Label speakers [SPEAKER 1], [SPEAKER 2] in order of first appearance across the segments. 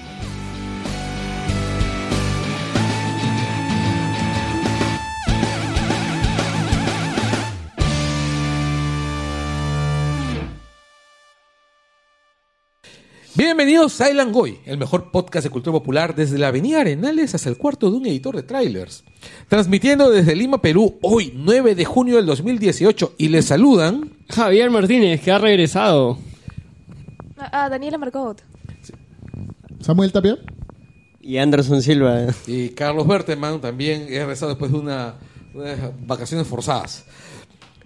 [SPEAKER 1] Bienvenidos a El Angoy, el mejor podcast de cultura popular desde la avenida Arenales hasta el cuarto de un editor de trailers. Transmitiendo desde Lima, Perú, hoy 9 de junio del 2018 y les saludan
[SPEAKER 2] Javier Martínez, que ha regresado.
[SPEAKER 3] Ah, ah, Daniela Marcot.
[SPEAKER 4] Samuel Tapia.
[SPEAKER 5] Y Anderson Silva.
[SPEAKER 1] y Carlos Berteman, también he regresado después de una- unas vacaciones forzadas.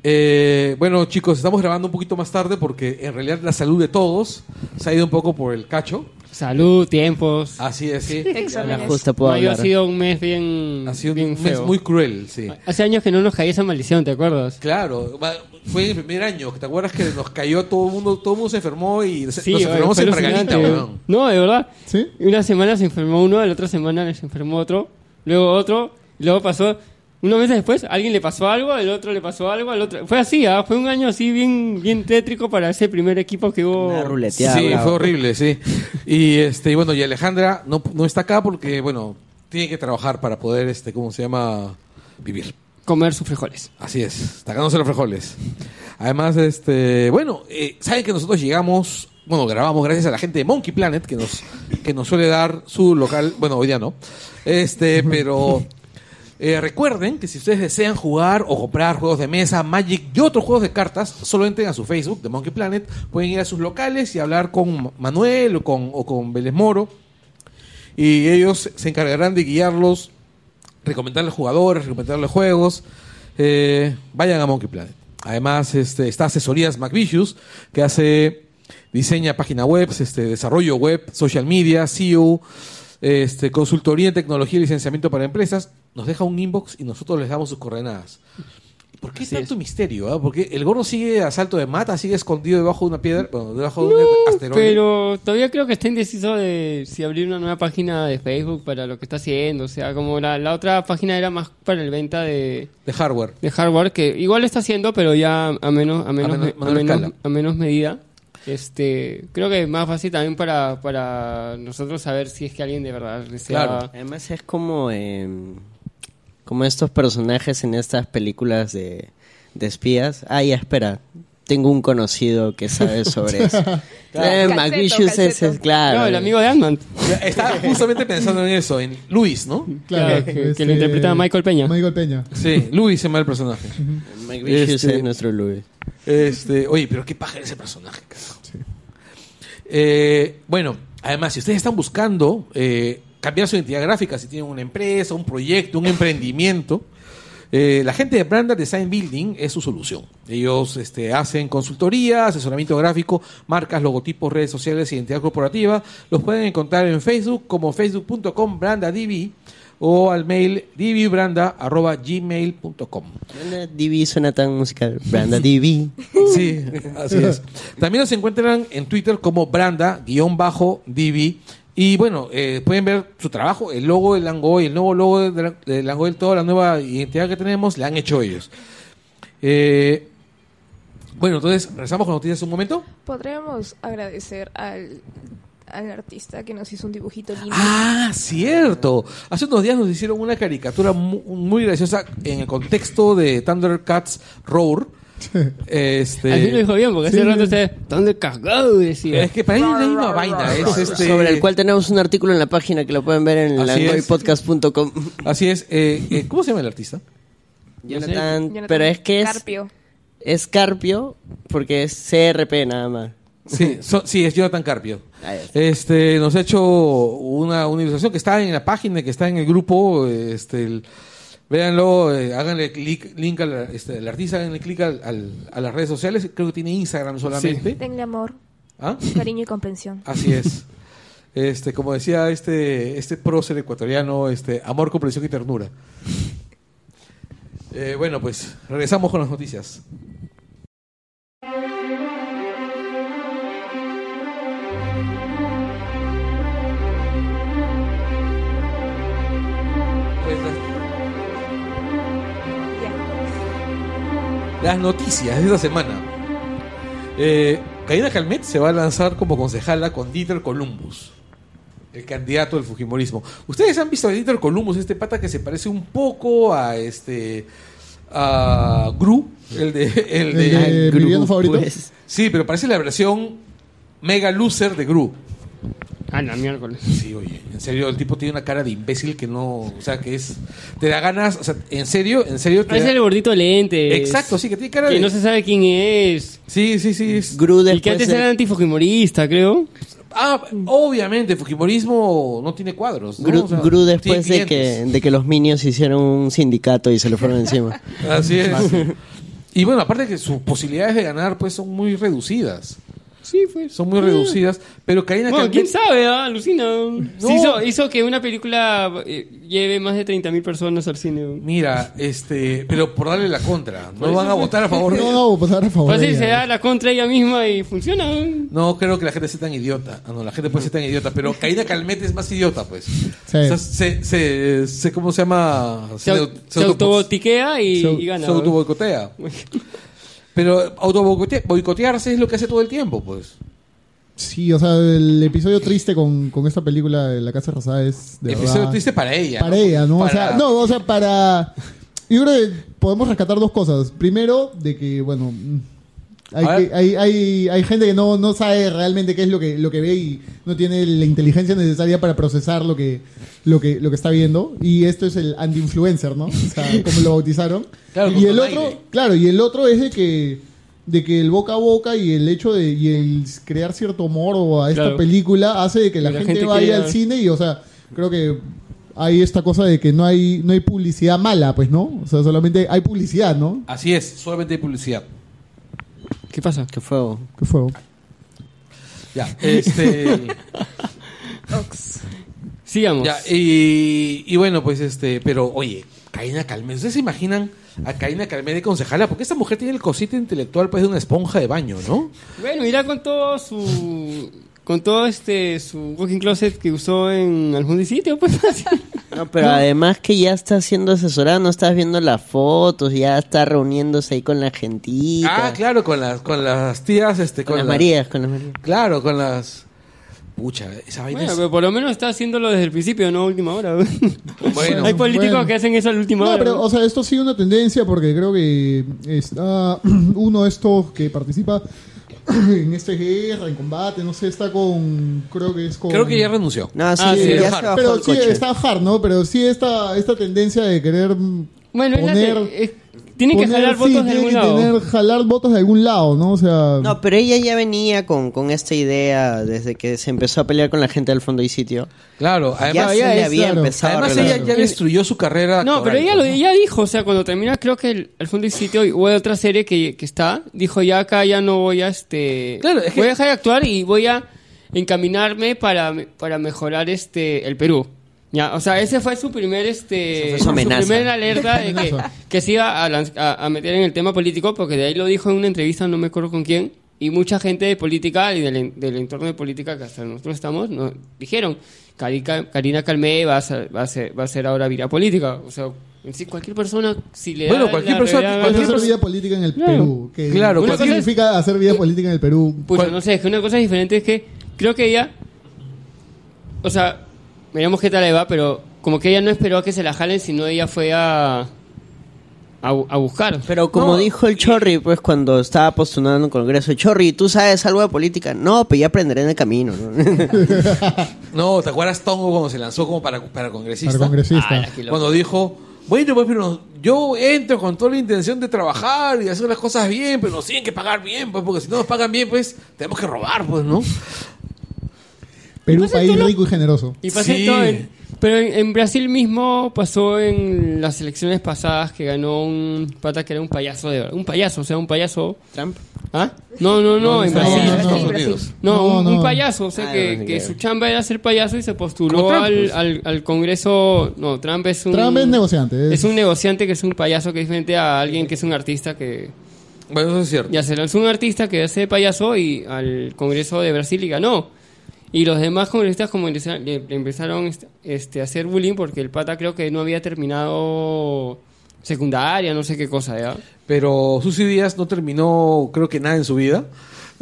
[SPEAKER 1] Eh, bueno chicos, estamos grabando un poquito más tarde porque en realidad la salud de todos se ha ido un poco por el cacho.
[SPEAKER 2] Salud, tiempos.
[SPEAKER 1] Así es, sí.
[SPEAKER 5] La
[SPEAKER 3] Exámenes.
[SPEAKER 5] justa puedo
[SPEAKER 2] Mayo Ah, ha
[SPEAKER 5] hablar.
[SPEAKER 2] sido un mes bien.
[SPEAKER 1] Ha sido
[SPEAKER 2] bien
[SPEAKER 1] un mes
[SPEAKER 2] feo.
[SPEAKER 1] muy cruel, sí.
[SPEAKER 2] Hace años que no nos caía esa maldición, ¿te acuerdas?
[SPEAKER 1] Claro, va- fue el primer año, ¿te acuerdas que nos cayó a todo el mundo, todo el mundo se enfermó y se- nos
[SPEAKER 2] oye,
[SPEAKER 1] enfermamos
[SPEAKER 2] fue
[SPEAKER 1] en
[SPEAKER 2] alucinante,
[SPEAKER 1] Margarita,
[SPEAKER 2] weón.
[SPEAKER 1] weón.
[SPEAKER 2] No, de verdad.
[SPEAKER 4] ¿Sí?
[SPEAKER 2] Una semana se enfermó uno, la otra semana se enfermó otro, luego otro, y luego pasó. Unos meses después, a alguien le pasó algo, al otro le pasó algo, al otro. Fue así, ¿ah? fue un año así bien, bien tétrico para ese primer equipo que hubo.
[SPEAKER 5] Una ruleteada.
[SPEAKER 1] Sí,
[SPEAKER 5] bravo.
[SPEAKER 1] fue horrible, sí. Y este, y bueno, y Alejandra no, no está acá porque, bueno, tiene que trabajar para poder, este, ¿cómo se llama? Vivir.
[SPEAKER 2] Comer sus frijoles.
[SPEAKER 1] Así es, tacándose los frijoles. Además, este, bueno, eh, saben que nosotros llegamos, bueno, grabamos gracias a la gente de Monkey Planet que nos, que nos suele dar su local, bueno, hoy día no, este, pero eh, recuerden que si ustedes desean jugar o comprar juegos de mesa, Magic y otros juegos de cartas, solo entren a su Facebook de Monkey Planet, pueden ir a sus locales y hablar con Manuel o con, o con Vélez Moro y ellos se encargarán de guiarlos recomendarle jugadores, recomendarle juegos. eh, vayan a Monkey Planet. Además, este, está Asesorías McVicious, que hace, diseña página web, este, desarrollo web, social media, SEO, este, consultoría en tecnología y licenciamiento para empresas. Nos deja un inbox y nosotros les damos sus coordenadas. ¿Por qué tanto misterio? ah? Porque el gordo sigue a salto de mata, sigue escondido debajo de una piedra, bueno, debajo de un asteroide.
[SPEAKER 2] Pero todavía creo que está indeciso de si abrir una nueva página de Facebook para lo que está haciendo. O sea, como la, la otra página era más para el venta de,
[SPEAKER 1] De hardware.
[SPEAKER 2] de hardware, que igual está haciendo, pero ya a menos, a menos,
[SPEAKER 1] menos-
[SPEAKER 2] a
[SPEAKER 1] menor
[SPEAKER 2] menos,
[SPEAKER 1] escala.
[SPEAKER 2] a menos medida. Este, creo que es más fácil también para, para nosotros saber si es que alguien de verdad desea...
[SPEAKER 1] Claro.
[SPEAKER 5] Además es como, eh, como estos personajes en estas películas de, de espías. Ah, ya, espera. Tengo un conocido que sabe sobre eso. Eh,
[SPEAKER 3] Calceto,
[SPEAKER 5] McVicious es-
[SPEAKER 3] calceto.
[SPEAKER 5] es- claro.
[SPEAKER 2] No, el amigo de Ant-Man.
[SPEAKER 1] Estaba justamente pensando en eso, en Luis, ¿no?
[SPEAKER 2] Claro, que- que lo interpreta Michael Peña.
[SPEAKER 4] Este, Michael Peña.
[SPEAKER 1] Sí, Luis se llama el personaje.
[SPEAKER 5] McVicious
[SPEAKER 1] Este-
[SPEAKER 5] es nuestro Louis.
[SPEAKER 1] Este, oye, pero qué paja ese personaje, carajo. Eh, bueno, además, si ustedes están buscando eh, cambiar su identidad gráfica, si tienen una empresa, un proyecto, un emprendimiento, eh, la gente de Branded Design Building es su solución. Ellos este, hacen consultoría, asesoramiento gráfico, marcas, logotipos, redes sociales, identidad corporativa. Los pueden encontrar en Facebook como facebook.com brandadv o al mail divbranda.gmail.com.
[SPEAKER 5] Branda DB suena tan musical. Branda DB.
[SPEAKER 1] Sí, así es. También nos encuentran en Twitter como Branda-DB. Y bueno, eh, pueden ver su trabajo, el logo del Langoy, el nuevo logo del del Langoy, toda la nueva identidad que tenemos, la han hecho ellos. Eh, bueno, entonces, regresamos con noticias un momento.
[SPEAKER 3] Podríamos agradecer al, al artista que nos hizo un dibujito lindo.
[SPEAKER 1] Ah, cierto. Hace unos días nos hicieron una caricatura mu- muy, graciosa en el contexto de Thundercats Roar. Este,
[SPEAKER 2] Así lo dijo bien, porque
[SPEAKER 4] Sí.
[SPEAKER 2] hace rato ustedes... ¿Dónde cagado? Decía.
[SPEAKER 1] es que para ellos es la misma vaina. Es este,
[SPEAKER 5] Sobre el cual tenemos un artículo en la página que lo pueden ver en
[SPEAKER 1] Así es.
[SPEAKER 5] langoypodcast.com.
[SPEAKER 1] Así es. eh, eh, ¿Cómo se llama el artista?
[SPEAKER 5] Jonathan,
[SPEAKER 3] Jonathan
[SPEAKER 5] pero es que es,
[SPEAKER 3] Carpio.
[SPEAKER 5] es Carpio porque es CRP nada más.
[SPEAKER 1] Sí, so- sí, es Jonathan Carpio.
[SPEAKER 5] Ah, ya.
[SPEAKER 1] Este, nos ha hecho una, una ilustración que está en la página, que está en el grupo. Este, el- véanlo, eh, háganle clic, link al este, el artista, háganle clic al- al- a las redes sociales. Creo que tiene Instagram solamente.
[SPEAKER 3] Tenle amor,
[SPEAKER 1] ¿Ah?
[SPEAKER 3] cariño y comprensión.
[SPEAKER 5] Ah.
[SPEAKER 1] Así es. Este, como decía este, este prócer ecuatoriano, este, amor, comprensión y ternura. Eh, bueno, pues regresamos con las noticias. Pues las noticias de esta semana. Eh, Karina Calmet se va a lanzar como concejala con Dieter Columbus, el candidato del Fujimorismo. ¿Ustedes han visto a Dieter Columbus, este pata que se parece un poco a este. a Gru, el de. El
[SPEAKER 4] El
[SPEAKER 1] de,
[SPEAKER 4] de- Eh, mi villano favorito.
[SPEAKER 6] pues.
[SPEAKER 1] Sí, pero parece la versión mega loser de Gru.
[SPEAKER 2] Ah, la miércoles.
[SPEAKER 1] Sí, oye, en serio, el tipo tiene una cara de imbécil que no, o sea, que es, te da ganas, o sea, en serio, en serio. Te
[SPEAKER 2] Ah, es
[SPEAKER 1] da-
[SPEAKER 2] el gordito de lentes.
[SPEAKER 1] Exacto, sí, que tiene cara de...
[SPEAKER 2] Que no se sabe quién es.
[SPEAKER 1] Sí, sí, sí. es-
[SPEAKER 6] Gru
[SPEAKER 2] y que
[SPEAKER 6] después
[SPEAKER 2] antes
[SPEAKER 6] de-
[SPEAKER 2] era antifujimorista, creo.
[SPEAKER 1] Ah, obviamente, Fujimorismo no tiene cuadros. ¿no?
[SPEAKER 6] Gru,
[SPEAKER 1] O sea,
[SPEAKER 6] Gru después
[SPEAKER 1] tiene
[SPEAKER 6] de que,
[SPEAKER 1] clientes.
[SPEAKER 6] de que los minions hicieron un sindicato y se lo fueron encima.
[SPEAKER 1] Así es. y bueno, aparte que sus posibilidades de ganar, pues, son muy reducidas.
[SPEAKER 2] Sí, pues.
[SPEAKER 1] Son muy reducidas, pero Karina
[SPEAKER 2] Bueno,
[SPEAKER 1] Calmet-
[SPEAKER 2] quién sabe, ah, alucina. Sí, hizo, hizo que una película eh, lleve más de 30.000 personas al cine.
[SPEAKER 1] Mira, este, pero por darle la contra, no
[SPEAKER 2] eso
[SPEAKER 1] van a
[SPEAKER 2] sí.
[SPEAKER 1] votar a
[SPEAKER 4] No,
[SPEAKER 1] favor. de-
[SPEAKER 4] no, pasar a favor. de
[SPEAKER 2] Fácil, Pues
[SPEAKER 4] ella.
[SPEAKER 2] se da la contra ella misma y funciona.
[SPEAKER 1] No creo que la gente sea tan idiota. Ah, no, la gente puede ser tan idiota, pero Karina Calmete es más idiota, pues. O sea, se, se, se- ¿cómo se llama?
[SPEAKER 2] Se, au-
[SPEAKER 1] auto-
[SPEAKER 2] se autobotiquea y,
[SPEAKER 4] se-
[SPEAKER 2] y gana.
[SPEAKER 1] se autoboicotea. Pero autoboicote- boicotearse es lo que hace todo el tiempo, pues.
[SPEAKER 4] Sí, o sea, el episodio triste con, con esta película de La Casa Rosada es de
[SPEAKER 1] Episodio
[SPEAKER 4] verdad-
[SPEAKER 1] triste para ella.
[SPEAKER 4] Para ella, ¿no? O sea,
[SPEAKER 1] Para-
[SPEAKER 4] no, o sea, para... Yo creo que podemos rescatar dos cosas. Primero, de que, bueno... mm, Hay,
[SPEAKER 1] A ver.
[SPEAKER 4] que- hay, hay, hay gente que no, no sabe realmente qué es lo que, lo que ve y no tiene la inteligencia necesaria para procesar lo que, lo que, lo que está viendo. Y esto es el anti-influencer, ¿no? O sea, como lo bautizaron.
[SPEAKER 1] Claro,
[SPEAKER 4] y
[SPEAKER 1] con
[SPEAKER 4] el
[SPEAKER 1] donaire.
[SPEAKER 4] otro, Claro, y el otro es de que de que el boca a boca y el hecho de y el crear cierto morbo a esta
[SPEAKER 2] Claro.
[SPEAKER 4] película hace de que la,
[SPEAKER 2] Que la
[SPEAKER 4] gente,
[SPEAKER 2] gente
[SPEAKER 4] vaya
[SPEAKER 2] quiera-
[SPEAKER 4] al cine y o sea, creo que hay esta cosa de que no hay no hay publicidad mala, pues, ¿no? O sea, solamente hay publicidad, ¿no?
[SPEAKER 1] Así es, solamente hay publicidad.
[SPEAKER 2] ¿Qué pasa?
[SPEAKER 6] Qué fuego.
[SPEAKER 4] ¿Qué fue?
[SPEAKER 1] Ya, este.
[SPEAKER 3] Ox.
[SPEAKER 2] Sigamos.
[SPEAKER 1] ya, eh. y, y bueno, pues este. Pero oye, Karina Calmete, ¿ustedes se imaginan a Karina Calmete de concejala? Porque esta mujer tiene el cosito intelectual, pues, de una esponja de baño, ¿no?
[SPEAKER 2] Bueno, irá con todo su. Con todo este. Su walking closet que usó en algún sitio, pues fácil.
[SPEAKER 6] No, pero además que ya está siendo asesorada, no estás viendo las fotos, ya está reuniéndose ahí con la gentita.
[SPEAKER 1] Ah, claro, con las, con las tías, este,
[SPEAKER 6] Con las
[SPEAKER 1] las-
[SPEAKER 6] Marías, con las Marías.
[SPEAKER 1] Claro, con las. Pucha, esa vaina
[SPEAKER 2] Bueno,
[SPEAKER 1] es-
[SPEAKER 2] pero por lo menos está haciéndolo desde el principio, no a última hora.
[SPEAKER 1] Bueno.
[SPEAKER 2] Hay políticos
[SPEAKER 4] bueno.
[SPEAKER 2] que hacen eso a la última
[SPEAKER 4] No,
[SPEAKER 2] hora.
[SPEAKER 4] pero, o sea, esto sigue una tendencia porque creo que está uno de estos que participa en esta guerra, en combate, no sé, está con, creo que es con...
[SPEAKER 1] Creo que ya renunció.
[SPEAKER 6] No, sí,
[SPEAKER 2] Ah, sí,
[SPEAKER 6] ya
[SPEAKER 1] pero-
[SPEAKER 6] se bajó
[SPEAKER 4] Pero
[SPEAKER 6] el
[SPEAKER 4] sí,
[SPEAKER 6] coche.
[SPEAKER 4] está hard, ¿no? Pero sí esta, esta tendencia de querer mm,
[SPEAKER 2] bueno, es la
[SPEAKER 4] poner-
[SPEAKER 2] que- es- tienen que
[SPEAKER 4] poner-
[SPEAKER 2] jalar
[SPEAKER 4] sí,
[SPEAKER 2] votos de
[SPEAKER 4] tiene
[SPEAKER 2] algún
[SPEAKER 4] que
[SPEAKER 2] lado.
[SPEAKER 4] tener- jalar votos de algún lado, ¿no? O sea...
[SPEAKER 6] No, pero ella ya venía con, con esta idea desde que se empezó a pelear con la gente del fondo y sitio.
[SPEAKER 1] Claro, además,
[SPEAKER 6] ya se
[SPEAKER 4] ella
[SPEAKER 6] le
[SPEAKER 4] es,
[SPEAKER 6] había
[SPEAKER 4] claro.
[SPEAKER 6] empezado
[SPEAKER 1] además
[SPEAKER 6] a
[SPEAKER 1] ella
[SPEAKER 6] arreglar.
[SPEAKER 1] ya destruyó su carrera.
[SPEAKER 2] No, pero
[SPEAKER 1] actoral,
[SPEAKER 2] ella lo ella dijo, o sea, cuando termina, creo que el, el fondo y sitio o de otra serie que, que está, dijo ya acá ya no voy a este,
[SPEAKER 1] Claro, es que-
[SPEAKER 2] voy a dejar de actuar y voy a encaminarme para, para mejorar este el Perú. Ya, o sea, ese fue su primer
[SPEAKER 6] Esa
[SPEAKER 2] este
[SPEAKER 6] fue su amenaza.
[SPEAKER 2] primera alerta de que, que se iba a, lanz- a- a meter en el tema político, porque de ahí lo dijo en una entrevista, no me acuerdo con quién, y mucha gente de política y del, en- del entorno de política que hasta nosotros estamos, nos dijeron, "Carica- Karina Calmé va a, ser, va, a ser, va a ser ahora vida política. O sea, en sí, cualquier persona, si le
[SPEAKER 1] Bueno,
[SPEAKER 2] da
[SPEAKER 1] cualquier
[SPEAKER 2] la
[SPEAKER 1] persona-
[SPEAKER 2] realidad-
[SPEAKER 4] Pues
[SPEAKER 1] cualquier
[SPEAKER 4] hacer
[SPEAKER 1] pers-
[SPEAKER 4] vida política en el
[SPEAKER 2] Claro.
[SPEAKER 4] Perú. que-
[SPEAKER 1] Claro,
[SPEAKER 4] ¿Qué
[SPEAKER 2] cualquier- Pues,
[SPEAKER 4] significa hacer vida política en el Perú?
[SPEAKER 2] Pucha,
[SPEAKER 1] ¿Cuál?
[SPEAKER 2] no sé, es que una cosa diferente es que creo que ella, o sea, veremos qué tal le va, pero como que ella no esperó a que se la jalen, sino ella fue a, a, bu- a buscar.
[SPEAKER 6] Pero como
[SPEAKER 1] No,
[SPEAKER 6] dijo el Chorri, pues cuando estaba postulando en el Congreso, Chorri, ¿tú sabes algo de política? No, pero ya aprenderé en el camino. ¿no?
[SPEAKER 1] No, ¿te acuerdas Tongo cuando se lanzó como para, para congresista?
[SPEAKER 4] Para congresista.
[SPEAKER 1] Cuando dijo, bueno, pues pero yo entro con toda la intención de trabajar y hacer las cosas bien, pero nos tienen que pagar bien, pues porque si no nos pagan bien, pues tenemos que robar, pues, ¿no?
[SPEAKER 4] Perú,
[SPEAKER 2] Pues, Entonces,
[SPEAKER 4] país
[SPEAKER 2] tú no-
[SPEAKER 4] rico y generoso.
[SPEAKER 2] Y pasé
[SPEAKER 1] Sí.
[SPEAKER 2] todo en- pero en, en Brasil mismo pasó en las elecciones pasadas que ganó un pata que era un payaso de verdad. Un payaso, o sea, un payaso.
[SPEAKER 6] Trump.
[SPEAKER 2] ¿Ah? No, no, no, en
[SPEAKER 4] no,
[SPEAKER 2] Brasil.
[SPEAKER 4] no, no.
[SPEAKER 1] Estados
[SPEAKER 3] Sí, Brasil.
[SPEAKER 1] Unidos.
[SPEAKER 2] No,
[SPEAKER 4] No,
[SPEAKER 2] un,
[SPEAKER 4] no.
[SPEAKER 2] un payaso, o sea,
[SPEAKER 6] Ah,
[SPEAKER 2] que,
[SPEAKER 6] bueno,
[SPEAKER 2] que
[SPEAKER 6] ya.
[SPEAKER 2] su chamba era ser payaso y se postuló
[SPEAKER 1] Como Trump,
[SPEAKER 2] al,
[SPEAKER 1] pues.
[SPEAKER 2] al, al Congreso. No, Trump es un.
[SPEAKER 4] Trump es negociante.
[SPEAKER 2] Es un negociante que es un payaso que es diferente a alguien que es un artista que.
[SPEAKER 1] Bueno, eso es cierto.
[SPEAKER 2] Ya se lanzó un artista que hace de payaso y al Congreso de Brasil y ganó. Y los demás congresistas como le, le empezaron este, este, a hacer bullying porque el pata creo que no había terminado secundaria, no sé qué cosa, ¿ya?
[SPEAKER 1] Pero Susy Díaz no terminó, creo que nada en su vida.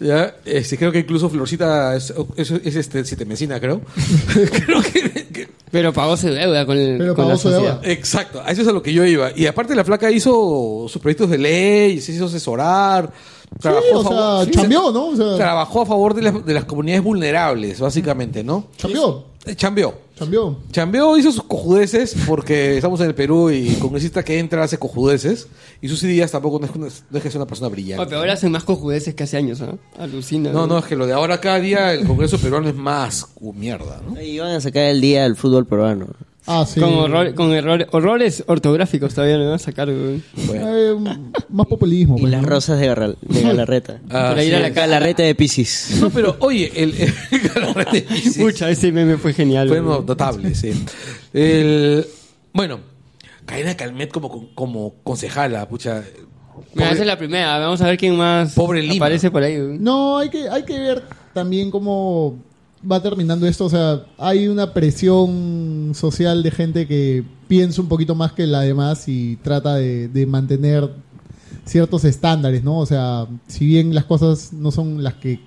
[SPEAKER 1] Ya, este, creo que incluso Florcita es, es, es este, sietemesina, creo. creo que, que-
[SPEAKER 2] Pero pagó su deuda con, el,
[SPEAKER 4] Pero
[SPEAKER 2] con la
[SPEAKER 4] pagó su deuda.
[SPEAKER 2] sociedad.
[SPEAKER 1] Exacto, a eso es a lo que yo iba. Y aparte la flaca hizo sus proyectos de ley, se hizo asesorar, trabajó,
[SPEAKER 4] o
[SPEAKER 1] a favor,
[SPEAKER 4] sea, chambeó, ¿no? O sea-
[SPEAKER 1] trabajó a favor de las, de las comunidades vulnerables, básicamente, ¿no?
[SPEAKER 4] Chambió,
[SPEAKER 1] Eh, Chambeó.
[SPEAKER 4] chambió.
[SPEAKER 1] Chambeó hizo sus cojudeces porque estamos en el Perú y el congresista que entra hace cojudeces. Y Susy Díaz tampoco no es, no es que sea una persona brillante.
[SPEAKER 2] Oye, pero ahora hacen más cojudeces que hace años, Ah, ¿no? Alucina.
[SPEAKER 1] No, no, es que lo de ahora cada día el Congreso peruano es más cu- mierda, ¿no?
[SPEAKER 5] Y van a sacar el día del fútbol peruano.
[SPEAKER 4] Ah, sí.
[SPEAKER 2] Con, horror- con errores, horrores ortográficos todavía lo van a sacar, weón.
[SPEAKER 1] Bueno.
[SPEAKER 4] Eh, m- más populismo.
[SPEAKER 5] Y
[SPEAKER 4] pues,
[SPEAKER 5] las
[SPEAKER 4] ¿no?
[SPEAKER 5] rosas de, Garral- de Galarreta.
[SPEAKER 1] Ah,
[SPEAKER 2] Para ir
[SPEAKER 1] sí.
[SPEAKER 2] a la ca-
[SPEAKER 5] Galarreta de Piscis.
[SPEAKER 1] No, pero oye, el, el-
[SPEAKER 2] Pucha, ese meme fue genial.
[SPEAKER 1] fue
[SPEAKER 2] weón.
[SPEAKER 1] notable, sí. El, bueno, Karina Calmet como, con- como concejala, pucha.
[SPEAKER 2] Mira, esa es la primera. Vamos a ver quién más
[SPEAKER 1] Pobre Lima.
[SPEAKER 2] aparece por ahí. weón.
[SPEAKER 4] No, hay que, hay que ver también cómo va terminando esto. O sea, hay una presión social de gente que piensa un poquito más que la demás y trata de, de mantener ciertos estándares, ¿no? O sea, si bien las cosas no son las que,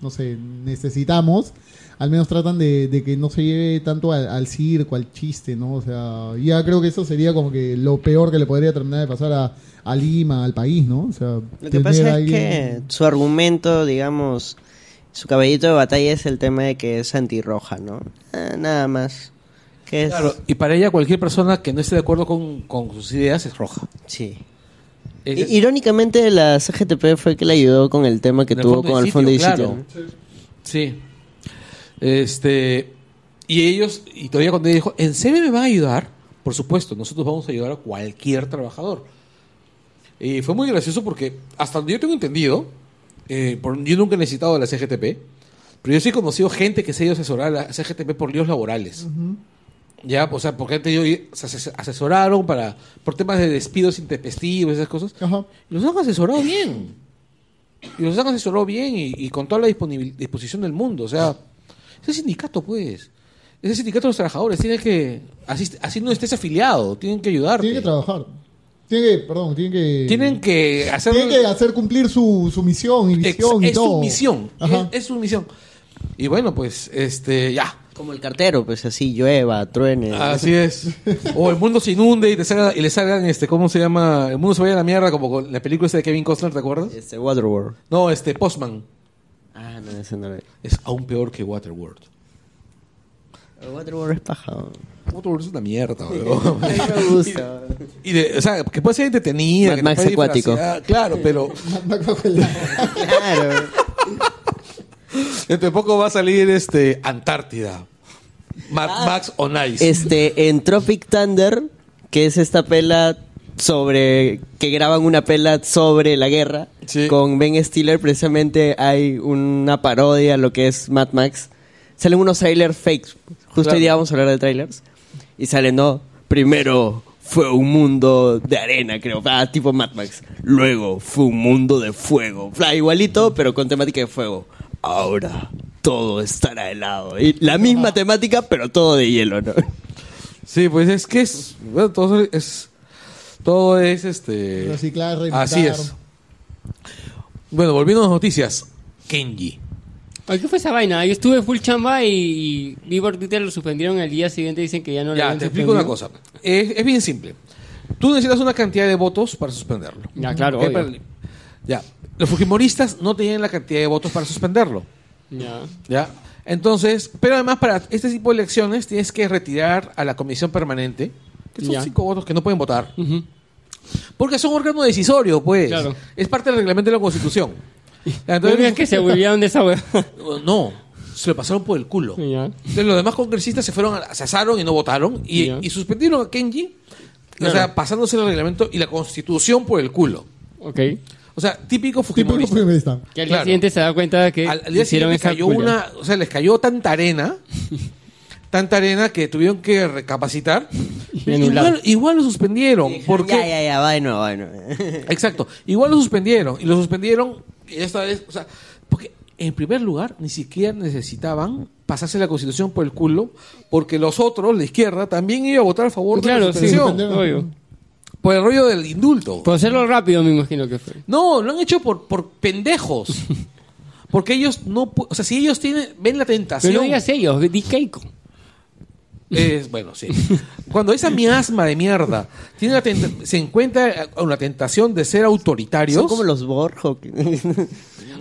[SPEAKER 4] no sé, necesitamos, al menos tratan de, de que no se lleve tanto al, al circo, al chiste, ¿no? O sea, ya creo que eso sería como que lo peor que le podría terminar de pasar a, a Lima, al país, ¿no? O sea,
[SPEAKER 5] Lo que pasa es
[SPEAKER 4] que
[SPEAKER 5] que su argumento, digamos, su cabellito de batalla es el tema de que es antirroja, ¿no? Ah, nada más. Que es...
[SPEAKER 1] Claro, y para ella cualquier persona que no esté de acuerdo con, con sus ideas es roja.
[SPEAKER 5] Sí.
[SPEAKER 1] Es-
[SPEAKER 5] I- Irónicamente, la CGTP fue que le ayudó con el tema que
[SPEAKER 1] En el
[SPEAKER 5] tuvo
[SPEAKER 1] fondo
[SPEAKER 5] con
[SPEAKER 1] del
[SPEAKER 5] el fondo de
[SPEAKER 1] sitio,
[SPEAKER 5] sitio.
[SPEAKER 1] claro. Sí. Este. Y ellos, y todavía cuando ella dijo, ¿en serio me van a ayudar? Por supuesto, nosotros vamos a ayudar a cualquier trabajador. Y fue muy gracioso porque, hasta donde yo tengo entendido, eh, por- yo nunca he necesitado de la CGTP, pero yo sí he conocido gente que se ha ido a asesorar a la CGTP por líos laborales. Ya, o sea, porque antes yo se ases- asesoraron para, por temas de despidos intempestivos, esas cosas.
[SPEAKER 4] Ajá.
[SPEAKER 1] Y los han asesorado bien. Y los han asesorado bien y, y con toda la disponibil- disposición del mundo. O sea, ese sindicato, pues. Ese sindicato de los trabajadores tiene que. Así, así no estés afiliado, tienen que ayudarte.
[SPEAKER 4] Tienen que trabajar. Tienen que, perdón, tienen que.
[SPEAKER 1] Tienen que hacer.
[SPEAKER 4] tienen que hacer cumplir su, su misión y
[SPEAKER 1] Ex-
[SPEAKER 4] visión y
[SPEAKER 1] es
[SPEAKER 4] todo.
[SPEAKER 1] su misión.
[SPEAKER 4] Ajá.
[SPEAKER 1] Es, es su misión. Y bueno, pues, este, ya.
[SPEAKER 5] Como el cartero, pues así llueva, truene.
[SPEAKER 1] Así es. O el mundo se inunde y, te salga- y le salgan, este, ¿cómo se llama? El mundo se vaya a la mierda, como con la película esta de Kevin Costner, ¿te acuerdas?
[SPEAKER 5] Este, Waterworld.
[SPEAKER 1] No, este, Postman.
[SPEAKER 5] Ah, no, ese no lo vi.
[SPEAKER 1] Es aún peor que Waterworld.
[SPEAKER 5] Waterworld es paja. ¿no?
[SPEAKER 1] Waterworld es una mierda, weón.
[SPEAKER 5] A mí me gusta.
[SPEAKER 1] Y de- o sea, que puede ser entretenida.
[SPEAKER 5] Mad
[SPEAKER 1] que
[SPEAKER 5] Max
[SPEAKER 1] te puede
[SPEAKER 5] acuático.
[SPEAKER 1] disfrazar, Claro, pero
[SPEAKER 5] claro.
[SPEAKER 1] dentro de poco va a salir este Antártida. Mad
[SPEAKER 5] Ah.
[SPEAKER 1] Max on Ice.
[SPEAKER 5] Este, en Tropic Thunder, que es esta pela sobre. que graban una pela sobre la guerra.
[SPEAKER 1] Sí.
[SPEAKER 5] Con Ben Stiller, precisamente hay una parodia a lo que es Mad Max. Salen unos trailers fakes. Justo
[SPEAKER 1] Claro.
[SPEAKER 5] hoy día vamos a hablar de trailers. Y salen, no. Primero fue un mundo de arena, creo. Ah, tipo Mad Max. Luego fue un mundo de fuego. Bla, igualito, pero con temática de fuego. Ahora todo estará helado. Y la misma temática, pero todo de hielo, ¿no?
[SPEAKER 1] Sí, pues es que es. Bueno, todo es. Todo es este.
[SPEAKER 4] Reciclar, reinventar.
[SPEAKER 1] Así es. Bueno, volviendo a las noticias. Kenji.
[SPEAKER 2] Ay, ¿Qué fue esa vaina? Yo estuve full chamba y, y vi por Twitter lo suspendieron el día siguiente. Dicen que ya no lo
[SPEAKER 1] Ya,
[SPEAKER 2] habían
[SPEAKER 1] te explico una
[SPEAKER 2] suspendido.
[SPEAKER 1] cosa. Es, es bien simple. Tú necesitas una cantidad de votos para suspenderlo.
[SPEAKER 2] Ya, claro,
[SPEAKER 1] ¿Ok?
[SPEAKER 2] obvio.
[SPEAKER 1] Para- Ya. Los Fujimoristas no tenían la cantidad de votos para suspenderlo.
[SPEAKER 2] Ya.
[SPEAKER 1] ¿Ya? Entonces, pero además para este tipo de elecciones tienes que retirar a la comisión permanente, que son
[SPEAKER 2] Ya.
[SPEAKER 1] cinco votos que no pueden votar,
[SPEAKER 2] Ujú.
[SPEAKER 1] porque son órgano decisorio, pues.
[SPEAKER 2] Claro.
[SPEAKER 1] Es parte del reglamento de la Constitución. Ya,
[SPEAKER 2] No
[SPEAKER 1] entonces-
[SPEAKER 2] digas que se hueviaron de esa hueá.
[SPEAKER 1] No, se lo pasaron por el culo.
[SPEAKER 2] Ya.
[SPEAKER 1] Entonces, los demás congresistas se fueron, a- se asaron y no votaron y,
[SPEAKER 2] Ya.
[SPEAKER 1] y suspendieron a Kenji, o
[SPEAKER 2] Claro.
[SPEAKER 1] sea, pasándose el reglamento y la Constitución por el culo.
[SPEAKER 2] Ok. Que
[SPEAKER 1] O sea, típico
[SPEAKER 4] Tipo
[SPEAKER 1] fujimorista.
[SPEAKER 4] fujimorista.
[SPEAKER 2] al día
[SPEAKER 1] Claro.
[SPEAKER 2] siguiente se da cuenta que
[SPEAKER 1] al, al día
[SPEAKER 2] Eh, hicieron
[SPEAKER 1] siguiente
[SPEAKER 2] esa
[SPEAKER 1] cayó
[SPEAKER 2] culia.
[SPEAKER 1] una, o sea, les cayó tanta arena, tanta arena que tuvieron que recapacitar.
[SPEAKER 2] Y anular.
[SPEAKER 1] Igual, igual lo suspendieron, porque
[SPEAKER 5] Ya, ya, ya, va de nuevo, va de nuevo.
[SPEAKER 1] exacto, igual lo suspendieron y lo suspendieron y esta vez, o sea, porque en primer lugar ni siquiera necesitaban pasarse la Constitución por el culo, porque los otros, la izquierda, también iba a votar a favor de
[SPEAKER 2] Claro,
[SPEAKER 1] la
[SPEAKER 2] sí.
[SPEAKER 1] suspensión.
[SPEAKER 4] Suspendieron.
[SPEAKER 2] Obvio.
[SPEAKER 1] Por el rollo del indulto.
[SPEAKER 2] Por hacerlo rápido, me imagino que fue.
[SPEAKER 1] No, lo han hecho por, por pendejos. Porque ellos no... pu- O sea, si ellos tienen, ven la tentación...
[SPEAKER 2] Pero no digas ellos, di Keiko.
[SPEAKER 1] Es, bueno, sí. Cuando esa miasma de mierda tiene la tenta- se encuentra con la tentación de ser autoritarios...
[SPEAKER 6] Son como los Borjo.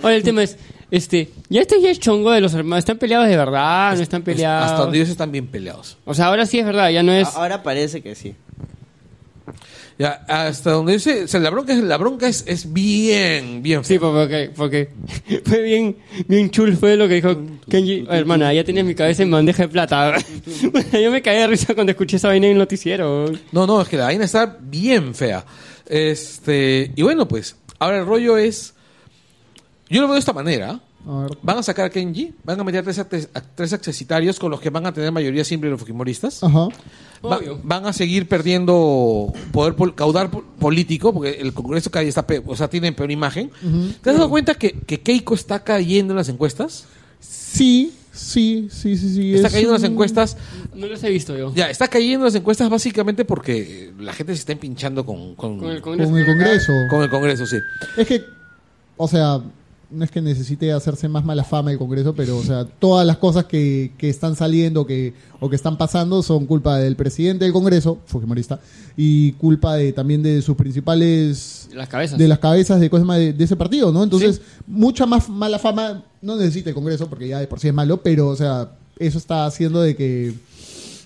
[SPEAKER 2] Ahora el tema es, este, ya esto ya es chongo de los hermanos. ¿Están peleados de verdad? ¿No están peleados?
[SPEAKER 1] Hasta donde ellos están bien peleados.
[SPEAKER 2] O sea, ahora sí es verdad, ya no
[SPEAKER 1] Ah,
[SPEAKER 2] es...
[SPEAKER 6] Ahora parece que sí.
[SPEAKER 1] Ya, hasta donde dice... O sea, la bronca, es, la bronca es, es bien, bien...
[SPEAKER 2] Sí, porque, porque fue bien, bien chul fue lo que dijo Kenji. Oh, hermana, ya tienes mi cabeza en bandeja de plata. Yo me caí de risa cuando escuché esa vaina en el noticiero.
[SPEAKER 1] No, no, es que la vaina está bien fea. Este, y bueno, pues, ahora el rollo es. Yo lo veo de esta manera.
[SPEAKER 4] A ver.
[SPEAKER 1] Van a sacar a Kenji, van a meter a tres, actes- a tres accesitarios con los que van a tener mayoría siempre los fujimoristas.
[SPEAKER 4] Ajá.
[SPEAKER 1] Va-
[SPEAKER 2] Obvio.
[SPEAKER 1] van a seguir perdiendo poder pol- caudal pol- político, porque el Congreso cada día está pe- o sea, tiene peor imagen. ¿Te has dado cuenta que, que Keiko está cayendo en las encuestas?
[SPEAKER 4] Sí, sí, sí, sí, sí.
[SPEAKER 1] Está
[SPEAKER 4] es
[SPEAKER 1] cayendo en las
[SPEAKER 4] un-
[SPEAKER 1] encuestas.
[SPEAKER 2] No los he visto yo.
[SPEAKER 1] Ya, está cayendo en las encuestas básicamente porque la gente se está empinchando con, con-
[SPEAKER 2] Con el Congreso.
[SPEAKER 4] Con el Congreso.
[SPEAKER 1] con el Congreso, sí.
[SPEAKER 4] Es que, o sea, no es que necesite hacerse más mala fama el Congreso, pero, o sea, todas las cosas que, que están saliendo que, o que están pasando son culpa del presidente del Congreso, Fujimorista, y culpa de también de sus principales.
[SPEAKER 2] Las cabezas.
[SPEAKER 4] de las cabezas de, cosas más de, de ese partido, ¿no? Entonces, mucha más mala fama no necesita el Congreso, porque ya de por sí es malo, pero, o sea, eso está haciendo de que.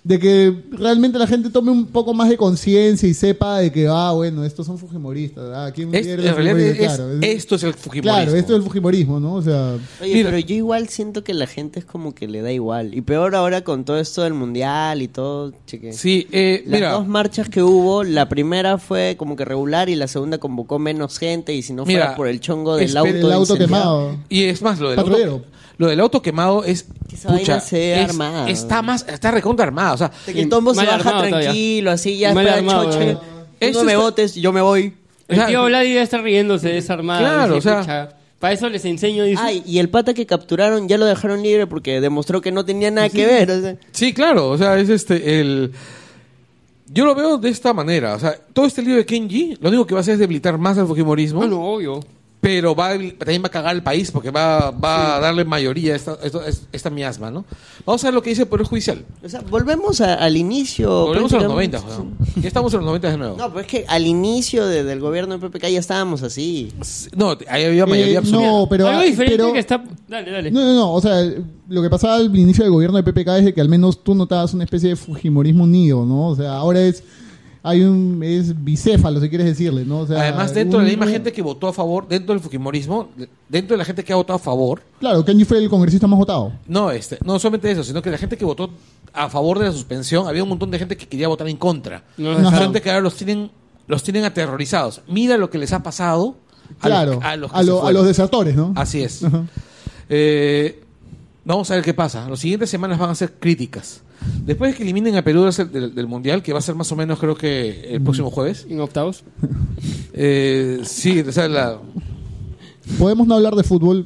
[SPEAKER 4] De que realmente la gente tome un poco más de conciencia y sepa de que, ah, bueno, estos son fujimoristas, ah, ¿quién
[SPEAKER 1] Es-
[SPEAKER 4] mierda es
[SPEAKER 1] en realidad
[SPEAKER 4] fujimorista?
[SPEAKER 1] es-
[SPEAKER 4] Claro,
[SPEAKER 1] esto es el fujimorismo.
[SPEAKER 4] Claro, esto es el fujimorismo, ¿no? O sea,
[SPEAKER 6] Oye,
[SPEAKER 1] Mira.
[SPEAKER 6] pero yo igual siento que la gente es como que le da igual. Y peor ahora con todo esto del mundial y todo, cheque.
[SPEAKER 1] Sí, eh,
[SPEAKER 6] Las
[SPEAKER 1] mira,
[SPEAKER 6] dos marchas que hubo, la primera fue como que regular y la segunda convocó menos gente y si no fuera
[SPEAKER 1] Mira, este,
[SPEAKER 6] por el chongo del
[SPEAKER 1] espera,
[SPEAKER 6] auto,
[SPEAKER 4] el auto
[SPEAKER 6] incendiado-
[SPEAKER 4] quemado.
[SPEAKER 1] y es más, lo del,
[SPEAKER 4] Patrullero.
[SPEAKER 1] auto, lo del auto quemado es...
[SPEAKER 6] Esa vaina
[SPEAKER 1] pucha,
[SPEAKER 6] se ve
[SPEAKER 1] es-
[SPEAKER 6] armada.
[SPEAKER 1] Está más, está recontra armada, o sea...
[SPEAKER 6] De Que el tombo se
[SPEAKER 2] Mal
[SPEAKER 6] baja
[SPEAKER 2] armado todavía.
[SPEAKER 6] tranquilo, así ya
[SPEAKER 2] Mal
[SPEAKER 6] espera,
[SPEAKER 2] armado,
[SPEAKER 6] choche.
[SPEAKER 2] eh.
[SPEAKER 6] Tú
[SPEAKER 1] Eso
[SPEAKER 6] no me
[SPEAKER 1] está-
[SPEAKER 6] votes, yo me voy.
[SPEAKER 2] El
[SPEAKER 1] Claro.
[SPEAKER 2] tío Vladi debe estar riéndose desarmado.
[SPEAKER 1] Claro, o sea-
[SPEAKER 2] Para eso les enseño, dice.
[SPEAKER 6] Ay, y el pata que capturaron ya lo dejaron libre porque demostró que no tenía nada que ver. o sea.
[SPEAKER 1] Sí, claro, o sea, es este, el... Yo lo veo de esta manera, o sea, todo este lío de Kenji, lo único que va a hacer es debilitar más al fujimorismo,
[SPEAKER 4] Ah,
[SPEAKER 2] No, no, obvio.
[SPEAKER 1] pero va a debil- también va a cagar al país porque va, va a darle mayoría a esta, esto- es- esta miasma, ¿no? Vamos a ver lo que dice el Poder Judicial.
[SPEAKER 6] O sea, volvemos a- al inicio.
[SPEAKER 1] Volvemos a los 90,
[SPEAKER 6] prácticamente.
[SPEAKER 1] Juan. Ya estamos en los 90 de nuevo.
[SPEAKER 6] No,
[SPEAKER 5] pues
[SPEAKER 6] pero es que al inicio de- del gobierno de PPK ya estábamos así.
[SPEAKER 1] No, ahí había mayoría
[SPEAKER 4] eh,
[SPEAKER 1] absoluta.
[SPEAKER 4] no, pero.
[SPEAKER 2] Algo diferente
[SPEAKER 4] pero-
[SPEAKER 2] que está... Dale, dale.
[SPEAKER 4] No, no, no. O sea, lo que pasaba al inicio del gobierno de PPK es de que al menos tú notabas una especie de Fujimorismo unido, ¿no? O sea, ahora es. Hay un. Es bicéfalo, si quieres decirle, ¿no? O sea,
[SPEAKER 1] Además, dentro de la
[SPEAKER 4] un-
[SPEAKER 1] misma gente que votó a favor, dentro del fujimorismo, dentro de la gente que ha votado a favor,
[SPEAKER 4] Claro, Kenji fue el congresista más votado.
[SPEAKER 1] no, este, no solamente eso, sino que la gente que votó a favor de la suspensión, había un montón de gente que quería votar en contra.
[SPEAKER 2] No los
[SPEAKER 4] Ajá.
[SPEAKER 2] dejaron.
[SPEAKER 1] Gente que ahora los tienen, los tienen aterrorizados. Mira lo que les ha pasado a los-
[SPEAKER 4] Claro.
[SPEAKER 1] a los, que
[SPEAKER 4] a
[SPEAKER 1] se
[SPEAKER 4] lo- a
[SPEAKER 1] fueron.
[SPEAKER 4] los desertores, ¿no?
[SPEAKER 1] Así es. Eh, vamos a ver qué pasa. Las siguientes semanas van a ser críticas. Después de que eliminen a Perú del, del- del Mundial, que va a ser más o menos creo que el próximo jueves.
[SPEAKER 2] En octavos.
[SPEAKER 1] eh, sí, o sea, la-
[SPEAKER 4] Podemos no hablar de fútbol.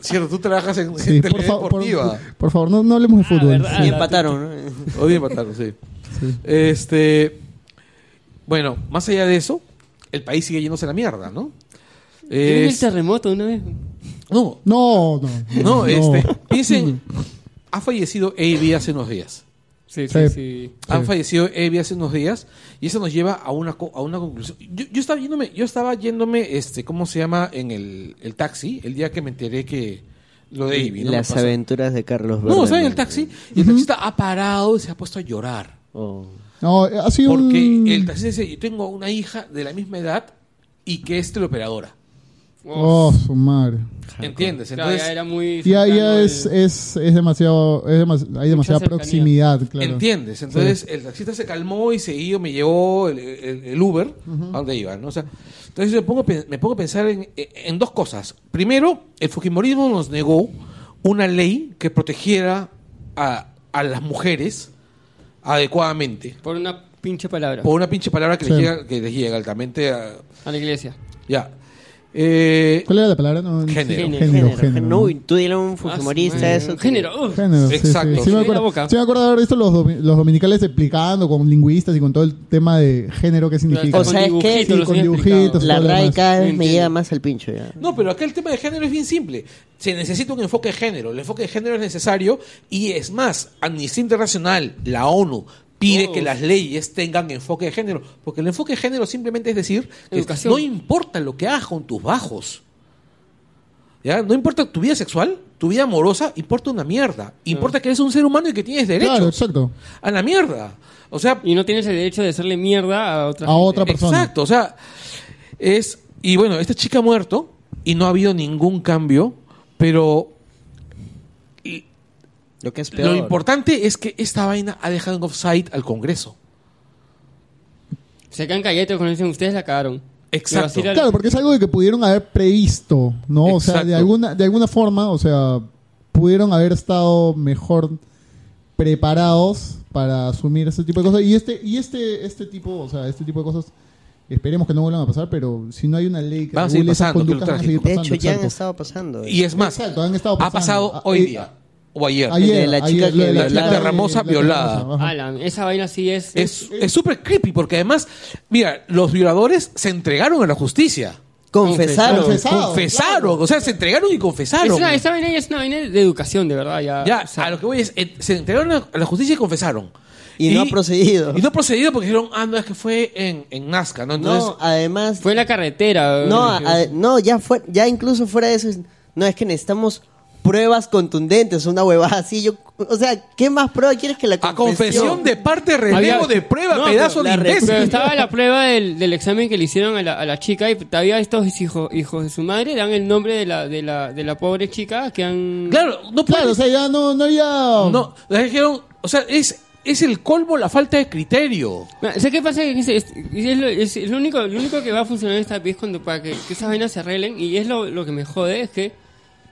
[SPEAKER 1] cierto, tú trabajas en, en
[SPEAKER 4] Sí, por,
[SPEAKER 1] Televisión
[SPEAKER 4] fa- por,
[SPEAKER 1] deportiva.
[SPEAKER 4] por favor, no, no hablemos de fútbol.
[SPEAKER 2] verdad.
[SPEAKER 6] Y
[SPEAKER 2] Ah, la-
[SPEAKER 6] empataron, ¿no?
[SPEAKER 1] Odio matarlo, sí.
[SPEAKER 4] Sí.
[SPEAKER 1] Este, bueno, más allá de eso, el país sigue yéndose a la mierda, ¿no?
[SPEAKER 2] ¿Tienen el
[SPEAKER 1] Es-
[SPEAKER 2] terremoto una vez?
[SPEAKER 1] no,
[SPEAKER 4] No, no.
[SPEAKER 1] no, este, piensen, ha fallecido Avi hace unos días.
[SPEAKER 2] Sí, sí,
[SPEAKER 4] Sí.
[SPEAKER 2] sí.
[SPEAKER 1] Han fallecido Evi hace unos días y eso nos lleva a una co- a una conclusión. Yo, yo estaba yéndome, yo estaba yéndome, este, ¿cómo se llama? En el, el taxi, el día que me enteré que lo de Evi. ¿no?
[SPEAKER 6] Las
[SPEAKER 1] Pasó.
[SPEAKER 6] aventuras de Carlos
[SPEAKER 1] No, estaba en el
[SPEAKER 6] Verdeman.
[SPEAKER 1] taxi y el taxista ha parado y se ha puesto a llorar.
[SPEAKER 6] Oh.
[SPEAKER 4] No, ha sido
[SPEAKER 1] Porque
[SPEAKER 4] un.
[SPEAKER 1] el taxista dice, yo tengo una hija de la misma edad y que es teleoperadora.
[SPEAKER 4] Oh, su madre.
[SPEAKER 1] ¿Entiendes?
[SPEAKER 2] Claro,
[SPEAKER 1] Entonces,
[SPEAKER 2] ya era muy...
[SPEAKER 4] Ya,
[SPEAKER 2] cercano
[SPEAKER 4] ya
[SPEAKER 2] al-
[SPEAKER 4] es, eh, es, es demasiado. Es demas- hay demasiada
[SPEAKER 2] cercanía.
[SPEAKER 4] proximidad, claro.
[SPEAKER 1] ¿Entiendes? Entonces el taxista se calmó y seguido me llevó el, el- el Uber a donde iba, ¿no? O sea, entonces yo me pongo, a pen- me pongo a pensar en, en dos cosas. Primero, el fujimorismo nos negó una ley que protegiera a, a las mujeres adecuadamente.
[SPEAKER 2] Por una pinche palabra.
[SPEAKER 1] Por una pinche palabra que, les,
[SPEAKER 4] Sí.
[SPEAKER 1] llega, que les llega altamente a-
[SPEAKER 2] A la iglesia.
[SPEAKER 1] Ya. Eh,
[SPEAKER 4] ¿Cuál era la palabra? No, no-
[SPEAKER 1] Género.
[SPEAKER 4] Género,
[SPEAKER 5] Género,
[SPEAKER 4] género,
[SPEAKER 5] género.
[SPEAKER 4] ¿no?
[SPEAKER 5] Uy, tú dile a un fujimorista
[SPEAKER 2] Ah,
[SPEAKER 5] Pues eso. que-
[SPEAKER 2] Género. uf.
[SPEAKER 4] Género, sí,
[SPEAKER 1] Exacto.
[SPEAKER 4] Sí, Sí me
[SPEAKER 2] Género en la
[SPEAKER 4] acuerdo,
[SPEAKER 2] boca.
[SPEAKER 4] sí me acuerdo de haber visto los, domi- los dominicales explicando con lingüistas y con todo el tema de género que significa.
[SPEAKER 5] O sea, es que-
[SPEAKER 2] dibujitos
[SPEAKER 4] Sí,
[SPEAKER 2] los
[SPEAKER 4] con
[SPEAKER 2] han
[SPEAKER 4] dibujitos,
[SPEAKER 2] explicado.
[SPEAKER 5] La
[SPEAKER 4] Todo lo
[SPEAKER 5] RAI
[SPEAKER 4] demás.
[SPEAKER 5] cada vez
[SPEAKER 2] No
[SPEAKER 5] me
[SPEAKER 2] entiendo.
[SPEAKER 5] llega más al pincho ya.
[SPEAKER 1] No, pero acá el tema de género es bien simple. Se necesita un enfoque de género. El enfoque de género es necesario y es más, Amnistía Internacional, la ONU, pide
[SPEAKER 2] Oh.
[SPEAKER 1] que las leyes tengan enfoque de género. Porque el enfoque de género simplemente es decir que
[SPEAKER 2] Educación.
[SPEAKER 1] no importa lo que hagas con tus bajos. ¿Ya? No importa tu vida sexual, tu vida amorosa, importa una mierda. Importa que eres un ser humano y que tienes derechos.
[SPEAKER 4] Claro, exacto.
[SPEAKER 1] A la mierda. O sea,
[SPEAKER 2] Y no tienes el derecho de hacerle mierda a otra
[SPEAKER 4] A
[SPEAKER 2] gente.
[SPEAKER 4] otra persona.
[SPEAKER 1] Exacto, o sea, es y bueno, esta chica ha muerto y no ha habido ningún cambio, pero y-
[SPEAKER 5] Lo que es
[SPEAKER 1] lo importante es que esta vaina ha dejado en offside al Congreso.
[SPEAKER 2] Se quedan callados cuando dicen ustedes la cagaron.
[SPEAKER 1] Exacto.
[SPEAKER 2] Y vacilan-
[SPEAKER 4] Claro, porque es algo que pudieron haber previsto, ¿no? O sea, de
[SPEAKER 1] Exacto.
[SPEAKER 4] alguna, de alguna forma, o sea, pudieron haber estado mejor preparados para asumir ese tipo de cosas. Y este, y este, este tipo, o sea, este tipo de cosas, esperemos que no vuelvan a pasar, pero si no hay una ley que
[SPEAKER 1] Van a seguir
[SPEAKER 4] regule esas
[SPEAKER 1] pasando, que es lo
[SPEAKER 4] conductas, van a seguir
[SPEAKER 5] De
[SPEAKER 4] pasando.
[SPEAKER 5] hecho, ya han
[SPEAKER 4] exacto.
[SPEAKER 5] estado pasando. eh.
[SPEAKER 1] Y es más,
[SPEAKER 4] Exacto, han estado
[SPEAKER 1] ha
[SPEAKER 4] pasando.
[SPEAKER 1] pasado
[SPEAKER 4] Ah,
[SPEAKER 1] hoy
[SPEAKER 4] eh,
[SPEAKER 1] día o ayer.
[SPEAKER 4] Ayer,
[SPEAKER 5] El de la chica
[SPEAKER 4] ayer, lo de
[SPEAKER 5] que-
[SPEAKER 4] la,
[SPEAKER 5] la-
[SPEAKER 4] chica
[SPEAKER 5] la
[SPEAKER 4] de-
[SPEAKER 1] terramosa
[SPEAKER 4] la
[SPEAKER 1] violada.
[SPEAKER 4] terramosa, ajá.
[SPEAKER 2] Alan, esa vaina sí es.
[SPEAKER 1] Es es súper creepy porque además, mira, los violadores se entregaron a la justicia.
[SPEAKER 5] confesaron.
[SPEAKER 4] Confesado,
[SPEAKER 1] confesaron, o sea, se entregaron y confesaron.
[SPEAKER 2] es una, esa vaina ya es una vaina de educación, de verdad. Ya,
[SPEAKER 1] Ya,
[SPEAKER 2] o sea,
[SPEAKER 1] a lo que voy es, eh, se entregaron a la justicia y confesaron.
[SPEAKER 5] Y no ha procedido.
[SPEAKER 1] Y no ha procedido porque dijeron, ah, no, es que fue en, en Nazca, ¿no? Entonces,
[SPEAKER 5] No, además.
[SPEAKER 2] Fue en la carretera.
[SPEAKER 5] No,
[SPEAKER 2] eh,
[SPEAKER 5] a- no, ya fue, ya incluso fuera de eso, es- no es que necesitamos pruebas contundentes, una huevada así. Yo, o sea, ¿qué más prueba quieres que la
[SPEAKER 1] a
[SPEAKER 5] confesión?
[SPEAKER 1] confesión de parte, relevo
[SPEAKER 2] Había-
[SPEAKER 1] de prueba,
[SPEAKER 2] No,
[SPEAKER 1] pedazo de
[SPEAKER 5] pero la re-
[SPEAKER 1] imbécil.
[SPEAKER 2] Pero estaba la prueba del, del examen que le hicieron a la, a la chica y todavía estos hijos, hijos de su madre dan el nombre de la, de la, de la pobre chica que han...
[SPEAKER 1] Claro, no
[SPEAKER 4] Claro, o
[SPEAKER 1] puedes-
[SPEAKER 4] sea, ya no, no había.
[SPEAKER 1] No, le dijeron, o sea, es, es el colmo la falta de criterio.
[SPEAKER 2] Mira, Ah, ¿Sabes qué pasa? Que Es, es- es lo, es- es lo único, lo único que va a funcionar en esta pieza cuando para que, que esas vainas se arreglen y es lo, lo que me jode es que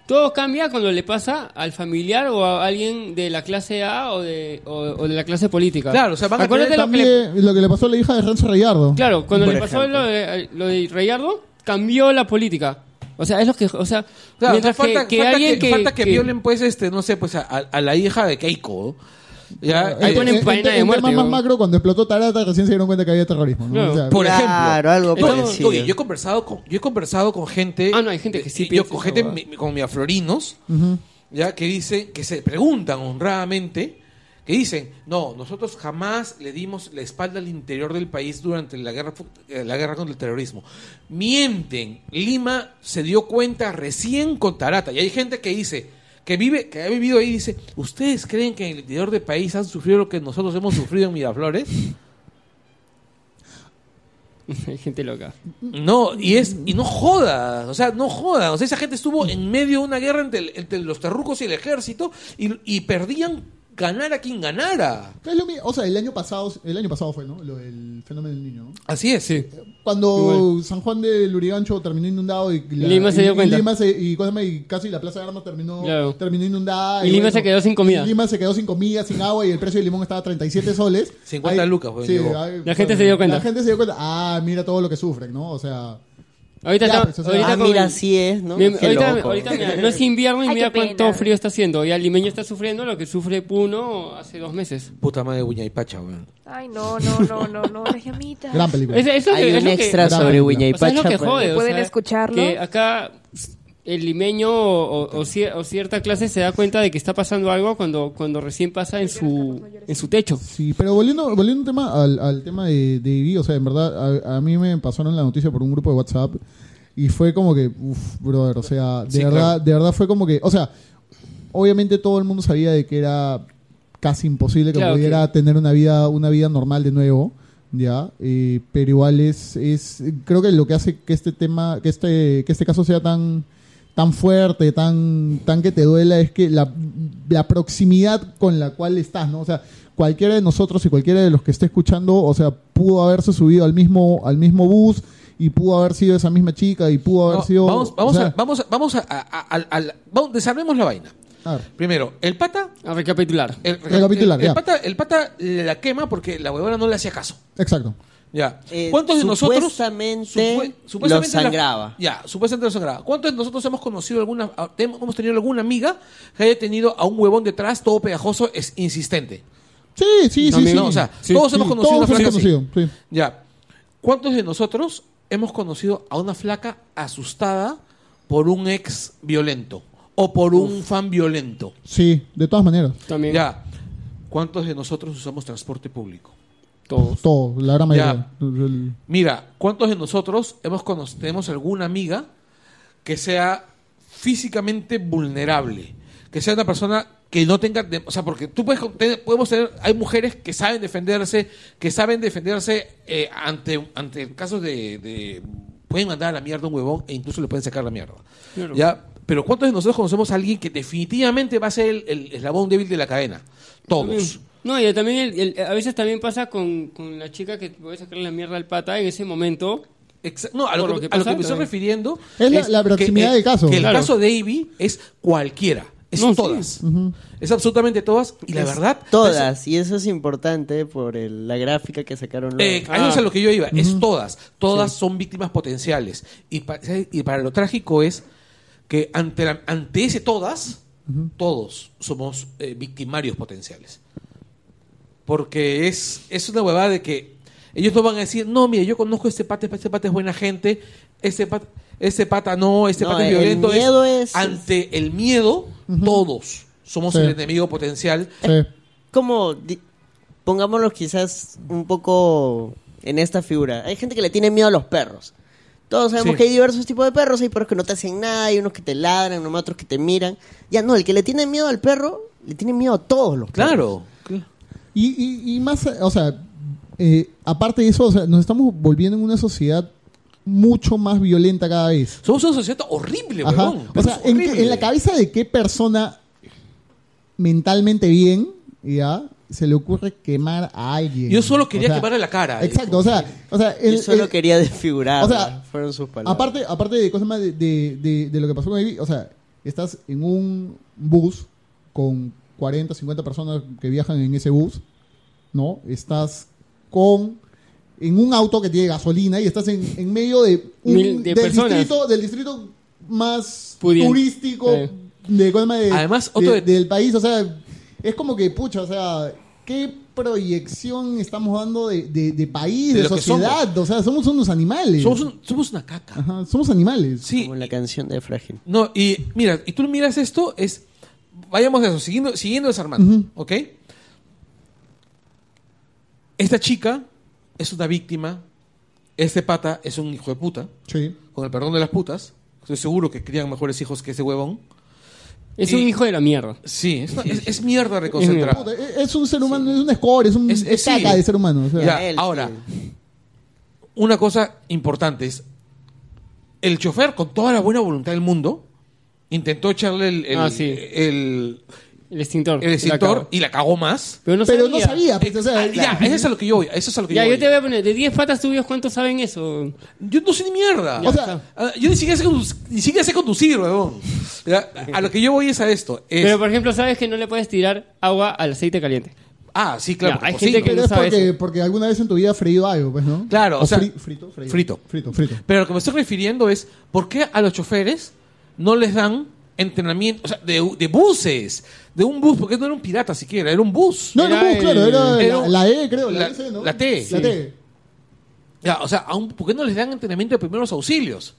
[SPEAKER 2] todo cambia cuando le pasa al familiar o a alguien de la clase A o de, o, o de la clase política.
[SPEAKER 1] Claro, o sea, van a
[SPEAKER 2] Acuérdate
[SPEAKER 1] tener
[SPEAKER 2] lo que le-
[SPEAKER 4] También lo que le pasó a la hija de Renzo Rayardo.
[SPEAKER 2] Claro, cuando
[SPEAKER 5] Por
[SPEAKER 2] le pasó
[SPEAKER 5] ejemplo.
[SPEAKER 2] lo de, lo de Rayardo, cambió la política. O sea, es lo que. O sea,
[SPEAKER 1] Claro,
[SPEAKER 2] mientras
[SPEAKER 1] o sea, falta,
[SPEAKER 2] que, que
[SPEAKER 1] falta
[SPEAKER 2] alguien que.
[SPEAKER 1] falta que
[SPEAKER 2] que-
[SPEAKER 1] violen, pues, este, no sé, pues, a, a la hija de Keiko. Ya,
[SPEAKER 4] Eh,
[SPEAKER 2] Ahí
[SPEAKER 4] eh,
[SPEAKER 2] ponen
[SPEAKER 4] en-
[SPEAKER 2] faena
[SPEAKER 4] en-
[SPEAKER 2] de
[SPEAKER 4] en
[SPEAKER 2] muerte,
[SPEAKER 4] temas más
[SPEAKER 2] weón.
[SPEAKER 4] macro, cuando explotó Tarata, recién se dieron cuenta que había terrorismo. ¿no?
[SPEAKER 2] Claro.
[SPEAKER 4] O sea,
[SPEAKER 1] Por ejemplo.
[SPEAKER 5] Claro, algo
[SPEAKER 1] No,
[SPEAKER 5] parecido.
[SPEAKER 1] oye, yo he conversado con, yo he conversado con gente.
[SPEAKER 2] Ah, no, hay gente que sí
[SPEAKER 1] eh,
[SPEAKER 2] piensa
[SPEAKER 1] Yo con
[SPEAKER 2] esa
[SPEAKER 1] gente,
[SPEAKER 2] huevada.
[SPEAKER 1] mi- mi- con mi aflorinos,
[SPEAKER 4] ujú.
[SPEAKER 1] ya que dicen, que se preguntan honradamente, que dicen, no, nosotros jamás le dimos la espalda al interior del país durante la guerra, fu- eh, la guerra contra el terrorismo. Mienten, Lima se dio cuenta recién con Tarata. Y hay gente que dice, que vive, que ha vivido ahí, dice, ¿ustedes creen que en el interior del país han sufrido lo que nosotros hemos sufrido en Miraflores?
[SPEAKER 2] Hay gente loca.
[SPEAKER 1] No, y es, y no jodas, o sea, no jodas. O sea, esa gente estuvo en medio de una guerra entre, el- entre los terrucos y el ejército y, y perdían ganar a quien ganara.
[SPEAKER 4] Es lo mi- o sea, el año pasado, el año pasado fue, ¿no? Lo del fenómeno del niño, ¿no?
[SPEAKER 1] Así es.
[SPEAKER 4] Cuando
[SPEAKER 2] Igual.
[SPEAKER 4] San Juan del Lurigancho terminó inundado y la-
[SPEAKER 2] Lima se
[SPEAKER 4] y-
[SPEAKER 2] dio
[SPEAKER 4] y
[SPEAKER 2] cuenta.
[SPEAKER 4] Lima se- y, ¿cómo se llama? y casi la Plaza de Armas terminó,
[SPEAKER 2] Claro.
[SPEAKER 4] terminó inundada.
[SPEAKER 2] Y Lima se quedó sin comida.
[SPEAKER 4] y Lima se quedó sin comida, sin agua y el precio del limón estaba a 37 soles.
[SPEAKER 1] 50 lucas, pues, llegó.
[SPEAKER 4] ay,
[SPEAKER 2] La gente se dio cuenta.
[SPEAKER 4] La gente se dio cuenta. Ah, mira todo lo que sufren, ¿no? O sea,
[SPEAKER 2] Ahorita
[SPEAKER 4] Ya,
[SPEAKER 2] está.
[SPEAKER 4] pues, o sea,
[SPEAKER 2] ahorita
[SPEAKER 5] ah,
[SPEAKER 2] con-
[SPEAKER 5] mira, así es, ¿no?
[SPEAKER 2] mi-
[SPEAKER 5] Qué
[SPEAKER 2] ahorita,
[SPEAKER 5] loco.
[SPEAKER 2] ahorita mira, no es invierno y
[SPEAKER 3] Ay,
[SPEAKER 2] mira
[SPEAKER 3] qué pena.
[SPEAKER 2] cuánto frío está haciendo. Ya el limeño está sufriendo lo que sufre Puno hace dos meses.
[SPEAKER 1] Puta madre de Pacha, weón.
[SPEAKER 3] Ay, no, no, no, no, no, las llamitas.
[SPEAKER 4] gran película.
[SPEAKER 2] Es, es lo
[SPEAKER 5] Hay
[SPEAKER 2] que, es
[SPEAKER 5] un
[SPEAKER 2] lo que-
[SPEAKER 5] extra
[SPEAKER 4] que-
[SPEAKER 5] sobre Wiña y
[SPEAKER 2] o sea,
[SPEAKER 5] Pacha.
[SPEAKER 2] es lo que
[SPEAKER 5] pues.
[SPEAKER 2] jode. o
[SPEAKER 3] Pueden
[SPEAKER 2] sea,
[SPEAKER 3] escucharlo.
[SPEAKER 2] Que acá el limeño o, o- o cier- o cierta clase se da cuenta de que está pasando algo cuando, cuando recién pasa en su, en su techo.
[SPEAKER 4] Sí, pero volviendo, volviendo un tema al, al tema de, de Ivy, o sea, en verdad, a, a mí me pasaron la noticia por un grupo de WhatsApp y fue como que, uff, brother, o sea, de,
[SPEAKER 1] Sí,
[SPEAKER 4] verdad,
[SPEAKER 1] claro.
[SPEAKER 4] de verdad fue como que, o sea, obviamente todo el mundo sabía de que era casi imposible que
[SPEAKER 2] Claro,
[SPEAKER 4] pudiera tener una vida, una vida normal de nuevo, ya, eh, pero igual es, es, creo que lo que hace que este tema, que este, que este caso sea tan tan fuerte, tan, tan que te duela, es que la, la proximidad con la cual estás, ¿no? O sea, cualquiera de nosotros y cualquiera de los que esté escuchando, o sea, pudo haberse subido al mismo, al mismo bus y pudo haber sido esa misma chica y pudo haber
[SPEAKER 1] No,
[SPEAKER 4] sido...
[SPEAKER 1] vamos, vamos,
[SPEAKER 4] o sea,
[SPEAKER 1] a, vamos, a- vamos a, a- a- al- al- vamos- desarmemos la vaina.
[SPEAKER 4] a ver.
[SPEAKER 1] Primero, el pata,
[SPEAKER 2] A recapitular.
[SPEAKER 1] el,
[SPEAKER 4] Recapitular,
[SPEAKER 1] el- el
[SPEAKER 4] ya.
[SPEAKER 1] pata, el pata la quema porque la huevona no le hacía caso.
[SPEAKER 4] Exacto.
[SPEAKER 1] Ya.
[SPEAKER 5] Eh,
[SPEAKER 1] ¿Cuántos de nosotros
[SPEAKER 5] supuestamente lo
[SPEAKER 1] la-
[SPEAKER 5] sangraba.
[SPEAKER 1] ya, supuestamente lo sangraba. ¿Cuántos de nosotros hemos conocido alguna a- te- hemos tenido alguna amiga que haya tenido a un huevón detrás todo pegajoso es insistente?
[SPEAKER 4] Sí, sí, sí.
[SPEAKER 1] Amigo,
[SPEAKER 4] sí.
[SPEAKER 1] o sea,
[SPEAKER 4] Sí,
[SPEAKER 1] todos
[SPEAKER 4] sí,
[SPEAKER 1] hemos
[SPEAKER 4] todos
[SPEAKER 1] conocido una flaca
[SPEAKER 4] hemos
[SPEAKER 1] así.
[SPEAKER 4] conocido, sí.
[SPEAKER 1] Ya. ¿Cuántos de nosotros hemos conocido a una flaca asustada por un ex violento o por un fan violento?
[SPEAKER 4] Sí, de todas maneras.
[SPEAKER 2] También.
[SPEAKER 1] Ya. ¿Cuántos de nosotros usamos transporte público?
[SPEAKER 2] Todos.
[SPEAKER 4] Todo, la gran mayoría. El-
[SPEAKER 1] Mira, ¿cuántos de nosotros hemos cono- tenemos alguna amiga que sea físicamente vulnerable? Que sea una persona que no tenga, de- o sea, porque tú puedes con- tener- podemos tener, hay mujeres que saben defenderse, que saben defenderse eh, ante ante casos de, de- pueden mandar a la mierda a un huevón e incluso le pueden sacar la mierda.
[SPEAKER 2] Claro.
[SPEAKER 1] Ya, pero ¿cuántos de nosotros conocemos a alguien que definitivamente va a ser el, el eslabón débil de la cadena? Todos.
[SPEAKER 2] No, y también el- el- a veces también pasa con, con la chica que puede sacar la mierda al pata en ese momento.
[SPEAKER 1] Exa- no, a lo,
[SPEAKER 2] Por
[SPEAKER 1] que,
[SPEAKER 2] lo que
[SPEAKER 1] a lo
[SPEAKER 2] pasa,
[SPEAKER 1] que me estoy
[SPEAKER 2] también.
[SPEAKER 1] refiriendo
[SPEAKER 4] Es la- la proximidad
[SPEAKER 1] que-
[SPEAKER 4] del caso.
[SPEAKER 1] Que el
[SPEAKER 2] Claro.
[SPEAKER 1] caso de Ivy es cualquiera, es
[SPEAKER 2] No, sí.
[SPEAKER 1] todas, es absolutamente todas y la
[SPEAKER 5] Es
[SPEAKER 1] verdad
[SPEAKER 5] Pues, Todas, y eso es importante por el- la gráfica que sacaron luego.
[SPEAKER 1] Eh, ahí
[SPEAKER 2] Ah.
[SPEAKER 1] es a lo que yo iba, es todas, todas son víctimas potenciales y, pa- y para lo trágico es que ante la- ante ese todas todos somos eh, victimarios potenciales. Porque es, es una huevada de que ellos no van a decir, no, mire, yo conozco a este pata, este pata es buena gente, este pata, este pata no, este
[SPEAKER 5] No,
[SPEAKER 1] pata es
[SPEAKER 5] el
[SPEAKER 1] violento.
[SPEAKER 5] miedo es-
[SPEAKER 1] Ante el miedo, todos somos
[SPEAKER 4] Sí.
[SPEAKER 1] el enemigo potencial.
[SPEAKER 4] sí.
[SPEAKER 5] como, di- pongámoslo quizás un poco en esta figura. Hay gente que le tiene miedo a los perros. Todos sabemos
[SPEAKER 1] Sí.
[SPEAKER 5] que hay diversos tipos de perros. Hay perros que no te hacen nada, hay unos que te ladran, nomás otros que te miran. Ya no, el que le tiene miedo al perro, le tiene miedo a todos los perros.
[SPEAKER 1] Claro.
[SPEAKER 4] Y, y- y más, o sea, eh, aparte de eso, o sea, nos estamos volviendo en una sociedad mucho más violenta cada vez.
[SPEAKER 1] Somos una sociedad horrible,
[SPEAKER 4] Ajá.
[SPEAKER 1] huevón.
[SPEAKER 4] O
[SPEAKER 1] Pero
[SPEAKER 4] sea,
[SPEAKER 1] es
[SPEAKER 4] en, qué-
[SPEAKER 1] horrible.
[SPEAKER 4] en la cabeza de qué persona mentalmente bien, ya, se le ocurre quemar a alguien.
[SPEAKER 1] Yo solo quería
[SPEAKER 4] O sea,
[SPEAKER 1] quemarle la cara.
[SPEAKER 4] Exacto, o sea, o sea, el-
[SPEAKER 5] Yo solo
[SPEAKER 4] el-
[SPEAKER 5] quería desfigurar.
[SPEAKER 4] o sea,
[SPEAKER 5] fueron sus palabras.
[SPEAKER 4] aparte, aparte de cosas más de, de- de- de lo que pasó con Ivy, o sea, estás en un bus con 40, 50 personas que viajan en ese bus, ¿no? Estás con en un auto que tiene gasolina y estás en, en medio de, un-
[SPEAKER 2] Mil- de
[SPEAKER 4] del
[SPEAKER 2] personas.
[SPEAKER 4] distrito del distrito más
[SPEAKER 2] Pudiente.
[SPEAKER 4] turístico
[SPEAKER 2] Sí.
[SPEAKER 4] de, ¿cómo se llama? de-
[SPEAKER 1] Además, otro
[SPEAKER 4] de-
[SPEAKER 1] de-
[SPEAKER 4] del país, o sea, es como que pucha, o sea, qué proyección estamos dando de, de- de país,
[SPEAKER 1] De
[SPEAKER 4] de,
[SPEAKER 1] lo que somos.
[SPEAKER 4] sociedad, o sea, somos unos animales.
[SPEAKER 1] Somos, un- somos una caca.
[SPEAKER 4] Ajá, somos animales.
[SPEAKER 1] Sí.
[SPEAKER 5] Como en la canción de Frágil.
[SPEAKER 1] No, y mira, y tú miras esto, es. Vayamos a eso, siguiendo, siguiendo desarmando,
[SPEAKER 4] Ujú.
[SPEAKER 1] ¿ok? Esta chica es una víctima. Este pata es un hijo de puta.
[SPEAKER 4] Sí.
[SPEAKER 1] Con el perdón de las putas. Estoy seguro que crían mejores hijos que ese huevón.
[SPEAKER 2] Es
[SPEAKER 1] Y-
[SPEAKER 2] un hijo de la mierda.
[SPEAKER 1] Sí, es, una- es- es mierda reconcentrada.
[SPEAKER 4] Puta, e, es es un ser humano, es un escoria, es un
[SPEAKER 1] Es- es-
[SPEAKER 4] caca
[SPEAKER 1] sí.
[SPEAKER 4] de ser humano. o sea.
[SPEAKER 1] Ya,
[SPEAKER 5] Él,
[SPEAKER 1] ahora, una cosa importante es, el chofer con toda la buena voluntad del mundo intentó echarle el, el,
[SPEAKER 2] Ah, sí.
[SPEAKER 1] el-
[SPEAKER 2] El extintor.
[SPEAKER 1] el extintor
[SPEAKER 2] La cago.
[SPEAKER 1] y la cagó más.
[SPEAKER 2] Pero no
[SPEAKER 4] Pero
[SPEAKER 2] sabía.
[SPEAKER 4] no sabía. pues, o sea,
[SPEAKER 1] Ah, ya, eso es a lo que yo voy. Eso es a lo que
[SPEAKER 2] Ya, yo
[SPEAKER 1] yo, voy.
[SPEAKER 2] te voy a poner, de 10 patas tuyos, ¿cuántos saben eso?
[SPEAKER 1] Yo no sé ni mierda.
[SPEAKER 4] O sea-
[SPEAKER 1] Ah, yo ni siquiera sé conducir, ni siquiera sé conducir, huevón. Ya, A lo que yo voy es a esto. es-
[SPEAKER 2] Pero, por ejemplo, sabes que no le puedes tirar agua al aceite caliente.
[SPEAKER 1] ah, sí, claro.
[SPEAKER 2] Ya, hay
[SPEAKER 1] porque
[SPEAKER 2] gente
[SPEAKER 1] sí.
[SPEAKER 2] que
[SPEAKER 4] pero
[SPEAKER 2] no
[SPEAKER 4] es
[SPEAKER 2] sabe
[SPEAKER 4] porque,
[SPEAKER 2] eso.
[SPEAKER 4] porque alguna vez en tu vida has freído algo, pues, ¿no?
[SPEAKER 1] Claro, o sea,
[SPEAKER 4] fri- frito, freído.
[SPEAKER 1] frito.
[SPEAKER 4] Frito, frito.
[SPEAKER 1] Pero lo que me estoy refiriendo es por qué a los choferes no les dan entrenamiento, o sea, de, de buses, de un bus, porque no era un pirata siquiera, era un bus.
[SPEAKER 4] No, no,
[SPEAKER 2] Era
[SPEAKER 4] pues, claro, era,
[SPEAKER 1] el-
[SPEAKER 4] la, la E, creo, la,
[SPEAKER 1] la-
[SPEAKER 4] S, ¿no?
[SPEAKER 1] la T.
[SPEAKER 4] La
[SPEAKER 1] Sí.
[SPEAKER 4] T.
[SPEAKER 1] Ya, o sea, a un- ¿por qué no les dan entrenamiento de primeros auxilios?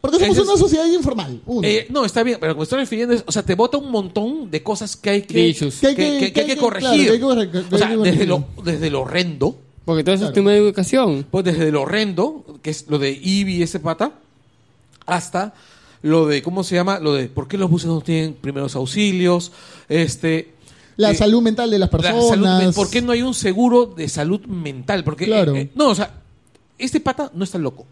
[SPEAKER 4] Porque somos
[SPEAKER 1] Ese es-
[SPEAKER 4] una sociedad informal. uno.
[SPEAKER 1] Eh, no, está bien, pero lo que me estoy refiriendo es, o sea, te bota un montón de cosas que hay
[SPEAKER 2] De
[SPEAKER 1] que,
[SPEAKER 2] issues.
[SPEAKER 4] Que hay
[SPEAKER 1] que-
[SPEAKER 4] que-
[SPEAKER 1] que- que
[SPEAKER 4] que
[SPEAKER 1] hay que
[SPEAKER 4] hay que-
[SPEAKER 1] corregir.
[SPEAKER 4] claro, que hay que corre- que
[SPEAKER 1] O sea,
[SPEAKER 4] hay que
[SPEAKER 1] desde
[SPEAKER 4] corregir.
[SPEAKER 1] lo, desde lo horrendo,
[SPEAKER 2] Porque todo eso
[SPEAKER 4] Claro.
[SPEAKER 2] es tema de educación.
[SPEAKER 1] pues desde lo horrendo, que es lo de Ivy ese pata, hasta lo de, ¿cómo se llama? Lo de por qué los buses no tienen primeros auxilios, este...
[SPEAKER 4] La
[SPEAKER 1] eh,
[SPEAKER 4] salud mental de las
[SPEAKER 1] La
[SPEAKER 4] personas.
[SPEAKER 1] salud men- ¿Por qué no hay un seguro de salud mental? Porque,
[SPEAKER 4] Claro.
[SPEAKER 1] eh, eh, no, o sea, este pata no está loco.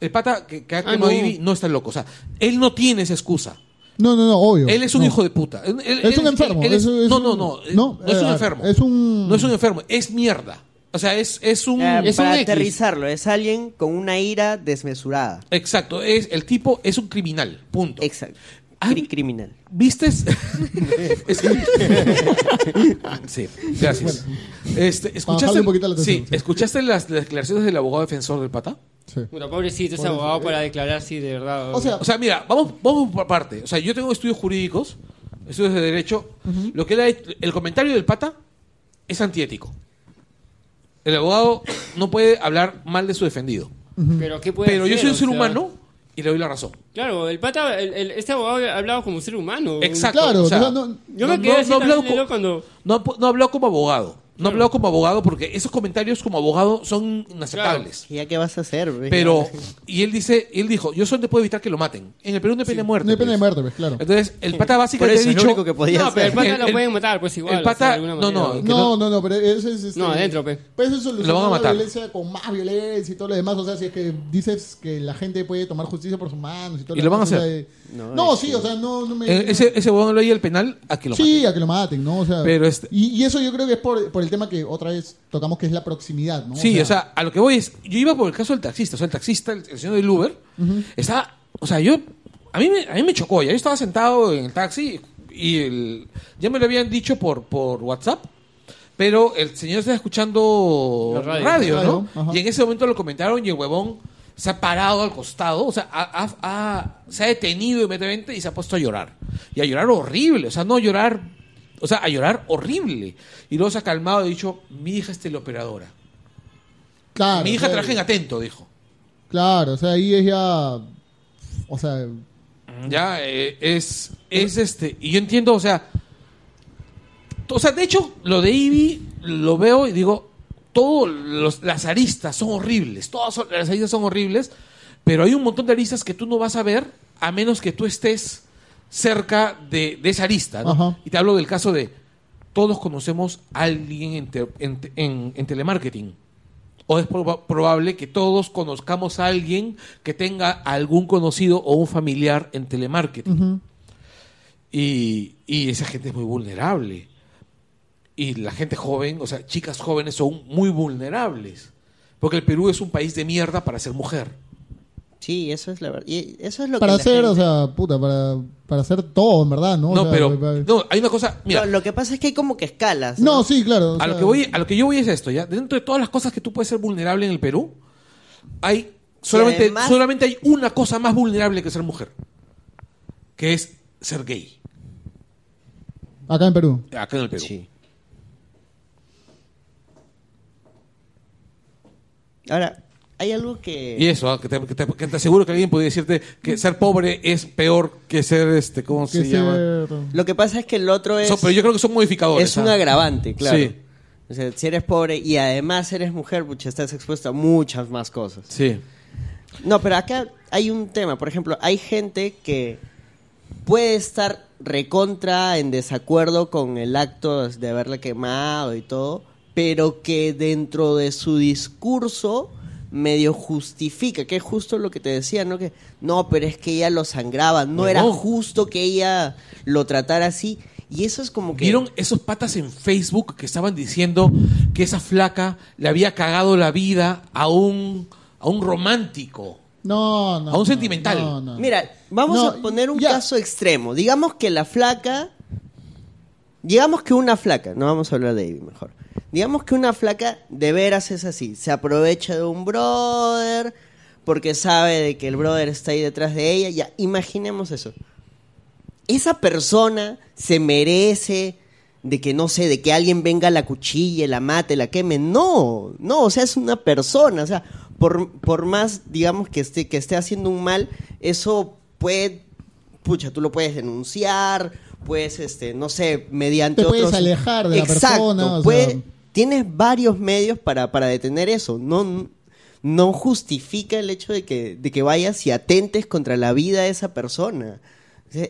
[SPEAKER 1] El pata que, que ha
[SPEAKER 2] Ah,
[SPEAKER 1] quemado
[SPEAKER 2] no.
[SPEAKER 1] a Ivy no está loco. O sea, él no tiene esa excusa.
[SPEAKER 4] No, no, no, obvio.
[SPEAKER 1] Él es un
[SPEAKER 4] No.
[SPEAKER 1] hijo de puta. Él- él-
[SPEAKER 4] Es un
[SPEAKER 1] él-
[SPEAKER 4] enfermo,
[SPEAKER 1] él es-
[SPEAKER 4] es un- es
[SPEAKER 1] no,
[SPEAKER 4] un-
[SPEAKER 1] no, no. eh,
[SPEAKER 4] no,
[SPEAKER 1] No, es un
[SPEAKER 4] eh,
[SPEAKER 1] enfermo.
[SPEAKER 4] es un-
[SPEAKER 1] No es un enfermo. Es mierda. O sea, es, es un...
[SPEAKER 5] Ya,
[SPEAKER 2] Es
[SPEAKER 5] Ah, para
[SPEAKER 2] un X.
[SPEAKER 5] aterrizarlo, es alguien con una ira desmesurada.
[SPEAKER 1] Exacto. Es, el tipo es un criminal. Punto.
[SPEAKER 5] Exacto.
[SPEAKER 4] Ah.
[SPEAKER 5] Cri- criminal.
[SPEAKER 1] ¿Vistes?
[SPEAKER 4] Ah,
[SPEAKER 1] Escu- sí, gracias. Este,
[SPEAKER 4] bajarle
[SPEAKER 1] ¿escuchaste,
[SPEAKER 4] un poquito la
[SPEAKER 1] sí,
[SPEAKER 4] tensión, sí.
[SPEAKER 1] ¿Escuchaste las, las declaraciones del abogado defensor del pata?
[SPEAKER 4] Sí.
[SPEAKER 2] Puta, pobrecito ese abogado para declarar si de verdad.
[SPEAKER 4] O sea,
[SPEAKER 1] eh. O sea, mira, vamos, vamos por parte. O sea, yo tengo estudios jurídicos, estudios de derecho. Lo que él ha hecho- el comentario del pata es antiético. El abogado no puede hablar mal de su defendido.
[SPEAKER 2] pero ¿qué puede
[SPEAKER 1] Pero yo
[SPEAKER 2] hacer?
[SPEAKER 1] soy un
[SPEAKER 2] O
[SPEAKER 1] ser
[SPEAKER 2] sea,
[SPEAKER 1] humano y le doy la razón.
[SPEAKER 2] Claro, el pata, el, el- este abogado hablaba como ser humano.
[SPEAKER 1] Exacto.
[SPEAKER 4] claro,
[SPEAKER 1] o sea,
[SPEAKER 4] no- no-
[SPEAKER 2] Yo me
[SPEAKER 1] No,
[SPEAKER 2] quedé
[SPEAKER 1] no,
[SPEAKER 2] así
[SPEAKER 1] no
[SPEAKER 2] también
[SPEAKER 1] hablaba
[SPEAKER 2] de
[SPEAKER 1] co-
[SPEAKER 2] loco cuando.
[SPEAKER 1] No, ha pu- no ha hablado como abogado. No ha hablado como abogado porque esos comentarios como abogado son inaceptables.
[SPEAKER 5] ¿Y ya qué vas a hacer? güey?
[SPEAKER 1] Pero, y él dice, y él dijo, yo solo te puedo evitar que lo maten. En el Perú no hay pena de muerte.
[SPEAKER 4] no hay pena de
[SPEAKER 1] pues.
[SPEAKER 4] muerte, pues, claro.
[SPEAKER 1] Entonces, el pata
[SPEAKER 5] Por
[SPEAKER 1] básicamente
[SPEAKER 5] eso
[SPEAKER 1] ha
[SPEAKER 5] es lo
[SPEAKER 1] dicho...
[SPEAKER 5] único que podía
[SPEAKER 2] No, pero el
[SPEAKER 5] hacer.
[SPEAKER 2] pata
[SPEAKER 1] El-
[SPEAKER 2] lo
[SPEAKER 1] el-
[SPEAKER 2] pueden matar, pues igual.
[SPEAKER 1] el pata-
[SPEAKER 2] o sea, de alguna
[SPEAKER 1] no, no,
[SPEAKER 2] manera.
[SPEAKER 1] que
[SPEAKER 4] No, no, no, pero eso es. este,
[SPEAKER 2] No, adentro, pe.
[SPEAKER 4] Pues eso es solucionar
[SPEAKER 1] Lo van a matar.
[SPEAKER 4] la violencia con más violencia y todo lo demás. O sea, si es que dices que la gente puede tomar justicia por sus manos y todo
[SPEAKER 1] Y lo van a
[SPEAKER 4] demás, o sea,
[SPEAKER 1] hacer.
[SPEAKER 4] eh, No, sí, o sea, no, no me.
[SPEAKER 1] Eh, ese, ese huevón lo oye al penal a que lo
[SPEAKER 4] Sí,
[SPEAKER 1] maten.
[SPEAKER 4] a que lo maten, ¿no? O sea,
[SPEAKER 1] Pero este-
[SPEAKER 4] y, y eso yo creo que es por, por el tema que otra vez tocamos, que es la proximidad, ¿no?
[SPEAKER 1] Sí, o sea, a lo que voy es, yo iba por el caso del taxista, o sea, el taxista, el, el señor del Uber, estaba, o sea, yo, a mí, me, a mí me chocó, ya yo estaba sentado en el taxi y el- ya me lo habían dicho por, por WhatsApp, pero el señor estaba escuchando
[SPEAKER 2] La radio.
[SPEAKER 1] radio, ¿no?
[SPEAKER 4] Radio, ajá.
[SPEAKER 1] Y en ese momento lo comentaron y el huevón se ha parado al costado, o sea, ha- ha- ha- se ha detenido inmediatamente y se ha puesto a llorar. Y a llorar horrible, o sea, no llorar, o sea, a llorar horrible. Y luego se ha calmado y ha dicho, mi hija es teleoperadora.
[SPEAKER 4] Claro,
[SPEAKER 1] Mi hija
[SPEAKER 4] o sea,
[SPEAKER 1] traje en atento, dijo.
[SPEAKER 4] Claro, o sea, ahí es ya. O sea,
[SPEAKER 1] Ya, eh, es, es este. Y yo entiendo, o sea. O sea, de hecho, lo de Ivy lo veo y digo, todas las aristas son horribles, todas son- las aristas son horribles, pero hay un montón de aristas que tú no vas a ver a menos que tú estés cerca de, de esa arista. ¿no?
[SPEAKER 4] Ajá.
[SPEAKER 1] Y te hablo del caso de, todos conocemos a alguien en, te- en te- en- en telemarketing. O es proba- probable que todos conozcamos a alguien que tenga algún conocido o un familiar en telemarketing. Y, y esa gente es muy vulnerable. Y la gente joven, o sea, chicas jóvenes son muy vulnerables. Porque el Perú es un país de mierda para ser mujer.
[SPEAKER 5] Sí, eso es la verdad. Y eso es lo
[SPEAKER 4] para
[SPEAKER 5] que la
[SPEAKER 4] hacer,
[SPEAKER 5] gente-
[SPEAKER 4] o sea, puta, para, para hacer todo, en verdad, ¿no? O
[SPEAKER 1] No,
[SPEAKER 4] sea,
[SPEAKER 1] pero.
[SPEAKER 4] para-
[SPEAKER 1] No, hay una cosa. Mira,
[SPEAKER 5] No, lo que pasa es que hay como que escalas.
[SPEAKER 4] No, sí, claro. o
[SPEAKER 1] a, lo
[SPEAKER 4] sea,
[SPEAKER 1] que voy, a lo que yo voy es esto, ¿ya? Dentro de todas las cosas que tú puedes ser vulnerable en el Perú, hay solamente,
[SPEAKER 5] además-
[SPEAKER 1] solamente hay una cosa más vulnerable que ser mujer. Que es ser gay.
[SPEAKER 4] Acá en Perú.
[SPEAKER 1] Acá en el Perú.
[SPEAKER 5] Sí. Ahora, hay algo que...
[SPEAKER 1] Y eso, ah, que te, que te- que te aseguro que alguien podría decirte que ser pobre es peor que ser, este, ¿cómo
[SPEAKER 4] Que
[SPEAKER 1] se llama?
[SPEAKER 4] ser- pues,
[SPEAKER 5] Lo que pasa es que el otro es...
[SPEAKER 1] Son- pero yo creo que son modificadores.
[SPEAKER 5] Es un
[SPEAKER 1] ¿ah?
[SPEAKER 5] agravante, claro.
[SPEAKER 1] Sí.
[SPEAKER 5] O sea, si eres pobre y además eres mujer, pucha, estás expuesto a muchas más cosas.
[SPEAKER 1] Sí.
[SPEAKER 5] No, pero acá hay un tema. Por ejemplo, hay gente que puede estar recontra en desacuerdo con el acto de haberla quemado y todo, pero que dentro de su discurso medio justifica, que es justo lo que te decía, ¿no? Que no, pero es que ella lo sangraba, no era
[SPEAKER 1] Huevón.
[SPEAKER 5] justo que ella lo tratara así. Y eso es como que...
[SPEAKER 1] ¿Vieron esos patas en Facebook que estaban diciendo que esa flaca le había cagado la vida a un, a un romántico?
[SPEAKER 4] No, no.
[SPEAKER 1] A un
[SPEAKER 4] no,
[SPEAKER 1] sentimental.
[SPEAKER 4] no, no.
[SPEAKER 5] Mira, vamos
[SPEAKER 4] No,
[SPEAKER 5] a poner un
[SPEAKER 4] ya.
[SPEAKER 5] caso extremo. Digamos que la flaca. Digamos que una flaca, no vamos a hablar de Ivy mejor. Digamos que una flaca de veras es así. Se aprovecha de un brother porque sabe de que el brother está ahí detrás de ella. Ya, imaginemos eso. Esa persona se merece de que no sé, de que alguien venga la cuchilla, la mate, la queme. No, no, o sea, es una persona. O sea, por, por más, digamos, que esté, que esté haciendo un mal, eso puede, pucha, tú lo puedes denunciar, puedes, este, no sé, mediante
[SPEAKER 4] Te puedes
[SPEAKER 5] otros-
[SPEAKER 4] alejar de la
[SPEAKER 5] Exacto,
[SPEAKER 4] persona, o
[SPEAKER 5] puede-
[SPEAKER 4] sea.
[SPEAKER 5] Tienes varios medios para, para detener eso. No, no justifica el hecho de que, de que vayas y atentes contra la vida de esa persona. O sea,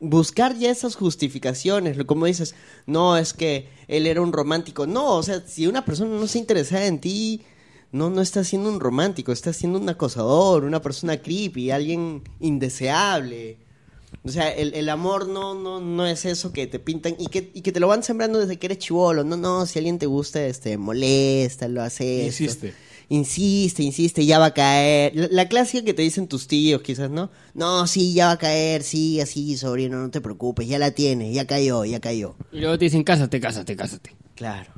[SPEAKER 5] buscar ya esas justificaciones, lo- como dices, no, es que él era un romántico. No, o sea, si una persona no se interesa en ti, no, no está siendo un romántico, está siendo un acosador, una persona creepy, alguien indeseable. O sea, el, el amor no, no, no es eso que te pintan y que, y que te lo van sembrando desde que eres chivolo. No, no, si alguien te gusta, este, moléstalo, hace esto.
[SPEAKER 1] Insiste.
[SPEAKER 5] insiste, insiste, ya va a caer. La, la clásica que te dicen tus tíos, quizás, ¿no? No, sí, ya va a caer, sí, así, sobrino, no te preocupes, ya la tienes, ya cayó, ya cayó.
[SPEAKER 2] Y luego te dicen, cásate, cásate, cásate.
[SPEAKER 5] Claro.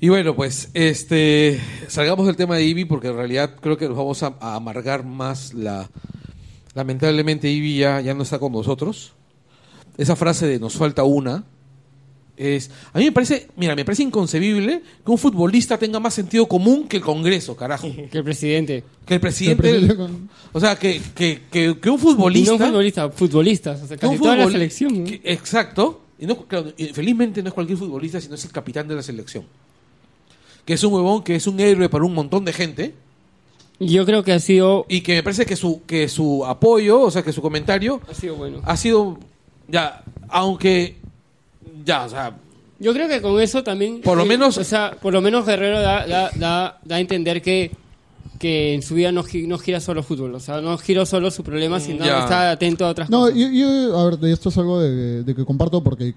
[SPEAKER 1] Y bueno, pues este salgamos del tema de Ivy porque en realidad creo que nos vamos a, a amargar más la lamentablemente Ivy ya, ya no está con nosotros. Esa frase de nos falta una es a mí me parece, mira, me parece inconcebible que un futbolista tenga más sentido común que el Congreso, carajo,
[SPEAKER 2] Que el presidente.
[SPEAKER 1] que el presidente.
[SPEAKER 4] El presidente con-
[SPEAKER 1] O sea, que que- que- que un
[SPEAKER 2] Y no
[SPEAKER 1] futbolista
[SPEAKER 2] futbolista, futbolistas. O sea,
[SPEAKER 1] que
[SPEAKER 2] casi
[SPEAKER 1] un
[SPEAKER 2] toda la
[SPEAKER 1] futbol-
[SPEAKER 2] selección. ¿no?
[SPEAKER 1] que- exacto. Y no, claro, y felizmente no es cualquier futbolista, sino es el capitán de la selección. Que es un huevón, que es un héroe para un montón de gente.
[SPEAKER 2] Y Yo creo que ha sido,
[SPEAKER 1] Y que me parece que su, que su apoyo, o sea, que su comentario
[SPEAKER 2] ha sido bueno.
[SPEAKER 1] ha sido. Ya, aunque. Ya, o sea.
[SPEAKER 2] Yo creo que con eso también. eh,
[SPEAKER 1] Por lo menos-
[SPEAKER 2] O sea, por lo menos Guerrero da, da, da, da a entender que, que en su vida no, gi- no gira solo fútbol. O sea, no gira solo su problema, sino
[SPEAKER 1] Mm, ya.
[SPEAKER 2] está atento a otras
[SPEAKER 4] No,
[SPEAKER 2] cosas.
[SPEAKER 4] yo, yo- a ver, de esto es algo de, de que comparto porque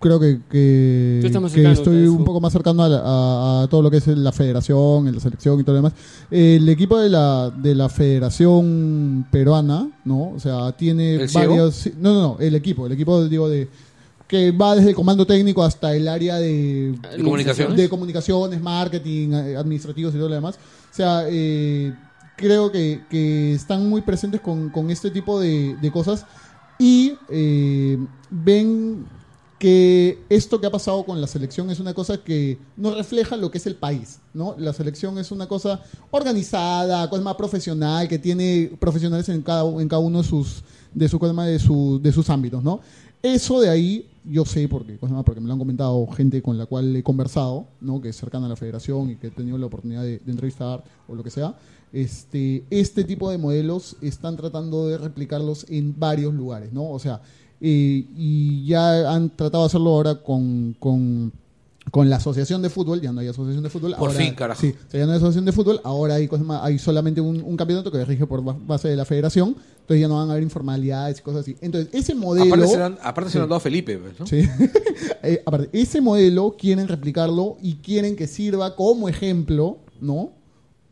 [SPEAKER 4] creo que, que,
[SPEAKER 2] Tú estás más
[SPEAKER 4] que
[SPEAKER 2] cercano,
[SPEAKER 4] estoy
[SPEAKER 2] entonces,
[SPEAKER 4] un
[SPEAKER 2] tú.
[SPEAKER 4] poco más cercano a, la- a- a todo lo que es la federación, la selección y todo lo demás. El equipo de la, de la federación peruana, ¿no? O sea, tiene
[SPEAKER 1] ¿El ciego?
[SPEAKER 4] varios... sí, No, no, no, el equipo, el equipo, digo, de que va desde el comando técnico hasta el área de
[SPEAKER 1] de comunicación.
[SPEAKER 4] de comunicaciones, marketing, eh, administrativos y todo lo demás. O sea, eh, creo que, que están muy presentes con, con este tipo de, de cosas y eh, ven que esto que ha pasado con la selección es una cosa que no refleja lo que es el país, ¿no? La selección es una cosa organizada, cosa más profesional, que tiene profesionales en cada, en cada uno de sus, de su cosa más, de, su- de sus ámbitos, ¿no? Eso de ahí, yo sé porque, cosa más, porque me lo han comentado gente con la cual he conversado, ¿no? Que es cercana a la federación y que he tenido la oportunidad de, de entrevistar o lo que sea. Este, este tipo de modelos están tratando de replicarlos en varios lugares, ¿no? O sea, eh, y ya han tratado de hacerlo ahora con, con, con la asociación de fútbol, ya no hay asociación de fútbol.
[SPEAKER 1] Por
[SPEAKER 4] ahora-
[SPEAKER 1] fin, carajo.
[SPEAKER 4] Sí, o sea, ya no hay asociación de fútbol, ahora hay, cosas más- hay solamente un, un campeonato que rige por ba- base de la federación, entonces ya no van a haber informalidades y cosas así. Entonces, ese modelo...
[SPEAKER 1] Aparte se, lo han- aparte se lo han dado a Felipe, pues, ¿no?
[SPEAKER 4] Sí. Eh, aparte, ese modelo quieren replicarlo y quieren que sirva como ejemplo, ¿no?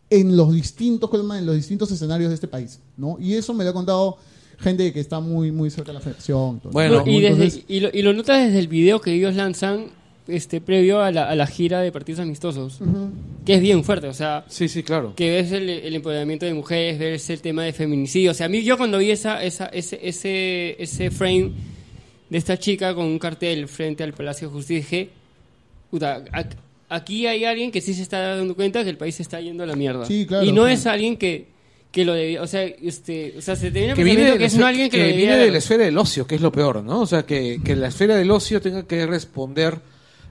[SPEAKER 4] En los distintos colmas, en los distintos escenarios de este país, ¿no? Y eso me lo ha contado gente que está muy, muy cerca de la federación. todo.
[SPEAKER 1] Bueno,
[SPEAKER 2] No, y, desde-
[SPEAKER 4] Entonces,
[SPEAKER 2] y, lo, y lo notas desde el video que ellos lanzan este previo a la, a la gira de partidos amistosos, que es bien fuerte, o sea,
[SPEAKER 1] Sí, sí, claro.
[SPEAKER 2] que ves el, el empoderamiento de mujeres, ves el tema de feminicidio, o sea, a mí yo cuando vi esa, esa, ese, ese, ese frame de esta chica con un cartel frente al Palacio de Justicia, dije, puta, ac- aquí hay alguien que sí se está dando cuenta que el país se está yendo a la mierda.
[SPEAKER 4] Sí, claro,
[SPEAKER 2] y no
[SPEAKER 4] claro.
[SPEAKER 2] es alguien que, que lo debía, o sea, este, o sea, se te viene el
[SPEAKER 1] que
[SPEAKER 2] pensamiento
[SPEAKER 1] viene,
[SPEAKER 2] que
[SPEAKER 1] de la,
[SPEAKER 2] es no alguien que,
[SPEAKER 1] que
[SPEAKER 2] lo debía
[SPEAKER 1] viene de
[SPEAKER 2] haber-
[SPEAKER 1] la esfera del ocio, que es lo peor, ¿no? O sea, que, que la esfera del ocio tenga que responder,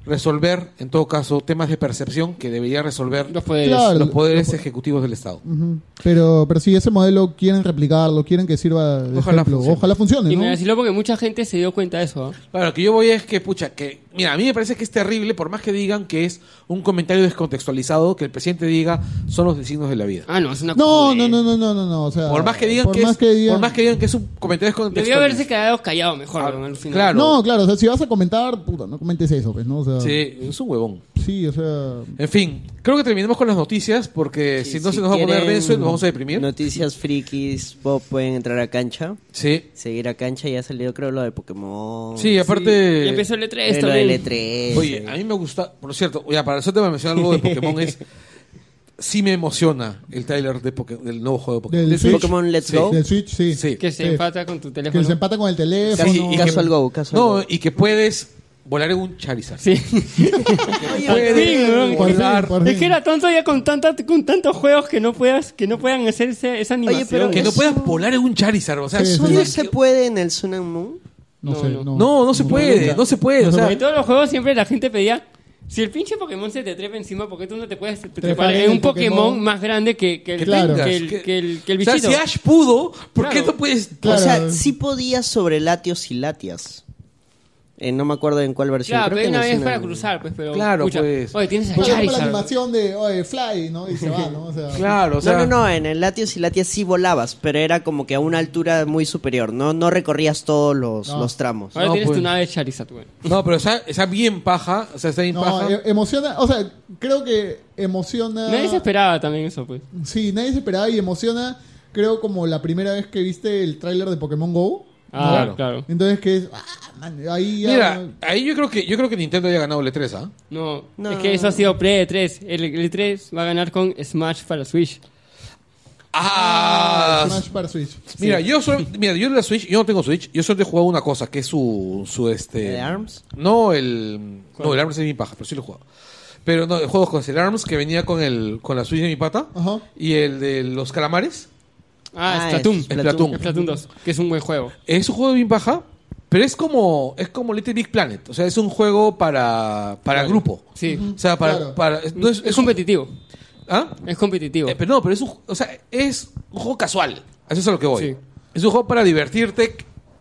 [SPEAKER 1] resolver, en todo caso, temas de percepción que debería resolver
[SPEAKER 2] los poderes.
[SPEAKER 4] Claro.
[SPEAKER 1] los poderes
[SPEAKER 4] pues,
[SPEAKER 1] ejecutivos del Estado.
[SPEAKER 4] ujú. pero, pero sí, ese modelo quieren replicarlo, quieren que sirva de
[SPEAKER 1] Ojalá
[SPEAKER 4] ejemplo.
[SPEAKER 1] funcione.
[SPEAKER 4] Ojalá funcione,
[SPEAKER 2] Y
[SPEAKER 4] ¿no?
[SPEAKER 2] me decirlo porque mucha gente se dio cuenta de eso. ¿ah?
[SPEAKER 1] Claro, lo que yo voy es que, pucha, que, mira, a mí me parece que es terrible, por más que digan que es un comentario descontextualizado, que el presidente diga son los designos de la vida.
[SPEAKER 2] Ah, no, es una
[SPEAKER 4] No,
[SPEAKER 2] cosa
[SPEAKER 4] no, no, no, no, no, no, o sea,
[SPEAKER 1] Por más que
[SPEAKER 4] Ah,
[SPEAKER 1] digan,
[SPEAKER 4] por
[SPEAKER 1] que,
[SPEAKER 4] más
[SPEAKER 1] es,
[SPEAKER 4] que digan-
[SPEAKER 1] por más que digan que es un comentario
[SPEAKER 2] Debió
[SPEAKER 1] descontextualizado.
[SPEAKER 2] haberse quedado callado mejor,
[SPEAKER 1] Ah,
[SPEAKER 2] weón, al final.
[SPEAKER 1] claro.
[SPEAKER 4] No, claro, o sea, si vas a comentar, puta, no comentes eso, pues, ¿no? O sea,
[SPEAKER 1] Sí, es un huevón.
[SPEAKER 4] sí, o sea,
[SPEAKER 1] En fin, creo que terminemos con las noticias porque si no se nos va a poner
[SPEAKER 5] quieren
[SPEAKER 1] denso y nos vamos a deprimir.
[SPEAKER 5] Noticias frikis, Bob, pueden entrar a cancha.
[SPEAKER 1] Sí.
[SPEAKER 5] Seguir a cancha, ya ha salido creo lo de Pokémon.
[SPEAKER 1] Sí, aparte.
[SPEAKER 2] Y empezó el E E3
[SPEAKER 5] Eh, lo
[SPEAKER 2] también.
[SPEAKER 5] del E3.
[SPEAKER 1] Oye, a mí me gusta, por cierto, ya para eso te voy a mencionar algo de Pokémon es sí me emociona el trailer de Poké- del nuevo juego de Pokémon.
[SPEAKER 4] Del
[SPEAKER 1] Del
[SPEAKER 4] Switch.
[SPEAKER 5] Pokémon Let's
[SPEAKER 1] Sí.
[SPEAKER 5] Go.
[SPEAKER 4] del Switch, sí.
[SPEAKER 1] Sí.
[SPEAKER 2] Que se
[SPEAKER 4] Sí.
[SPEAKER 2] empata con tu
[SPEAKER 4] Que
[SPEAKER 2] teléfono.
[SPEAKER 4] se empata con el teléfono.
[SPEAKER 5] Casi- y Casual Go, Casual
[SPEAKER 1] No,
[SPEAKER 5] Go.
[SPEAKER 1] y que puedes volar en un Charizard.
[SPEAKER 2] Sí.
[SPEAKER 1] Puedes
[SPEAKER 2] por fin, weón.
[SPEAKER 4] Por fin,
[SPEAKER 1] volar,
[SPEAKER 4] por fin.
[SPEAKER 2] es que era tonto ya con, tanta, con tantos juegos que no, puedas, que no puedan hacer ese- esa animación.
[SPEAKER 5] pero
[SPEAKER 1] que no
[SPEAKER 5] eso-
[SPEAKER 1] puedas volar en un Charizard, o sea,
[SPEAKER 4] Sí,
[SPEAKER 1] eso
[SPEAKER 4] sí.
[SPEAKER 1] no
[SPEAKER 5] ¿No
[SPEAKER 1] es-
[SPEAKER 5] se puede en el Sun and Moon?
[SPEAKER 4] No,
[SPEAKER 2] No,
[SPEAKER 4] sé,
[SPEAKER 2] no.
[SPEAKER 4] no.
[SPEAKER 1] No, no se puede,
[SPEAKER 4] nunca.
[SPEAKER 1] no se puede, o
[SPEAKER 4] No se
[SPEAKER 1] sea,
[SPEAKER 2] En todos los juegos siempre la gente pedía... Si el pinche Pokémon se te trepa encima, ¿por qué tú no te puedes trepar
[SPEAKER 4] en
[SPEAKER 2] en un
[SPEAKER 4] el Pokémon
[SPEAKER 2] Pokémon, más grande que, que el,
[SPEAKER 4] Claro.
[SPEAKER 2] que el, que el- que el
[SPEAKER 1] o sea,
[SPEAKER 2] bichito?
[SPEAKER 1] si Ash pudo, ¿por qué
[SPEAKER 2] Claro.
[SPEAKER 1] no puedes
[SPEAKER 4] Claro.
[SPEAKER 5] O sea, sí podía sobre Latios y Latias. Eh, no me acuerdo en cuál versión.
[SPEAKER 2] Claro, pero
[SPEAKER 5] Creo que
[SPEAKER 2] una
[SPEAKER 5] en el
[SPEAKER 2] vez
[SPEAKER 5] cine-
[SPEAKER 2] para cruzar, pues, pero.
[SPEAKER 1] Claro,
[SPEAKER 2] pucha,
[SPEAKER 1] pues.
[SPEAKER 2] Oye, tienes a
[SPEAKER 4] Por ejemplo, la
[SPEAKER 2] Charizard.
[SPEAKER 4] animación de oye, Fly, ¿no? Y se va, ¿no? O sea,
[SPEAKER 1] Claro, o sea.
[SPEAKER 5] no, no, no, en el Latios y Latias sí volabas, pero era como que a una altura muy superior, no, no recorrías todos los,
[SPEAKER 4] No.
[SPEAKER 5] los tramos.
[SPEAKER 2] Ahora
[SPEAKER 1] No,
[SPEAKER 2] tienes
[SPEAKER 1] pues.
[SPEAKER 2] tu nave de Charizard, güey.
[SPEAKER 1] No, pero está, está bien paja. O sea, está bien
[SPEAKER 4] No,
[SPEAKER 1] paja.
[SPEAKER 4] e- emociona, o sea, creo que emociona.
[SPEAKER 2] Nadie se esperaba también eso, pues.
[SPEAKER 4] Sí, nadie se esperaba y emociona, creo, como la primera vez que viste el tráiler de Pokémon Go.
[SPEAKER 2] Ah,
[SPEAKER 1] Claro.
[SPEAKER 2] claro.
[SPEAKER 4] Entonces, que es. ah, man, ahí ya.
[SPEAKER 1] Mira, ahí yo creo que yo creo que Nintendo haya ganado el E3, ¿ah?
[SPEAKER 2] No,
[SPEAKER 5] No.
[SPEAKER 2] es que eso ha sido pre-E3. El, el E3 va a ganar con Smash para Switch.
[SPEAKER 1] Ah,
[SPEAKER 4] Smash para Switch.
[SPEAKER 1] mira, yo soy, mira, yo en la Switch, yo no tengo Switch, yo solo he jugado una cosa, que es su, su este.
[SPEAKER 5] ¿El ARMS?
[SPEAKER 1] No, el, no,
[SPEAKER 2] ¿Cuál?
[SPEAKER 1] el ARMS es mi paja, pero sí lo he jugado. Pero no, el juego con el ARMS que venía con el, con la Switch de mi pata
[SPEAKER 4] Ajá.
[SPEAKER 1] y el de los calamares.
[SPEAKER 2] Ah,
[SPEAKER 5] Ah,
[SPEAKER 2] Splatoon.
[SPEAKER 5] es
[SPEAKER 1] Splatoon.
[SPEAKER 2] Splatoon 2, que es un buen juego.
[SPEAKER 1] Es un juego bien paja, pero es como es como Little Big Planet, o sea, es un juego para para
[SPEAKER 2] Claro.
[SPEAKER 1] grupo.
[SPEAKER 2] Sí.
[SPEAKER 1] O sea, para,
[SPEAKER 4] Claro.
[SPEAKER 1] para es- no es,
[SPEAKER 2] es,
[SPEAKER 1] es un-
[SPEAKER 2] competitivo.
[SPEAKER 1] ¿Ah?
[SPEAKER 2] Es competitivo.
[SPEAKER 1] Eh, pero no, pero es un, o sea, es un juego casual. A Eso es a lo que voy.
[SPEAKER 2] Sí.
[SPEAKER 1] Es un juego para divertirte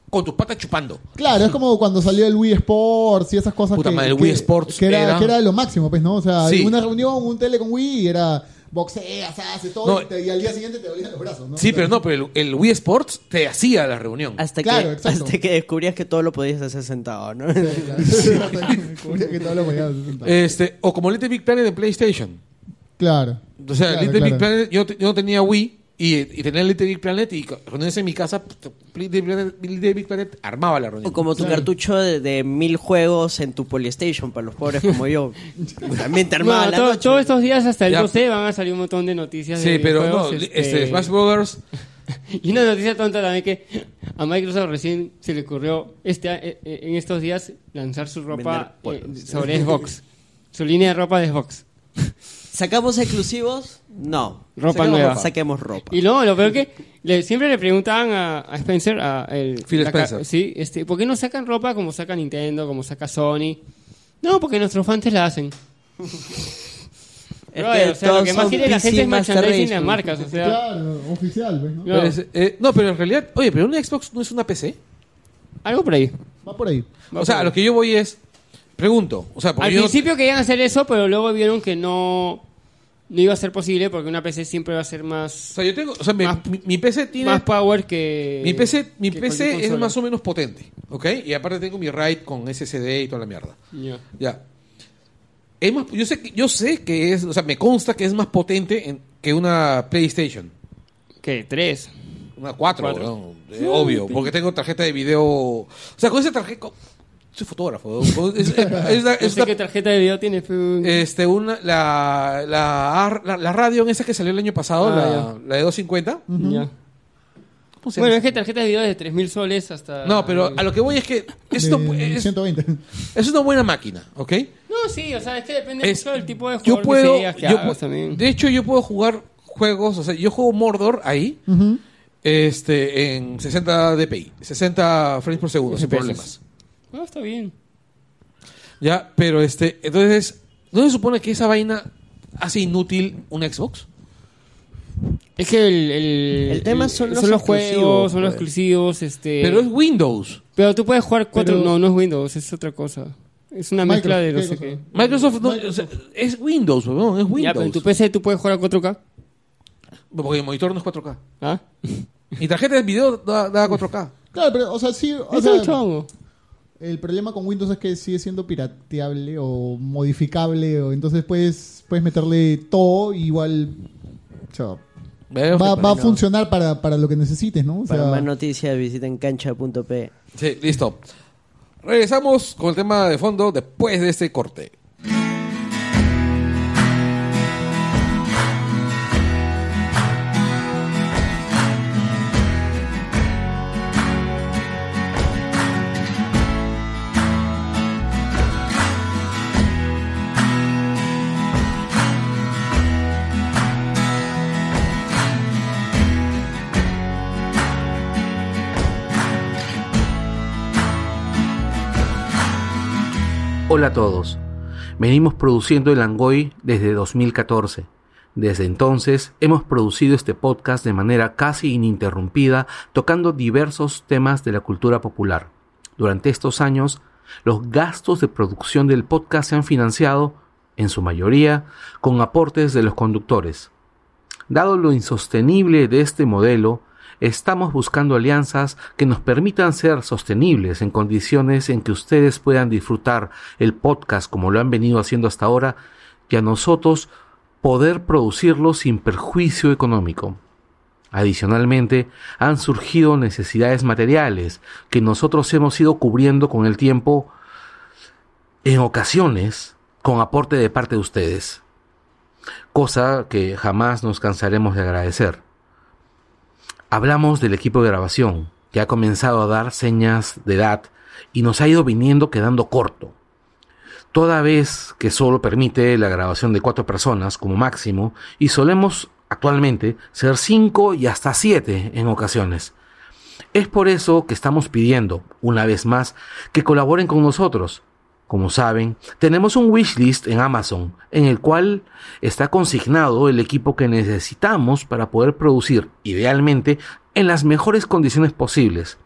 [SPEAKER 1] con tus patas chupando.
[SPEAKER 4] Claro, es como cuando salió el Wii Sports y esas cosas.
[SPEAKER 1] Puta
[SPEAKER 4] que,
[SPEAKER 1] madre, el
[SPEAKER 4] que-
[SPEAKER 1] Wii Sports
[SPEAKER 4] que era,
[SPEAKER 1] era-
[SPEAKER 4] que era lo máximo, pues, ¿no? O sea,
[SPEAKER 1] Sí.
[SPEAKER 4] una reunión, un tele con Wii y era boxeas, hace todo
[SPEAKER 1] No.
[SPEAKER 4] y, te- y al día siguiente te dolían los brazos, ¿no?
[SPEAKER 1] Sí, pero no, pero el, el Wii Sports te hacía la reunión.
[SPEAKER 5] Hasta,
[SPEAKER 4] Claro,
[SPEAKER 5] que,
[SPEAKER 4] exacto.
[SPEAKER 5] hasta que descubrías que todo lo podías hacer sentado, ¿no?
[SPEAKER 4] Cubría que todo lo podía sentar.
[SPEAKER 1] Este, o como Little Big Planet en PlayStation.
[SPEAKER 4] claro.
[SPEAKER 1] O sea,
[SPEAKER 4] Claro,
[SPEAKER 1] Little
[SPEAKER 4] claro.
[SPEAKER 1] Big Planet, yo, te- yo no tenía Wii y, y tenía Little Big Planet y reuniones en mi casa, pf, Little Big Planet, Little Big Planet armaba la reunión.
[SPEAKER 5] O como tu
[SPEAKER 4] Claro.
[SPEAKER 5] cartucho de, de mil juegos en tu Polystation, para los pobres como yo. También te armaba
[SPEAKER 2] No,
[SPEAKER 5] la
[SPEAKER 2] todo-
[SPEAKER 5] noche.
[SPEAKER 2] todos estos días hasta el
[SPEAKER 1] Ya.
[SPEAKER 2] 12 van a salir un montón de noticias.
[SPEAKER 1] Sí,
[SPEAKER 2] de
[SPEAKER 1] pero
[SPEAKER 2] videojuegos,
[SPEAKER 1] no, este, Smash Brothers
[SPEAKER 2] Y una noticia tonta también que a Microsoft recién se le ocurrió este, eh, eh, en estos días lanzar su ropa
[SPEAKER 5] Vender polos.
[SPEAKER 2] eh, sobre Xbox. su línea de ropa de Xbox.
[SPEAKER 5] ¿Sacamos exclusivos? No.
[SPEAKER 2] Ropa
[SPEAKER 5] Sacamos-
[SPEAKER 2] nueva.
[SPEAKER 5] Saquemos ropa.
[SPEAKER 2] Y luego lo peor que le- siempre le preguntaban a, a Spencer, a el,
[SPEAKER 1] Phil
[SPEAKER 2] la ca-
[SPEAKER 1] Spencer.
[SPEAKER 2] sí, este, ¿por qué no sacan ropa como saca Nintendo, como saca Sony? No, porque nuestros fans la hacen.
[SPEAKER 5] Es
[SPEAKER 2] Brother,
[SPEAKER 5] que
[SPEAKER 2] o sea, lo
[SPEAKER 5] todos
[SPEAKER 2] que más
[SPEAKER 5] son
[SPEAKER 2] quiere la gente
[SPEAKER 5] PC
[SPEAKER 2] es merchandising de las
[SPEAKER 5] masterrace, ¿no?
[SPEAKER 2] marcas, o sea.
[SPEAKER 4] Claro, oficial, ¿ves? ¿no?
[SPEAKER 2] Claro.
[SPEAKER 1] Pero es- eh, no, pero en realidad, oye, pero una Xbox no es una PC.
[SPEAKER 2] Algo por ahí.
[SPEAKER 4] Va por ahí.
[SPEAKER 1] O sea, a lo que yo voy es, pregunto, o sea, porque
[SPEAKER 2] Al
[SPEAKER 1] yo no-
[SPEAKER 2] principio querían hacer eso, pero luego vieron que no, no iba a ser posible porque una PC siempre va a ser
[SPEAKER 1] o
[SPEAKER 2] más,
[SPEAKER 1] sea, yo tengo, o sea, mi,
[SPEAKER 2] Más-
[SPEAKER 1] mi- mi PC tiene,
[SPEAKER 2] más power que.
[SPEAKER 1] mi PC, mi
[SPEAKER 2] que
[SPEAKER 1] PC
[SPEAKER 2] cualquier
[SPEAKER 1] es
[SPEAKER 2] consola.
[SPEAKER 1] más o menos potente, ¿ok? Y aparte tengo mi RAID con SSD y toda la mierda,
[SPEAKER 2] Ya.
[SPEAKER 1] ya. Es más, yo sé, que- yo sé que es, o sea, me consta que es más potente en- que una PlayStation,
[SPEAKER 2] ¿Qué? ¿Tres?
[SPEAKER 1] una 4,
[SPEAKER 2] Cuatro.
[SPEAKER 1] ¿no? Eh, obvio, porque tengo tarjeta de video, o sea, con esa tarjeta, con- soy fotógrafo, con- es, es- es la-
[SPEAKER 2] No
[SPEAKER 1] es
[SPEAKER 2] sé
[SPEAKER 1] la-
[SPEAKER 2] qué tarjeta de video tiene. pero-
[SPEAKER 1] Este, una, la, la, ar- la, la radio en esa que salió el año pasado,
[SPEAKER 2] Ah,
[SPEAKER 1] la, la de 250.
[SPEAKER 2] Ya.
[SPEAKER 1] ¿Cómo se
[SPEAKER 2] Bueno, es
[SPEAKER 1] llama?
[SPEAKER 2] que tarjeta de video de 3.000 soles hasta...
[SPEAKER 1] No, pero a lo que voy es que es una, bu-
[SPEAKER 4] De
[SPEAKER 1] pues, es,
[SPEAKER 4] 120.
[SPEAKER 1] es una buena máquina, ¿ok?
[SPEAKER 2] No, sí, o sea, es que depende
[SPEAKER 1] Es-
[SPEAKER 2] mucho del tipo de jugador
[SPEAKER 1] yo puedo,
[SPEAKER 2] que seas, que
[SPEAKER 1] yo
[SPEAKER 2] hagas
[SPEAKER 1] pu-
[SPEAKER 2] también.
[SPEAKER 1] de hecho yo puedo jugar juegos, o sea, yo juego Mordor ahí,
[SPEAKER 4] Ujú.
[SPEAKER 1] este, en 60 DPI, 60 frames por segundo, sin
[SPEAKER 2] FPS.
[SPEAKER 1] problemas.
[SPEAKER 2] No, está bien.
[SPEAKER 1] Ya, pero este, entonces, ¿no se supone que esa vaina hace inútil un Xbox?
[SPEAKER 2] Es que el... El,
[SPEAKER 5] El tema son los exclusivos,
[SPEAKER 2] juegos, son los
[SPEAKER 5] pues.
[SPEAKER 2] exclusivos, este...
[SPEAKER 1] Pero es Windows.
[SPEAKER 2] Pero tú puedes jugar cuatro...
[SPEAKER 4] Pero-
[SPEAKER 2] No, no es Windows, es otra cosa. Es una mezcla de no sé
[SPEAKER 4] Microsoft,
[SPEAKER 2] qué.
[SPEAKER 4] cosa?
[SPEAKER 1] Microsoft, no, o sea, es Windows, weón, es Windows.
[SPEAKER 2] Ya, pero en tu PC tú puedes jugar a 4K.
[SPEAKER 1] Porque el monitor no es 4K.
[SPEAKER 2] ¿Ah?
[SPEAKER 1] Mi tarjeta de video da, da 4K.
[SPEAKER 4] Claro, pero, o sea, sí. O
[SPEAKER 2] Eso es
[SPEAKER 4] sea,
[SPEAKER 2] chongo.
[SPEAKER 4] el problema con Windows es que sigue siendo pirateable o modificable. O, entonces puedes, puedes meterle todo y igual. o sea, va, va a funcionar para, para lo que necesites, ¿no? O sea,
[SPEAKER 5] Para más noticias visiten cancha.p.
[SPEAKER 1] Sí, listo. Regresamos con el tema de fondo después de este corte.
[SPEAKER 7] Hola a todos. Venimos produciendo el Angoy desde 2014. Desde entonces hemos producido este podcast de manera casi ininterrumpida, tocando diversos temas de la cultura popular. Durante estos años
[SPEAKER 8] Los gastos de producción del podcast se han financiado, en su mayoría, con aportes de los conductores. Dado lo insostenible de este modelo, estamos buscando alianzas que nos permitan ser sostenibles en condiciones en que ustedes puedan disfrutar el podcast como lo han venido haciendo hasta ahora y a nosotros poder producirlo sin perjuicio económico. Adicionalmente, han surgido necesidades materiales que nosotros hemos ido cubriendo con el tiempo, en ocasiones con aporte de parte de ustedes, cosa que jamás nos cansaremos de agradecer. Hablamos del equipo de grabación, que ha comenzado a dar señas de edad y nos ha ido viniendo quedando corto. Toda vez que solo permite la grabación de cuatro personas como máximo, y solemos actualmente ser cinco y hasta siete en ocasiones. Es por eso que estamos pidiendo, una vez más, que colaboren con nosotros. Como saben, tenemos un wishlist en Amazon, en el cual está consignado el equipo que necesitamos para poder producir, idealmente, en las mejores condiciones posibles.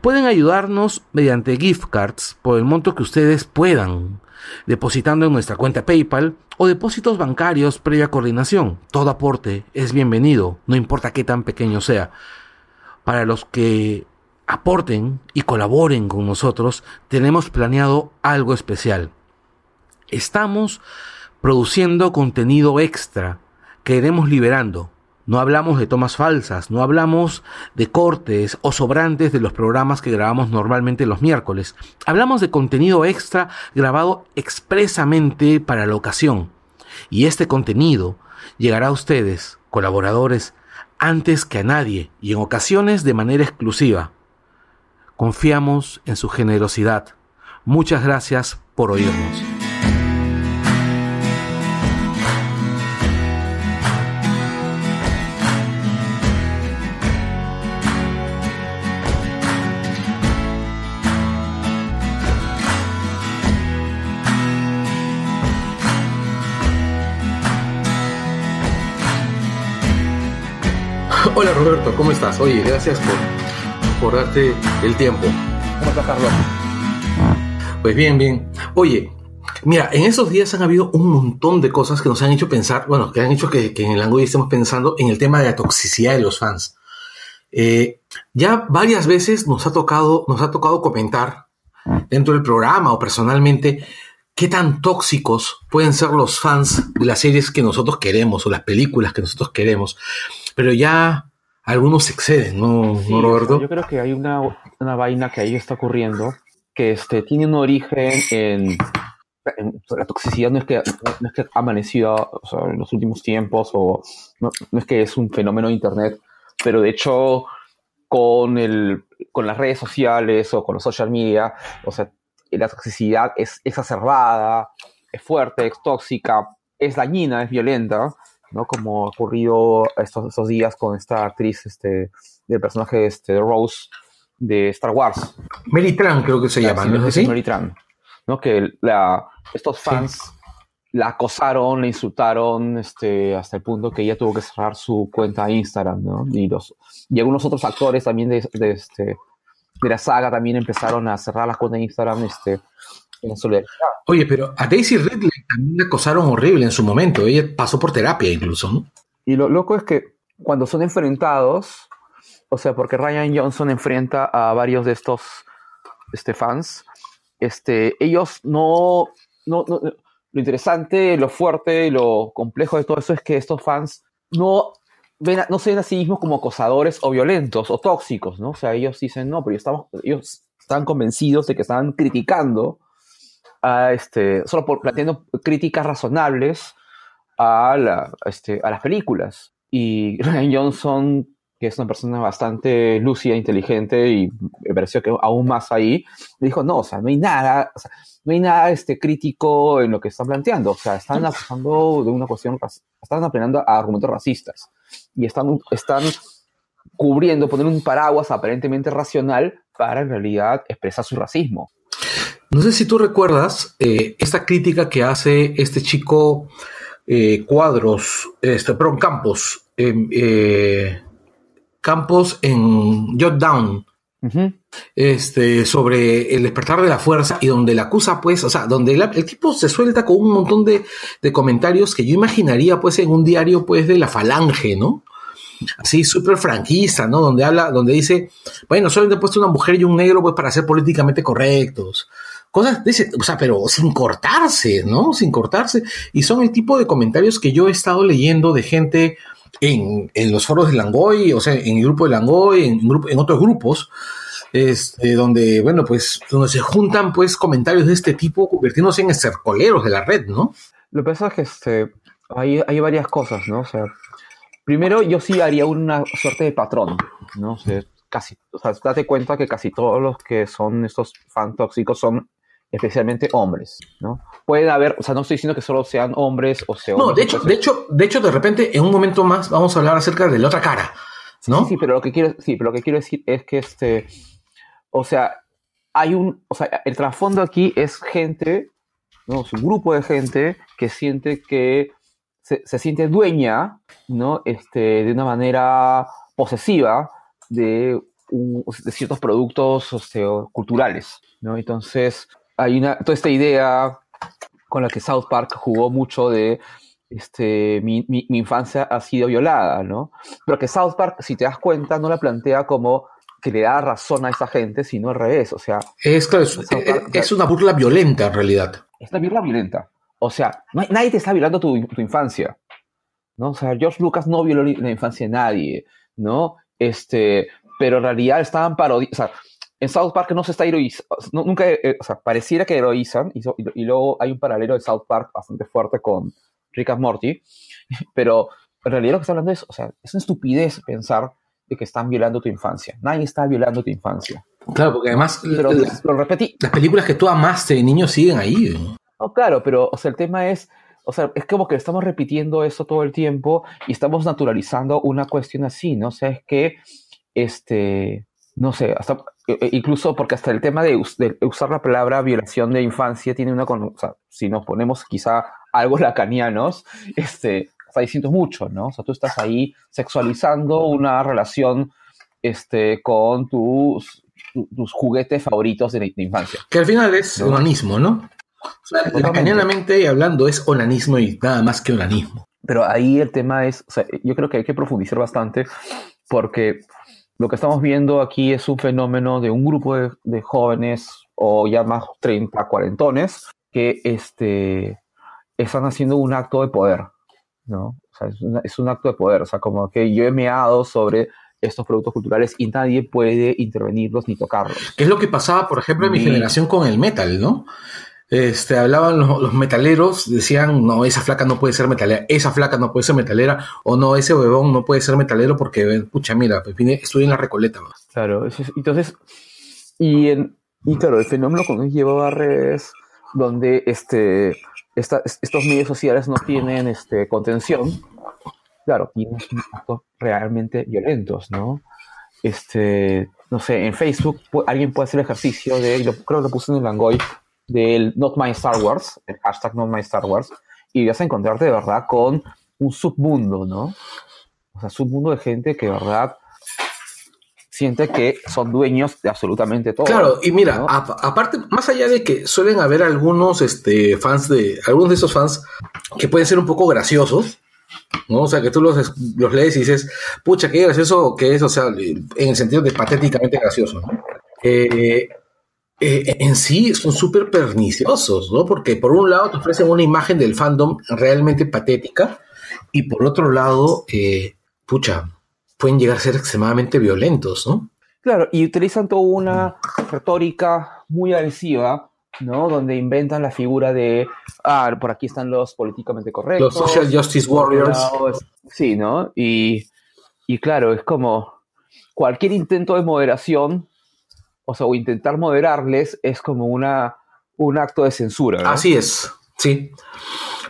[SPEAKER 8] Pueden ayudarnos mediante gift cards por el monto que ustedes puedan, depositando en nuestra cuenta PayPal o depósitos bancarios previa coordinación. Todo aporte es bienvenido, no importa qué tan pequeño sea. Para los que aporten y colaboren con nosotros, tenemos planeado algo especial. Estamos produciendo contenido extra que iremos liberando. No hablamos de tomas falsas, no hablamos de cortes o sobrantes de los programas que grabamos normalmente los miércoles. Hablamos de contenido extra grabado expresamente para la ocasión. Y este contenido llegará a ustedes, colaboradores, antes que a nadie y en ocasiones de manera exclusiva. Confiamos en su generosidad. Muchas gracias por oírnos. Hola Roberto, ¿cómo estás? Oye, gracias por, por darte el tiempo. ¿Cómo estás, Carlos? Pues bien, bien. Oye, mira, en esos días han habido un montón de cosas que nos han hecho pensar, bueno, que han hecho que, que en el Angoy estemos pensando en el tema de la toxicidad de los fans. Eh, ya varias veces nos ha tocado, nos ha tocado comentar dentro del programa o personalmente qué tan tóxicos pueden ser los fans de las series que nosotros queremos o las películas que nosotros queremos. Pero ya algunos se exceden, ¿no,
[SPEAKER 9] Sí,
[SPEAKER 8] no,
[SPEAKER 9] o sea,
[SPEAKER 8] Roberto?
[SPEAKER 9] yo creo que hay una, una vaina que ahí está ocurriendo que este, tiene un origen en, en- la toxicidad no es que no es que ha amanecido o sea, en los últimos tiempos o no, no es que es un fenómeno de internet, pero de hecho con el con las redes sociales o con los social media, o sea, la toxicidad es exacerbada, es fuerte, es tóxica, es dañina, es violenta, ¿no? Como ha ocurrido estos, estos días con esta actriz este, del personaje este, de Rose de Star Wars.
[SPEAKER 8] Mary Tran creo que se
[SPEAKER 9] La
[SPEAKER 8] llama, ¿no es
[SPEAKER 9] señorita
[SPEAKER 8] así?
[SPEAKER 9] Mary Tran, ¿no? Que la- estos fans la acosaron, la insultaron este, hasta el punto que ella tuvo que cerrar su cuenta de Instagram, ¿no? Y, los, y algunos otros actores también de, de este, de la saga también empezaron a cerrar las cuentas de Instagram este, en solidaridad.
[SPEAKER 8] Oye, pero a Daisy Ridley también la acosaron horrible en su momento. Ella pasó por terapia incluso, ¿no?
[SPEAKER 9] Y lo loco es que cuando son enfrentados, o sea, porque Ryan Johnson enfrenta a varios de estos este, fans, este, ellos no, no, no- no- Lo interesante, lo fuerte, lo complejo de todo eso es que estos fans no, ven a- no se ven a sí mismos como acosadores o violentos o tóxicos, ¿no? O sea, ellos dicen, no, pero estamos, ellos están convencidos de que están criticando, a este, solo por planteando críticas razonables a, la- este, a las películas. Y Ryan Johnson, que es una persona bastante lúcida, inteligente y me pareció que aún más ahí, le dijo, no, o sea, no hay nada, o sea, no hay nada este, crítico en lo que están planteando. O sea, están acusando de una cuestión, raci- están apelando a argumentos racistas y están, están cubriendo, poner un paraguas aparentemente racional para en realidad expresar su racismo.
[SPEAKER 8] No sé si tú recuerdas eh, esta crítica que hace este chico eh, Cuadros, este, perdón, Campos, em, eh, Campos en Jot Down,
[SPEAKER 9] Ujú.
[SPEAKER 8] este, sobre el despertar de la fuerza y donde la acusa, pues, o sea, donde la- el tipo se suelta con un montón de, de comentarios que yo imaginaría, pues, en un diario, pues, de la falange, ¿no? Así, súper franquista, ¿no? Donde habla, donde dice, bueno, solamente han puesto una mujer y un negro, pues, para ser políticamente correctos. Cosas, dice, o sea, pero sin cortarse, ¿no? Sin cortarse. Y son el tipo de comentarios que yo he estado leyendo de gente en, en los foros de Langoy, o sea, en el grupo de Langoy, en, grupo- en otros grupos, este, donde, bueno, pues, donde se juntan, pues, comentarios de este tipo convirtiéndose en estercoleros de la red, ¿no?
[SPEAKER 9] Lo que pasa es que este, hay, hay varias cosas, ¿no? O sea, primero yo sí haría una suerte de patrón, ¿no? O sea, casi, o sea, date cuenta que casi todos los que son estos fan tóxicos son especialmente hombres, ¿no? Pueden haber, o sea, no estoy diciendo que solo sean hombres o sea
[SPEAKER 8] No,
[SPEAKER 9] hombres,
[SPEAKER 8] de hecho,
[SPEAKER 9] puede
[SPEAKER 8] de
[SPEAKER 9] ser-
[SPEAKER 8] hecho, de hecho, de repente, en un momento más vamos a hablar acerca de la otra cara, ¿no?
[SPEAKER 9] Sí, sí, pero lo que quiero, sí, pero lo que quiero decir es que este, o sea, hay un, o sea, el trasfondo aquí es gente, ¿no? Es un grupo de gente que siente que se, se siente dueña, ¿no? Este, de una manera posesiva de, un- de ciertos productos este, o sea, culturales, ¿no? Entonces, hay una, toda esta idea con la que South Park jugó mucho de, este, mi, mi- mi infancia ha sido violada, ¿no? Pero que South Park, si te das cuenta, no la plantea como que le da razón a esa gente, sino al revés. O sea,
[SPEAKER 8] Es, claro, es, es- es una burla violenta en realidad.
[SPEAKER 9] es una birra violenta. O sea, no hay- nadie te está violando tu, tu infancia. ¿no? O sea, George Lucas no violó la infancia de nadie, ¿no? Este, pero en realidad estaban parodiando. O sea, en South Park no se está heroizando. Nunca, eh, o sea, pareciera que heroizan, y, so- y lo- y luego hay un paralelo de South Park bastante fuerte con Rick and Morty, pero en realidad lo que está hablando es, o sea, es una estupidez pensar de que están violando tu infancia. Nadie está violando tu infancia.
[SPEAKER 8] Claro, porque además
[SPEAKER 9] Pero
[SPEAKER 8] la-
[SPEAKER 9] lo repetí,
[SPEAKER 8] las películas que tú amaste de niño siguen ahí. ¿eh? ¿no?
[SPEAKER 9] no, claro, pero o sea, el tema es, o sea, es como que estamos repitiendo eso todo el tiempo y estamos naturalizando una cuestión así, ¿no? O sea, es que, este, no sé, hasta, e- e- incluso porque hasta el tema de, us- de usar la palabra violación de infancia tiene una, con- o sea, si nos ponemos quizá algo lacanianos, este, está diciendo mucho, ¿no? O sea, tú estás ahí sexualizando una relación, este, con tus, tu- tus juguetes favoritos de la- de infancia.
[SPEAKER 8] Que al final es
[SPEAKER 9] No.
[SPEAKER 8] onanismo, ¿no? O sea,
[SPEAKER 9] Totalmente.
[SPEAKER 8] lacanianamente hablando es onanismo y nada más que onanismo.
[SPEAKER 9] Pero ahí el tema es, o sea, yo creo que hay que profundizar bastante porque lo que estamos viendo aquí es un fenómeno de un grupo de, de jóvenes o ya más 30, cuarentones que este, están haciendo un acto de poder, ¿no? O sea, es, una- es un acto de poder, o sea, como que yo he meado sobre estos productos culturales y nadie puede intervenirlos ni tocarlos.
[SPEAKER 8] que es lo que pasaba, por ejemplo, en mi
[SPEAKER 9] Sí.
[SPEAKER 8] generación con el metal, ¿no? Este, hablaban los, los metaleros, decían, no, esa flaca no puede ser metalera, esa flaca no puede ser metalera, o no, ese huevón no puede ser metalero porque, pucha, mira, pues vine- estuve en la recoleta. ¿no?
[SPEAKER 9] Claro, es- es- entonces, y, en, y claro, el fenómeno que nos lleva a redes donde este, esta- es- estos medios sociales no tienen este, contención, claro, tienen actos realmente violentos, ¿no? Este, no sé, en Facebook pu- alguien puede hacer el ejercicio de, yo creo que lo puse en el Langoy, del Not My Star Wars, el hashtag Not My Star Wars, y vas a encontrarte de verdad con un submundo, ¿no? O sea, submundo de gente que de verdad siente que son dueños de absolutamente todo.
[SPEAKER 8] Claro, y mira,
[SPEAKER 9] Oh, ¿no?
[SPEAKER 8] a- aparte, más allá de que suelen haber algunos este, fans de, algunos de esos fans que pueden ser un poco graciosos, ¿no? O sea, que tú los, es- los lees y dices, pucha, qué gracioso que es, o sea, en el sentido de patéticamente gracioso, ¿no? Eh, eh, en sí son súper perniciosos, ¿no? Porque por un lado te ofrecen una imagen del fandom realmente patética y por otro lado, eh, pucha, pueden llegar a ser extremadamente violentos, ¿no?
[SPEAKER 9] Claro, y utilizan toda una retórica muy agresiva, ¿no? Donde inventan la figura de, ah, por aquí están los políticamente correctos.
[SPEAKER 8] Los Social Justice
[SPEAKER 9] por otro
[SPEAKER 8] Warriors.
[SPEAKER 9] lado es- Sí, ¿no? Y, y claro, es como cualquier intento de moderación, o sea, o intentar moderarles es como una, un acto de censura. ¿no?
[SPEAKER 8] Así es, sí.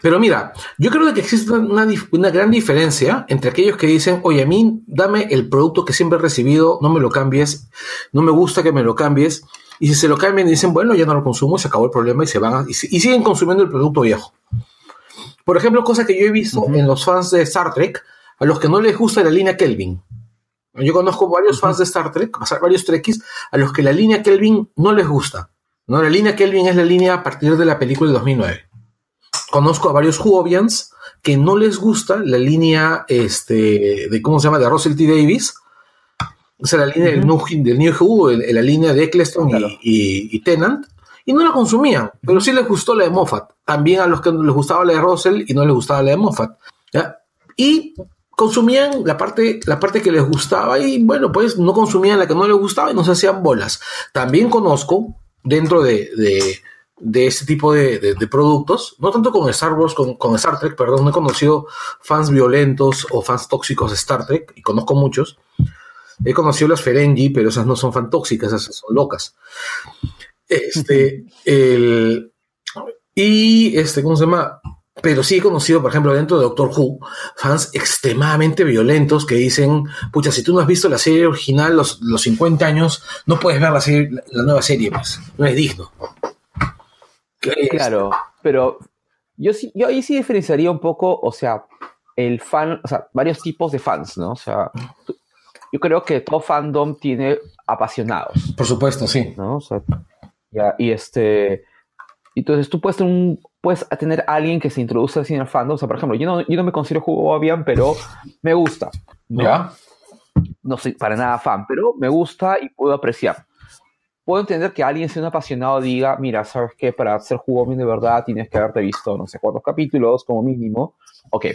[SPEAKER 8] Pero mira, yo creo que existe una, dif- una gran diferencia entre aquellos que dicen, oye, a mí dame el producto que siempre he recibido, no me lo cambies, no me gusta que me lo cambies, y si se lo cambian dicen, bueno, ya no lo consumo, se acabó el problema y se van a- y, si- y siguen consumiendo el producto viejo. Por ejemplo, cosa que yo he visto en los fans de Star Trek, a los que no les gusta la línea Kelvin. Yo conozco varios fans de Star Trek, o sea, varios Trekkies, a los que la línea Kelvin no les gusta. ¿no? La línea Kelvin es la línea a partir de la película de 2009. Conozco a varios Whovians que no les gusta la línea este, de, ¿cómo se llama?, de Russell T. Davis. O sea, la línea del, New, del New Who, el- la línea de Eccleston y-
[SPEAKER 10] Claro.
[SPEAKER 8] y, y Tennant. Y no la consumían, pero sí les gustó la de Moffat. También a los que les gustaba la de Russell y no les gustaba la de Moffat. ¿ya? Y consumían la parte, la parte que les gustaba y bueno, pues no consumían la que no les gustaba y no se hacían bolas. También conozco dentro de, de, de este tipo de, de- de productos, no tanto con Star Wars, con, con Star Trek, perdón, no he conocido fans violentos o fans tóxicos de Star Trek, y conozco muchos. He conocido las Ferengi, pero esas no son fan tóxicas, esas son locas. Este, el, y este, ¿cómo se llama? Pero sí he conocido, por ejemplo, dentro de Doctor Who, fans extremadamente violentos que dicen, pucha, si tú no has visto la serie original, los, los 50 años, no puedes ver la, serie- la- la nueva serie, pues, no es digno. Que-
[SPEAKER 9] Claro, Este, pero yo, sí- yo ahí sí diferenciaría un poco, o sea, el fan, o sea, varios tipos de fans, ¿no? O sea, tú- yo creo que todo fandom tiene apasionados,
[SPEAKER 8] Por supuesto, sí.
[SPEAKER 9] ¿no? O sea, ya, y este, entonces tú puedes tener, un- puedes tener a alguien que se introduce así en el fandom, o sea, por ejemplo, yo no, yo no me considero jugo bien, pero me gusta, ¿no?
[SPEAKER 8] ¿Ya?
[SPEAKER 9] no soy para nada fan, pero me gusta y puedo apreciar. Puedo entender que alguien sea un apasionado diga, mira, sabes que para ser jugón de verdad tienes que haberte visto no sé cuántos capítulos como mínimo, ok,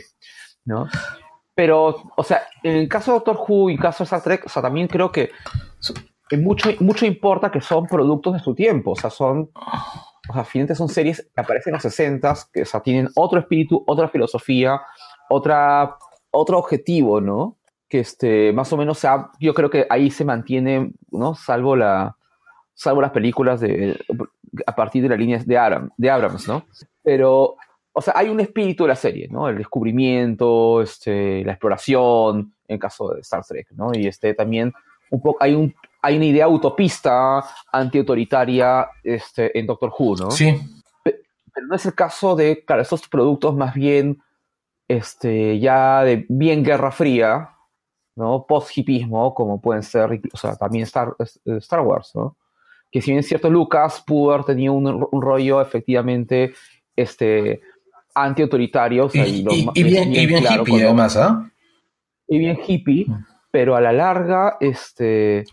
[SPEAKER 9] ¿no? Pero, o sea, en el caso de Doctor Who y en el caso de Star Trek, o sea, también creo que so- que mucho, mucho importa que son productos de su tiempo, o sea, son, o sea, finalmente son series que aparecen en los 60 que, o sea, tienen otro espíritu, otra filosofía, otra, otro objetivo, ¿no? que este, más o menos se ha- yo creo que ahí se mantiene, ¿no? Salvo la salvo las películas de a partir de la línea de, Abrams, de Abrams, ¿no? Pero o sea, hay un espíritu de la serie, ¿no? El descubrimiento, este, la exploración, en caso de Star Trek, ¿no? Y este también un poco hay un hay una idea utopista, antiautoritaria, este, en Doctor Who, ¿no?
[SPEAKER 8] Sí.
[SPEAKER 9] pero no es el caso de, claro, estos productos más bien, este, ya de bien Guerra Fría, ¿no? Post-hipismo, como pueden ser, o sea, también Star, eh, Star Wars, ¿no? Que si bien es cierto, Lucas pudo haber tenido un, ro- un rollo efectivamente, este, anti-autoritario, o sea,
[SPEAKER 8] Y,
[SPEAKER 9] lo
[SPEAKER 8] y-
[SPEAKER 9] ma-
[SPEAKER 8] y bien, y bien
[SPEAKER 9] claro
[SPEAKER 8] hippie,
[SPEAKER 9] cuando-
[SPEAKER 8] además, ¿ah?
[SPEAKER 9] y bien hippie, pero a la larga, este,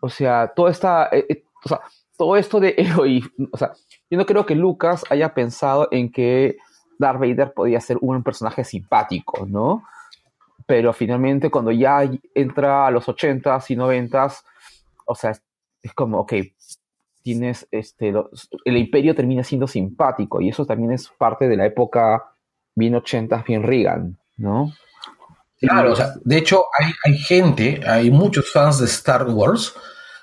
[SPEAKER 9] o sea, toda esta, eh, eh, o sea, todo esto de heroísmo, o sea, yo no creo que Lucas haya pensado en que Darth Vader podía ser un personaje simpático, ¿no? Pero finalmente cuando ya entra a los 80s y 90s, o sea, es, es como, ok, tienes, este, los- el imperio termina siendo simpático y eso también es parte de la época bien 80s, bien Reagan, ¿no?
[SPEAKER 8] Claro,
[SPEAKER 9] Y-
[SPEAKER 8] o sea, de hecho hay, hay gente, hay muchos fans de Star Wars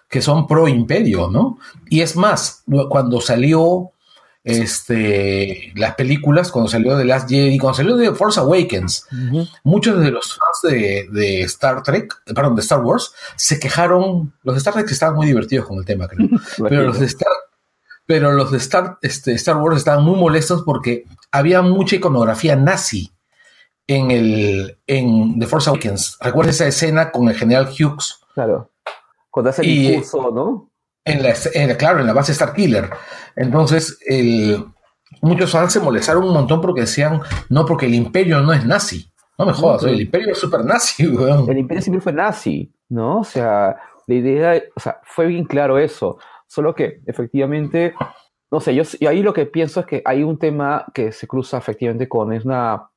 [SPEAKER 8] que son pro imperio, ¿no? Y es más, cuando salió este, las películas, cuando salió The Last Jedi, cuando salió The Force Awakens, muchos de los fans de, de Star Trek, eh, perdón, de Star Wars, se quejaron, los de Star Trek estaban muy divertidos con el tema, creo, pero los de Star, pero los de Star, este, Star Wars estaban muy molestos porque había mucha iconografía nazi en el en The Force Awakens. Recuerda esa escena con el general Hughes
[SPEAKER 9] Claro. Cuando hace el
[SPEAKER 8] Y-
[SPEAKER 9] discurso, ¿no?
[SPEAKER 8] en la, en la- claro, en la base Starkiller. Entonces, el, muchos fans se molestaron un montón porque decían, no, porque el imperio no es nazi. No me jodas, el imperio es super nazi,
[SPEAKER 9] El imperio siempre fue nazi, ¿no? O sea, la idea, o sea, fue bien claro eso. Solo que, efectivamente, no sé, yo y ahí lo que pienso es que hay un tema que se cruza efectivamente con es una,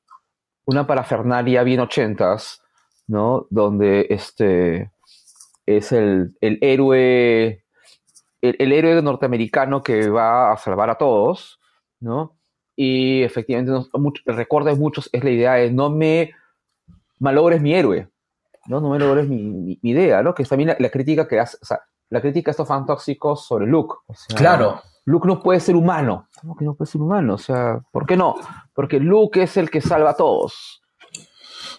[SPEAKER 9] una parafernalia bien ochentas, ¿no? Donde este es el, el héroe, el, el héroe norteamericano que va a salvar a todos, ¿no? Y efectivamente, nos- mucho- el recuerdo de muchos es la idea de no me malogres mi héroe, ¿no? No me logres mi, mi- mi idea, ¿no? Que es también la, la crítica que hace, o sea, la crítica a estos fan tóxicos sobre Luke. O sea,
[SPEAKER 8] Claro,
[SPEAKER 9] Luke no puede ser humano. ¿Cómo que no puede ser humano? O sea, ¿por qué no? Porque Luke es el que salva a todos.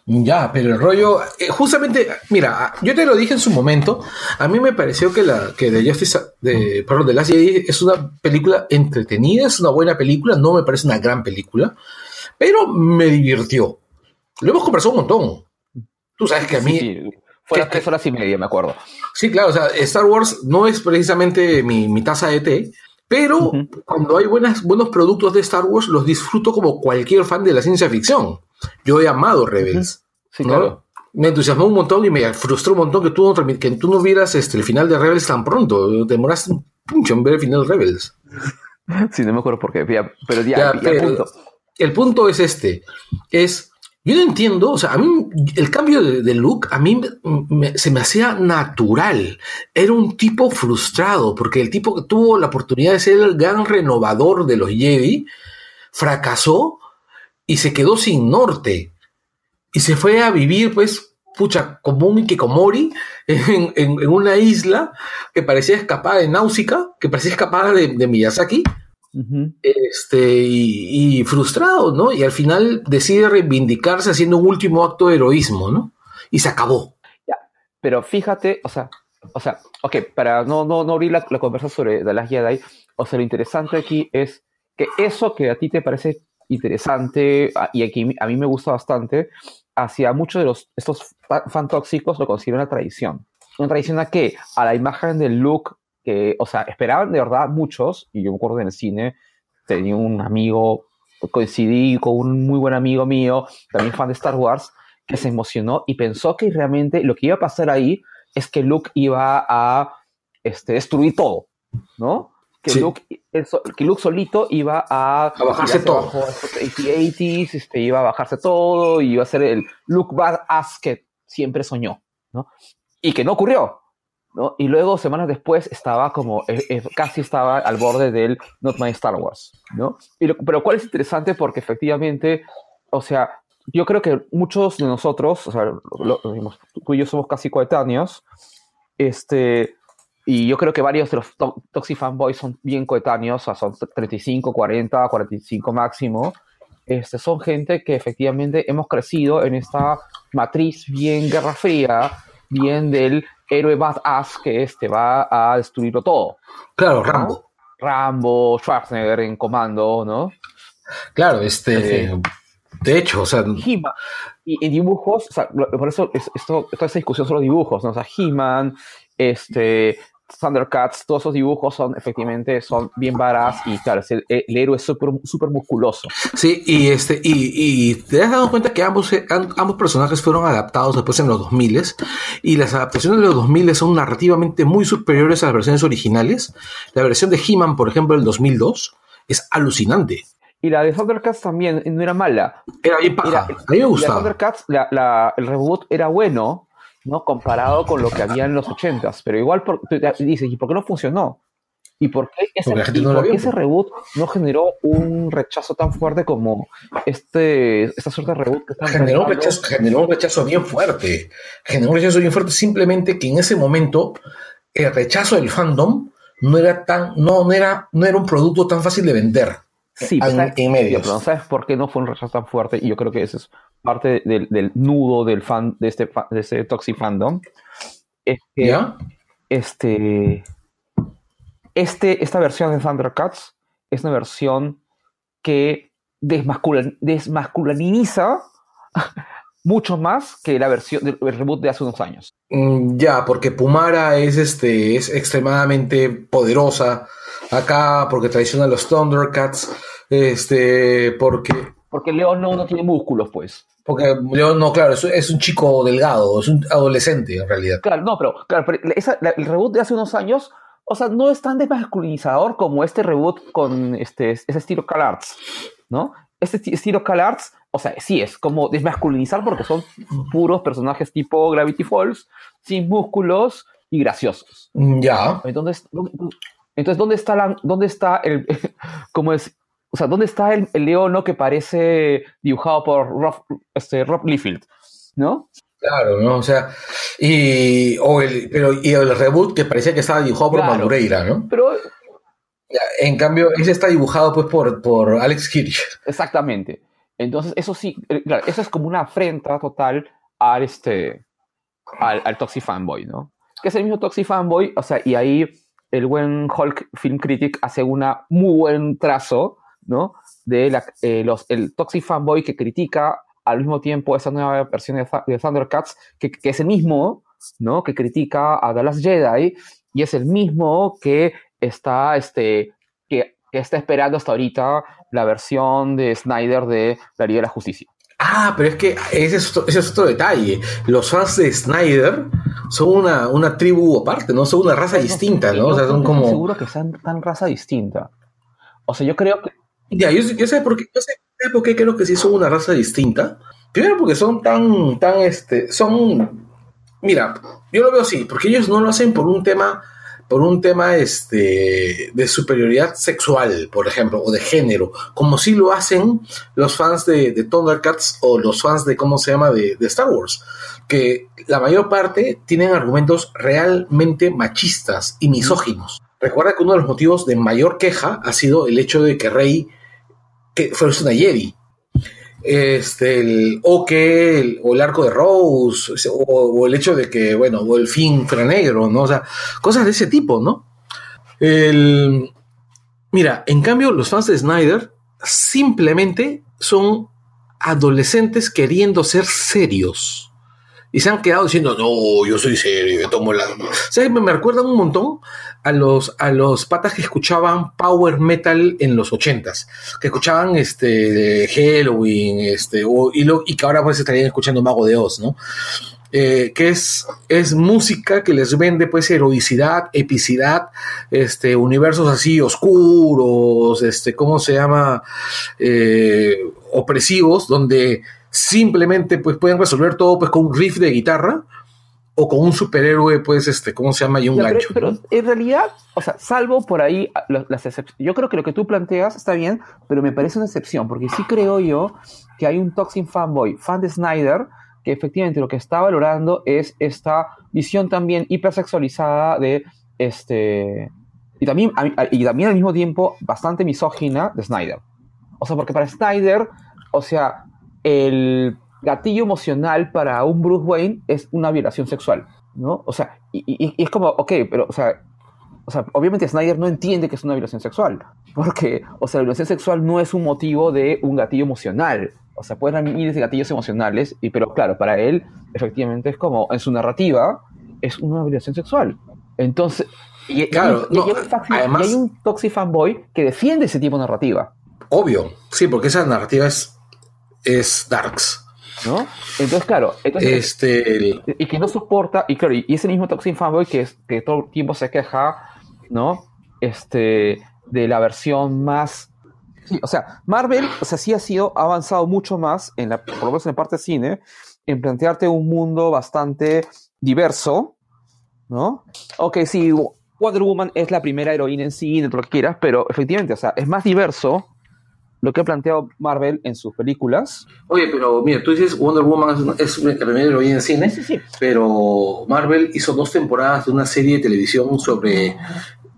[SPEAKER 8] ya, pero el rollo, eh, justamente, mira, yo te lo dije en su momento, a mí me pareció que la que de Justice, de, perdón, de Last Jedi es una película entretenida, es una buena película, no me parece una gran película, pero me divirtió. Lo hemos conversado un montón. Tú sabes que a mí
[SPEAKER 9] Sí, sí. Fueron
[SPEAKER 8] ¿Qué-
[SPEAKER 9] tres horas y media, me acuerdo.
[SPEAKER 8] Sí, claro, o sea, Star Wars no es precisamente mi, mi taza de té, pero cuando hay buenas, buenos productos de Star Wars, los disfruto como cualquier fan de la ciencia ficción. Yo he amado Rebels.
[SPEAKER 9] Sí,
[SPEAKER 8] ¿no?
[SPEAKER 9] claro.
[SPEAKER 8] Me entusiasmó un montón y me frustró un montón que tú no, termi- que tú no vieras este, el final de Rebels tan pronto. Demoraste un puncho en ver el final de Rebels.
[SPEAKER 9] Sí, no me acuerdo por qué. ya, pero ya,
[SPEAKER 8] Ya,
[SPEAKER 9] ya,
[SPEAKER 8] pero-
[SPEAKER 9] punto.
[SPEAKER 8] El punto es este, es, yo no entiendo, o sea, a mí el cambio de, de look a mí me- me- se me hacía natural. Era un tipo frustrado, porque el tipo que tuvo la oportunidad de ser el gran renovador de los Jedi, fracasó y se quedó sin norte. Y se fue a vivir, pues, pucha, como un Kikomori en, en- en una isla que parecía escapada de Náusica, que parecía escapada de- de Miyazaki
[SPEAKER 9] Ujú.
[SPEAKER 8] este, y, y frustrado, ¿no? Y al final decide reivindicarse haciendo un último acto de heroísmo, ¿no? Y se acabó.
[SPEAKER 9] Pero fíjate, o sea, o sea, ok, para no, no, no abrir la, la conversa sobre The Last Jedi, o sea, lo interesante aquí es que eso que a ti te parece interesante a- y aquí a mí me gusta bastante, hacia muchos de los, estos fa- fan tóxicos lo consideran una traición. ¿Una traición a qué? A la imagen del look que, o sea, esperaban de verdad muchos, y yo me acuerdo en el cine, tenía un amigo, coincidí con un muy buen amigo mío, también fan de Star Wars, que se emocionó y pensó que realmente lo que iba a pasar ahí es que Luke iba a este, destruir todo, ¿no? Que,
[SPEAKER 8] Sí.
[SPEAKER 9] Luke, el so- que Luke solito iba a...
[SPEAKER 8] A bajarse
[SPEAKER 9] tirarse
[SPEAKER 8] todo.
[SPEAKER 9] abajo estos 80s, este, iba a bajarse todo y iba a ser el Luke Badass que siempre soñó, ¿no? Y que no ocurrió, ¿no? Y luego, semanas después, estaba como, eh, eh, casi estaba al borde del Not My Star Wars, ¿no? Y lo- pero cuál es interesante porque efectivamente, o sea, yo creo que muchos de nosotros, o sea, lo- lo- digamos, tú y yo somos casi coetáneos, este, y yo creo que varios de los to- Toxic Fanboys son bien coetáneos, o sea, son 35, 40, 45 máximo. Este, son gente que efectivamente hemos crecido en esta matriz bien guerra fría, bien del héroe badass que este va a destruirlo todo.
[SPEAKER 8] Claro, Rambo.
[SPEAKER 9] Rambo, Schwarzenegger en comando, ¿no?
[SPEAKER 8] Claro, este. De hecho, o sea,
[SPEAKER 9] He-Man. Y en dibujos, o sea, lo- por eso es- esto, toda esta discusión son los dibujos, ¿no? O sea, He-Man, este, Thundercats, todos esos dibujos son efectivamente son bien varas y claro, es el, el héroe es súper súper musculoso.
[SPEAKER 8] sí, y este, y, y te has dado cuenta que ambos, eh, am- ambos personajes fueron adaptados después en los 2000 y las adaptaciones de los 2000 son narrativamente muy superiores a las versiones originales. La versión de He-Man, por ejemplo, del 2002 es alucinante.
[SPEAKER 9] Y la de Thundercats también no era mala.
[SPEAKER 8] Era bien
[SPEAKER 9] Era-
[SPEAKER 8] paja. A mí me
[SPEAKER 9] la
[SPEAKER 8] gustaba.
[SPEAKER 9] Thundercats, la- la- el reboot era bueno, ¿no? Comparado con lo que había en los 80s, pero igual por, tú te- dices, ¿y por qué no funcionó? ¿Y por qué ese,
[SPEAKER 8] Porque la gente
[SPEAKER 9] y
[SPEAKER 8] no la
[SPEAKER 9] por qué
[SPEAKER 8] vio,
[SPEAKER 9] ese
[SPEAKER 8] pues.
[SPEAKER 9] reboot no generó un rechazo tan fuerte como este, esta suerte de reboot que están
[SPEAKER 8] generó un,
[SPEAKER 9] realizando?
[SPEAKER 8] rechazo, generó un rechazo bien fuerte. Generó un rechazo bien fuerte simplemente que en ese momento el rechazo del fandom no era tan, no, no era, no era un producto tan fácil de vender.
[SPEAKER 9] Sí,
[SPEAKER 8] en-
[SPEAKER 9] ¿sabes?
[SPEAKER 8] en medios.
[SPEAKER 9] Pero no sabes por qué no fue un rechazo tan fuerte y yo creo que ese es parte del, del nudo del fan de este fa- de este toxic fandom es que
[SPEAKER 8] ¿Ya?
[SPEAKER 9] este, este, esta versión de Thundercats es una versión que desmasculan- desmasculiniza mucho más que la versión del el reboot de hace unos años.
[SPEAKER 8] Mm, Ya, porque Pumara es este, es extremadamente poderosa acá, porque traiciona a los Thundercats, este, porque
[SPEAKER 9] Porque León no, no tiene músculos, pues.
[SPEAKER 8] porque León, no, claro, es, es un chico delgado, es un adolescente en realidad.
[SPEAKER 9] Claro, no, pero, claro, pero esa- la- el reboot de hace unos años, o sea, no es tan desmasculinizador como este reboot con este, ese estilo Cal Arts, ¿no? Este esti- estilo Cal Arts, o sea, sí es como desmasculinizar porque son puros personajes tipo Gravity Falls, sin músculos y graciosos.
[SPEAKER 8] Mm, Ya.
[SPEAKER 9] Entonces, ¿dónde- entonces ¿dónde está, la, dónde está el, cómo es, o sea, dónde está el, el leono que parece dibujado por Rob, este, Rob Liefeld, ¿no?
[SPEAKER 8] Claro, ¿no? O sea, y, o el, pero, y el reboot que parecía que estaba dibujado por
[SPEAKER 9] Claro.
[SPEAKER 8] Madureira, ¿no?
[SPEAKER 9] Pero
[SPEAKER 8] Ya, En cambio, ese está dibujado pues por, por Alex Hirsch.
[SPEAKER 9] Exactamente. Entonces, eso sí, eh, claro, eso es como una afrenta total al este al, al Toxic Fanboy, ¿no? Que es el mismo Toxic Fanboy, o sea, y ahí el buen Hulk Film Critic hace una muy buen trazo, ¿no? De la- eh, los, el Toxic Fanboy que critica al mismo tiempo esa nueva versión de, Thu- de Thundercats, que, que es el mismo ¿no? Que critica a The Last Jedi y es el mismo que está, este, que, que está esperando hasta ahorita la versión de Snyder de La Liga de la Justicia.
[SPEAKER 8] Ah, pero es que ese es otro, ese es otro detalle. Los fans de Snyder son una, una tribu aparte, ¿no? Son una raza distinta, ¿no? O sea, son
[SPEAKER 9] Estoy
[SPEAKER 8] como...
[SPEAKER 9] Seguro que sean tan raza distinta. O sea, yo creo que
[SPEAKER 8] Ya, yo, yo sé por qué, yo sé sé por qué creo que sí son una raza distinta. Primero porque son tan, tan, este, son, mira, yo lo veo así, porque ellos no lo hacen por un tema, por un tema, este, de superioridad sexual, por ejemplo, o de género, como sí lo hacen los fans de, de Thundercats o los fans de, ¿cómo se llama?, de, de Star Wars, que la mayor parte tienen argumentos realmente machistas y misóginos. Recuerda que uno de los motivos de mayor queja ha sido el hecho de que Rey que fue una Jedi. Este, el- o que, el, o el arco de Rose, o, o el hecho de que, bueno, o el fin fuera negro, ¿no? O sea, cosas de ese tipo, ¿no? El- mira, en cambio, los fans de Snyder simplemente son adolescentes queriendo ser serios. Y se han quedado diciendo, no, yo soy serio, yo tomo la... O sea, me, me recuerdan un montón a los, a los patas que escuchaban power metal en los ochentas, que escuchaban este de Halloween, este, o- y, lo- y que ahora pues estarían escuchando Mago de Oz, ¿no? Eh, que es, es música que les vende pues heroicidad, epicidad, este, universos así oscuros, este, ¿cómo se llama? Eh, opresivos, donde simplemente pues pueden resolver todo pues con un riff de guitarra o con un superhéroe pues este, ¿cómo se llama? Y un
[SPEAKER 9] Ya, pero-
[SPEAKER 8] gancho.
[SPEAKER 9] Pero,
[SPEAKER 8] ¿no?
[SPEAKER 9] en realidad, o sea, salvo por ahí a- lo- las excepciones. Yo creo que lo que tú planteas está bien, pero me parece una excepción, porque sí creo yo que hay un toxin fanboy, fan de Snyder, que efectivamente lo que está valorando es esta visión también hipersexualizada de este. Y también, a- a- y también al mismo tiempo bastante misógina de Snyder. O sea, porque para Snyder, o sea, el gatillo emocional para un Bruce Wayne es una violación sexual. ¿no? O sea, y, y- y es como, ok, pero, o sea, o sea, obviamente Snyder no entiende que es una violación sexual, porque, o sea, la violación sexual no es un motivo de un gatillo emocional. O sea, pueden haber miles de gatillos emocionales, y, pero claro, para él, efectivamente, es como, en su narrativa, es una violación sexual. Entonces, y, y-
[SPEAKER 8] Claro,
[SPEAKER 9] y- y
[SPEAKER 8] no,
[SPEAKER 9] hay un taxi-
[SPEAKER 8] además-
[SPEAKER 9] y hay un toxic fanboy que defiende ese tipo de narrativa.
[SPEAKER 8] Obvio, sí, porque esa narrativa es, es Darks.
[SPEAKER 9] ¿no? Entonces, claro, entonces,
[SPEAKER 8] Este, el-
[SPEAKER 9] y que no soporta, y claro, y y ese mismo Toxin Fanboy que, es, que todo el tiempo se queja, ¿no? Este, de la versión más... sí, o sea, Marvel, o sea, sí ha sido, ha avanzado mucho más, en la, por lo menos en la parte cine, en plantearte un mundo bastante diverso, ¿no? Ok, sí, Wonder Woman es la primera heroína en cine, todo lo que quieras, pero efectivamente, o sea, es más diverso lo que ha planteado Marvel en sus películas,
[SPEAKER 8] Oye, pero mira, tú dices Wonder Woman es, una- es una- la primera heroína en cine, pero Marvel hizo dos temporadas de una serie de televisión sobre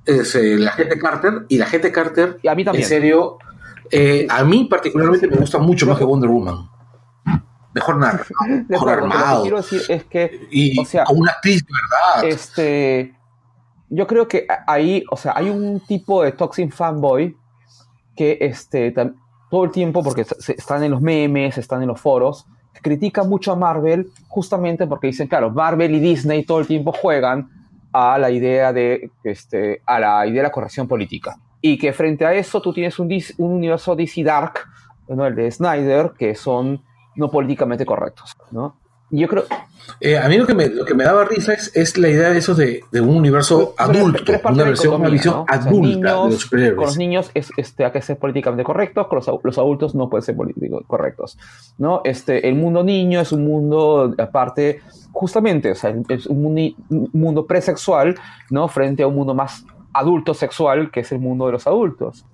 [SPEAKER 8] es, eh, la gente Carter y la gente Carter,
[SPEAKER 9] y a mí también.
[SPEAKER 8] en serio, eh, a mí particularmente me gusta mucho más que Wonder Woman. Mejor narrado,
[SPEAKER 9] De
[SPEAKER 8] mejor
[SPEAKER 9] acuerdo, pero lo que
[SPEAKER 8] armado
[SPEAKER 9] quiero decir es que,
[SPEAKER 8] y
[SPEAKER 9] o sea,
[SPEAKER 8] con una actriz de verdad.
[SPEAKER 9] este, yo creo que a- ahí, o sea, hay un tipo de toxin fanboy que, este, tam- todo el tiempo, porque se- se- están en los memes, están en los foros, que critica mucho a Marvel justamente porque dicen, claro, Marvel y Disney todo el tiempo juegan a la idea de, este, a la idea de la corrección política. Y que frente a eso tú tienes un, dis- un universo DC Dark, ¿no? el de Snyder, que son no políticamente correctos, ¿no? Y yo creo,
[SPEAKER 8] Eh, a mí lo que me, lo que me daba risa es, es la idea de eso de, de un universo
[SPEAKER 9] Pero- pero-
[SPEAKER 8] adulto,
[SPEAKER 9] pero es parte
[SPEAKER 8] una
[SPEAKER 9] de la
[SPEAKER 8] versión, una
[SPEAKER 9] economía,
[SPEAKER 8] visión
[SPEAKER 9] ¿no? O sea,
[SPEAKER 8] adulta de
[SPEAKER 9] niños,
[SPEAKER 8] los superhéroes.
[SPEAKER 9] Con los niños es, este, hay que ser políticamente correctos, con los, au- los adultos no pueden ser políticos correctos. ¿no? Este, el mundo niño es un mundo, aparte, justamente, o sea, es un, muni- un mundo presexual ¿no? frente a un mundo más adulto sexual, que es el mundo de los adultos.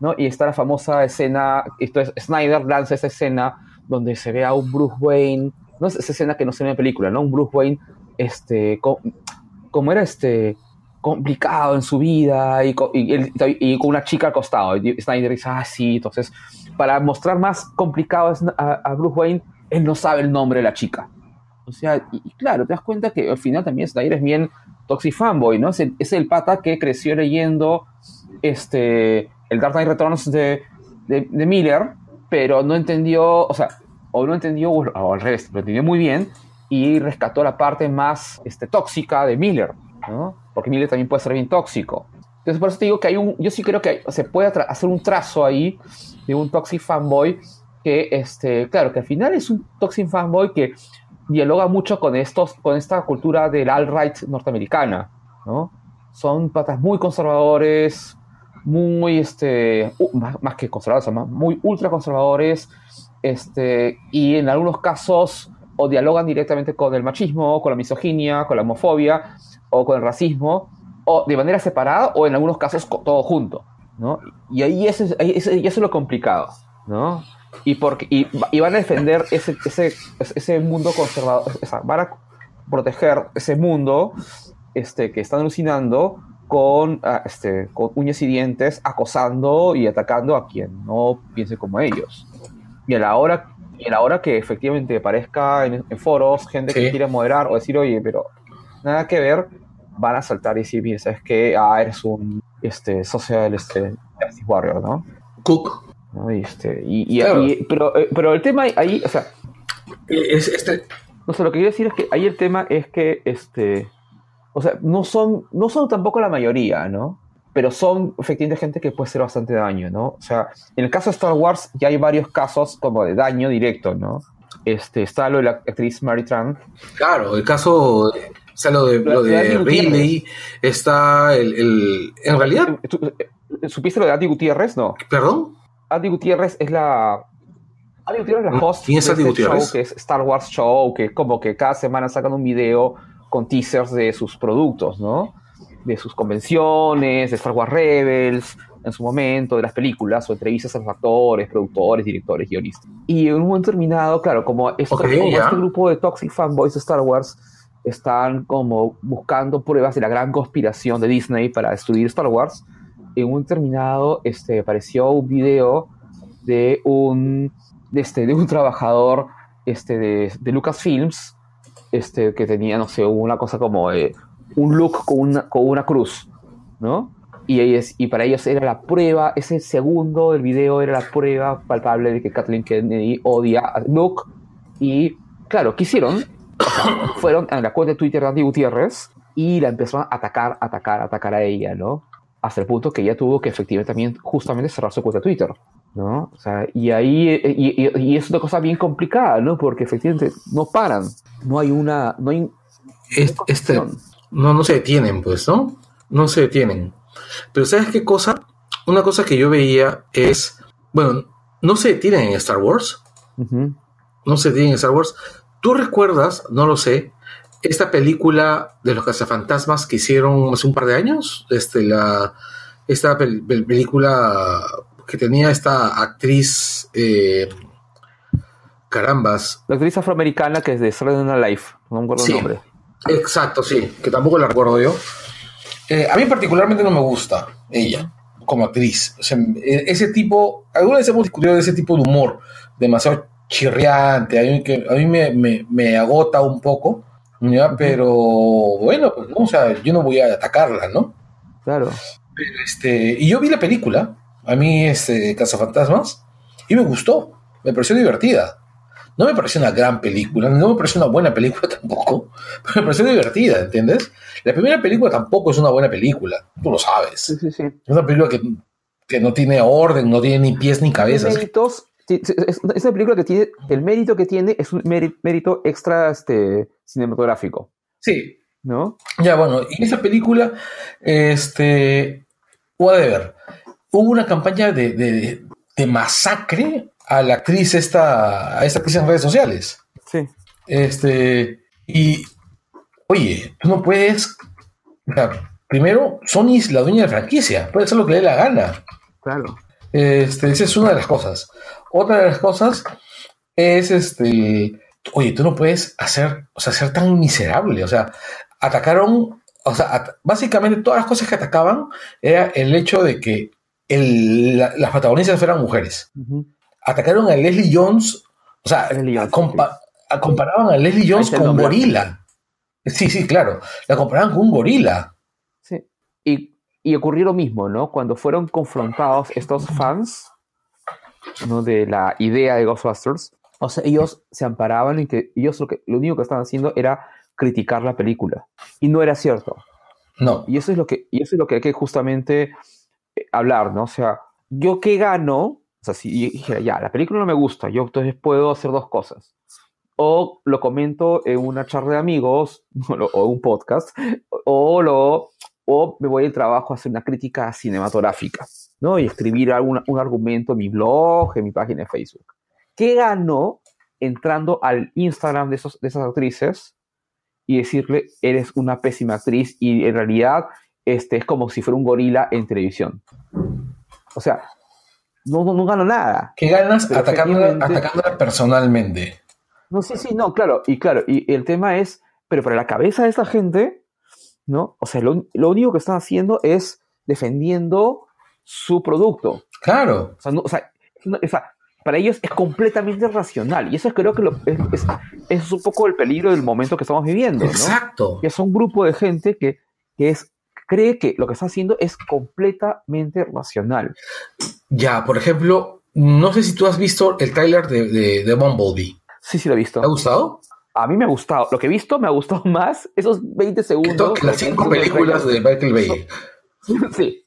[SPEAKER 9] ¿no? Y está la famosa escena, esto es, Snyder lanza esa escena donde se ve a un Bruce Wayne, no es esa escena que no se ve en la película, ¿no? Un Bruce Wayne, este, co- como era este, complicado en su vida y, co- y él- y con una chica al costado. Y Snyder dice, ah, sí, entonces, para mostrar más complicado es- a, a Bruce Wayne, él no sabe el nombre de la chica. O sea, y, y claro, te das cuenta que al final también Snyder es bien toxic fanboy, ¿no? Es el, es el pata que creció leyendo este, el Dark Knight Returns de, de- de Miller, pero no entendió, o sea, o no entendió, o, o al revés, lo entendió muy bien, y rescató la parte más este, tóxica de Miller, ¿no? Porque Miller también puede ser bien tóxico. Entonces, por eso te digo que hay un. Yo sí creo que hay- se puede tra- hacer un trazo ahí de un Toxic Fanboy que, este, claro, que al final es un Toxic Fanboy que dialoga mucho con, estos, con esta cultura del alt-right norteamericana, ¿no? Son patas muy conservadores, muy, este, u- más, más que conservadores, son más- muy ultra conservadores, este, y en algunos casos o dialogan directamente con el machismo, con la misoginia, con la homofobia o con el racismo, o de manera separada o en algunos casos co- todo junto, ¿no? Y ahí eso es, ahí eso- y eso es lo complicado, ¿no? Y, porque, y, y van a defender ese, ese, ese mundo conservador, o sea, van a proteger ese mundo este, que están alucinando con, ah, este, con uñas y dientes, acosando y atacando a quien no piense como ellos. Y a la hora, y a la hora que efectivamente aparezca en, en foros gente
[SPEAKER 8] Sí.
[SPEAKER 9] que quiere moderar o decir, oye, pero nada que ver, van a saltar y decir, mira, sabes que ah, eres un este, social este, justice warrior, ¿no?
[SPEAKER 8] Cook.
[SPEAKER 9] ¿No? Y, este, y, y-
[SPEAKER 8] Claro.
[SPEAKER 9] y- pero, eh, pero el tema ahí, o sea,
[SPEAKER 8] eh, Es, este,
[SPEAKER 9] no sé, lo que quiero decir es que ahí el tema es que, este, o sea, no son, no son tampoco la mayoría, ¿no? Pero son efectivamente gente que puede hacer bastante daño, ¿no? O sea, en el caso de Star Wars ya hay varios casos como de daño directo, ¿no? Este, está lo de la actriz Mary Tran.
[SPEAKER 8] claro, el caso. O sea, lo de,
[SPEAKER 9] Lo-
[SPEAKER 8] lo
[SPEAKER 9] lo
[SPEAKER 8] de
[SPEAKER 9] de
[SPEAKER 8] Ridley está el, el- En realidad,
[SPEAKER 9] ¿Tú- eh, ¿Supiste lo de Andy Gutiérrez? No.
[SPEAKER 8] perdón.
[SPEAKER 9] Andy Gutiérrez es la. Andy Gutiérrez es la host
[SPEAKER 8] ¿Quién es
[SPEAKER 9] de
[SPEAKER 8] Andy
[SPEAKER 9] este
[SPEAKER 8] Gutiérrez?
[SPEAKER 9] show que es Star Wars Show, que como que cada semana sacan un video con teasers de sus productos, ¿no? De sus convenciones, de Star Wars Rebels, en su momento, de las películas, o entrevistas a los actores, productores, directores, guionistas. Y en un momento terminado, claro, como, esto-
[SPEAKER 8] Ok,
[SPEAKER 9] como
[SPEAKER 8] ya.
[SPEAKER 9] este grupo de Toxic Fanboys de Star Wars están como buscando pruebas de la gran conspiración de Disney para destruir Star Wars, en un terminado este, apareció un video de un, de este, de un trabajador este, de, de Lucasfilms este, que tenía, no sé, una cosa como eh, un look con una, con una cruz, ¿no? Y, ellos- y para ellos era la prueba, ese segundo del video era la prueba palpable de que Kathleen Kennedy odia a Luke. Y claro, ¿qué hicieron? O sea, fueron a la cuenta de Twitter de Andy Gutiérrez y la empezaron a atacar, atacar, atacar a ella, ¿no? Hasta el punto que ella tuvo que efectivamente también justamente cerrar su cuenta de Twitter, ¿no? O sea, y ahí, eh, y, y- y es una cosa bien complicada, ¿no? Porque efectivamente no paran, no hay una, no hay,
[SPEAKER 8] es- este,
[SPEAKER 9] no,
[SPEAKER 8] no, no se detienen, pues, ¿no? No se detienen. Pero ¿sabes qué cosa? Una cosa que yo veía es, bueno, no se detienen en Star Wars,
[SPEAKER 9] Ujú.
[SPEAKER 8] no se detienen en Star Wars. ¿Tú recuerdas, no lo sé, esta película de los cazafantasmas que hicieron hace un par de años? Este, la, esta pel- pel- película que tenía esta actriz, eh, carambas,
[SPEAKER 9] La actriz afroamericana que es de Saturday Night Live, no me acuerdo
[SPEAKER 8] Sí.
[SPEAKER 9] el nombre.
[SPEAKER 8] Exacto, sí, que tampoco la recuerdo yo. Eh, a mí particularmente no me gusta ella como actriz. O sea, eh, ese tipo, alguna vez hemos discutido de ese tipo de humor demasiado chirriante, a mí, que, a mí me, me- me agota un poco, ¿ya? pero bueno, pues, ¿no? o sea, yo no voy a atacarla, ¿no?
[SPEAKER 9] Claro.
[SPEAKER 8] Este, y yo vi la película, a mí, este, Cazafantasmas, y me gustó, me pareció divertida. No me pareció una gran película, no me pareció una buena película tampoco, pero me pareció divertida, ¿entiendes? La primera película tampoco es una buena película, tú lo sabes.
[SPEAKER 9] Sí,
[SPEAKER 8] Es
[SPEAKER 9] sí, sí.
[SPEAKER 8] una película que, que no tiene orden, no tiene ni pies ni cabezas.
[SPEAKER 9] méritos. ti- ti- Es es una película que tiene. El mérito que tiene es un méri- mérito extra este, cinematográfico,
[SPEAKER 8] Sí,
[SPEAKER 9] ¿no?
[SPEAKER 8] Ya, bueno, y esa película, este, whatever, hubo una campaña de, de- de masacre a la actriz esta, a esta actriz en redes sociales.
[SPEAKER 9] Sí.
[SPEAKER 8] Este, y, oye, tú no puedes, o sea, primero, Sony es la dueña de la franquicia, puede hacer lo que le dé la gana.
[SPEAKER 9] Claro.
[SPEAKER 8] Este, esa es una de las cosas. Otra de las cosas es este. Oye, tú no puedes hacer, o sea, ser tan miserable. O sea, atacaron. O sea, at- básicamente todas las cosas que atacaban era el hecho de que el- la- las protagonistas fueran mujeres. Atacaron a Leslie Jones. O sea,
[SPEAKER 9] Leslie Jones,
[SPEAKER 8] compa- a- comparaban a Leslie Jones
[SPEAKER 9] está el
[SPEAKER 8] con un
[SPEAKER 9] nombre.
[SPEAKER 8] gorila. Sí, sí, claro. La comparaban con un gorila.
[SPEAKER 9] Sí. Y, y ocurrió lo mismo, ¿no? Cuando fueron confrontados estos fans ¿no? de la idea de Ghostbusters O sea, ellos se amparaban en que ellos lo, que, lo único que estaban haciendo era criticar la película. Y no era cierto.
[SPEAKER 8] No.
[SPEAKER 9] Y eso es lo que, y eso es lo que hay que justamente eh, hablar, ¿no? O sea, yo qué gano, o sea, si dijera, ya, la película no me gusta, yo entonces puedo hacer dos cosas. O lo comento en una charla de amigos, o, lo- o un podcast, o, lo, o me voy al trabajo a hacer una crítica cinematográfica, ¿no? Y escribir algún, un argumento en mi blog, en mi página de Facebook. ¿Qué gano entrando al Instagram de, esos, de esas actrices y decirle, eres una pésima actriz y en realidad este, es como si fuera un gorila en televisión? O sea, no, no, no gano nada.
[SPEAKER 8] ¿Qué ganas
[SPEAKER 9] Pero
[SPEAKER 8] atacándola,
[SPEAKER 9] efectivamente-
[SPEAKER 8] atacándola personalmente?
[SPEAKER 9] No, sí, sí, no, claro. Y claro, y el tema es, pero para la cabeza de esa gente, ¿no? O sea, lo, lo único que están haciendo es defendiendo su producto.
[SPEAKER 8] Claro.
[SPEAKER 9] O sea, no- o sea, no- o sea, para ellos es completamente racional. Y eso creo que lo- es, es- es un poco el peligro del momento que estamos viviendo, ¿no?
[SPEAKER 8] Exacto.
[SPEAKER 9] Que es un grupo de gente que, que es, cree que lo que está haciendo es completamente racional.
[SPEAKER 8] Ya, por ejemplo, no sé si tú has visto el tráiler de, de, de Bumblebee.
[SPEAKER 9] Sí, sí, lo he visto.
[SPEAKER 8] ¿Te ha gustado?
[SPEAKER 9] A mí me ha gustado. Lo que he visto me ha gustado más esos 20
[SPEAKER 8] Que to-
[SPEAKER 9] segundos.
[SPEAKER 8] que las cinco películas de Michael Bay.
[SPEAKER 9] Sí.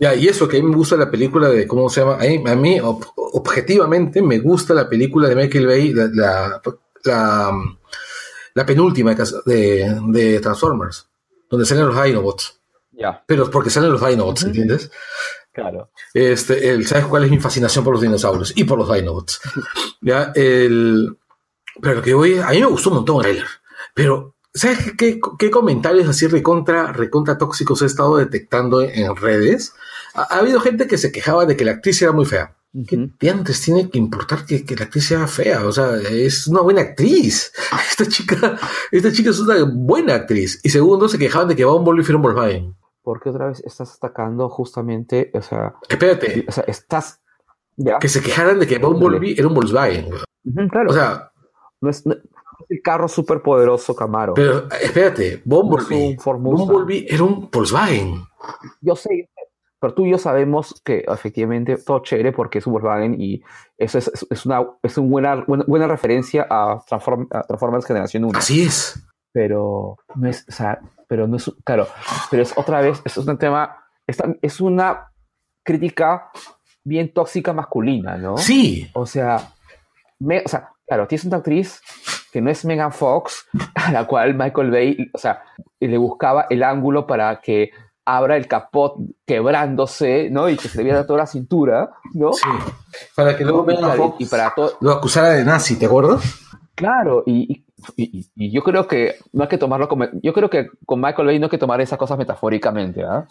[SPEAKER 8] Ya, y eso que a mí me gusta la película de, ¿cómo se llama? A mí, a mí, ob- objetivamente, me gusta la película de Michael Bay, la, la, la- la penúltima que hace- de, de Transformers, donde salen los Dinobots.
[SPEAKER 9] Ya,
[SPEAKER 8] Pero porque salen los Dinobots, ¿entiendes?
[SPEAKER 9] claro.
[SPEAKER 8] Este, el, ¿Sabes cuál es mi fascinación por los dinosaurios? Y por los Dinobots. Ya, el, pero lo que voy, a mí me gustó un montón el trailer. Pero, ¿sabes qué- qué, qué comentarios así recontra, recontra tóxicos he estado detectando en, en redes? Ha, ha habido gente que se quejaba de que la actriz era muy fea. ¿Qué de antes tiene que importar que, que la actriz sea fea? O sea, es una buena actriz. Esta chica, esta chica es una buena actriz. Y segundo, se quejaban de que Bumblebee fuera un Volkswagen.
[SPEAKER 9] Porque otra vez estás atacando justamente, o sea,
[SPEAKER 8] Espérate,
[SPEAKER 9] o sea, estás. Ya.
[SPEAKER 8] que se quejaran de que Bumblebee era un Volkswagen. weón.
[SPEAKER 9] Ujú, claro.
[SPEAKER 8] O sea,
[SPEAKER 9] no es, no- es el carro superpoderoso Camaro.
[SPEAKER 8] pero espérate,
[SPEAKER 9] No es
[SPEAKER 8] Bumblebee,
[SPEAKER 9] un Ford Mustang.
[SPEAKER 8] Bumblebee era un Volkswagen.
[SPEAKER 9] Yo sé, yo sé. pero tú y yo sabemos que efectivamente todo chévere porque es un Volkswagen y eso es, es- es una, es una buena, buena, buena referencia a, Transform- a Transformers Generación 1.
[SPEAKER 8] Así es.
[SPEAKER 9] pero no es, o sea, pero no es, claro, pero es otra vez, es un tema, es, tam- es una crítica bien tóxica masculina, ¿no?
[SPEAKER 8] Sí,
[SPEAKER 9] O sea, me, o sea, claro, tienes una actriz que no es Megan Fox, a la cual Michael Bay, o sea, le buscaba el ángulo para que abra el capot quebrándose, ¿no? Y que se le viera toda la cintura, ¿no?
[SPEAKER 8] sí. Para que luego
[SPEAKER 9] Y
[SPEAKER 8] venga
[SPEAKER 9] para-
[SPEAKER 8] Fox
[SPEAKER 9] y para todo,
[SPEAKER 8] lo acusara de nazi, ¿te acuerdas?
[SPEAKER 9] Claro, y, y- y- y yo creo que no hay que tomarlo como. Yo creo que con Michael Bay no hay que tomar esas cosas metafóricamente. ¿ah?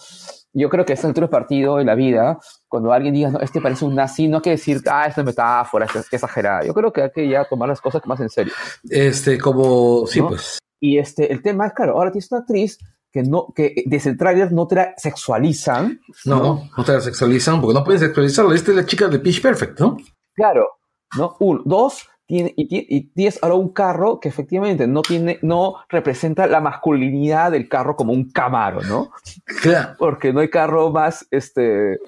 [SPEAKER 9] Yo creo que es el del partido de la vida. Cuando alguien diga, no, este parece un nazi, no hay que decir, ah, esta es metáfora, esta es exagerada. Yo creo que hay que ya tomar las cosas más en serio.
[SPEAKER 8] Este, como, sí,
[SPEAKER 9] ¿No?
[SPEAKER 8] pues.
[SPEAKER 9] Y este, el tema es, claro, ahora tienes una actriz que, no, que desde el tráiler no te la sexualizan.
[SPEAKER 8] No, no te la sexualizan porque no pueden sexualizarla. Esta es la chica de Pitch Perfect, ¿no?
[SPEAKER 9] Claro, ¿no? Uno, dos, tiene, y, tie- y tienes ahora un carro que efectivamente no, tiene, no representa la masculinidad del carro como un camaro, ¿no?
[SPEAKER 8] Claro.
[SPEAKER 9] porque no hay carro más, este,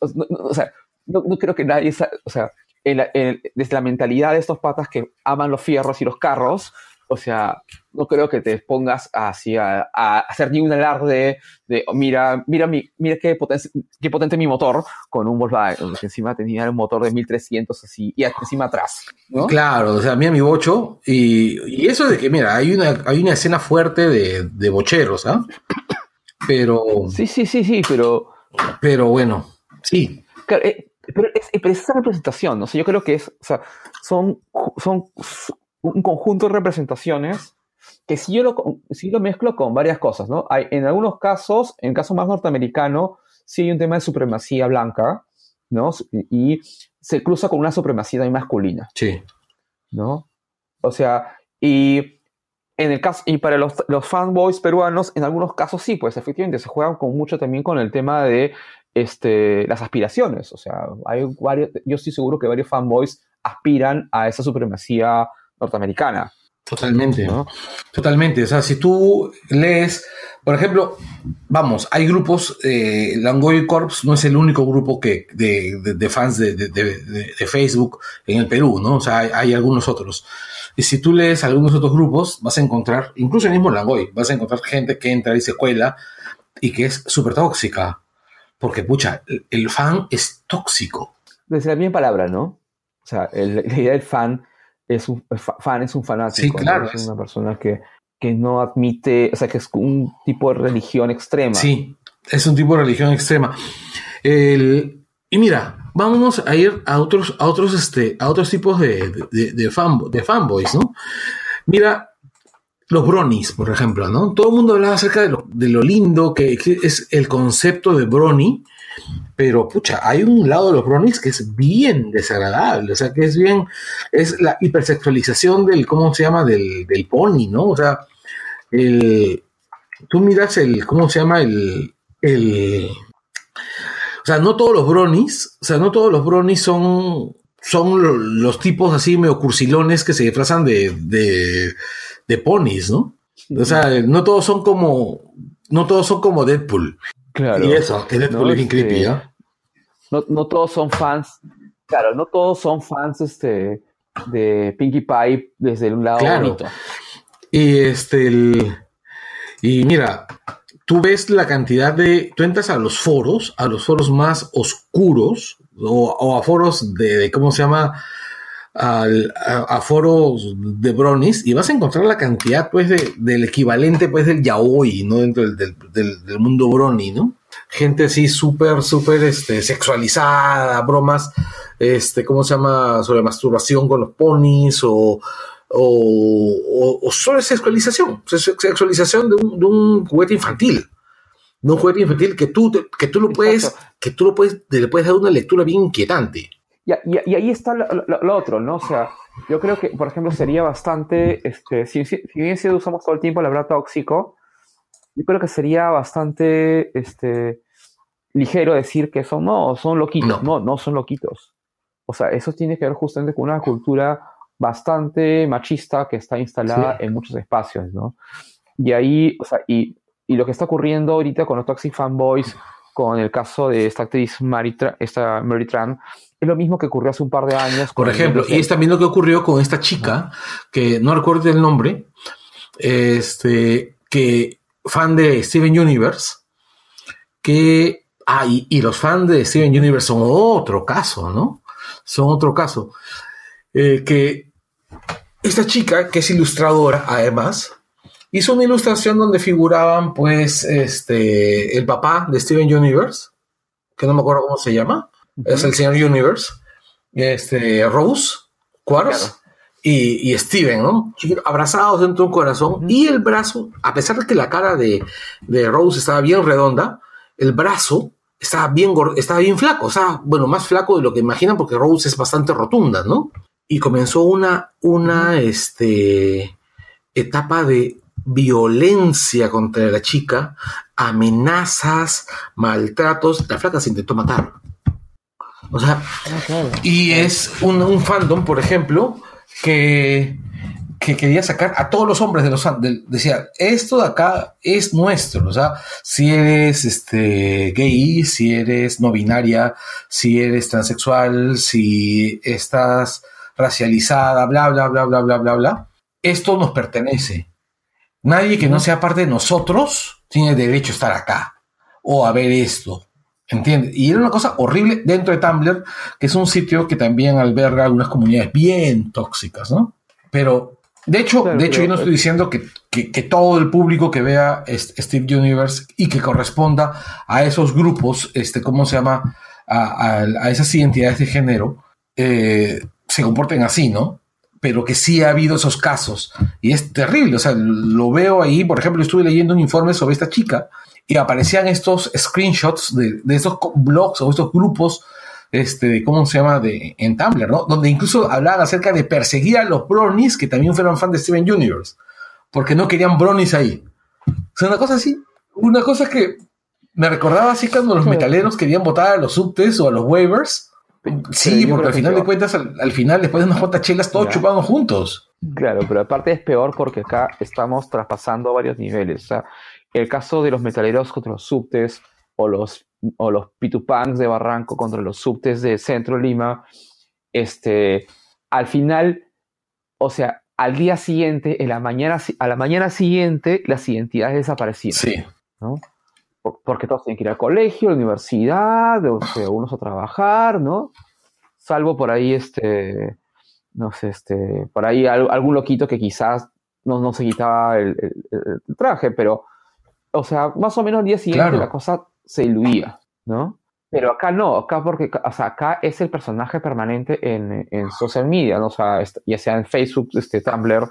[SPEAKER 9] o s- no- no- o sea, no, no creo que nadie, sa- o sea, en la- en- desde la mentalidad de estos patas que aman los fierros y los carros, o sea, no creo que te pongas así a, a hacer ni un alarde de, oh, mira, mira, mi, mira qué, potente, qué potente mi motor con un Volkswagen, que encima tenía un motor de 1300 así, y encima atrás, ¿no?
[SPEAKER 8] Claro, o sea, mira mi bocho. Y, y eso de que, mira, hay una, hay una escena fuerte de, de bocheros, ¿ah? Pero,
[SPEAKER 9] Sí, sí, sí, sí, pero...
[SPEAKER 8] pero bueno, sí.
[SPEAKER 9] Claro, eh, pero es, eh, pero es esa representación, ¿no? O sea, yo creo que es, o sea, son, ju- son s- un conjunto de representaciones que si yo lo, con- si lo mezclo con varias cosas, ¿no? Hay, en algunos casos, en el caso más norteamericano, sí hay un tema de supremacía blanca, ¿no? Y, y se cruza con una supremacía también masculina.
[SPEAKER 8] Sí.
[SPEAKER 9] ¿no? O sea, y en el caso, y para los, los fanboys peruanos, en algunos casos sí, pues efectivamente se juegan con mucho también con el tema de este, las aspiraciones. O sea, hay varios, yo estoy seguro que varios fanboys aspiran a esa supremacía norteamericana,
[SPEAKER 8] Totalmente.
[SPEAKER 9] ¿no?
[SPEAKER 8] Totalmente. O sea, si tú lees Por ejemplo, vamos, hay grupos, eh, Langoy Corps no es el único grupo que de, de- de fans de, de- de- de- de Facebook en el Perú, ¿no? O sea, hay, hay algunos otros. Y si tú lees algunos otros grupos, vas a encontrar, incluso el mismo Langoy, vas a encontrar gente que entra y se cuela y que es súper tóxica. Porque, pucha, el- el fan es tóxico.
[SPEAKER 9] Desde la misma palabra, ¿no? O sea, el- la idea del fan es un el fa- fan es un fanático.
[SPEAKER 8] Sí, claro,
[SPEAKER 9] ¿no? Es
[SPEAKER 8] es-
[SPEAKER 9] una persona que, que no admite, o sea, que es un tipo de religión extrema.
[SPEAKER 8] Sí, es un tipo de religión extrema. El- y mira, vámonos a ir a otros, a otros, este, a otros tipos de, de, de fanbo- de fanboys, ¿no? Mira, los bronies, por ejemplo, ¿no? Todo el mundo hablaba acerca de lo, de lo lindo que, que es el concepto de brony, pero pucha, hay un lado de los bronies que es bien desagradable, o sea, que es bien, es la hipersexualización del, ¿cómo se llama? Del, del pony, ¿no? O sea, el, tú miras el, ¿cómo se llama? El, el, o sea, no todos los bronies, o sea, no todos los bronies son, son lo- los tipos así medio cursilones que se disfrazan de, de, de ponis, ¿no? O sea, no todos son como, no todos son como Deadpool.
[SPEAKER 9] Claro.
[SPEAKER 8] Y eso, que Deadpool
[SPEAKER 9] No,
[SPEAKER 8] es bien
[SPEAKER 9] este,
[SPEAKER 8] creepy, ¿ah?
[SPEAKER 9] no, no todos son fans, claro, no todos son fans este, de Pinkie Pie desde un lado
[SPEAKER 8] Claro.
[SPEAKER 9] bonito.
[SPEAKER 8] Y este, el- y mira, tú ves la cantidad de, tú entras a los foros, a los foros más oscuros, o, o a foros de, de, ¿cómo se llama? Al- a, a foros de bronis y vas a encontrar la cantidad pues de- del equivalente pues del yaoi no dentro del, del, del- del mundo brony no gente así súper súper este sexualizada bromas este cómo se llama sobre masturbación con los ponis o o, o- o sobre sexualización, se- sexualización de un, de un juguete infantil, de un juguete infantil que tú, te- que tú lo puedes,
[SPEAKER 9] Exacto.
[SPEAKER 8] que tú lo puedes, te le puedes dar una lectura bien inquietante.
[SPEAKER 9] Y, a- y a- y ahí está lo, lo- lo otro, ¿no? O sea, yo creo que, por ejemplo, sería bastante, este, si, si, si bien se usamos todo el tiempo la palabra tóxico, yo creo que sería bastante este, ligero decir que son, no, son loquitos, no. no, son loquitos. O sea, eso tiene que ver justamente con una cultura bastante machista que está instalada en muchos espacios, ¿no? Y ahí, o sea, y, y lo que está ocurriendo ahorita con los Toxic Fanboys, con el caso de esta actriz Mary, Tra- esta Mary Tran, es lo mismo que ocurrió hace un par de años. con
[SPEAKER 8] Por
[SPEAKER 9] el
[SPEAKER 8] ejemplo,
[SPEAKER 9] Windows
[SPEAKER 8] y es también lo que ocurrió con esta chica, que no recuerdo el nombre, este, que fan de Steven Universe, que, ah, y, y los fans de Steven Universe son otro caso, ¿no? Son otro caso. Eh, que esta chica, que es ilustradora, además, hizo una ilustración donde figuraban, pues, este, el papá de Steven Universe, que no me acuerdo cómo se llama, es el señor Universe, este, Rose, Quartz
[SPEAKER 9] Claro.
[SPEAKER 8] y, y Steven, ¿no? Chiquito, Abrazados dentro de un corazón y el brazo, a pesar de que la cara de, de Rose estaba bien redonda, el brazo estaba bien, gor- estaba bien flaco, o sea, bueno, más flaco de lo que imaginan porque Rose es bastante rotunda, ¿no? Y comenzó una, una, este, etapa de violencia contra la chica, amenazas, maltratos, la flaca se intentó matar. O sea, y es un, un fandom, por ejemplo, que, que quería sacar a todos los hombres de los fan- del- decía, esto de acá es nuestro, o sea, si eres este gay, si eres no binaria, si eres transexual, si estás racializada, bla bla bla bla bla bla bla, esto nos pertenece. Nadie que no sea parte de nosotros tiene derecho a estar acá o a ver esto. ¿Entiendes? Y era una cosa horrible dentro de Tumblr, que es un sitio que también alberga algunas comunidades bien tóxicas, ¿no? Pero, de hecho,
[SPEAKER 9] Claro,
[SPEAKER 8] de hecho yo
[SPEAKER 9] pero- pues
[SPEAKER 8] no estoy diciendo que, que- que todo el público que vea es- Steve Universe y que corresponda a esos grupos, este, ¿cómo se llama? A, a- a esas identidades de género, eh, se comporten así, ¿no? Pero que sí ha habido esos casos. Y es terrible, o sea, lo veo ahí, por ejemplo, estuve leyendo un informe sobre esta chica y aparecían estos screenshots de, de estos co- blogs o estos grupos, este, de ¿cómo se llama? De, en Tumblr, ¿no? Donde incluso hablaban acerca de perseguir a los bronies que también fueron fan de Steven Universe, porque no querían bronies ahí. O sea, una cosa así, una cosa que me recordaba así cuando los metaleros querían votar a los subtes o a los waivers.
[SPEAKER 9] Pero
[SPEAKER 8] Sí,
[SPEAKER 9] yo
[SPEAKER 8] porque
[SPEAKER 9] creo
[SPEAKER 8] al
[SPEAKER 9] que
[SPEAKER 8] final de
[SPEAKER 9] yo-
[SPEAKER 8] cuentas, al, al final, después de unas cuantas chelas, todos
[SPEAKER 9] Ya.
[SPEAKER 8] chupamos juntos.
[SPEAKER 9] Claro, pero aparte es peor porque acá estamos traspasando varios niveles. O sea, el caso de los metaleros contra los subtes o los, o los pitupangs de Barranco contra los subtes de Centro Lima, este, al final, o sea, al día siguiente, en la mañana, si- a la mañana siguiente, las identidades desaparecieron.
[SPEAKER 8] Sí.
[SPEAKER 9] ¿no? Por- Porque todos tienen que ir al colegio, a la universidad, o sea, unos a trabajar, ¿no? Salvo por ahí, este, no sé, este, por ahí al- algún loquito que quizás no, no se quitaba el, el- el traje, pero, o sea, más o menos al día siguiente
[SPEAKER 8] Claro.
[SPEAKER 9] la cosa se diluía, ¿no? Pero acá no, acá porque, o sea, acá es el personaje permanente en, en social media, ¿no? O sea, est- ya sea en Facebook, este, Tumblr,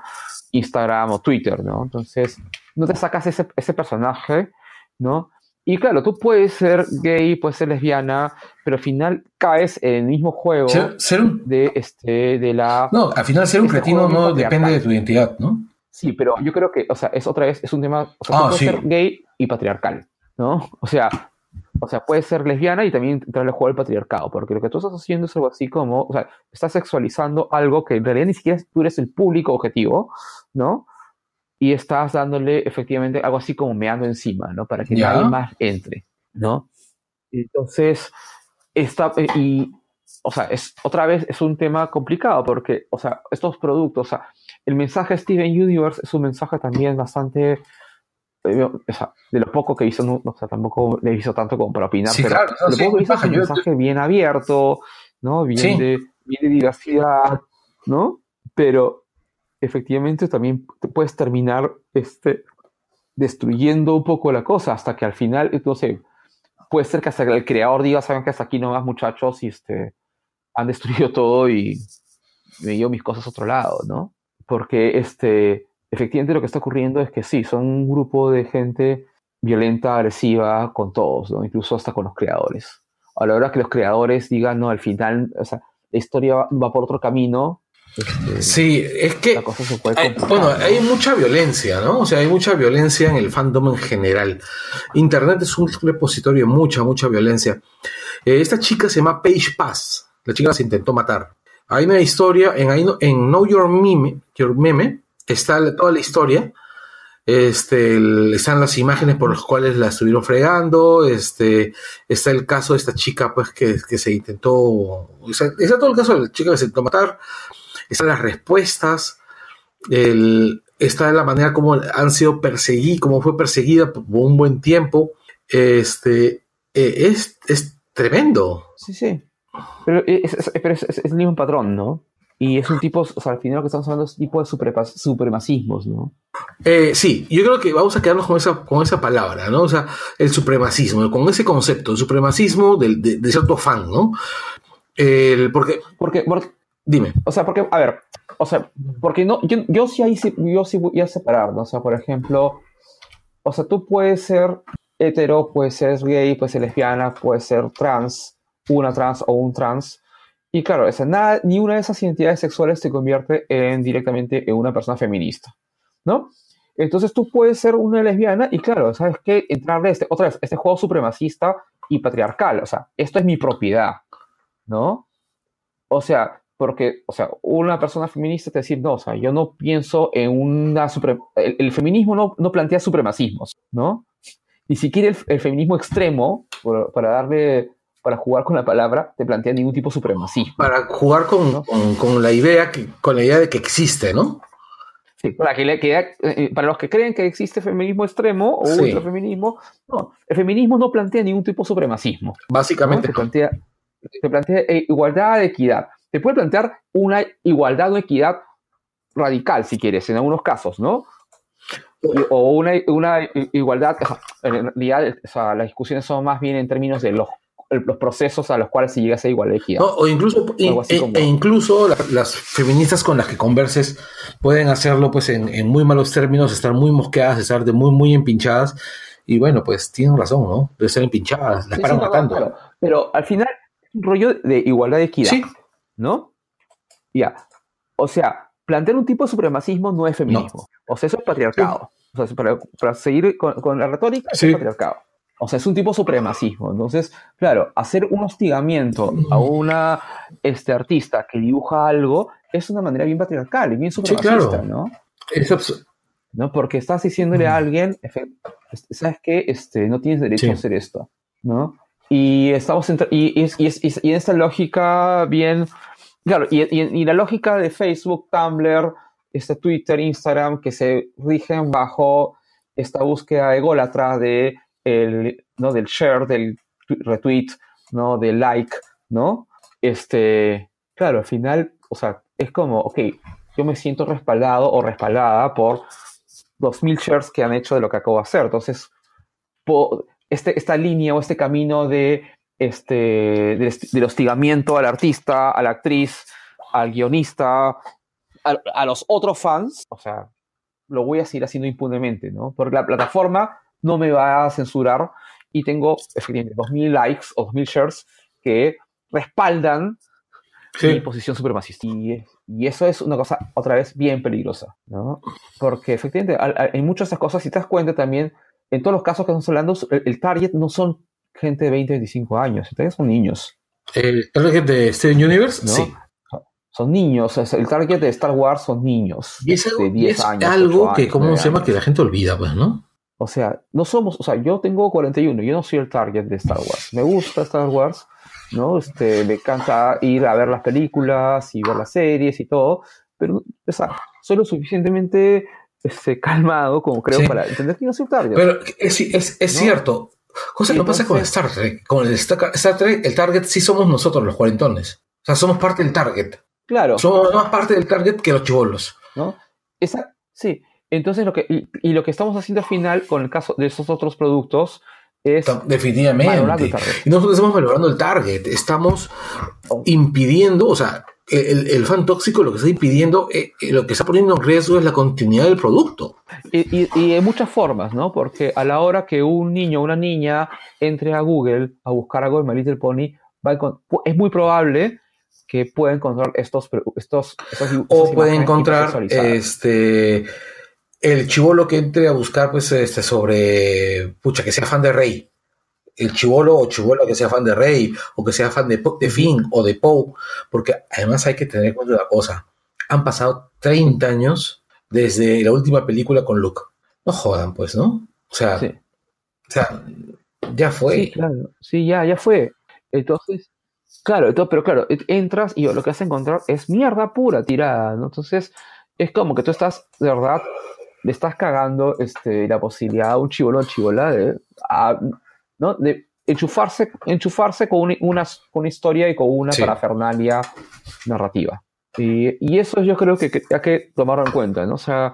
[SPEAKER 9] Instagram o Twitter, ¿no? Entonces, no te sacas ese, ese personaje, ¿no? Y claro, tú puedes ser gay, puedes ser lesbiana, pero al final caes en el mismo juego
[SPEAKER 8] Ser, ser un-
[SPEAKER 9] de, este, de la...
[SPEAKER 8] no, al final ser un
[SPEAKER 9] Este
[SPEAKER 8] cretino
[SPEAKER 9] juego
[SPEAKER 8] no
[SPEAKER 9] es patriarcal.
[SPEAKER 8] depende de tu identidad, ¿no?
[SPEAKER 9] Sí, pero yo creo que, o sea, es otra vez, es un tema, o sea, tú
[SPEAKER 8] Ah,
[SPEAKER 9] puedes
[SPEAKER 8] sí.
[SPEAKER 9] ser gay y patriarcal, ¿no? O sea, o sea, puedes ser lesbiana y también entrar al juego del patriarcado, porque lo que tú estás haciendo es algo así como, o sea, estás sexualizando algo que en realidad ni siquiera tú eres el público objetivo, ¿no? Y estás dándole efectivamente algo así como meando encima, ¿no? Para que
[SPEAKER 8] Ya.
[SPEAKER 9] nadie más entre, ¿no? Entonces, esta, eh, y, o sea, es, otra vez es un tema complicado porque, o sea, estos productos, o sea, el mensaje Steven Universe es un mensaje también bastante, eh, o sea, de lo poco que hizo, no, o sea, tampoco le hizo tanto como para opinar,
[SPEAKER 8] Sí,
[SPEAKER 9] pero
[SPEAKER 8] claro, no,
[SPEAKER 9] lo
[SPEAKER 8] sí,
[SPEAKER 9] poco que hizo es
[SPEAKER 8] baja,
[SPEAKER 9] un
[SPEAKER 8] yo-
[SPEAKER 9] mensaje bien abierto, ¿no? Bien,
[SPEAKER 8] Sí.
[SPEAKER 9] de, bien de diversidad, ¿no? Pero efectivamente también te puedes terminar este, destruyendo un poco la cosa hasta que al final, no sé, puede ser que hasta el creador diga, saben que hasta aquí nomás muchachos y este, han destruido todo y me llevo mis cosas a otro lado, ¿no? Porque este, efectivamente lo que está ocurriendo es que sí, son un grupo de gente violenta, agresiva con todos, ¿no? Incluso hasta con los creadores. A la hora que los creadores digan, no, al final, o sea, la historia va, va por otro camino, este,
[SPEAKER 8] Sí, es que
[SPEAKER 9] la cosa se puede
[SPEAKER 8] Hay-
[SPEAKER 9] complicar,
[SPEAKER 8] bueno,
[SPEAKER 9] ¿no?
[SPEAKER 8] hay mucha violencia, ¿no? O sea, hay mucha violencia en el fandom en general. Internet es un repositorio de mucha, mucha violencia. Eh, esta chica se llama Paige Pass. La chica se intentó matar. Hay una historia en, ahí no- en Know Your Meme, Your Meme, está la- toda la historia. Este, el- están las imágenes por las cuales la estuvieron fregando. Este, está el caso de esta chica, pues, que, que se intentó. o sea, está todo el caso de la chica que se intentó matar. Están las respuestas el, está la manera como han sido perseguidos, como fue perseguida por un buen tiempo. Este eh, es, es tremendo.
[SPEAKER 9] Sí, sí. Pero e, es, es- pero es- es- es el mismo patrón, ¿no? Y es un tipo, o sea, al final lo que estamos hablando es tipo de suprepa- supremacismos, ¿no?
[SPEAKER 8] Eh, sí, yo creo que vamos a quedarnos con esa, con esa palabra, ¿no? O sea, el supremacismo, con ese concepto, el supremacismo del- de, de cierto fan, ¿no? El, porque,
[SPEAKER 9] Porque, por-
[SPEAKER 8] dime,
[SPEAKER 9] o sea, porque, a ver, o sea, porque no, yo, yo sí ahí sí- yo sí voy a separar, ¿no? O sea, por ejemplo, o sea, tú puedes ser hetero, puedes ser gay, puedes ser lesbiana, puedes ser trans, una trans o un trans. Y claro, o sea, nada, ni una de esas identidades sexuales se convierte en, directamente en una persona feminista, ¿no? Entonces tú puedes ser una lesbiana y claro, ¿sabes qué? Entrarle a este, otra vez, este juego supremacista y patriarcal, o sea, esto es mi propiedad, ¿no? O sea, porque, o sea, una persona feminista te decir, no, o sea, yo no pienso en una... supre- el, el feminismo no, no plantea supremacismos, ¿no? Ni siquiera el, el feminismo extremo, por- para darle, para jugar con la palabra, te plantea ningún tipo de supremacismo.
[SPEAKER 8] para jugar con, con- con la idea que, con la idea de que existe, ¿no?
[SPEAKER 9] Sí, para, que le- que- eh, eh, para los que creen que existe feminismo extremo o
[SPEAKER 8] Sí.
[SPEAKER 9] ultrafeminismo, no, el feminismo no plantea ningún tipo de supremacismo. ¿no?
[SPEAKER 8] Básicamente.
[SPEAKER 9] Te plantea, te plantea eh, igualdad, equidad. Te puede plantear una igualdad o equidad radical, si quieres, en algunos casos, ¿no? Y- O una, una i- igualdad, o sea, en realidad, o sea, las discusiones son más bien en términos de los, el- los procesos a los cuales se llega a esa igualdad y equidad.
[SPEAKER 8] No, o incluso,
[SPEAKER 9] Algo así
[SPEAKER 8] e,
[SPEAKER 9] como-
[SPEAKER 8] e incluso la- las feministas con las que converses pueden hacerlo pues en, en muy malos términos, estar muy mosqueadas, estar de muy, muy empinchadas. Y bueno, pues tienen razón, ¿no? De ser empinchadas, las
[SPEAKER 9] Sí,
[SPEAKER 8] paran
[SPEAKER 9] sí, no, no,
[SPEAKER 8] matando.
[SPEAKER 9] claro. Pero al final, es un rollo de igualdad y equidad.
[SPEAKER 8] Sí,
[SPEAKER 9] ¿no? Ya. O sea, plantear un tipo de supremacismo no es feminismo. O sea, eso es patriarcado. O sea, para, para seguir con, con la retórica, eso
[SPEAKER 8] Sí.
[SPEAKER 9] es patriarcado. O sea, es un tipo de supremacismo. Entonces, claro, hacer un hostigamiento a una este, artista que dibuja algo es una manera bien patriarcal y bien
[SPEAKER 8] claro.
[SPEAKER 9] supremacista, ¿no?
[SPEAKER 8] Es abs-
[SPEAKER 9] ¿no? Porque estás diciéndole a alguien, efe- ¿sabes qué? Este, no tienes derecho
[SPEAKER 8] Sí.
[SPEAKER 9] a hacer esto, ¿no? Y estamos entra- y, y, es- y es- y es- y en esta lógica bien, claro, y, y- y la lógica de Facebook, Tumblr, este Twitter, Instagram, que se rigen bajo esta búsqueda ególatra de el, ¿no? del share, del tu- retweet, ¿no? del like, ¿no? Este, claro, al final, o sea, es como, ok, yo me siento respaldado o respaldada por 2.000 shares que han hecho de lo que acabo de hacer. Entonces, po- este, esta línea o este camino de, este, del, hosti- del hostigamiento al artista, a la actriz, al guionista, a, a los otros fans, o sea, lo voy a seguir haciendo impunemente, ¿no? Porque la plataforma no me va a censurar y tengo, efectivamente, 2.000 likes o 2.000 shares que respaldan mi
[SPEAKER 8] Sí.
[SPEAKER 9] posición supremacista. Y, y eso es una cosa, otra vez, bien peligrosa, ¿no? Porque efectivamente, al- al- en muchas de esas cosas, si te das cuenta también, en todos los casos que estamos hablando, el, el target no son gente de 20, 25 años, el target son niños,
[SPEAKER 8] ¿El target de Steven Universe?
[SPEAKER 9] ¿no?
[SPEAKER 8] Sí.
[SPEAKER 9] Son niños, o sea, el target de Star Wars son niños.
[SPEAKER 8] Y es algo,
[SPEAKER 9] de
[SPEAKER 8] y
[SPEAKER 9] 10
[SPEAKER 8] es
[SPEAKER 9] años,
[SPEAKER 8] algo
[SPEAKER 9] 8
[SPEAKER 8] que,
[SPEAKER 9] años,
[SPEAKER 8] ¿cómo
[SPEAKER 9] 9
[SPEAKER 8] se llama?
[SPEAKER 9] años.
[SPEAKER 8] Que la gente olvida, pues, ¿no?
[SPEAKER 9] O sea, no somos, o sea, yo tengo 41, yo no soy el target de Star Wars. Me gusta Star Wars, ¿no? Este, me encanta ir a ver las películas y ver las series y todo, pero, o sea, soy lo suficientemente este, calmado como creo
[SPEAKER 8] Sí.
[SPEAKER 9] para entender que no soy el target.
[SPEAKER 8] Pero es, es, es
[SPEAKER 9] No.
[SPEAKER 8] cierto. Cosa que no pasa con
[SPEAKER 9] Entonces-
[SPEAKER 8] Star Trek. Con el Star Star Trek, el target sí somos nosotros, los cuarentones. O sea, somos parte del target.
[SPEAKER 9] claro,
[SPEAKER 8] Somos más parte del target que los chivolos.
[SPEAKER 9] ¿no? Esa, sí. Entonces, lo que, y, y lo que estamos haciendo al final con el caso de esos otros productos es valorar el
[SPEAKER 8] Definitivamente.
[SPEAKER 9] target.
[SPEAKER 8] Y nosotros estamos valorando el target. Estamos impidiendo, o sea, el, el fan tóxico lo que está impidiendo, eh, eh, lo que está poniendo en riesgo es la continuidad del producto.
[SPEAKER 9] Y, y- y de muchas formas, ¿no? Porque a la hora que un niño o una niña entre a Google a buscar algo de My Little Pony, va a encon- pu- es muy probable que pueda encontrar estos... pre- estos, estos dibu-
[SPEAKER 8] O
[SPEAKER 9] estas
[SPEAKER 8] puede
[SPEAKER 9] imágenes
[SPEAKER 8] encontrar
[SPEAKER 9] hipersexualizadas.
[SPEAKER 8] este el chivolo que entre a buscar pues este sobre pucha que sea fan de Rey. El chivolo o chivola que sea fan de Rey o que sea fan de, Po- de Finn o de Poe, porque además hay que tener en cuenta una cosa. Han pasado 30 años desde la última película con Luke. No jodan, pues, ¿no? O sea,
[SPEAKER 9] Sí.
[SPEAKER 8] o sea, ya fue.
[SPEAKER 9] Sí, claro. Sí, ya, ya fue. Entonces, claro, entonces, pero claro, et- entras y lo que vas a encontrar es mierda pura tirada, ¿no? Entonces, es como que tú estás, de verdad, le estás cagando este, la posibilidad a un chivolo o chivola de, a- ¿no? de enchufarse, enchufarse con, un- una, con una historia y con una
[SPEAKER 8] Sí.
[SPEAKER 9] parafernalia narrativa. Y, y eso yo creo que, que hay que tomarlo en cuenta, ¿no? O sea,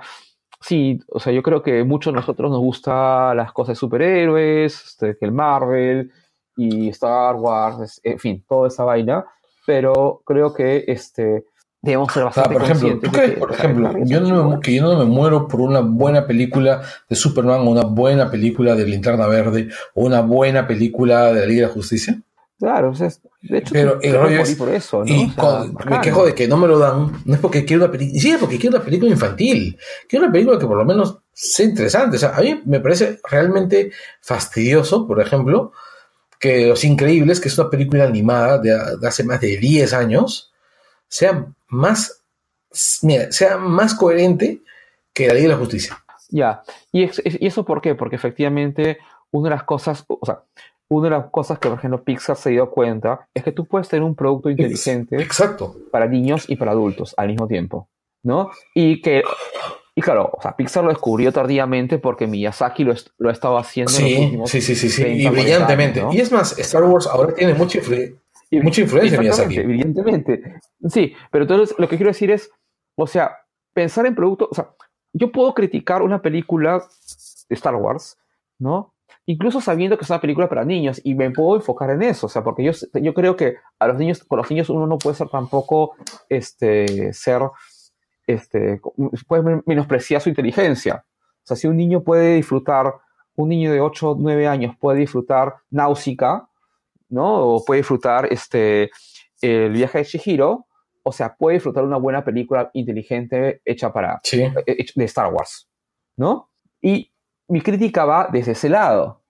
[SPEAKER 9] Sí, o sea, yo creo que muchos de nosotros nos gusta las cosas de superhéroes, este, que el Marvel y Star Wars, es- en fin, toda esa vaina, pero creo que este, debemos ser
[SPEAKER 8] O sea,
[SPEAKER 9] bastante
[SPEAKER 8] Ah, por ejemplo, ¿tú
[SPEAKER 9] conscientes de
[SPEAKER 8] crees,
[SPEAKER 9] que,
[SPEAKER 8] por
[SPEAKER 9] o sea,
[SPEAKER 8] ejemplo,
[SPEAKER 9] Marvel es
[SPEAKER 8] yo no, me,
[SPEAKER 9] bueno.
[SPEAKER 8] que yo no me muero por una buena película de Superman o una buena película de Linterna Verde o una buena película de la Liga de la Justicia?
[SPEAKER 9] Claro, o sea, es- de hecho,
[SPEAKER 8] Pero
[SPEAKER 9] te-
[SPEAKER 8] el
[SPEAKER 9] te
[SPEAKER 8] rollo
[SPEAKER 9] puedes
[SPEAKER 8] es-
[SPEAKER 9] morir por eso, ¿no?
[SPEAKER 8] y
[SPEAKER 9] O sea,
[SPEAKER 8] con- me
[SPEAKER 9] bacán.
[SPEAKER 8] quejo de que no me lo dan, no es porque quiero una película, sí, es porque quiero una película infantil, quiero una película que por lo menos sea interesante. O sea, a mí me parece realmente fastidioso, por ejemplo, que Los Increíbles, que es una película animada de, de hace más de 10 años, sea más, mira, sea más coherente que la Liga de la Justicia.
[SPEAKER 9] Ya, y, es- es- ¿y eso por qué? Porque efectivamente una de las cosas, o sea, una de las cosas que, por ejemplo, Pixar se dio cuenta es que tú puedes tener un producto inteligente.
[SPEAKER 8] Exacto.
[SPEAKER 9] para niños y para adultos al mismo tiempo, ¿no? Y que, y claro, o sea, Pixar lo descubrió tardíamente porque Miyazaki lo, est- lo ha estado haciendo en los
[SPEAKER 8] Sí,
[SPEAKER 9] últimos
[SPEAKER 8] sí, sí, sí, sí.
[SPEAKER 9] 30,
[SPEAKER 8] Y
[SPEAKER 9] 40
[SPEAKER 8] brillantemente.
[SPEAKER 9] años, ¿no?
[SPEAKER 8] Y es más, Star Wars ahora tiene mucha, influ-
[SPEAKER 9] Y-
[SPEAKER 8] mucha influencia de
[SPEAKER 9] Exactamente,
[SPEAKER 8] Miyazaki.
[SPEAKER 9] evidentemente. Sí, pero entonces lo que quiero decir es, o sea, pensar en productos, o sea, yo puedo criticar una película de Star Wars, ¿no? Incluso sabiendo que es una película para niños y me puedo enfocar en eso, o sea, porque yo, yo creo que a los niños, con los niños uno no puede ser tampoco, este, ser, este, puede men- menospreciar su inteligencia. O sea, si un niño puede disfrutar, un niño de 8 o 9 años puede disfrutar Náusica, ¿no? O puede disfrutar este, el viaje de Shihiro, o sea, puede disfrutar una buena película inteligente hecha para
[SPEAKER 8] Sí.
[SPEAKER 9] eh, hecha- de Star Wars, ¿no? Y mi crítica va desde ese lado,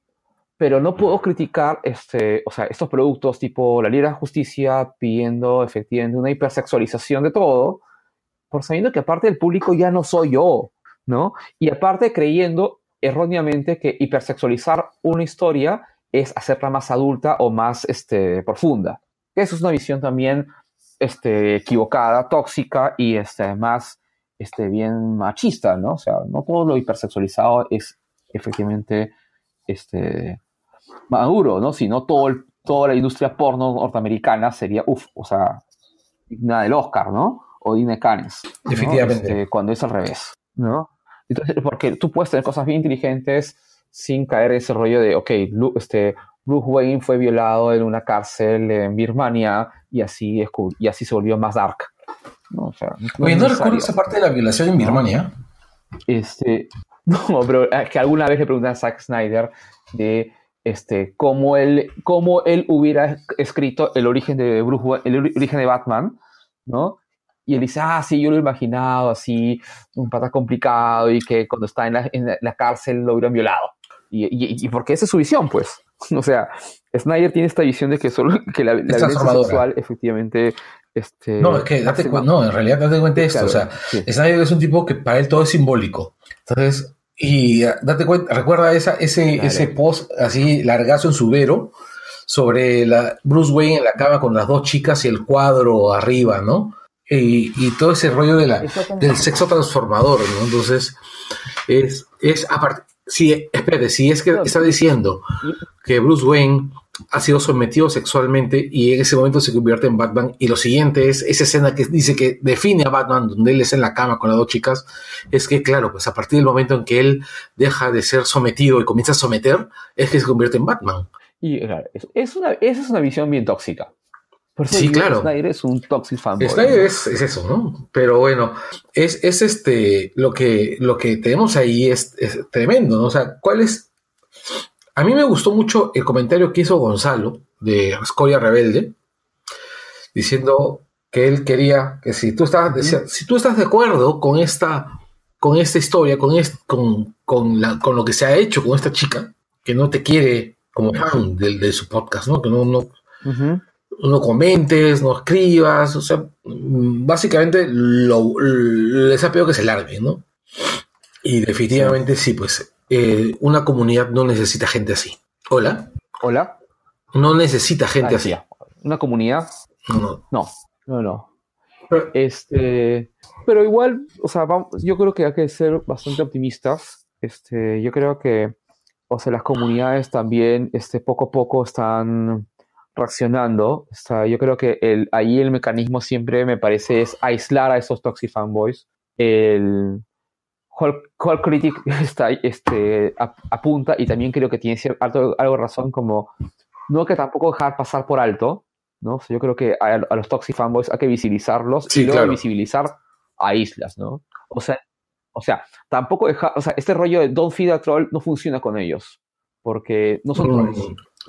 [SPEAKER 9] pero no puedo criticar este, o sea, estos productos tipo La Liga de la Justicia pidiendo efectivamente una hipersexualización de todo, por sabiendo que aparte del público ya no soy yo, ¿no? Y aparte creyendo erróneamente que hipersexualizar una historia es hacerla más adulta o más este, profunda. Eso es una visión también este, equivocada, tóxica y este, más este, bien machista, ¿no? O sea, no todo lo hipersexualizado es efectivamente este, maduro, ¿no? Sino todo el- toda la industria porno norteamericana sería, uff, o sea, digna del Oscar, ¿no? O digna de Cannes. ¿no?
[SPEAKER 8] Definitivamente.
[SPEAKER 9] Este, cuando es al revés, ¿no? Entonces, porque tú puedes tener cosas bien inteligentes sin caer en ese rollo de, ok, Lu- este, Bruce Wayne fue violado en una cárcel en Birmania y así, descub- y así se volvió más dark. ¿no? O sea, no
[SPEAKER 8] Oye,
[SPEAKER 9] es
[SPEAKER 8] no
[SPEAKER 9] necesario.
[SPEAKER 8] recuerdo esa parte de la violación en Birmania.
[SPEAKER 9] Este, no, pero eh, que alguna vez le preguntan a Zack Snyder de este, cómo, él, cómo él hubiera escrito el origen de Bruce Wa- el ori- origen de Batman, ¿no? Y él dice, ah, sí, yo lo he imaginado así, un pata complicado y que cuando está en la, en la- la cárcel lo hubieran violado. Y, y- y porque esa es su visión, pues. O sea, Snyder tiene esta visión de que, solo, que la, la violencia
[SPEAKER 8] transformadora.
[SPEAKER 9] sexual efectivamente... Este,
[SPEAKER 8] No, es que date
[SPEAKER 9] hace
[SPEAKER 8] cuenta,
[SPEAKER 9] más-
[SPEAKER 8] no, en realidad date cuenta de esto.
[SPEAKER 9] Claro,
[SPEAKER 8] O sea,
[SPEAKER 9] sí.
[SPEAKER 8] Snyder es un tipo que para él todo es simbólico. Entonces, y ah, date cuenta, recuerda esa, ese,
[SPEAKER 9] Claro.
[SPEAKER 8] ese post así largazo en su vero sobre la Bruce Wayne en la cama con las dos chicas y el cuadro arriba, ¿no? Y, y todo ese rollo de la, del sexo transformador, ¿no? Entonces, es, es aparte. Sí, espérate, si es que está diciendo que Bruce Wayne ha sido sometido sexualmente y en ese momento se convierte en Batman. Y lo siguiente es esa escena que dice que define a Batman, donde él está en la cama con las dos chicas. Es que, claro, pues a partir del momento en que él deja de ser sometido y comienza a someter, es que se convierte en Batman.
[SPEAKER 9] Y claro, es, es una, esa es una visión bien tóxica. Por eso
[SPEAKER 8] Sí,
[SPEAKER 9] digo que
[SPEAKER 8] claro.
[SPEAKER 9] Snyder es un toxic fanboy.
[SPEAKER 8] Snyder
[SPEAKER 9] ¿no?
[SPEAKER 8] es, es eso, ¿no? Pero bueno, es, es este lo que lo que tenemos ahí es, es tremendo, ¿no? O sea, ¿cuál es? A mí me gustó mucho el comentario que hizo Gonzalo de Escoria Rebelde, diciendo que él quería que si tú estás, decía, si tú estás de acuerdo con esta, con esta historia, con, es- con, con, la- con lo que se ha hecho con esta chica, que no te quiere como fan del- de, su podcast, ¿no? Que no, no,
[SPEAKER 9] Ujú.
[SPEAKER 8] no comentes, no escribas, o sea, mm, básicamente lo- les ha pedido que se larguen, ¿no? Y definitivamente sí, pues eh, una comunidad no necesita gente así. Hola,
[SPEAKER 9] Hola.
[SPEAKER 8] no necesita gente
[SPEAKER 9] Ah,
[SPEAKER 8] así.
[SPEAKER 9] ya. Una comunidad.
[SPEAKER 8] No, no.
[SPEAKER 9] No, no, no.
[SPEAKER 8] Pero-
[SPEAKER 9] Este, pero igual, o sea, vamos- yo creo que hay que ser bastante optimistas. Este, yo creo que, o sea, las comunidades también, este, poco a poco están reaccionando. O sea, yo creo que el, ahí el mecanismo siempre me parece es aislar a esos toxic fanboys. El Hulk, Hulk Critic está, este, ap- apunta y también creo que tiene cier- algo, algo de razón como no que tampoco dejar pasar por alto, ¿no? O sea, yo creo que a, a los toxic fanboys hay que visibilizarlos
[SPEAKER 8] Sí,
[SPEAKER 9] y luego
[SPEAKER 8] claro.
[SPEAKER 9] visibilizar a islas, ¿no? O sea, o sea, tampoco dejar, o sea, este rollo de don't feed a troll no funciona con ellos, porque no son
[SPEAKER 8] Mm,
[SPEAKER 9] trolls.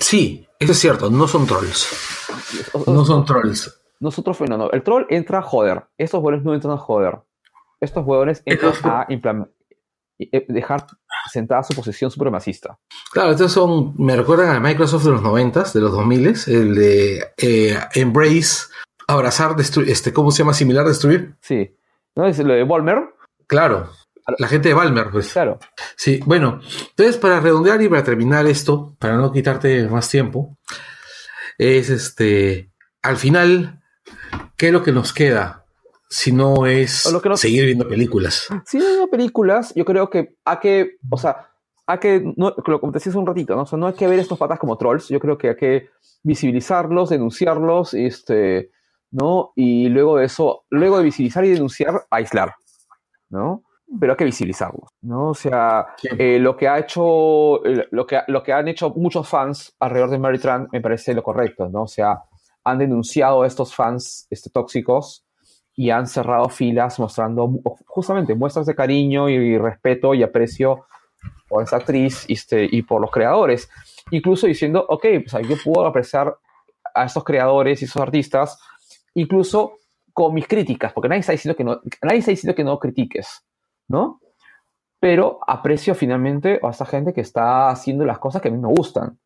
[SPEAKER 8] Sí, eso es cierto, no son trolls.
[SPEAKER 9] O- o-
[SPEAKER 8] No son trolls.
[SPEAKER 9] Nosotros fue, no, no. El troll entra a joder. Estos huevones no entran a joder. Estos huevones entran
[SPEAKER 8] Estos-
[SPEAKER 9] a implam- eh, eh, dejar sentada su posición supremacista.
[SPEAKER 8] Claro, estos son, me recuerdan a Microsoft de los 90s, de los 2000s, el de eh, Embrace, abrazar, destruir, este, ¿cómo se llama? Similar, destruir.
[SPEAKER 9] Sí. ¿No es lo de Volmer?
[SPEAKER 8] Claro, la gente de Balmer, pues.
[SPEAKER 9] Claro.
[SPEAKER 8] Sí, bueno, entonces para redondear y para terminar esto, para no quitarte más tiempo, es este, al final, ¿qué es lo que nos queda? Si no es
[SPEAKER 9] O lo que nos-
[SPEAKER 8] seguir viendo películas.
[SPEAKER 9] Si no hay películas, yo creo que hay que, o sea, hay que, no, lo- como te decía hace un ratito, ¿no? O sea, no hay que ver estos patas como trolls. Yo creo que hay que visibilizarlos, denunciarlos, este, ¿no? Y luego de eso, luego de visibilizar y denunciar, aislar, ¿no? Pero hay que visibilizarlos, ¿no? O sea, eh, lo que ha hecho, eh, lo que, lo que han hecho muchos fans alrededor de Mary Tran me parece lo correcto, ¿no? O sea, han denunciado a estos fans este, tóxicos y han cerrado filas mostrando mu- justamente muestras de cariño y, respeto y aprecio por esa actriz este, y por los creadores. Incluso diciendo, ok, o sea, yo puedo apreciar a estos creadores y esos artistas, incluso con mis críticas, porque nadie está diciendo que no, nadie está diciendo que no critiques, ¿no? Pero aprecio finalmente a esta gente que está haciendo las cosas que a mí me gustan,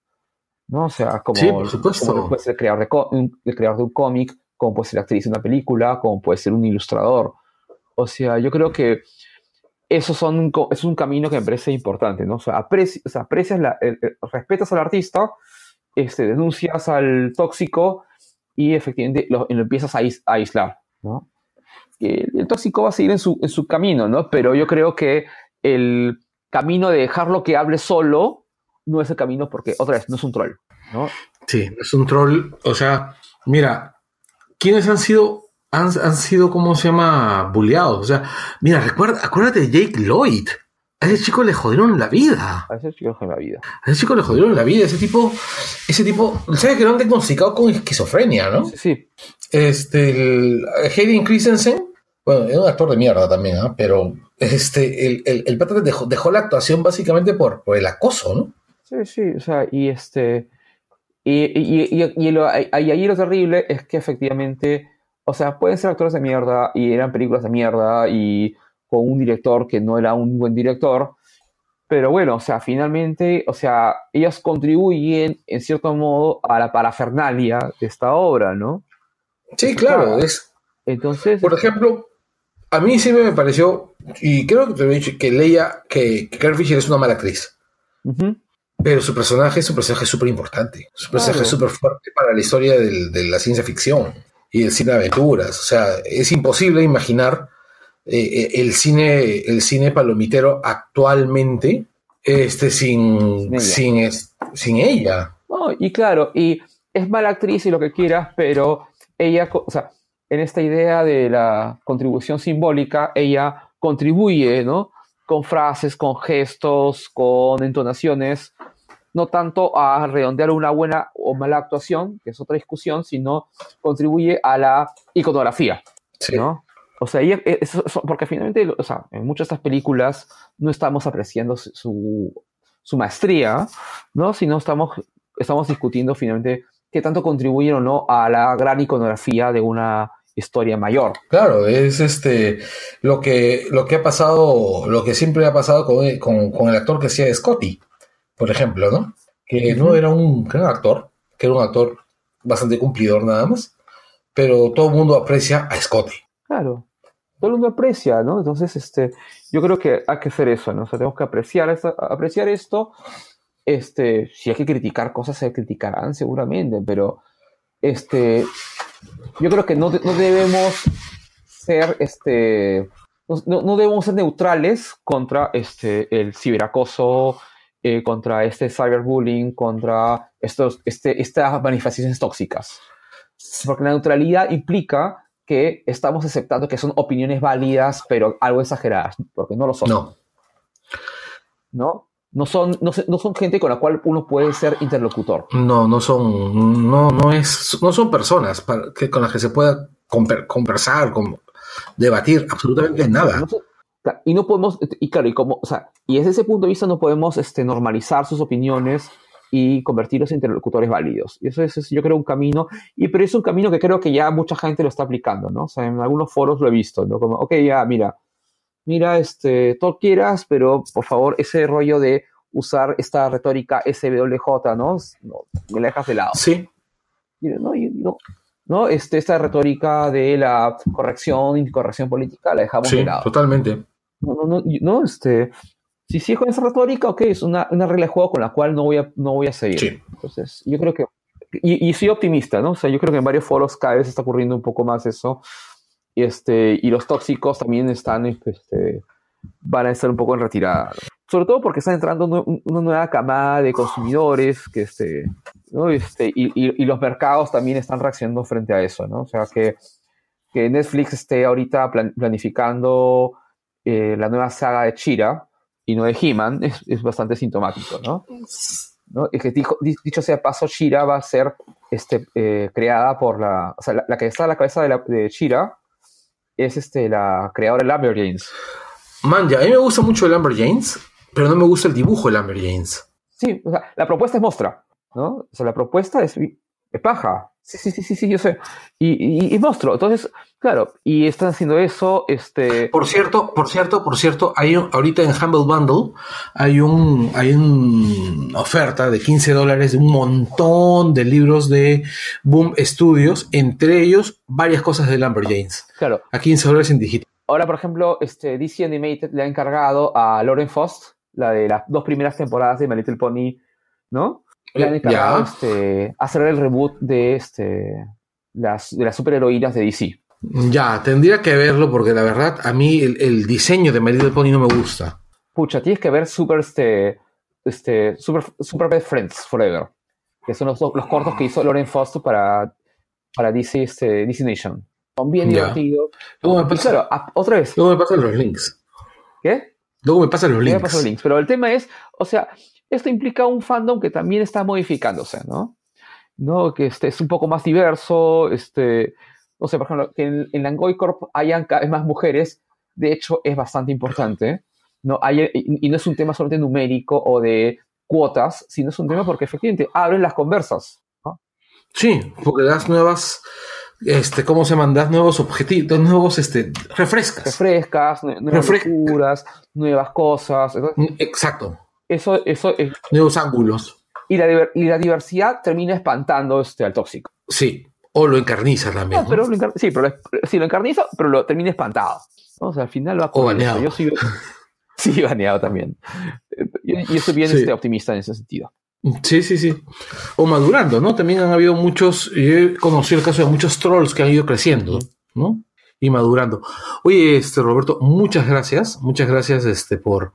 [SPEAKER 9] ¿no? O sea, como,
[SPEAKER 8] Sí, por supuesto.
[SPEAKER 9] como puede ser el creador de, co- un- el creador de un cómic, como puede ser la actriz de una película, como puede ser un ilustrador. O sea, yo creo que eso son, co- es un camino que me parece importante, ¿no? O sea, apreci- o sea, aprecias, la- el- el- respetas al artista, este, denuncias al tóxico y efectivamente lo, lo empiezas a, ais- a aislar, ¿no? Eh, El, tóxico va a seguir en su, en su camino, ¿no? Pero yo creo que el camino de dejarlo que hable solo no es el camino porque, otra vez, no es un troll, ¿no?
[SPEAKER 8] Sí, es un troll. O sea, mira, ¿quiénes han sido, han, han sido, ¿cómo se llama? Bulleados. O sea, mira, recuerda, acuérdate de Jake Lloyd. A ese chico le jodieron la vida.
[SPEAKER 9] A veces yo en la vida.
[SPEAKER 8] A ese chico le jodieron la vida. Ese tipo, ese tipo, ¿sabes que lo han diagnosticado con esquizofrenia, no?
[SPEAKER 9] Sí, sí.
[SPEAKER 8] Este, el, Hayden Christensen, bueno, es un actor de mierda también, ¿ah? pero este, el, el, el pata dejó, dejó la actuación básicamente por, por el acoso, ¿no?
[SPEAKER 9] Sí, sí, o sea, y este. Y, y, y, y lo, y ahí lo terrible es que efectivamente, o sea, pueden ser actores de mierda y eran películas de mierda y con un director que no era un buen director, pero bueno, o sea, finalmente, o sea, ellos contribuyen en cierto modo a la parafernalia de esta obra, ¿no?
[SPEAKER 8] Sí, claro, es,
[SPEAKER 9] Entonces,
[SPEAKER 8] Por ejemplo, a mí siempre me pareció, y creo que te lo he dicho, que Leia, que, que Carrie Fisher es una mala actriz,
[SPEAKER 9] ujú,
[SPEAKER 8] pero su personaje es un personaje súper importante, su personaje
[SPEAKER 9] Claro.
[SPEAKER 8] súper fuerte para la historia del- de la ciencia ficción y el cine de aventuras. O sea, es imposible imaginar eh, eh, el, cine, el cine palomitero actualmente este, sin,
[SPEAKER 9] Sin ella.
[SPEAKER 8] sin, es- sin ella.
[SPEAKER 9] No, y claro, y es mala actriz y lo que quieras, pero ella, co- o sea, en esta idea de la contribución simbólica, ella contribuye, ¿no? Con frases, con gestos, con entonaciones, no tanto a redondear una buena o mala actuación, que es otra discusión, sino contribuye a la iconografía,
[SPEAKER 8] Sí.
[SPEAKER 9] ¿no? O sea, ella- eh, eso- eso- porque finalmente, o sea, en muchas de estas películas no estamos apreciando su- su, su maestría, ¿no? Sino estamos estamos discutiendo finalmente qué tanto contribuyen o no a la gran iconografía de una historia mayor.
[SPEAKER 8] Claro, es este lo que lo que ha pasado, lo que siempre ha pasado con, con- con el actor que hacía Scotty, por ejemplo, ¿no? Que no era un gran actor, que era un actor bastante cumplidor nada más, pero todo el mundo aprecia a Scotty.
[SPEAKER 9] Claro. Todo el mundo aprecia, ¿no? Entonces, este, yo creo que hay que hacer eso, ¿no? O sea, tenemos que apreciar, esta- apreciar esto. Este, si hay que criticar cosas, se criticarán seguramente, pero este, yo creo que no, de- no debemos ser, este, no, no- no debemos ser neutrales contra este, el ciberacoso, eh, contra este cyberbullying, contra estos, este, estas manifestaciones tóxicas. Porque la neutralidad implica que estamos aceptando que son opiniones válidas, pero algo exageradas, porque no lo son.
[SPEAKER 8] No,
[SPEAKER 9] ¿no? No son, no, se- no son gente con la cual uno puede ser interlocutor.
[SPEAKER 8] no, no son, no, no es, no son personas para- que, con las que se pueda comper- conversar, con- debatir absolutamente nada.
[SPEAKER 9] No se- ca- y no podemos, y claro, y como, o sea, y desde ese punto de vista no podemos este, normalizar sus opiniones y convertirlos en interlocutores válidos. Y eso es, es, yo creo, un camino, y pero es un camino que creo que ya mucha gente lo está aplicando, ¿no? O sea, en algunos foros lo he visto, ¿no? Como, ok, ya, mira, mira, este, todo quieras, pero por favor, ese rollo de usar esta retórica SWJ, ¿no? no me la dejas de lado.
[SPEAKER 8] Sí,
[SPEAKER 9] Mira, no, yo- no, no, este, esta retórica de la corrección, incorrección política la dejamos
[SPEAKER 8] sí,
[SPEAKER 9] de lado.
[SPEAKER 8] totalmente.
[SPEAKER 9] No, no, no, y- no, este, si sigo con esa retórica, ok, es una, una regla de juego con la cual no voy a, no voy a seguir.
[SPEAKER 8] Sí.
[SPEAKER 9] Entonces, yo creo que, y, y soy optimista, ¿no? O sea, yo creo que en varios foros cada vez está ocurriendo un poco más eso. Y, este, y los tóxicos también están, este, van a estar un poco en retirada. ¿no? Sobre todo porque está entrando nu- una nueva camada de consumidores que, este, ¿no? este, y, y- y los mercados también están reaccionando frente a eso, ¿no? O sea, que, que Netflix esté ahorita plan- planificando eh, la nueva saga de Chira y no de He-Man es, es bastante sintomático, ¿no? ¿No? Es que dijo- di- dicho sea de paso, Chira va a ser este, eh, creada por la. O sea, la, la que está a la cabeza de, la, de She-Ra es este, la creadora de Lamborghinis.
[SPEAKER 8] Man, ya, a mí me gusta mucho el Amber James, pero no me gusta el dibujo del Amber James.
[SPEAKER 9] Sí, o sea, la propuesta es mostra, ¿no? O sea, la propuesta es, es paja. Sí, sí, sí, sí, sí, yo sé. Y, y, y monstruo. Entonces, claro, y están haciendo eso, este.
[SPEAKER 8] Por cierto, por cierto, por cierto, hay un- ahorita en Humble Bundle hay un hay una oferta de 15 dólares de un montón de libros de Boom Studios, entre ellos varias cosas de Lambert James.
[SPEAKER 9] Claro,
[SPEAKER 8] A 15 dólares en digital.
[SPEAKER 9] Ahora, por ejemplo, este, DC Animated le ha encargado a Lauren Faust, la de las dos primeras temporadas de My Little Pony, ¿no? Le han
[SPEAKER 8] Eh, Ya.
[SPEAKER 9] encargado este, hacer el reboot de, este, las, de las superheroínas de DC.
[SPEAKER 8] Ya, tendría que verlo porque la verdad a mí el, el diseño de My Little Pony no me gusta.
[SPEAKER 9] Pucha, tienes que ver Super, este, este, super, super Best Friends Forever, que son los, dos- los cortos que hizo Lauren Faust para, para DC, este, DC Nation. Son bien
[SPEAKER 8] Ya. pues,
[SPEAKER 9] divertidos.
[SPEAKER 8] Luego me
[SPEAKER 9] Y
[SPEAKER 8] pasa-
[SPEAKER 9] claro, a- otra vez,
[SPEAKER 8] luego me pasan los links.
[SPEAKER 9] ¿qué?
[SPEAKER 8] Luego me pasan los
[SPEAKER 9] Ya
[SPEAKER 8] links.
[SPEAKER 9] pasó el links, Pero el tema es, o sea, esto implica un fandom que también está modificándose, ¿no? ¿No? Que este, es un poco más diverso, este, o sea, por ejemplo, que en, en Langoy Corp hayan cada vez más mujeres, de hecho es bastante importante, ¿no? Hay, y, y no es un tema solamente numérico o de cuotas, sino es un tema porque efectivamente abren las conversas.
[SPEAKER 8] Sí, porque das nuevas, este, ¿cómo se mandas nuevos objetivos, nuevos, este, refrescas.
[SPEAKER 9] Refrescas, nue- nuevas
[SPEAKER 8] Refresca.
[SPEAKER 9] locuras, nuevas cosas. Entonces,
[SPEAKER 8] Exacto,
[SPEAKER 9] eso, eso es-
[SPEAKER 8] nuevos ángulos.
[SPEAKER 9] y, la, diver- y la diversidad termina espantando este, al tóxico.
[SPEAKER 8] Sí, o lo encarniza también.
[SPEAKER 9] No,
[SPEAKER 8] ¿no?
[SPEAKER 9] Ah, pero lo encar- sí, pero lo- sí, lo encarniza, pero lo termina espantado. ¿no? O sea, al final va
[SPEAKER 8] O
[SPEAKER 9] por eso.
[SPEAKER 8] baneado.
[SPEAKER 9] Yo soy- sí, baneado también. Eh, Yo, yo soy bien
[SPEAKER 8] Sí.
[SPEAKER 9] este, optimista en ese sentido.
[SPEAKER 8] Sí, sí, sí. O madurando, ¿no? También han habido muchos, yo he conocido el caso de muchos trolls que han ido creciendo, ¿no? Y madurando. Oye, este Roberto, muchas gracias, muchas gracias este por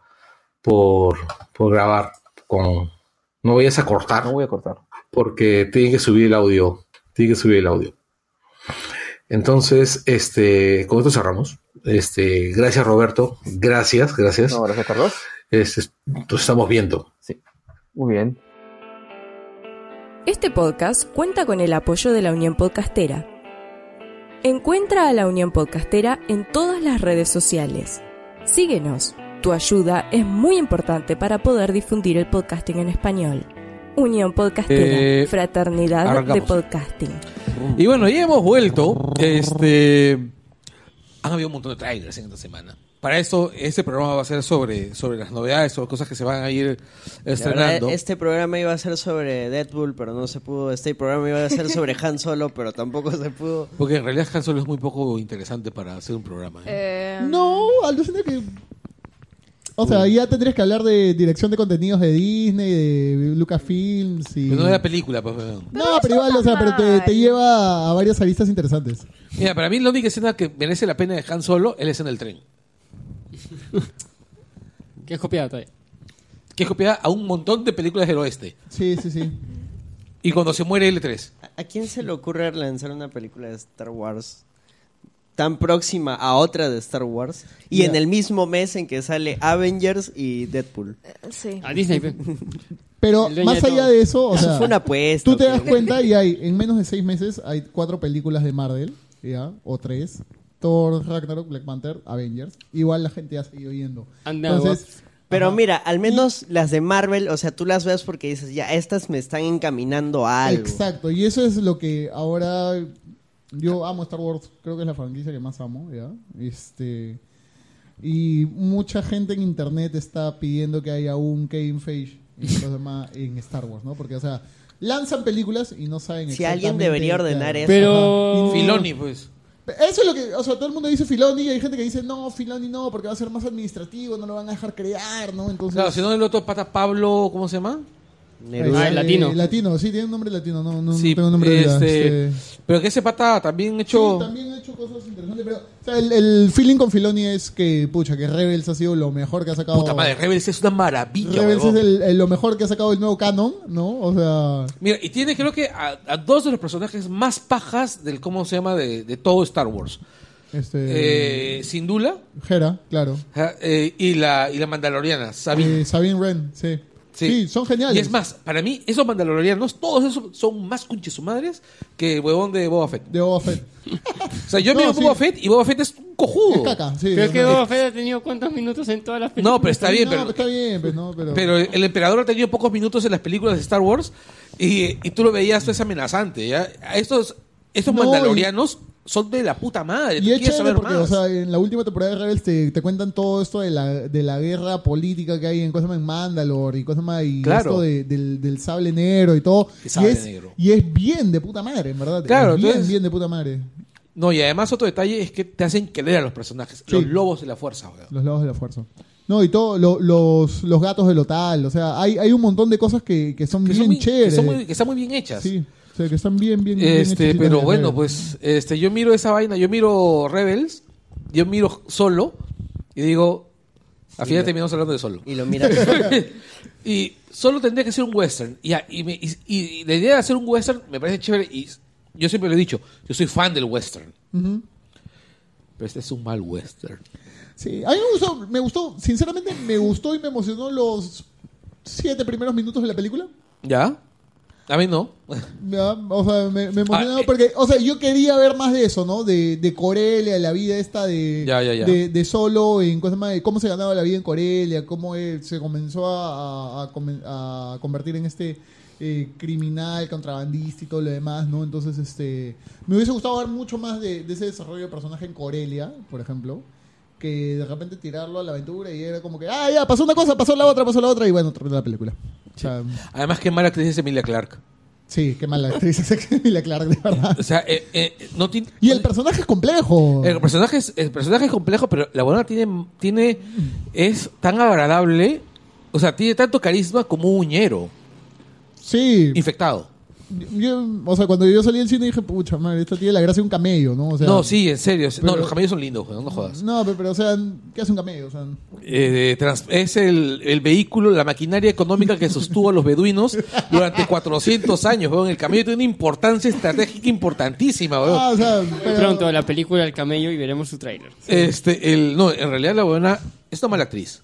[SPEAKER 8] por por grabar con no vayas a cortar
[SPEAKER 9] No voy a cortar.
[SPEAKER 8] porque tiene que subir el audio, tiene que subir el audio. Entonces, este, con esto cerramos. Este, gracias Roberto, gracias, gracias.
[SPEAKER 9] No, gracias, Carlos.
[SPEAKER 8] Este, nos estamos viendo.
[SPEAKER 9] Muy bien.
[SPEAKER 11] Este podcast cuenta con el apoyo de la Unión Podcastera. Encuentra a la Unión Podcastera en todas las redes sociales. Síguenos. Tu ayuda es muy importante para poder difundir el podcasting en español. Unión Podcastera,
[SPEAKER 1] Eh,
[SPEAKER 11] fraternidad de
[SPEAKER 1] arrancamos.
[SPEAKER 11] podcasting.
[SPEAKER 1] Y bueno, ya hemos vuelto. Este, han habido un montón de trailers en esta semana. Para eso, este programa va a ser sobre, sobre las novedades, sobre cosas que se van a ir
[SPEAKER 5] La verdad,
[SPEAKER 1] estrenando.
[SPEAKER 5] este programa iba a ser sobre Deadpool, pero no se pudo. Este programa iba a ser sobre Han Solo, pero tampoco se pudo.
[SPEAKER 1] Porque en realidad Han Solo es muy poco interesante para hacer un programa. ¿eh?
[SPEAKER 3] Eh,
[SPEAKER 4] No, alucina que. O sea, ya tendrías que hablar de dirección de contenidos de Disney, de Lucasfilms y.
[SPEAKER 1] Pero no de la película, pues. weón.
[SPEAKER 4] No,
[SPEAKER 3] Pero
[SPEAKER 4] pero
[SPEAKER 3] no
[SPEAKER 4] igual, o
[SPEAKER 3] está
[SPEAKER 4] sea, pero te,
[SPEAKER 3] mal.
[SPEAKER 4] te lleva a varias aristas interesantes.
[SPEAKER 1] Mira, para mí la única escena que merece la pena de Han Solo es la escena del tren.
[SPEAKER 2] Que es copiada todavía.
[SPEAKER 1] Que es copiada a un montón de películas del oeste.
[SPEAKER 4] Sí, sí, sí.
[SPEAKER 1] Y cuando se muere L3.
[SPEAKER 5] ¿A- ¿A quién se le ocurre lanzar una película de Star Wars tan próxima a otra de Star Wars? Y en el mismo mes en que sale Avengers y Deadpool.
[SPEAKER 3] sí.
[SPEAKER 2] A Disney. pe.
[SPEAKER 4] Pero
[SPEAKER 2] El dueño
[SPEAKER 4] más
[SPEAKER 2] de
[SPEAKER 4] allá
[SPEAKER 2] todo.
[SPEAKER 4] de eso, o
[SPEAKER 5] Eso
[SPEAKER 4] sea,
[SPEAKER 5] fue una apuesta,
[SPEAKER 4] tú te das
[SPEAKER 5] pero-
[SPEAKER 4] cuenta y hay, en menos de seis meses, hay cuatro películas de Marvel, ¿ya? O tres. Thor, Ragnarok, Black Panther, Avengers. Igual la gente ha seguido yendo.
[SPEAKER 2] And now
[SPEAKER 4] Entonces,
[SPEAKER 5] Pero mira, al menos las de Marvel, o sea, tú las ves porque dices, ya, estas me están encaminando a algo.
[SPEAKER 4] exacto. Y eso es lo que ahora yo amo Star Wars. Creo que es la franquicia que más amo, ¿ya? Este... Y mucha gente en internet está pidiendo que haya un Kevin Feige y cosas más en Star Wars, ¿no? Porque, o sea, lanzan películas y no saben
[SPEAKER 5] Si alguien debería ordenar
[SPEAKER 4] eso.
[SPEAKER 5] eso.
[SPEAKER 2] Pero.
[SPEAKER 1] Filoni, pues.
[SPEAKER 4] Eso es lo que, o sea, todo el mundo dice Filoni y hay gente que dice, no, Filoni no, porque va a ser más administrativo, no lo van a dejar crear, ¿no? Entonces...
[SPEAKER 1] Claro, si no el otro pata Pablo, ¿cómo se llama?
[SPEAKER 5] Neruda.
[SPEAKER 2] Ah, el latino.
[SPEAKER 4] este, eh, Latino, sí, tiene un nombre latino, no, no,
[SPEAKER 1] Sí,
[SPEAKER 4] no tengo nombre de
[SPEAKER 1] este, Pero que ese pata también hecho.
[SPEAKER 4] también ha hecho cosas interesantes, pero o sea, el, el feeling con Filoni es que, pucha, que Rebels ha sido lo mejor que ha sacado.
[SPEAKER 1] Puta madre, Rebels es una maravilla,
[SPEAKER 4] Oh. Rebels es
[SPEAKER 1] huevón.
[SPEAKER 4] el- el- lo mejor que ha sacado el nuevo canon, ¿no? O sea,
[SPEAKER 1] Mira, y tiene creo que a, a dos de los personajes más pajas del cómo se llama de, de todo Star Wars.
[SPEAKER 4] este.
[SPEAKER 1] Eh, Sindula
[SPEAKER 4] Hera, claro.
[SPEAKER 1] ajá, eh, y, la, y la Mandaloriana, Sabine.
[SPEAKER 4] Eh, Sabine Wren, sí.
[SPEAKER 1] Sí.
[SPEAKER 4] sí. son geniales.
[SPEAKER 1] Y es más, para mí, esos mandalorianos, todos esos son más cunches madres que el huevón de Boba Fett.
[SPEAKER 4] De Boba Fett.
[SPEAKER 1] O sea, yo
[SPEAKER 4] No,
[SPEAKER 1] miro
[SPEAKER 4] sí.
[SPEAKER 1] Boba Fett y Boba Fett es un
[SPEAKER 4] Es
[SPEAKER 1] cojudo.
[SPEAKER 4] caca, sí.
[SPEAKER 2] Pero
[SPEAKER 4] es
[SPEAKER 2] que
[SPEAKER 4] verdad.
[SPEAKER 2] Boba Fett ha tenido cuántos minutos en todas las películas.
[SPEAKER 1] No, pero está bien,
[SPEAKER 4] no,
[SPEAKER 1] pero,
[SPEAKER 4] está bien, pues, no, pero.
[SPEAKER 1] pero el emperador ha tenido pocos minutos en las películas de Star Wars y, y tú lo veías, tú es amenazante. ¿ya? A Estos, estos
[SPEAKER 4] No, y-
[SPEAKER 1] mandalorianos son de la puta madre.
[SPEAKER 4] Y
[SPEAKER 1] tú
[SPEAKER 4] es chévere
[SPEAKER 1] quieres saber
[SPEAKER 4] porque,
[SPEAKER 1] más.
[SPEAKER 4] o sea, en la última temporada de Rebels te, te cuentan todo esto de la, de la guerra política que hay en Cosma en Mandalore y Cosma y
[SPEAKER 1] Claro.
[SPEAKER 4] esto de- del, del sable negro y todo.
[SPEAKER 1] El sable
[SPEAKER 4] y es,
[SPEAKER 1] negro.
[SPEAKER 4] Y es bien de puta madre, en verdad.
[SPEAKER 1] Claro,
[SPEAKER 4] Es bien,
[SPEAKER 1] entonces-
[SPEAKER 4] bien de puta madre.
[SPEAKER 1] No, y además otro detalle es que te hacen querer a los personajes.
[SPEAKER 4] Sí.
[SPEAKER 1] Los lobos de la fuerza, weón.
[SPEAKER 4] Los lados de la fuerza. No, y todo, lo- los, los gatos del hotel. O sea, hay, hay un montón de cosas que, que son
[SPEAKER 1] Que,
[SPEAKER 4] bien
[SPEAKER 1] son bien- que,
[SPEAKER 4] chéveres.
[SPEAKER 1] son muy, que están muy bien hechas.
[SPEAKER 4] Sí, o sea, que están bien, bien, bien
[SPEAKER 1] Este,
[SPEAKER 4] hechecitas
[SPEAKER 1] pero
[SPEAKER 4] de
[SPEAKER 1] bueno,
[SPEAKER 4] nuevo.
[SPEAKER 1] pues este, yo miro esa vaina, yo miro Rebels, yo miro solo y digo, al final terminamos hablando de solo.
[SPEAKER 6] Y lo miras.
[SPEAKER 1] y solo tendría que ser un western. Y, a- y me- y- y la idea de hacer un western me parece chévere y yo siempre lo he dicho, yo soy fan del western.
[SPEAKER 4] Ujú.
[SPEAKER 1] Pero este es un mal western.
[SPEAKER 4] Sí, a mí me gustó, me gustó, sinceramente me gustó y me emocionó los siete primeros minutos de la película.
[SPEAKER 1] ¿Ya? A mí no.
[SPEAKER 4] Ya, O sea, me, me emocionó
[SPEAKER 1] Ah, eh.
[SPEAKER 4] porque, o sea, yo quería ver más de eso, ¿no? De, de Corelia, la vida esta de,
[SPEAKER 1] Ya, ya, ya.
[SPEAKER 4] de, de solo, en cosa más, de cómo se ganaba la vida en Corelia, cómo eh, se comenzó a, a- a comen- a convertir en este eh, criminal, contrabandista y todo lo demás, ¿no? Entonces, este, me hubiese gustado ver mucho más de, de ese desarrollo de personaje en Corelia, por ejemplo. Que de repente tirarlo a la aventura y era como que, ah, ya, pasó una cosa, pasó la otra, pasó la otra, y bueno, terminó la película. O sea,
[SPEAKER 1] Además, qué mala actriz es Emilia Clark.
[SPEAKER 4] sí, qué mala actriz es Emilia Clarke, de verdad.
[SPEAKER 1] O sea, eh, eh, no tiene...
[SPEAKER 4] Y el personaje es complejo.
[SPEAKER 1] El personaje es, el personaje es complejo, pero la buena tiene, tiene, es tan agradable, o sea, tiene tanto carisma como un uñero
[SPEAKER 4] Sí.
[SPEAKER 1] infectado.
[SPEAKER 4] Yo- o sea, cuando yo salí del cine dije, pucha madre, esta tiene la gracia de un camello, ¿no? O sea,
[SPEAKER 1] no, sí, en serio. es- no,
[SPEAKER 4] pero-
[SPEAKER 1] los camellos son lindos, weón, no jodas.
[SPEAKER 4] No, pero, pero, o sea, ¿qué hace un camello? O sea,
[SPEAKER 1] Eh, trans- es el, el vehículo, la maquinaria económica que sostuvo a los beduinos durante 400 años, weón. El camello tiene una importancia estratégica importantísima, weón.
[SPEAKER 4] ah, o sea, pero-
[SPEAKER 2] Pronto la película El Camello y veremos su tráiler.
[SPEAKER 1] Este, el, no, en realidad la buena es una mala actriz.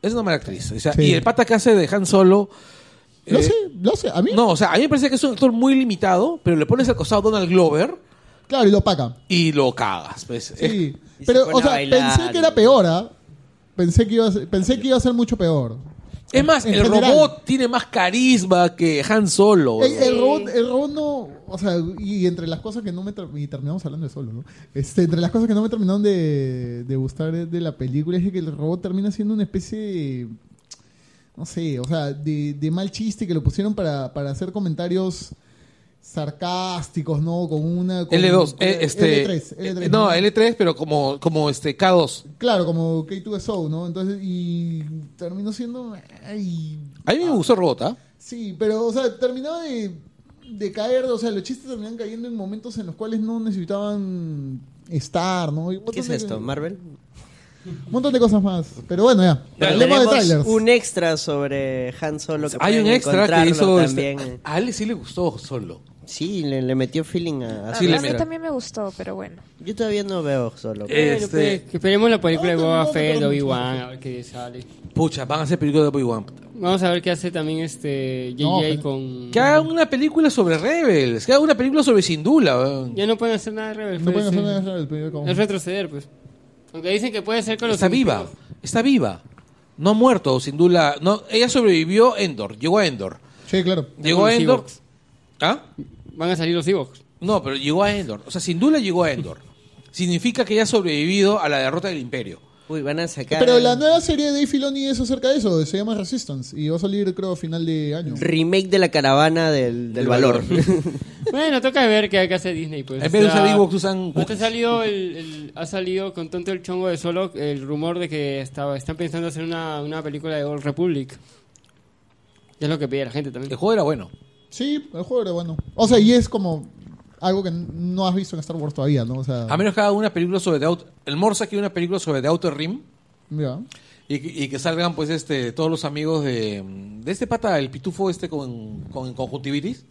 [SPEAKER 1] Es una mala actriz. O sea,
[SPEAKER 4] Sí.
[SPEAKER 1] Y el pata que hace de Han Solo...
[SPEAKER 4] No
[SPEAKER 1] eh,
[SPEAKER 4] sé, no sé, a mí.
[SPEAKER 1] No, o sea, a mí me parece que es un actor muy limitado, pero le pones al costado a Donald Glover
[SPEAKER 4] Claro, y lo paga.
[SPEAKER 1] y lo cagas. pues. Eh,
[SPEAKER 4] Sí.
[SPEAKER 6] Y se
[SPEAKER 4] Pero,
[SPEAKER 6] pone
[SPEAKER 4] o
[SPEAKER 6] a
[SPEAKER 4] sea,
[SPEAKER 6] bailar.
[SPEAKER 4] pensé que era peor, ¿ah? Pensé que iba a ser, pensé que iba a ser mucho peor.
[SPEAKER 1] Es más,
[SPEAKER 4] En
[SPEAKER 1] el
[SPEAKER 4] general.
[SPEAKER 1] robot tiene más carisma que Han Solo.
[SPEAKER 4] El, el
[SPEAKER 3] Sí.
[SPEAKER 4] robot, el robot no, o sea, y entre las cosas que no me ter- y terminamos hablando de solo, ¿no? Este, entre las cosas que no me terminaron de, de gustar de la película es que el robot termina siendo una especie de no sé, o sea, de, de mal chiste que lo pusieron para, para hacer comentarios sarcásticos, ¿no? Con una con-
[SPEAKER 1] L2,
[SPEAKER 4] con-
[SPEAKER 1] eh, este,
[SPEAKER 4] L3, L3,
[SPEAKER 1] eh, no, L3, pero como, como este K2.
[SPEAKER 4] Claro, como K2SO, ¿no? Entonces, y terminó siendo ay,
[SPEAKER 1] A mí me gustó el robot, ¿ah?
[SPEAKER 4] Sí, pero, o sea, terminaba de, de caer, o sea, los chistes terminaban cayendo en momentos en los cuales no necesitaban estar, ¿no? Y
[SPEAKER 6] ¿Qué
[SPEAKER 4] un montón
[SPEAKER 6] es
[SPEAKER 4] de-
[SPEAKER 6] esto? ¿Marvel?
[SPEAKER 4] Un montón de cosas más. Pero bueno, ya. Hablemos de
[SPEAKER 6] Tenemos
[SPEAKER 4] trailers.
[SPEAKER 6] un extra sobre Han Solo. que
[SPEAKER 1] Hay un
[SPEAKER 6] pueden
[SPEAKER 1] extra que
[SPEAKER 6] encontrarlo
[SPEAKER 1] hizo. este-
[SPEAKER 6] También.
[SPEAKER 1] a Ale sí le gustó solo.
[SPEAKER 6] Sí, le, le metió feeling a, a
[SPEAKER 3] A
[SPEAKER 1] Sí,
[SPEAKER 3] mí-
[SPEAKER 1] le
[SPEAKER 3] a mí
[SPEAKER 1] mira.
[SPEAKER 3] también me gustó, pero bueno.
[SPEAKER 6] Yo todavía no veo solo.
[SPEAKER 1] Eh,
[SPEAKER 2] Bueno,
[SPEAKER 1] Este-
[SPEAKER 2] pues, que esperemos la película de
[SPEAKER 4] Otro
[SPEAKER 2] Boba
[SPEAKER 4] no,
[SPEAKER 2] Fett,
[SPEAKER 4] pero-
[SPEAKER 2] Obi-Wan, a ver qué sale.
[SPEAKER 1] Pucha, van a hacer películas de Boy One.
[SPEAKER 2] Vamos a ver qué hace también este JJ
[SPEAKER 4] No,
[SPEAKER 1] pues,
[SPEAKER 4] pero-
[SPEAKER 2] con...
[SPEAKER 1] Que hagan una película sobre Rebels. Que hagan una película sobre Sindula. weón.
[SPEAKER 2] Ya no pueden hacer nada de Rebels.
[SPEAKER 4] No
[SPEAKER 2] pues,
[SPEAKER 4] pueden hacer
[SPEAKER 2] eh,
[SPEAKER 4] nada de el primer como-
[SPEAKER 2] Es retroceder, pues. Aunque dicen que puede ser con los...
[SPEAKER 1] Está viva,
[SPEAKER 2] ingenieros.
[SPEAKER 1] está viva. No ha muerto, sin duda. No, ella sobrevivió a Endor, llegó a Endor.
[SPEAKER 4] Sí, claro.
[SPEAKER 1] Llegó a
[SPEAKER 2] los
[SPEAKER 1] Endor.
[SPEAKER 2] Ewoks.
[SPEAKER 1] ¿Ah?
[SPEAKER 2] Van a salir los Ewoks.
[SPEAKER 1] No, pero llegó a Endor. O sea, sin duda llegó a Endor. Significa que ella ha sobrevivido a la derrota del Imperio.
[SPEAKER 6] Uy, van a sacar.
[SPEAKER 4] Pero la nueva serie de Dave Filoni es acerca de eso, se llama Resistance, y va a salir, creo, a final de año.
[SPEAKER 6] Remake de la caravana del, del valor.
[SPEAKER 2] Bueno, toca ver qué, qué hace Disney, pues.
[SPEAKER 1] En vez de usar Ewoks, usan
[SPEAKER 2] ¿no te
[SPEAKER 1] Wookiees.
[SPEAKER 2] salió el, el- ha salido con tanto el chongo de solo el rumor de que estaba, están pensando hacer una, una película de Old Republic. Y es lo que pide la gente
[SPEAKER 1] El
[SPEAKER 2] también.
[SPEAKER 1] juego era bueno.
[SPEAKER 4] Sí, el juego era bueno. O sea, y es como algo que n- no has visto en Star Wars todavía, ¿no? O sea,
[SPEAKER 1] A menos que haga una película sobre The Outer... El Morsa que una película sobre The Outer Rim.
[SPEAKER 4] ya.
[SPEAKER 1] Y, que- y que salgan, pues, este todos los amigos de, de este pata, el pitufo este con, con conjuntivitis.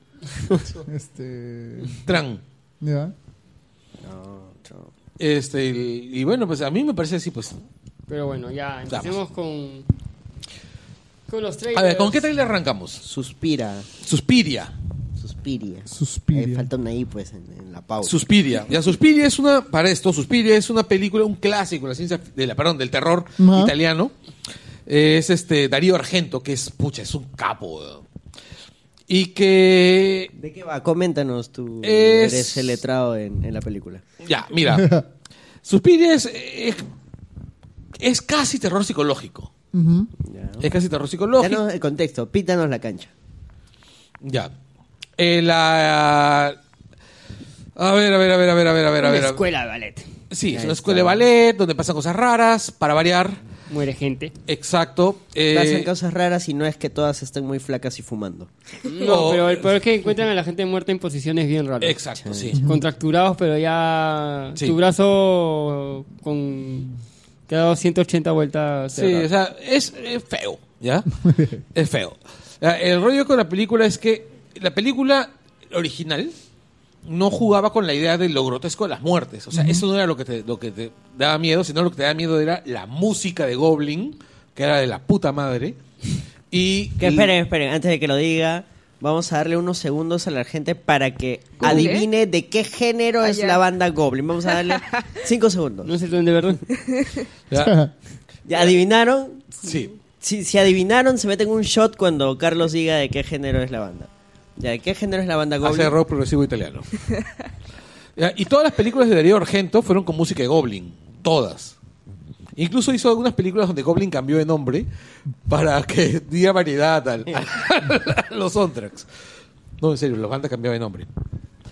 [SPEAKER 4] Este,
[SPEAKER 1] Tran.
[SPEAKER 4] ya.
[SPEAKER 1] Este, y, y bueno, pues a mí me parece así, pues.
[SPEAKER 2] Pero bueno, ya empecemos con con los trailers.
[SPEAKER 1] A ver, ¿con qué trailer arrancamos?
[SPEAKER 6] Suspira.
[SPEAKER 1] Suspiria.
[SPEAKER 6] Suspiria.
[SPEAKER 4] Suspiria.
[SPEAKER 6] Ahí falta una I, pues, en, en la pausa.
[SPEAKER 1] Suspiria. Ya, Suspiria es una, para esto, Suspiria es una película, un clásico de la ciencia, de la, perdón, del terror
[SPEAKER 4] Ajá.
[SPEAKER 1] italiano. Eh, Es este Darío Argento, que es, pucha, es un capo. weón. Y que,
[SPEAKER 6] ¿De qué va? Coméntanos tú.
[SPEAKER 1] Es-
[SPEAKER 6] Eres el letrado en, en la película.
[SPEAKER 1] ya, mira, Suspiria es, es, es casi terror psicológico.
[SPEAKER 4] Ujú.
[SPEAKER 6] Ya.
[SPEAKER 1] Es casi terror psicológico.
[SPEAKER 6] Danos el contexto. Pítanos la cancha.
[SPEAKER 1] Ya. Eh, la, A ver, a ver, a ver, a ver, a ver, a ver.
[SPEAKER 2] Una
[SPEAKER 1] a ver.
[SPEAKER 2] escuela de ballet.
[SPEAKER 1] Sí, es una escuela de ballet donde pasan cosas raras, para variar.
[SPEAKER 2] Muere gente.
[SPEAKER 1] Exacto. eh,
[SPEAKER 5] Pasan cosas raras y no es que todas estén muy flacas y fumando.
[SPEAKER 2] No,
[SPEAKER 1] o-
[SPEAKER 2] pero el peor es que encuentran a la gente muerta en posiciones bien raras.
[SPEAKER 1] Exacto, sí.
[SPEAKER 2] Contracturados, pero ya
[SPEAKER 1] Sí.
[SPEAKER 2] tu brazo con te ha dado 180 vueltas.
[SPEAKER 1] Sí, o sea, es, eh, feo, ¿ya? es feo. Ya, El rollo con la película es que la película original no jugaba con la idea de lo grotesco de las muertes. O sea, eso no era lo que, te, lo que te daba miedo, sino lo que te daba miedo era la música de Goblin, que era de la puta madre. Y
[SPEAKER 5] Que
[SPEAKER 1] y-
[SPEAKER 5] esperen, esperen, antes de que lo diga, vamos a darle unos segundos a la gente para que
[SPEAKER 3] Google.
[SPEAKER 5] adivine de qué género
[SPEAKER 3] Ah,
[SPEAKER 5] es
[SPEAKER 3] ya.
[SPEAKER 5] la banda Goblin. Vamos a darle cinco segundos.
[SPEAKER 2] No sé dónde, ¿verdad?
[SPEAKER 1] ya,
[SPEAKER 5] ¿Ya adivinaron?
[SPEAKER 1] sí.
[SPEAKER 5] Si, si adivinaron, se meten un shot cuando Carlos diga de qué género es la banda. ¿Ya de qué género es la banda Goblin?
[SPEAKER 1] Hace rock progresivo italiano. Ya, y todas las películas de Darío Argento fueron con música de Goblin. Todas. Incluso hizo algunas películas donde Goblin cambió de nombre para que diera variedad al- a los soundtracks. No, en serio, los bandas cambiaban de nombre.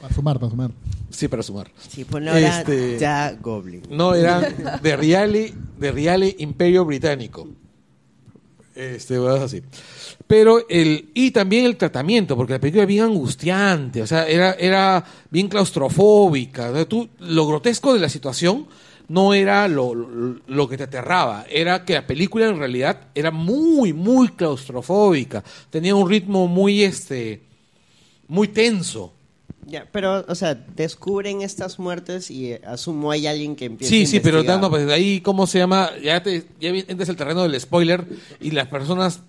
[SPEAKER 4] Para sumar, para sumar.
[SPEAKER 1] Sí, para sumar.
[SPEAKER 5] Sí, ponle ahora
[SPEAKER 1] Este-
[SPEAKER 5] ya Goblin.
[SPEAKER 1] No, eran de Reale, de Reale Imperio Británico. Este, huevadas así. Pero el, y también el tratamiento, porque la película era bien angustiante, o sea, era, era bien claustrofóbica. O sea, tú, lo grotesco de la situación no era lo, lo- lo que te aterraba, era que la película en realidad era muy, muy claustrofóbica. Tenía un ritmo muy, este, muy tenso.
[SPEAKER 5] Ya, pero, o sea, descubren estas muertes y eh, asumo hay alguien que empieza
[SPEAKER 1] Sí,
[SPEAKER 5] a
[SPEAKER 1] sí, pero
[SPEAKER 5] investigar.
[SPEAKER 1] no, pues de ahí, ¿cómo se llama? Ya, te, ya vi- entras al terreno del spoiler y las personas.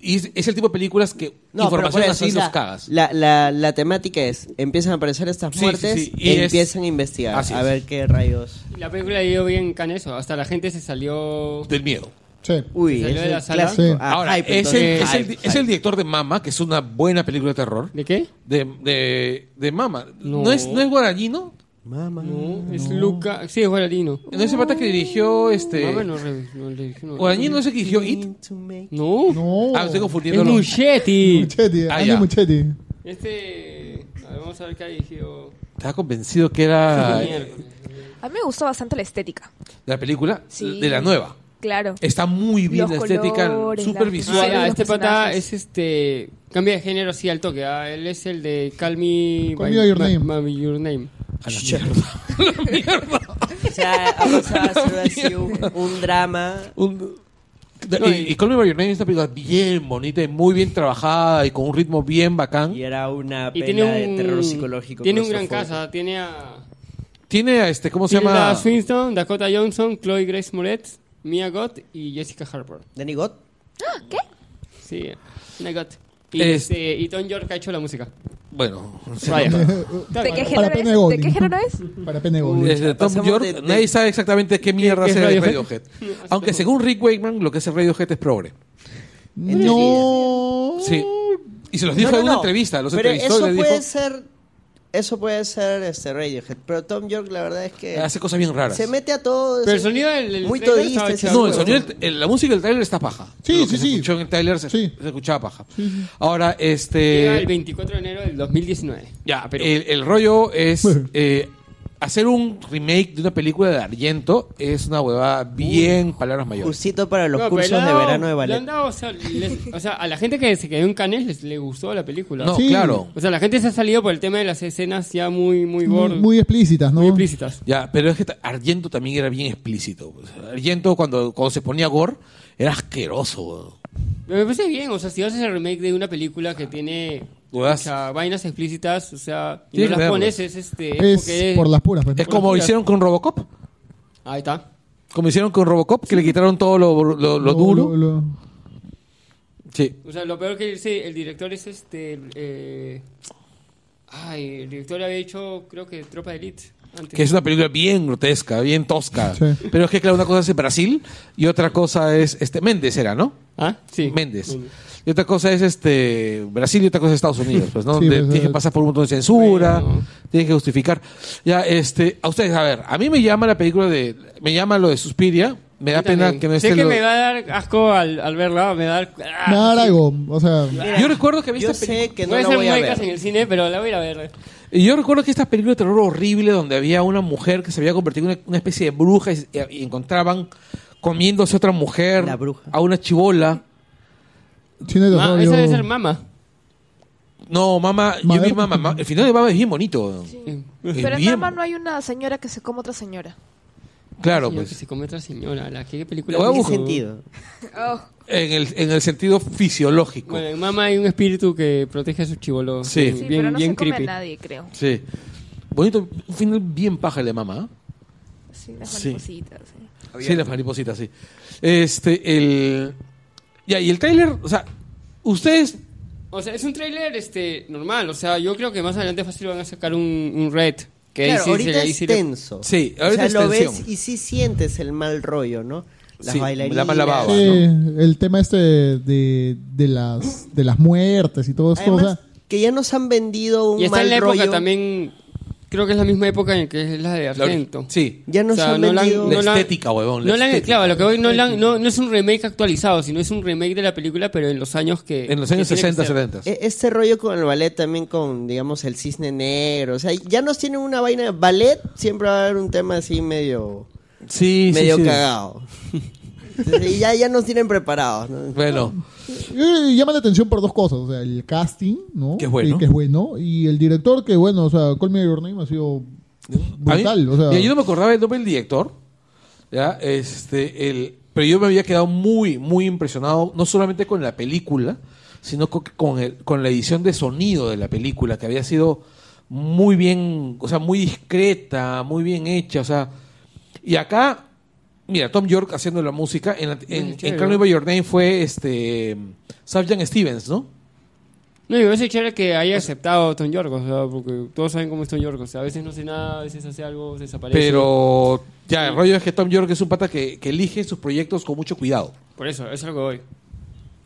[SPEAKER 1] Y es- es el tipo de películas que
[SPEAKER 5] No, pero
[SPEAKER 1] información
[SPEAKER 5] por eso,
[SPEAKER 1] así
[SPEAKER 5] o sea,
[SPEAKER 1] los cagas.
[SPEAKER 5] La, la, la temática es, empiezan a aparecer estas
[SPEAKER 1] Sí, sí,
[SPEAKER 5] muertes
[SPEAKER 1] sí, y
[SPEAKER 5] y
[SPEAKER 1] es-
[SPEAKER 5] empiezan a investigar,
[SPEAKER 1] así
[SPEAKER 5] a
[SPEAKER 1] es.
[SPEAKER 5] ver qué rayos.
[SPEAKER 2] Y La película dio bien can eso. Hasta la gente se salió.
[SPEAKER 1] Del miedo.
[SPEAKER 4] Sí.
[SPEAKER 5] Uy,
[SPEAKER 2] ¿Se salió
[SPEAKER 5] es
[SPEAKER 2] de la
[SPEAKER 5] el
[SPEAKER 2] sala?
[SPEAKER 5] clásico.
[SPEAKER 4] Sí.
[SPEAKER 5] Ah,
[SPEAKER 1] Ahora,
[SPEAKER 5] hype,
[SPEAKER 1] es, el,
[SPEAKER 5] entonces,
[SPEAKER 1] es el-
[SPEAKER 5] hype,
[SPEAKER 1] es el
[SPEAKER 5] hype.
[SPEAKER 1] director de Mama, que es una buena película de terror.
[SPEAKER 2] ¿De qué?
[SPEAKER 1] De, de, de Mama. ¿No,
[SPEAKER 2] No.
[SPEAKER 1] es, ¿No es guarañino?
[SPEAKER 5] Mamá.
[SPEAKER 2] No, es Luca. Sí, es guaralino.
[SPEAKER 1] ¿No es el pata que dirigió este.
[SPEAKER 2] Ah, bueno, re- no le dije, no.
[SPEAKER 1] guarañino es el que dirigió It.
[SPEAKER 5] To make-
[SPEAKER 2] No,
[SPEAKER 5] Oh,
[SPEAKER 4] No.
[SPEAKER 1] Ah, estoy confundiendo.
[SPEAKER 2] es Muchetti.
[SPEAKER 4] Muchetti, eh.
[SPEAKER 1] Ah,
[SPEAKER 4] Andy
[SPEAKER 1] ya.
[SPEAKER 4] Muchetti.
[SPEAKER 2] Este. A ver, vamos a ver qué ha dirigido.
[SPEAKER 1] Estaba convencido que era.
[SPEAKER 5] Ah,
[SPEAKER 1] de
[SPEAKER 2] Miércoles.
[SPEAKER 3] A mí me gustó bastante la estética.
[SPEAKER 1] la película.
[SPEAKER 3] Sí.
[SPEAKER 1] De la nueva.
[SPEAKER 3] Claro.
[SPEAKER 1] Está muy bien
[SPEAKER 3] Los
[SPEAKER 1] la estética,
[SPEAKER 3] colores,
[SPEAKER 1] súper
[SPEAKER 3] la-
[SPEAKER 1] visual.
[SPEAKER 2] Ah, ya,
[SPEAKER 3] los
[SPEAKER 5] pues,
[SPEAKER 2] este pata
[SPEAKER 3] personajes.
[SPEAKER 2] es este. Cambia de género así al toque. ah, Él es el de Call Me.
[SPEAKER 4] Call
[SPEAKER 2] by-
[SPEAKER 4] Me Your
[SPEAKER 2] by-
[SPEAKER 4] Name.
[SPEAKER 2] by Your Name.
[SPEAKER 1] A la mierda. A la mierda.
[SPEAKER 5] O sea, ha pasado a ser así un, un drama.
[SPEAKER 1] Un- de-
[SPEAKER 2] No,
[SPEAKER 1] y,
[SPEAKER 2] y-
[SPEAKER 1] y Call Me By Your Name es una película bien bonita y muy bien trabajada y con un ritmo bien bacán.
[SPEAKER 5] Y era una
[SPEAKER 2] Y
[SPEAKER 5] pela
[SPEAKER 2] tiene
[SPEAKER 5] de
[SPEAKER 2] un.
[SPEAKER 5] terror psicológico.
[SPEAKER 2] Tiene un gran
[SPEAKER 5] claustrofóbico.
[SPEAKER 2] casa. Tiene a.
[SPEAKER 1] Tiene a este, ¿cómo se
[SPEAKER 2] Tilda
[SPEAKER 1] llama?
[SPEAKER 2] Swinton, Dakota Johnson, Chloe Grace Moretz, Mia Gott y Jessica Harper.
[SPEAKER 5] Danny Gott.
[SPEAKER 2] Sí, Mia Gott. Y,
[SPEAKER 1] Es-
[SPEAKER 2] este, y Tom York ha hecho la música.
[SPEAKER 1] Bueno, se nota.
[SPEAKER 2] Ryan.
[SPEAKER 3] ¿De qué género
[SPEAKER 4] Para Pene
[SPEAKER 3] es? ¿De
[SPEAKER 4] Golding.
[SPEAKER 3] qué género es?
[SPEAKER 4] Para Pene Golding.
[SPEAKER 1] Desde Tom
[SPEAKER 5] Pasamos
[SPEAKER 1] York,
[SPEAKER 5] de- de-
[SPEAKER 1] nadie sabe exactamente qué mierda
[SPEAKER 2] qué
[SPEAKER 1] es
[SPEAKER 2] es
[SPEAKER 1] el Radiohead.
[SPEAKER 2] Radiohead?
[SPEAKER 1] Aunque según Rick Wakeman, lo que es el Radiohead es progre.
[SPEAKER 4] No.
[SPEAKER 1] Sí. Y se los dijo
[SPEAKER 5] Mm. No, no,
[SPEAKER 1] en una
[SPEAKER 5] no.
[SPEAKER 1] entrevista, los
[SPEAKER 5] pero
[SPEAKER 1] entrevistó
[SPEAKER 5] eso
[SPEAKER 1] y les dijo,
[SPEAKER 5] puede ser. Eso puede ser este Radiohead. Pero Tom York, la verdad es que.
[SPEAKER 1] hace cosas bien raras.
[SPEAKER 5] eh, Se mete a todo.
[SPEAKER 2] Pero el
[SPEAKER 5] se-
[SPEAKER 2] sonido del- del
[SPEAKER 5] Muy
[SPEAKER 2] trailer
[SPEAKER 5] todista.
[SPEAKER 2] estaba
[SPEAKER 5] ese
[SPEAKER 2] chévere.
[SPEAKER 1] No, el
[SPEAKER 5] juego.
[SPEAKER 1] sonido, del- el- la música del trailer está paja.
[SPEAKER 4] Sí,
[SPEAKER 1] Lo que
[SPEAKER 4] sí,
[SPEAKER 1] se
[SPEAKER 4] sí.
[SPEAKER 1] escuchó en el trailer se,
[SPEAKER 4] Sí.
[SPEAKER 1] se escuchaba paja.
[SPEAKER 4] Sí.
[SPEAKER 1] Ahora,
[SPEAKER 2] Llega el
[SPEAKER 1] este...
[SPEAKER 2] 24 de enero del 2019.
[SPEAKER 1] Ya,
[SPEAKER 2] a Perú.
[SPEAKER 1] el, el rollo es
[SPEAKER 4] Bueno.
[SPEAKER 1] eh, hacer un remake de una película de Argento es una huevada bien palabras mayores.
[SPEAKER 5] Justito para los
[SPEAKER 2] No, pero
[SPEAKER 5] cursos
[SPEAKER 2] le han
[SPEAKER 5] de
[SPEAKER 2] dado-
[SPEAKER 5] verano de
[SPEAKER 2] le
[SPEAKER 5] ballet.
[SPEAKER 2] han dado, o, sea, les- o sea, a la gente que se quedó en Cannes les le gustó la película.
[SPEAKER 1] No,
[SPEAKER 4] Sí.
[SPEAKER 1] claro.
[SPEAKER 2] O sea, la gente se ha salido por el tema de las escenas ya muy, muy
[SPEAKER 4] Muy,
[SPEAKER 2] gordas.
[SPEAKER 4] muy explícitas, ¿no?
[SPEAKER 2] muy
[SPEAKER 1] ¿eh?
[SPEAKER 2] explícitas.
[SPEAKER 1] Ya, pero es que ta- Argento también era bien explícito. O sea, Argento cuando, cuando se ponía gore era asqueroso. huevón.
[SPEAKER 2] Pero me parece bien, o sea, si haces el remake de una película que tiene
[SPEAKER 1] Huevas.
[SPEAKER 2] pucha, vainas explícitas, o sea, y
[SPEAKER 1] Tienes
[SPEAKER 2] no las
[SPEAKER 1] que verlas.
[SPEAKER 2] pones, es este. es
[SPEAKER 4] Es
[SPEAKER 2] porque-
[SPEAKER 4] por las puras. pues.
[SPEAKER 1] Es como hicieron con Robocop.
[SPEAKER 2] Ahí está.
[SPEAKER 1] Como hicieron con Robocop, que le quitaron todo lo, lo- lo duro.
[SPEAKER 4] lo- lo-
[SPEAKER 1] Sí.
[SPEAKER 2] O sea, lo peor que sí, el director es este. eh, Ay, el director había hecho, creo que Tropa de Elite. Antes.
[SPEAKER 1] Que es una película bien grotesca, bien tosca.
[SPEAKER 4] Sí.
[SPEAKER 1] Pero es que, claro, una cosa es Brasil y otra cosa es este Méndez, era, ¿no?
[SPEAKER 2] ¿Ah? Sí.
[SPEAKER 1] Méndez. Y otra cosa es este Brasil y otra cosa es Estados Unidos, pues, ¿no?
[SPEAKER 4] Sí,
[SPEAKER 1] De-
[SPEAKER 4] pues,
[SPEAKER 1] tienes
[SPEAKER 4] eh,
[SPEAKER 1] que pasar por un montón de censura,
[SPEAKER 2] Bueno.
[SPEAKER 1] tienes que justificar. Ya, este, a ustedes, a ver, a mí me llama la película de, me llama lo de Suspiria, me da pena que no esté
[SPEAKER 2] Sé que
[SPEAKER 1] lo-
[SPEAKER 2] me va a dar asco al, al verla, me va a dar... ah,
[SPEAKER 4] Me da algo, o sea,
[SPEAKER 1] Yo recuerdo que vi
[SPEAKER 5] Yo
[SPEAKER 1] esta peli-
[SPEAKER 5] sé que no
[SPEAKER 2] voy a
[SPEAKER 5] la
[SPEAKER 2] hacer
[SPEAKER 5] voy a
[SPEAKER 2] muecas
[SPEAKER 5] ver.
[SPEAKER 2] en el cine, pero la voy a ir a ver.
[SPEAKER 1] Y yo recuerdo que esta película de terror horrible donde había una mujer que se había convertido en una- una especie de bruja y, y encontraban comiéndose a otra mujer,
[SPEAKER 5] La bruja.
[SPEAKER 1] a una chibola.
[SPEAKER 4] cine de
[SPEAKER 2] Ma-
[SPEAKER 4] horror.
[SPEAKER 2] esa
[SPEAKER 4] yo-
[SPEAKER 2] debe ser mama.
[SPEAKER 1] No, mamá, yo
[SPEAKER 4] Madre.
[SPEAKER 1] vi mamá, ma- el final de mamá es bien bonito. Es
[SPEAKER 3] Pero en
[SPEAKER 1] bien-
[SPEAKER 3] Mama no hay una señora que se come otra señora.
[SPEAKER 1] Claro,
[SPEAKER 2] Señor, que
[SPEAKER 1] pues.
[SPEAKER 2] se come otra señora. La, ¿Qué película?
[SPEAKER 1] Voy a
[SPEAKER 5] ¿En qué
[SPEAKER 1] buscar-
[SPEAKER 5] sentido?
[SPEAKER 3] Oh,
[SPEAKER 1] En el, en el sentido fisiológico.
[SPEAKER 2] Bueno, en Mama hay un espíritu que protege a sus chivolos.
[SPEAKER 1] Sí.
[SPEAKER 3] sí,
[SPEAKER 2] Bien, bien,
[SPEAKER 3] pero no se come
[SPEAKER 2] creepy.
[SPEAKER 3] a nadie, creo.
[SPEAKER 1] Sí. Bonito, un final bien paja el de mamá. ¿eh?
[SPEAKER 3] Sí, las
[SPEAKER 1] Sí.
[SPEAKER 3] maripositas. sí.
[SPEAKER 1] Sí, las maripositas, sí. Este, el. Ya, y el trailer, o sea, ustedes.
[SPEAKER 2] O sea, es un tráiler este, normal. O sea, yo creo que más adelante fácil van a sacar un, un red. Que ahí
[SPEAKER 5] Claro,
[SPEAKER 2] sí se-
[SPEAKER 5] ahorita
[SPEAKER 2] ahí
[SPEAKER 5] es
[SPEAKER 2] sí le-
[SPEAKER 5] tenso.
[SPEAKER 1] Sí,
[SPEAKER 5] O
[SPEAKER 1] ahorita
[SPEAKER 5] sea,
[SPEAKER 1] es
[SPEAKER 5] lo ves
[SPEAKER 1] tensión.
[SPEAKER 5] y sí sientes el mal rollo, ¿no? Las
[SPEAKER 1] Sí,
[SPEAKER 5] bailarinas.
[SPEAKER 1] la mala baba.
[SPEAKER 4] Sí, el tema este de, de, de las, de las muertes y todo esto. o
[SPEAKER 5] Además,
[SPEAKER 4] sea,
[SPEAKER 5] que ya nos han vendido un
[SPEAKER 2] Y está
[SPEAKER 5] mal
[SPEAKER 2] en la época
[SPEAKER 5] rollo.
[SPEAKER 2] también. Creo que es la misma época en que es la de
[SPEAKER 1] la-
[SPEAKER 2] Argento.
[SPEAKER 1] sí.
[SPEAKER 5] Ya nos
[SPEAKER 2] O sea,
[SPEAKER 5] han
[SPEAKER 2] no la han-
[SPEAKER 5] vendido.
[SPEAKER 1] La
[SPEAKER 2] no la-
[SPEAKER 1] estética, huevón. la
[SPEAKER 2] No, la,
[SPEAKER 1] estética.
[SPEAKER 2] claro, lo que hoy no, la- no, no es un remake actualizado, sino es un remake de la película, pero en los años que.
[SPEAKER 1] En los
[SPEAKER 2] que
[SPEAKER 1] años
[SPEAKER 2] tiene que
[SPEAKER 1] 60,
[SPEAKER 2] ser.
[SPEAKER 1] 70.
[SPEAKER 5] E- Este rollo con el ballet también con, digamos, el cisne negro. O sea, ya nos tienen una vaina. Ballet siempre va a haber un tema así medio,
[SPEAKER 1] Sí, sí,
[SPEAKER 5] medio
[SPEAKER 1] sí.
[SPEAKER 5] cagado. Entonces, y ya, ya nos tienen preparados. ¿no?
[SPEAKER 1] Bueno,
[SPEAKER 4] eh, llama la atención por dos cosas. O sea, el casting, ¿no?
[SPEAKER 1] Que es bueno.
[SPEAKER 4] Y, que es bueno. y el director, que bueno, o sea, Call Me By Your Name ha sido
[SPEAKER 1] A
[SPEAKER 4] brutal.
[SPEAKER 1] mí-
[SPEAKER 4] o sea,
[SPEAKER 1] ¿Ah, mira, yo no me acordaba del nombre del director. ¿ya? Este, el, pero yo me había quedado muy, muy impresionado, no solamente con la película, sino co- con, el- con la edición de sonido de la película, que había sido muy bien, o sea, muy discreta, muy bien hecha. O sea, y acá, mira, Tom York haciendo la música.
[SPEAKER 4] Mm,
[SPEAKER 1] En, la- en, en
[SPEAKER 2] chévere.
[SPEAKER 1] Call Me By Your Name fue este, Sargent Stevens, ¿no?
[SPEAKER 2] No, y me parece chévere que haya aceptado Tom York, o sea, porque todos saben cómo es Tom York. O sea, a veces no hace nada, a veces hace algo, desaparece.
[SPEAKER 1] Pero ya, el rollo es que Tom York es un pata que, que elige sus proyectos con mucho cuidado.
[SPEAKER 2] Por eso, eso es lo que voy.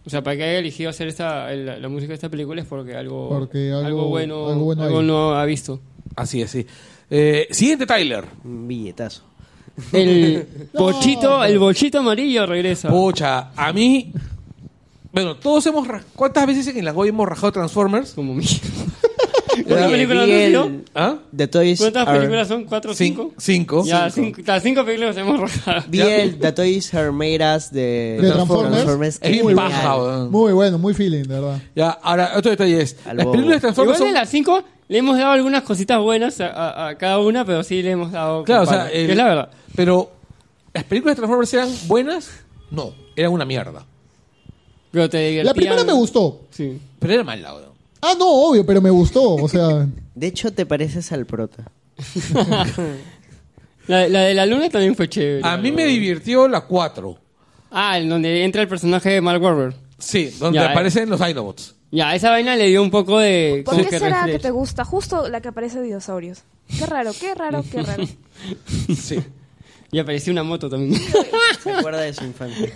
[SPEAKER 2] O sea, para que haya elegido hacer esta, el- la, música de esta película es porque algo,
[SPEAKER 4] Porque algo-
[SPEAKER 2] bueno,
[SPEAKER 4] algo
[SPEAKER 2] algo,
[SPEAKER 4] bueno hay.
[SPEAKER 2] no ha visto.
[SPEAKER 1] Así es, sí. Eh, siguiente Tyler.
[SPEAKER 5] Un billetazo.
[SPEAKER 2] El bochito, el bochito amarillo regresa.
[SPEAKER 1] Pucha, a mí. Bueno, todos hemos. ra- ¿Cuántas veces en el Angoy hemos rajado Transformers?
[SPEAKER 2] Como mi. ¿Cuántas
[SPEAKER 5] Oye,
[SPEAKER 2] películas
[SPEAKER 5] vi
[SPEAKER 2] han
[SPEAKER 5] el-
[SPEAKER 2] sido?
[SPEAKER 1] ¿Ah?
[SPEAKER 5] The Toys
[SPEAKER 2] ¿Cuántas
[SPEAKER 5] Are-
[SPEAKER 2] películas son? ¿Cuatro o cinco?
[SPEAKER 1] Cin- cinco.
[SPEAKER 2] Ya, cinco. las cinco películas hemos rajado.
[SPEAKER 5] Vi el The Toys Are Made Us de,
[SPEAKER 4] De Transformers.
[SPEAKER 1] Es bien
[SPEAKER 5] Muy
[SPEAKER 1] paja,
[SPEAKER 5] bueno.
[SPEAKER 1] weón.
[SPEAKER 4] Muy bueno, muy feeling, de verdad.
[SPEAKER 1] Ya, ahora, otro detalle es.
[SPEAKER 5] Al
[SPEAKER 1] las
[SPEAKER 5] bobo.
[SPEAKER 1] películas de Transformers
[SPEAKER 2] Igual
[SPEAKER 1] son.
[SPEAKER 2] de las cinco le hemos dado algunas cositas buenas a, a- a cada una, pero sí le hemos dado.
[SPEAKER 1] Claro, o
[SPEAKER 2] con
[SPEAKER 1] sea.
[SPEAKER 2] palo.
[SPEAKER 1] el-
[SPEAKER 2] Que es la verdad.
[SPEAKER 1] Pero. ¿Las películas de Transformers eran buenas? No, eran una mierda.
[SPEAKER 2] Pero te
[SPEAKER 4] La primera
[SPEAKER 2] divertían.
[SPEAKER 4] me gustó.
[SPEAKER 2] Sí.
[SPEAKER 1] Pero era mala, weón.
[SPEAKER 4] Ah, no, obvio, pero me gustó. O sea,
[SPEAKER 5] De hecho, te pareces al prota.
[SPEAKER 2] La, la de la luna también fue chévere.
[SPEAKER 1] A mí me divirtió la 4.
[SPEAKER 2] Ah, en donde entra el personaje de Mark Warner.
[SPEAKER 1] Sí, donde
[SPEAKER 2] Ya, eh.
[SPEAKER 1] aparecen los Dinobots.
[SPEAKER 2] Ya, esa vaina le dio un poco de.
[SPEAKER 3] ¿Por
[SPEAKER 2] como
[SPEAKER 3] qué será
[SPEAKER 2] refresh.
[SPEAKER 3] que te gusta justo la que aparece de dinosaurios? Qué raro, qué raro, qué raro.
[SPEAKER 1] Sí,
[SPEAKER 2] Y apareció una moto también.
[SPEAKER 5] Se acuerda de su infancia.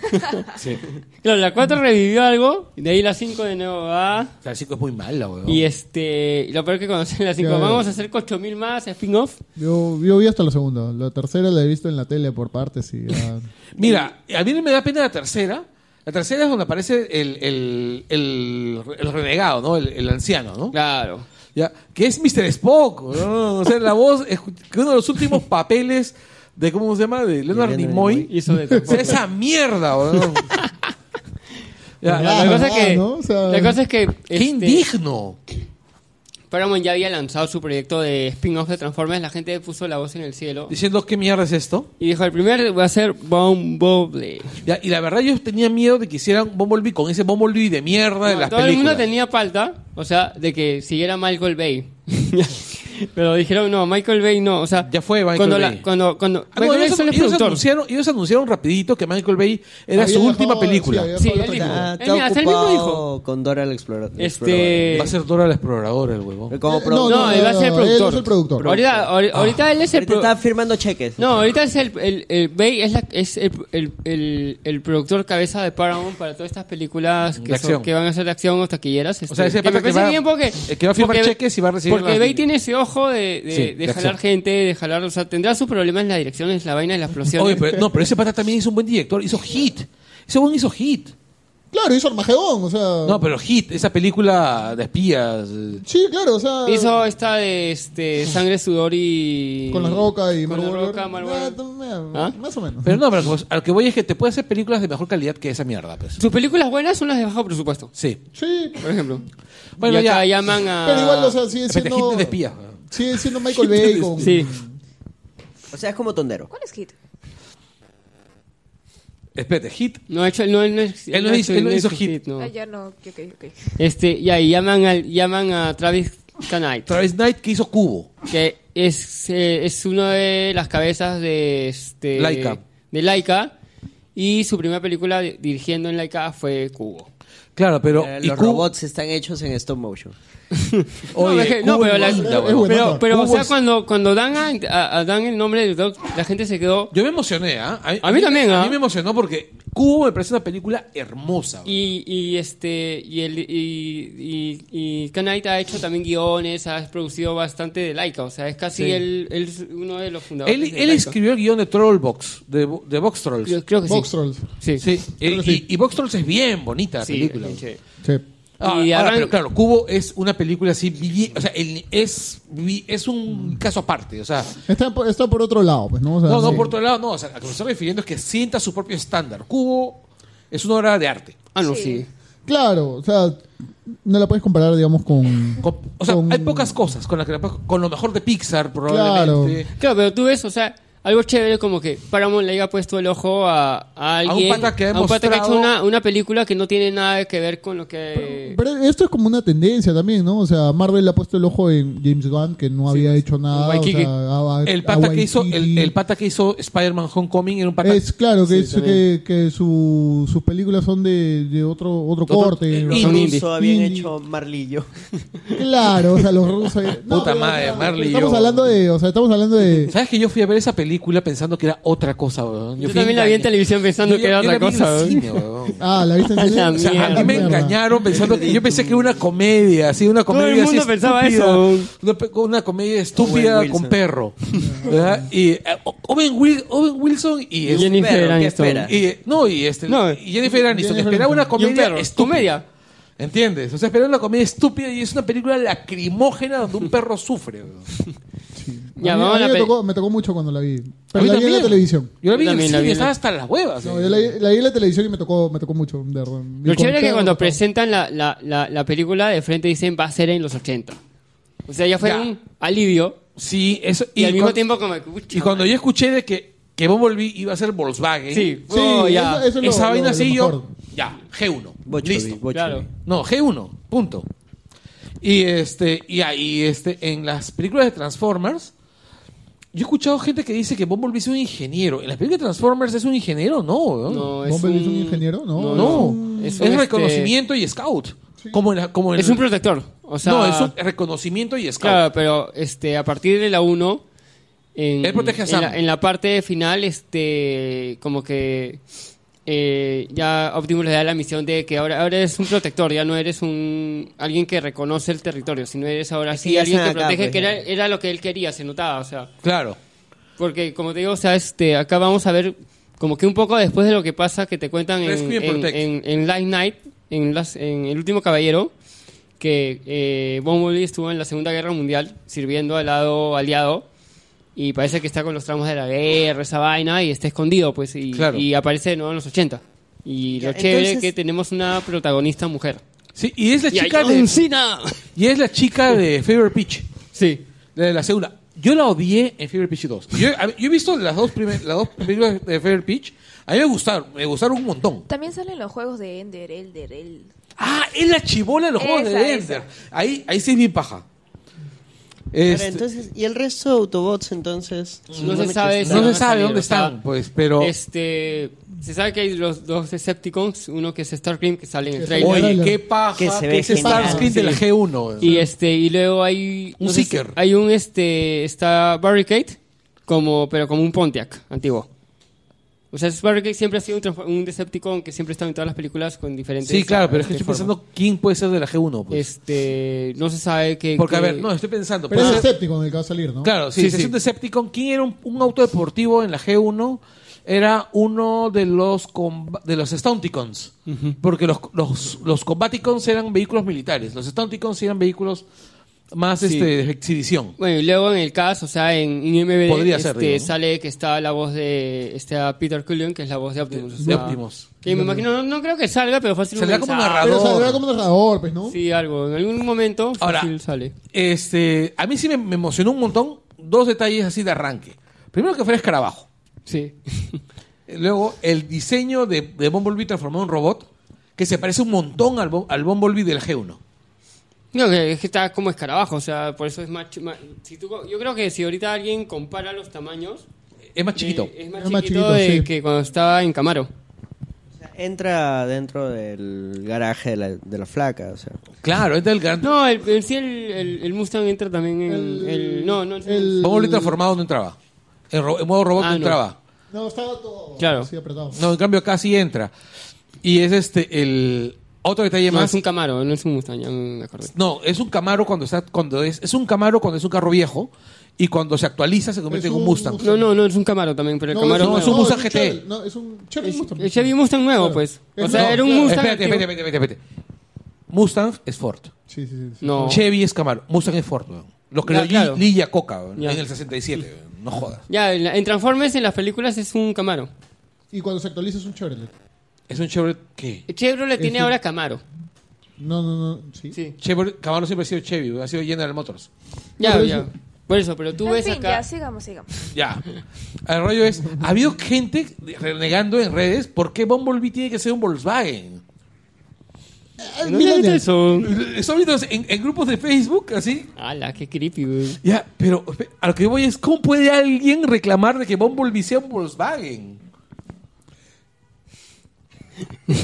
[SPEAKER 1] sí.
[SPEAKER 2] claro, la 4 revivió algo, y de ahí la 5 de nuevo va.
[SPEAKER 1] O sea, el 5 es muy mala, weón.
[SPEAKER 2] Y este. y Lo peor que conocen la 5.
[SPEAKER 4] Claro.
[SPEAKER 2] Vamos a hacer 8000 más, spin-off.
[SPEAKER 4] yo, yo vi hasta la segunda. La tercera la he visto en la tele por partes y ya.
[SPEAKER 1] Mira, a mí me da pena la tercera. La tercera es donde aparece el, el, el, el renegado, ¿no? El, el anciano, ¿no?
[SPEAKER 2] Claro.
[SPEAKER 1] Ya, que es Mr. Spock. ¿no? O sea, la voz, es que uno de los últimos papeles de, ¿cómo se llama? De Leonard
[SPEAKER 5] Leonard
[SPEAKER 1] Nimoy.
[SPEAKER 2] Hizo de
[SPEAKER 1] O sea, esa mierda, weón. Ya,
[SPEAKER 4] Ah,
[SPEAKER 2] La, la cosa,
[SPEAKER 4] ah,
[SPEAKER 2] que,
[SPEAKER 4] ¿no? O sea-
[SPEAKER 2] la cosa es que.
[SPEAKER 1] Qué
[SPEAKER 2] este,
[SPEAKER 1] indigno.
[SPEAKER 2] Paramount ya había lanzado su proyecto de spin-off de Transformers. La gente puso la voz en el cielo.
[SPEAKER 1] Diciendo, ¿qué mierda es esto?
[SPEAKER 2] Y dijo: el primer va a ser Bumblebee.
[SPEAKER 1] Ya, y la verdad, yo tenía miedo de que hicieran Bumblebee con ese Bumblebee de mierda de
[SPEAKER 2] No,
[SPEAKER 1] las
[SPEAKER 2] todo el
[SPEAKER 1] películas.
[SPEAKER 2] mundo tenía palta, o sea, de que siguiera Michael Bay. Pero dijeron, no, Michael Bay no, o sea...
[SPEAKER 1] Ya fue Michael
[SPEAKER 2] cuando
[SPEAKER 1] Bay.
[SPEAKER 2] La, cuando, cuando,
[SPEAKER 1] Ah, no,
[SPEAKER 2] Michael Bay
[SPEAKER 1] ellos,
[SPEAKER 2] solo es
[SPEAKER 1] ellos
[SPEAKER 2] productor. Sí,
[SPEAKER 1] anunciaron, ellos anunciaron rapidito que Michael Bay era
[SPEAKER 4] Había
[SPEAKER 1] su
[SPEAKER 4] dejado-
[SPEAKER 1] última película.
[SPEAKER 4] sí, había
[SPEAKER 2] él dijo.
[SPEAKER 4] dejado la película.
[SPEAKER 5] Ah,
[SPEAKER 2] Él,
[SPEAKER 5] está
[SPEAKER 2] mira, hasta él mismo dijo.
[SPEAKER 5] ocupado con Dora la exploradora.
[SPEAKER 2] Este...
[SPEAKER 1] Va a ser Dora la exploradora, el huevón.
[SPEAKER 5] Como
[SPEAKER 4] Eh,
[SPEAKER 5] productor.
[SPEAKER 2] No, él va a ser el
[SPEAKER 4] no,
[SPEAKER 2] productor.
[SPEAKER 4] él es el productor.
[SPEAKER 2] Ahorita, ahor- ahorita él es el...
[SPEAKER 5] Ahorita
[SPEAKER 2] pro-
[SPEAKER 5] está firmando cheques.
[SPEAKER 2] No, ahorita es el... el, el Bay es, la- es el, el, el- el productor cabeza de Paramount para todas estas películas
[SPEAKER 1] De
[SPEAKER 2] que, son-
[SPEAKER 1] acción.
[SPEAKER 2] que van a ser de acción o taquilleras. este,
[SPEAKER 1] sea, ese
[SPEAKER 2] que
[SPEAKER 1] pata
[SPEAKER 2] me
[SPEAKER 1] que
[SPEAKER 2] parece
[SPEAKER 1] va-
[SPEAKER 2] bien porque...
[SPEAKER 1] el que va a firmar
[SPEAKER 2] porque-
[SPEAKER 1] cheques y va a recibir
[SPEAKER 2] Porque
[SPEAKER 1] las-
[SPEAKER 2] Bay tiene ese ojo flojo de, de-
[SPEAKER 1] Sí,
[SPEAKER 2] de
[SPEAKER 1] de
[SPEAKER 2] jalar
[SPEAKER 1] acción.
[SPEAKER 2] gente, de jalar. O sea, tendrá sus problemas en la dirección, es la vaina de la explosión.
[SPEAKER 1] Oye, pero, no, pero ese pata también es un buen director. Hizo Hit. Ese buen hizo Hit.
[SPEAKER 4] Claro, hizo Armagedón, o sea.
[SPEAKER 1] No, pero Hit, esa película de espías. eh,
[SPEAKER 4] Sí, claro, o sea.
[SPEAKER 2] Hizo esta de este, sangre, sudor y.
[SPEAKER 4] Con la roca y
[SPEAKER 2] Con La
[SPEAKER 4] Marlboro.
[SPEAKER 2] Roca, Marlboro.
[SPEAKER 4] Ah,
[SPEAKER 2] ¿Ah?
[SPEAKER 4] Más o menos.
[SPEAKER 1] Pero no, pero como- a lo que voy es que te puede hacer películas de mejor calidad que esa mierda, pues.
[SPEAKER 2] Sus películas buenas son las de bajo presupuesto,
[SPEAKER 1] Sí.
[SPEAKER 4] Sí,
[SPEAKER 2] por ejemplo.
[SPEAKER 1] Bueno,
[SPEAKER 2] y acá
[SPEAKER 1] ya.
[SPEAKER 2] llaman a.
[SPEAKER 4] pero igual, o sea, sigue
[SPEAKER 1] Espérate,
[SPEAKER 4] siendo.
[SPEAKER 1] Hit de espías.
[SPEAKER 4] Sigue siendo Michael Bay con.
[SPEAKER 2] Sí.
[SPEAKER 5] O sea, es como tondero.
[SPEAKER 3] ¿Cuál es Hit?
[SPEAKER 1] Espérate, Hit.
[SPEAKER 2] No ha hecho. No, él no, es-
[SPEAKER 1] Él no
[SPEAKER 2] ha
[SPEAKER 1] hizo-
[SPEAKER 2] hecho-
[SPEAKER 1] él no hizo
[SPEAKER 2] hecho
[SPEAKER 1] hit.
[SPEAKER 2] no.
[SPEAKER 3] Ah, ya no. Ok, ok, ok.
[SPEAKER 2] Este, y ahí llaman, al, llaman a Travis Knight,
[SPEAKER 1] Travis Knight que hizo Cubo.
[SPEAKER 2] que es, eh, es una de las cabezas de este
[SPEAKER 1] Laika.
[SPEAKER 2] de Laika y su primera película di- dirigiendo en Laika fue Cubo.
[SPEAKER 1] Claro, pero.
[SPEAKER 5] Eh,
[SPEAKER 1] y
[SPEAKER 5] Los
[SPEAKER 1] Cubo-
[SPEAKER 5] robots están hechos en stop motion.
[SPEAKER 1] Oye,
[SPEAKER 2] no, es que- no,
[SPEAKER 1] Cubo
[SPEAKER 2] pero, la-
[SPEAKER 1] es linda,
[SPEAKER 4] es
[SPEAKER 1] weón.
[SPEAKER 4] buena.
[SPEAKER 2] pero, pero, o
[SPEAKER 1] Ah, Cubo
[SPEAKER 2] sea,
[SPEAKER 1] es-
[SPEAKER 2] cuando, cuando dan, a- a- a- dan el nombre del doc, la gente se quedó
[SPEAKER 1] Yo me emocioné, ¿ah? A,
[SPEAKER 2] A mí también,
[SPEAKER 1] A
[SPEAKER 2] ¿ah?
[SPEAKER 1] mí me emocionó porque Cubo me parece una película hermosa. weón.
[SPEAKER 2] y, y este y el y, y, y Knight ha hecho también guiones, ha producido bastante de Laika, o sea, es casi
[SPEAKER 1] Sí.
[SPEAKER 2] el, él es uno de los fundadores.
[SPEAKER 1] Él,
[SPEAKER 2] de
[SPEAKER 1] él
[SPEAKER 2] Laika.
[SPEAKER 1] escribió el guión de Trollbox, de, Bo- de Box Trolls.
[SPEAKER 2] Creo, creo que sí.
[SPEAKER 4] Box Trolls.
[SPEAKER 2] Sí.
[SPEAKER 1] Sí, eh,
[SPEAKER 4] que sí.
[SPEAKER 1] Y, y Box Trolls es bien bonita la
[SPEAKER 2] Sí,
[SPEAKER 1] película.
[SPEAKER 2] es bien chévere.
[SPEAKER 4] Sí.
[SPEAKER 1] Ah,
[SPEAKER 2] Y
[SPEAKER 1] ahora,
[SPEAKER 2] arran-
[SPEAKER 1] pero claro, Cubo es una película así, bien- o sea, el- es, vi- es un caso aparte, o sea,
[SPEAKER 4] Está, por- está por otro lado, pues, ¿no? O sea,
[SPEAKER 1] no, no,
[SPEAKER 4] sí.
[SPEAKER 1] por otro lado, no, o sea, a lo que me estoy refiriendo es que sienta su propio estándar. Cubo es una obra de arte.
[SPEAKER 2] Ah, no,
[SPEAKER 3] Sí.
[SPEAKER 2] sí.
[SPEAKER 4] Claro, o sea, no la puedes comparar, digamos, con.
[SPEAKER 1] Con- o sea,
[SPEAKER 4] Con-
[SPEAKER 1] hay pocas cosas con las que la puedes- con lo mejor de Pixar probablemente.
[SPEAKER 2] Claro, pero tú ves, o sea, algo chévere como que Paramount le haya puesto el ojo a, a alguien.
[SPEAKER 1] pata que ha
[SPEAKER 2] un pata que ha hecho
[SPEAKER 1] demostrado-
[SPEAKER 2] una, una película que no tiene nada que ver con lo que.
[SPEAKER 4] Pero esto es como una tendencia también, ¿no? O sea, Marvel ha puesto el ojo en James Gunn, que no había hecho nada. o
[SPEAKER 2] Waikiki.
[SPEAKER 4] sea, a- a-
[SPEAKER 1] El
[SPEAKER 4] a
[SPEAKER 1] pata que hizo el,
[SPEAKER 4] Waikiki.
[SPEAKER 1] el pata que hizo Spider-Man Homecoming era un pata
[SPEAKER 4] Es claro que,
[SPEAKER 2] Sí,
[SPEAKER 4] es-
[SPEAKER 2] también.
[SPEAKER 4] que, que su- sus películas son de, de otro, otro corte.
[SPEAKER 5] Los
[SPEAKER 2] Son
[SPEAKER 5] rusos
[SPEAKER 2] indie.
[SPEAKER 5] habían
[SPEAKER 4] Indie.
[SPEAKER 5] hecho Marlillo.
[SPEAKER 4] Claro, o sea, los rusos. no,
[SPEAKER 1] Puta
[SPEAKER 4] pero,
[SPEAKER 1] madre,
[SPEAKER 4] o sea,
[SPEAKER 1] Marley y
[SPEAKER 4] Estamos
[SPEAKER 1] yo.
[SPEAKER 4] hablando de. O sea, estamos hablando de.
[SPEAKER 1] ¿Sabes que yo fui a ver esa película pensando que era otra cosa, weón?
[SPEAKER 2] Yo
[SPEAKER 1] fui
[SPEAKER 2] también la vi en
[SPEAKER 1] engañado.
[SPEAKER 2] televisión pensando
[SPEAKER 1] Yo-
[SPEAKER 2] que era
[SPEAKER 1] yo
[SPEAKER 2] otra
[SPEAKER 1] la vi en el
[SPEAKER 2] cosa. ¿eh?
[SPEAKER 1] cine, weón.
[SPEAKER 4] Ah, la viste en
[SPEAKER 2] A la mierda.
[SPEAKER 4] cine?
[SPEAKER 1] O sea, a mí me
[SPEAKER 4] Mierda.
[SPEAKER 1] engañaron pensando que yo pensé que era una comedia, así una
[SPEAKER 2] Todo el
[SPEAKER 1] comedia así
[SPEAKER 2] mundo pensaba
[SPEAKER 1] estúpida,
[SPEAKER 2] eso.
[SPEAKER 1] Una, pe- una comedia estúpida
[SPEAKER 5] Owen Wilson.
[SPEAKER 1] con perro. ¿verdad? y eh, O- Owen, Wil- Owen Wilson y, es-
[SPEAKER 2] Jennifer
[SPEAKER 5] Pero, ¿qué
[SPEAKER 2] Aniston.
[SPEAKER 5] espera?
[SPEAKER 1] y, eh, no, y este
[SPEAKER 2] No.
[SPEAKER 1] y Jennifer Aniston
[SPEAKER 4] Jennifer
[SPEAKER 1] esperaba una
[SPEAKER 4] Aniston.
[SPEAKER 2] Y un
[SPEAKER 1] comedia
[SPEAKER 2] perro.
[SPEAKER 1] estúpida.
[SPEAKER 2] Comedia.
[SPEAKER 1] ¿Entiendes? O sea, esperaba una comedia estúpida y es una película lacrimógena donde un perro sufre. weón.
[SPEAKER 2] Ya,
[SPEAKER 4] a mí,
[SPEAKER 2] vamos
[SPEAKER 4] a
[SPEAKER 2] a
[SPEAKER 4] mí
[SPEAKER 2] la
[SPEAKER 4] me,
[SPEAKER 2] peli-
[SPEAKER 4] tocó, me tocó mucho cuando la vi.
[SPEAKER 1] A
[SPEAKER 4] Pero la vi
[SPEAKER 1] mí
[SPEAKER 4] en
[SPEAKER 1] también.
[SPEAKER 4] la televisión.
[SPEAKER 1] Yo la vi
[SPEAKER 2] Yo
[SPEAKER 1] en
[SPEAKER 2] también
[SPEAKER 1] el
[SPEAKER 2] la vi
[SPEAKER 1] cine,
[SPEAKER 2] en
[SPEAKER 1] estaba
[SPEAKER 2] el-
[SPEAKER 1] hasta las huevas.
[SPEAKER 4] No,
[SPEAKER 1] eh.
[SPEAKER 4] yo la, vi- la vi en la televisión y me tocó, me tocó mucho. de verdad. Y
[SPEAKER 2] Lo
[SPEAKER 4] con
[SPEAKER 2] chévere es que
[SPEAKER 4] perro
[SPEAKER 2] cuando
[SPEAKER 4] me tocó.
[SPEAKER 2] presentan la, la, la, la película de frente dicen va a ser en los 80. O sea, ya fue
[SPEAKER 1] Ya.
[SPEAKER 2] un alivio.
[SPEAKER 1] Sí, eso.
[SPEAKER 2] Y, al mismo
[SPEAKER 1] cuan-
[SPEAKER 2] tiempo como... que, "Ucha,
[SPEAKER 1] Y cuando
[SPEAKER 2] madre".
[SPEAKER 1] yo escuché de que, que Bumblebee iba a ser Volkswagen,
[SPEAKER 2] Sí,
[SPEAKER 4] Sí,
[SPEAKER 2] oh, ya.
[SPEAKER 4] eso- eso es lo-
[SPEAKER 1] esa
[SPEAKER 4] lo-
[SPEAKER 1] vaina
[SPEAKER 4] lo
[SPEAKER 1] así
[SPEAKER 4] mejor.
[SPEAKER 1] yo. Ya, G1.
[SPEAKER 5] Bocho,
[SPEAKER 1] listo.
[SPEAKER 5] bocho.
[SPEAKER 2] Claro.
[SPEAKER 1] No, G1, punto. Y este, y ahí, este, en las películas de Transformers, yo he escuchado gente que dice que Bumblebee es un ingeniero. ¿En las películas de Transformers es un ingeniero? No, no.
[SPEAKER 2] No, es
[SPEAKER 4] ¿Bumblebee
[SPEAKER 2] un...
[SPEAKER 4] es un ingeniero? No,
[SPEAKER 1] No,
[SPEAKER 2] Es,
[SPEAKER 1] es,
[SPEAKER 2] un, este,
[SPEAKER 1] reconocimiento y scout. Como en la- como en-
[SPEAKER 2] Es un protector. O sea,
[SPEAKER 1] no, es un reconocimiento y scout.
[SPEAKER 2] Claro, pero este, a partir de la 1, en,
[SPEAKER 1] Él protege a
[SPEAKER 2] en,
[SPEAKER 1] Sam.
[SPEAKER 2] la, en la parte final, este, como que eh, ya Optimus le da la misión de que ahora, ahora eres un protector, ya no eres un alguien que reconoce el territorio, sino eres ahora
[SPEAKER 5] Es que
[SPEAKER 2] sí
[SPEAKER 5] ya
[SPEAKER 2] alguien que
[SPEAKER 5] están acá,
[SPEAKER 2] protege,
[SPEAKER 5] pues,
[SPEAKER 2] que era,
[SPEAKER 5] ya.
[SPEAKER 2] era lo que él quería, se notaba, o sea,
[SPEAKER 1] Claro.
[SPEAKER 2] porque como te digo, o sea, este, acá vamos a ver como que un poco después de lo que pasa que te cuentan en,
[SPEAKER 1] Rescue and
[SPEAKER 2] en,
[SPEAKER 1] Protect.
[SPEAKER 2] en, en Last Night, en, las, en El Último Caballero, que eh, Bumblebee estuvo en la Segunda Guerra Mundial sirviendo al lado aliado y parece que está con los tramos de la guerra, esa vaina, y está escondido, pues, y,
[SPEAKER 1] Claro.
[SPEAKER 2] y aparece de nuevo en los 80. Y lo
[SPEAKER 5] Ya,
[SPEAKER 2] chévere es
[SPEAKER 5] entonces-
[SPEAKER 2] que tenemos una protagonista mujer.
[SPEAKER 1] Sí, y es la
[SPEAKER 2] ¡Y a
[SPEAKER 1] chica
[SPEAKER 2] John
[SPEAKER 1] de,
[SPEAKER 2] Cena!
[SPEAKER 1] y es la chica de Fever Pitch.
[SPEAKER 2] Sí.
[SPEAKER 1] De la segunda. Yo la odié en Fever Pitch 2. Yo, a- yo he visto las dos, primer- las dos películas de Fever Pitch. A mí me gustaron, me gustaron un montón.
[SPEAKER 3] También salen los juegos de Ender, Elder, El.
[SPEAKER 1] Ah, es la chibola de los juegos
[SPEAKER 3] Esa,
[SPEAKER 1] de
[SPEAKER 3] esa.
[SPEAKER 1] Ender. Ahí, ahí sí es bien paja.
[SPEAKER 5] Pero
[SPEAKER 1] Este,
[SPEAKER 5] entonces, ¿y el resto de Autobots entonces?
[SPEAKER 2] No se sabe si
[SPEAKER 1] no
[SPEAKER 2] van
[SPEAKER 1] se
[SPEAKER 2] a
[SPEAKER 1] sabe
[SPEAKER 2] salir,
[SPEAKER 1] dónde
[SPEAKER 2] o sea,
[SPEAKER 1] están, pues, pero.
[SPEAKER 2] Este, se sabe que hay los dos Decepticons, uno que es Starcream que sale en el
[SPEAKER 4] Que
[SPEAKER 2] trailer
[SPEAKER 4] sale-
[SPEAKER 1] Oye, qué paja
[SPEAKER 5] Que
[SPEAKER 1] que,
[SPEAKER 5] se ve
[SPEAKER 1] es Starscream de la G1.
[SPEAKER 2] y este y luego hay
[SPEAKER 1] Un
[SPEAKER 2] sé si-
[SPEAKER 1] Seeker.
[SPEAKER 2] hay un este está Barricade como pero como un Pontiac antiguo. O sea, Sparkle siempre ha sido un, transfo- un Decepticon que siempre está en todas las películas con diferentes.
[SPEAKER 1] Sí, claro, pero es que
[SPEAKER 2] este,
[SPEAKER 1] estoy
[SPEAKER 2] formas.
[SPEAKER 1] pensando quién puede ser de la G1, pues.
[SPEAKER 2] Este, no se sabe qué.
[SPEAKER 1] Porque, a
[SPEAKER 2] qué-
[SPEAKER 1] ver, no, estoy pensando.
[SPEAKER 4] Pero
[SPEAKER 1] puede
[SPEAKER 4] es
[SPEAKER 1] ser-
[SPEAKER 4] escéptico en el que va a salir, ¿no?
[SPEAKER 1] Pues Claro, sí,
[SPEAKER 2] Sí,
[SPEAKER 1] si
[SPEAKER 2] sí.
[SPEAKER 1] es un Decepticon. ¿Quién era un, un auto deportivo en la G1? Era uno de los comb- de los Stunticons. Porque los, los, los Combaticons eran vehículos militares. Los Stunticons eran vehículos más este, de exhibición.
[SPEAKER 2] Bueno, y luego en el caso, o sea, en IMBD
[SPEAKER 1] Podría ser,
[SPEAKER 2] este,
[SPEAKER 1] digamos.
[SPEAKER 2] sale que está la voz de este, Peter Cullen, que es la voz de Optimus. o
[SPEAKER 1] De
[SPEAKER 2] sea,
[SPEAKER 1] Optimus.
[SPEAKER 2] Que me imagino, no, no creo que salga, pero fácil
[SPEAKER 1] Saldrá
[SPEAKER 2] un
[SPEAKER 1] como
[SPEAKER 2] mensaje.
[SPEAKER 1] narrador.
[SPEAKER 4] Pero saldrá como narrador, pues, ¿no?
[SPEAKER 2] Sí, algo. En algún momento
[SPEAKER 1] Ahora,
[SPEAKER 2] fácil sale.
[SPEAKER 1] Este, a mí sí me, me emocionó un montón dos detalles así de arranque. Primero que fuera escarabajo.
[SPEAKER 2] Sí.
[SPEAKER 1] Luego, el diseño de, de Bumblebee transformado en robot que se parece un montón al, Bum- al Bumblebee del G1.
[SPEAKER 2] No, que- es que está como escarabajo, o sea, por eso es más... chi- más- si tú co- yo creo que si ahorita alguien compara los tamaños...
[SPEAKER 1] Es más
[SPEAKER 2] eh,
[SPEAKER 1] chiquito.
[SPEAKER 2] es más
[SPEAKER 4] Es
[SPEAKER 2] chiquito,
[SPEAKER 4] más chiquito,
[SPEAKER 2] de
[SPEAKER 4] sí.
[SPEAKER 2] que cuando estaba en Camaro.
[SPEAKER 5] Entra dentro del garaje de la, de la flaca, o sea.
[SPEAKER 1] Claro, este es el gran...
[SPEAKER 2] No, el, el- sí, el, el- el Mustang entra también en... El,
[SPEAKER 4] El-
[SPEAKER 2] no, no,
[SPEAKER 4] el-
[SPEAKER 1] Bumblebee transformado no entraba. En, ro- en modo robot
[SPEAKER 2] Ah,
[SPEAKER 1] no
[SPEAKER 2] no.
[SPEAKER 1] entraba.
[SPEAKER 4] No, estaba todo
[SPEAKER 2] Claro.
[SPEAKER 4] así apretado.
[SPEAKER 1] No, en cambio acá sí entra. Y es este el otro detalle
[SPEAKER 2] no,
[SPEAKER 1] más.
[SPEAKER 2] es un Camaro, no es un Mustang, ya me acordé.
[SPEAKER 1] No, es un Camaro cuando está cuando es es un Camaro cuando es un carro viejo y cuando se actualiza se convierte
[SPEAKER 4] Es
[SPEAKER 1] en un
[SPEAKER 4] un
[SPEAKER 1] Mustang.
[SPEAKER 4] Mustang.
[SPEAKER 2] No, no, no, es un Camaro también, pero el
[SPEAKER 4] No,
[SPEAKER 2] Camaro...
[SPEAKER 1] no,
[SPEAKER 2] nuevo.
[SPEAKER 1] es un Mustang GT.
[SPEAKER 4] Chevy, No, es un Chevy Mustang.
[SPEAKER 2] El Chevy Mustang nuevo,
[SPEAKER 4] Claro.
[SPEAKER 2] pues. O
[SPEAKER 4] Es
[SPEAKER 2] sea,
[SPEAKER 4] nuevo,
[SPEAKER 2] era un
[SPEAKER 4] claro.
[SPEAKER 2] Mustang...
[SPEAKER 1] Espérate,
[SPEAKER 2] antiguo.
[SPEAKER 1] espérate, espérate, espérate. Mustang es Ford.
[SPEAKER 4] Sí, sí, sí. sí.
[SPEAKER 2] No.
[SPEAKER 1] Chevy es Camaro. Mustang es Ford, weón. Los que
[SPEAKER 2] Ya,
[SPEAKER 1] lo
[SPEAKER 2] claro.
[SPEAKER 1] Lilla Coca weón,
[SPEAKER 2] Ya.
[SPEAKER 1] en el 67, weón. no jodas.
[SPEAKER 2] Ya, en, la- en Transformers, en las películas, es un Camaro.
[SPEAKER 4] Y cuando se actualiza es un Chevrolet.
[SPEAKER 1] Es un Chevrolet ¿qué?
[SPEAKER 2] Chevrolet tiene
[SPEAKER 4] un-
[SPEAKER 2] ahora Camaro.
[SPEAKER 4] No, no, no. Sí.
[SPEAKER 2] Sí.
[SPEAKER 1] Chevrolet Camaro siempre ha sido Chevy, weón, ha sido General Motors.
[SPEAKER 2] Ya,
[SPEAKER 4] Pero
[SPEAKER 2] ya.
[SPEAKER 4] eso-
[SPEAKER 2] Por eso, pero tú
[SPEAKER 3] En
[SPEAKER 2] ves
[SPEAKER 3] fin,
[SPEAKER 2] acá...
[SPEAKER 3] ya, sigamos, sigamos.
[SPEAKER 1] Ya. El rollo es, ha habido gente renegando en redes por qué Bumblebee tiene que ser un Volkswagen.
[SPEAKER 2] No digas eso.
[SPEAKER 1] Eso ahorita en, en grupos de Facebook, así.
[SPEAKER 2] Ala, qué creepy, güey.
[SPEAKER 1] Ya, pero espe- a lo que voy es, ¿cómo puede alguien reclamar de que Bumblebee sea un Volkswagen?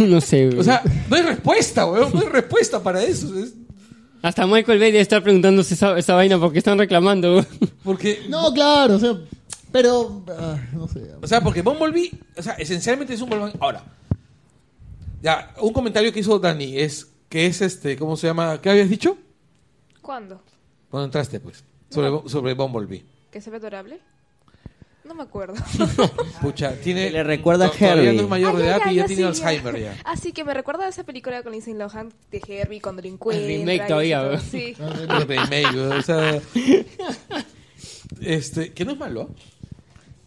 [SPEAKER 2] no sé, güey.
[SPEAKER 1] O sea, no hay respuesta, weón, no hay respuesta para eso. Es
[SPEAKER 2] Hasta Michael Bay debe estar preguntándose esa, esa vaina porque están reclamando, güey.
[SPEAKER 1] porque,
[SPEAKER 4] No, claro, o sea. Pero. ah, no sé.
[SPEAKER 1] o sea, porque Bumblebee, o sea, esencialmente es un Volkswagen. Ahora, ya, un comentario que hizo Dani es, que es este, ¿cómo se llama? ¿Qué habías dicho?
[SPEAKER 3] ¿Cuándo?
[SPEAKER 1] Cuando entraste, pues, sobre, sobre Bumblebee.
[SPEAKER 3] ¿Que se ve adorable? No me acuerdo.
[SPEAKER 1] Pucha, tiene.
[SPEAKER 5] Le recuerda a
[SPEAKER 1] to- Todavía
[SPEAKER 5] Herbie.
[SPEAKER 1] no es mayor
[SPEAKER 3] Ay,
[SPEAKER 1] de
[SPEAKER 3] ay,
[SPEAKER 1] edad
[SPEAKER 3] ay,
[SPEAKER 1] y ya
[SPEAKER 3] yo
[SPEAKER 1] tiene
[SPEAKER 3] sí,
[SPEAKER 1] Alzheimer ya.
[SPEAKER 3] Así que me recuerda a esa película con Lindsay Lohan de Herbie cuando lo encuentra.
[SPEAKER 2] remake
[SPEAKER 3] y eso
[SPEAKER 2] todavía,
[SPEAKER 3] todo.
[SPEAKER 2] ¿verdad?
[SPEAKER 3] Sí.
[SPEAKER 1] Remake, o sea. Este, que no es malo.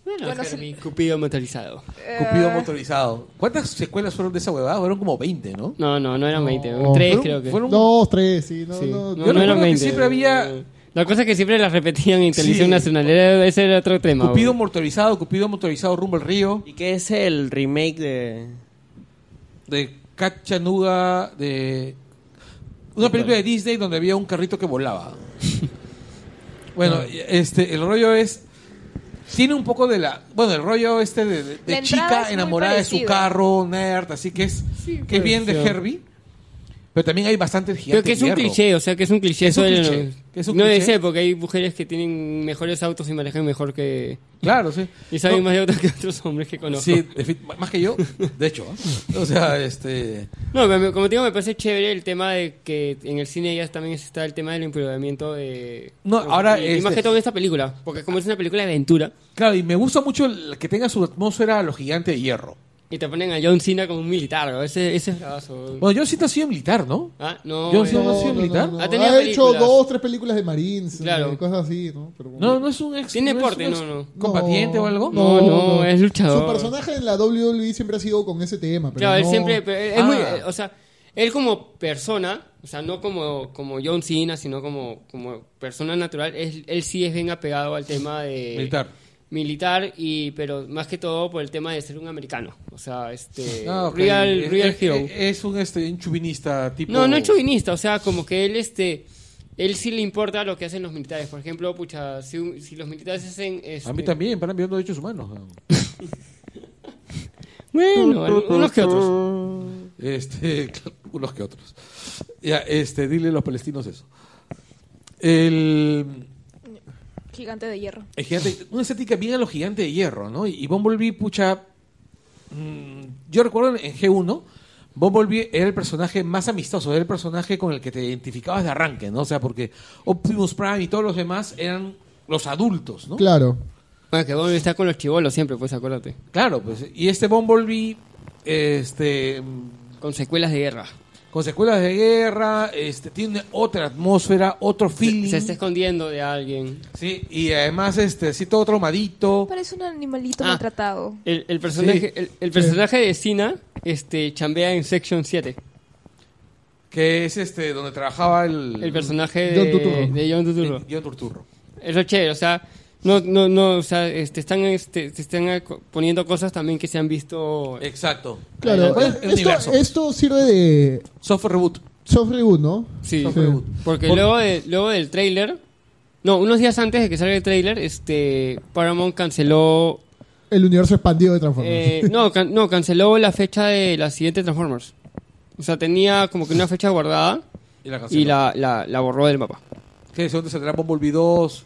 [SPEAKER 1] ¿eh?
[SPEAKER 3] Bueno,
[SPEAKER 2] Jeremy, Cupido motorizado.
[SPEAKER 3] Eh.
[SPEAKER 1] Cupido motorizado. ¿Cuántas secuelas fueron de esa huevada? Fueron como 20, ¿no?
[SPEAKER 2] No, no, no eran 20, güey.
[SPEAKER 4] No.
[SPEAKER 2] Tres
[SPEAKER 1] Fueron-
[SPEAKER 2] creo que.
[SPEAKER 1] fueron-
[SPEAKER 4] Dos, tres, sí. No,
[SPEAKER 2] Sí.
[SPEAKER 4] no,
[SPEAKER 1] yo recuerdo que siempre
[SPEAKER 2] güey.
[SPEAKER 1] había-
[SPEAKER 2] La cosa es que siempre las repetían en
[SPEAKER 1] Sí.
[SPEAKER 2] televisión nacional. Era- ese era otro tema, güey.
[SPEAKER 1] Cupido motorizado, Cupido motorizado rumbo al río.
[SPEAKER 5] ¿Y qué es el remake de...?
[SPEAKER 1] De Cachanuga, de. Una película de Disney donde había un carrito que volaba.
[SPEAKER 2] Ah.
[SPEAKER 1] Bueno, este, el rollo es. Tiene un poco de la. Bueno, el rollo este de, de- de
[SPEAKER 3] La entrada es
[SPEAKER 1] chica
[SPEAKER 3] muy
[SPEAKER 1] enamorada de su
[SPEAKER 3] parecida.
[SPEAKER 1] carro, nerd, así que es. que es bien de
[SPEAKER 2] parecido.
[SPEAKER 1] Herbie. Pero también hay bastantes
[SPEAKER 2] Pero
[SPEAKER 1] gigantes.
[SPEAKER 2] que es un
[SPEAKER 1] de hierro.
[SPEAKER 2] cliché, o sea, que es un cliché.
[SPEAKER 1] Es un
[SPEAKER 2] eso de
[SPEAKER 1] cliché,
[SPEAKER 2] los-
[SPEAKER 1] que es un
[SPEAKER 2] no
[SPEAKER 1] cliché.
[SPEAKER 2] sé, porque hay mujeres que tienen mejores autos y manejan mejor que...
[SPEAKER 1] Claro, sí.
[SPEAKER 2] Y saben
[SPEAKER 1] No,
[SPEAKER 2] más de autos que otros hombres que conozco.
[SPEAKER 1] Sí, defi- más que yo, de hecho. ¿eh? O sea, este.
[SPEAKER 2] No, me- me- como te digo, me parece chévere el tema de que en el cine ya también está el tema del empoderamiento de...
[SPEAKER 1] No, ahora,
[SPEAKER 2] Y, y más
[SPEAKER 1] este-
[SPEAKER 2] que todo en esta película, porque como es una película de aventura,
[SPEAKER 1] Claro, y me gusta mucho el- que tenga su atmósfera a los gigantes de hierro.
[SPEAKER 2] y te ponen a John Cena como un militar, ¿no? ese, ese es bravazo.
[SPEAKER 1] Bueno, yo sí ha sido militar, ¿no?
[SPEAKER 2] Ah, no,
[SPEAKER 1] John
[SPEAKER 2] eh,
[SPEAKER 1] Cena- ¿No ha sido militar?
[SPEAKER 2] Ha
[SPEAKER 4] Ha,
[SPEAKER 2] tenido
[SPEAKER 4] hecho
[SPEAKER 2] películas.
[SPEAKER 4] dos, tres películas de Marines.
[SPEAKER 2] Claro.
[SPEAKER 4] eh, Cosas así, ¿no? Pero,
[SPEAKER 1] No, no es un ex.
[SPEAKER 2] Tiene
[SPEAKER 1] no es
[SPEAKER 2] porte,
[SPEAKER 1] un ex
[SPEAKER 2] no, no.
[SPEAKER 1] ¿Combatiente o algo?
[SPEAKER 2] No, no, es luchador.
[SPEAKER 4] Su personaje en la WWE siempre ha sido con ese tema. Pero
[SPEAKER 2] Claro, él
[SPEAKER 4] no-
[SPEAKER 2] siempre... pero él- es muy-
[SPEAKER 1] Ah.
[SPEAKER 2] eh, o sea, él como persona, o sea, no como, como John Cena, sino como, como persona natural, él, él sí es bien apegado al tema de...
[SPEAKER 1] Eh, Militar.
[SPEAKER 2] Militar, y, pero más que todo por el tema de ser un americano. O sea, este...
[SPEAKER 1] Ah, ok.
[SPEAKER 2] Real,
[SPEAKER 1] Es-
[SPEAKER 2] real
[SPEAKER 1] es,
[SPEAKER 2] hero.
[SPEAKER 1] Es un, este, un chauvinista tipo.
[SPEAKER 2] No, no es chauvinista, o sea, como que él este él sí le importa lo que hacen los militares. Por ejemplo, pucha, si, un- si los militares hacen este,
[SPEAKER 1] A mí también, para mí los derechos humanos.
[SPEAKER 2] Bueno, al- unos que otros.
[SPEAKER 1] Este, unos que otros. Ya, este, dile a los palestinos eso. El.
[SPEAKER 3] Gigante de hierro.
[SPEAKER 1] El gigante- una estética bien a los gigantes de hierro, ¿no? Y, y Bumblebee, pucha, mm, yo recuerdo en en G1, Bumblebee era el personaje más amistoso, era el personaje con el que te identificabas de arranque, ¿no? O sea, porque Optimus Prime y todos los demás eran los adultos, ¿no?
[SPEAKER 4] Claro.
[SPEAKER 2] Bueno, que Bobby está con los chivolos siempre, pues acuérdate.
[SPEAKER 1] Claro, pues. Y este Bumblebee, este, mm,
[SPEAKER 2] Con secuelas de guerra.
[SPEAKER 1] con secuelas de guerra, este, tiene otra atmósfera, otro
[SPEAKER 2] Se,
[SPEAKER 1] feeling.
[SPEAKER 2] se está escondiendo de alguien.
[SPEAKER 1] Sí, y además, este, así todo traumadito.
[SPEAKER 3] Parece un animalito
[SPEAKER 1] Ah.
[SPEAKER 3] maltratado.
[SPEAKER 2] El, el personaje,
[SPEAKER 1] Sí.
[SPEAKER 2] el, el personaje de Sina este, chambea en Section 7.
[SPEAKER 1] Que es este, donde trabajaba el.
[SPEAKER 2] El personaje de
[SPEAKER 4] John Turturro.
[SPEAKER 2] de John Turturro.
[SPEAKER 1] John Turturro.
[SPEAKER 2] Es lo chévere, o sea, no, no, no, o sea, este, están, este, se están eh, co- poniendo cosas también que se han visto.
[SPEAKER 1] Exacto.
[SPEAKER 4] Claro.
[SPEAKER 1] ¿Cuál es el universo?
[SPEAKER 4] Esto, esto sirve de
[SPEAKER 1] Software Reboot.
[SPEAKER 4] soft reboot, ¿no?
[SPEAKER 2] Sí,
[SPEAKER 4] Sí.
[SPEAKER 2] porque luego, de- luego del tráiler, no, unos días antes de que salga el tráiler, este, Paramount canceló,
[SPEAKER 4] El universo expandido de Transformers.
[SPEAKER 2] eh, no, can- no, canceló la fecha de la siguiente Transformers. O sea, tenía como que una fecha guardada
[SPEAKER 1] Y la canción.
[SPEAKER 2] y la, la, la borró del mapa.
[SPEAKER 1] Que según te saldrá Bumblebee 2.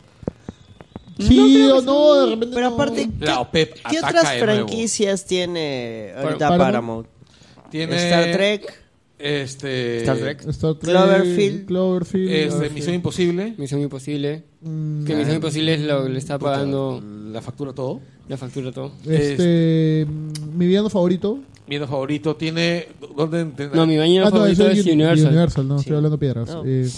[SPEAKER 4] sí o no, de repente
[SPEAKER 5] Pero
[SPEAKER 4] no.
[SPEAKER 5] aparte, ¿qué,
[SPEAKER 1] La OPEP
[SPEAKER 5] qué
[SPEAKER 1] ataca
[SPEAKER 5] otras
[SPEAKER 1] de nuevo.
[SPEAKER 5] franquicias tiene ahorita
[SPEAKER 4] Paramount.
[SPEAKER 5] Paramount?
[SPEAKER 1] Tiene.
[SPEAKER 5] Star Trek,
[SPEAKER 1] Este.
[SPEAKER 2] Star Trek,
[SPEAKER 4] Star Trek,
[SPEAKER 5] Cloverfield.
[SPEAKER 4] Cloverfield. ah,
[SPEAKER 1] Este,
[SPEAKER 4] Cloverfield.
[SPEAKER 1] Misión Imposible.
[SPEAKER 2] Misión Imposible,
[SPEAKER 4] Mm,
[SPEAKER 2] que Misión Imposible es lo, le está pagando
[SPEAKER 1] La factura todo.
[SPEAKER 2] la factura a todo.
[SPEAKER 4] este, mm, mi villano favorito.
[SPEAKER 1] Miedo favorito. Tiene. ¿Dónde? entiende?
[SPEAKER 2] No, mi bañero
[SPEAKER 4] Ah, no,
[SPEAKER 2] favorito
[SPEAKER 4] eso
[SPEAKER 2] es
[SPEAKER 4] Uni-
[SPEAKER 2] Universal.
[SPEAKER 4] Universal, no, estoy hablando piedras.
[SPEAKER 5] No.
[SPEAKER 4] Eh,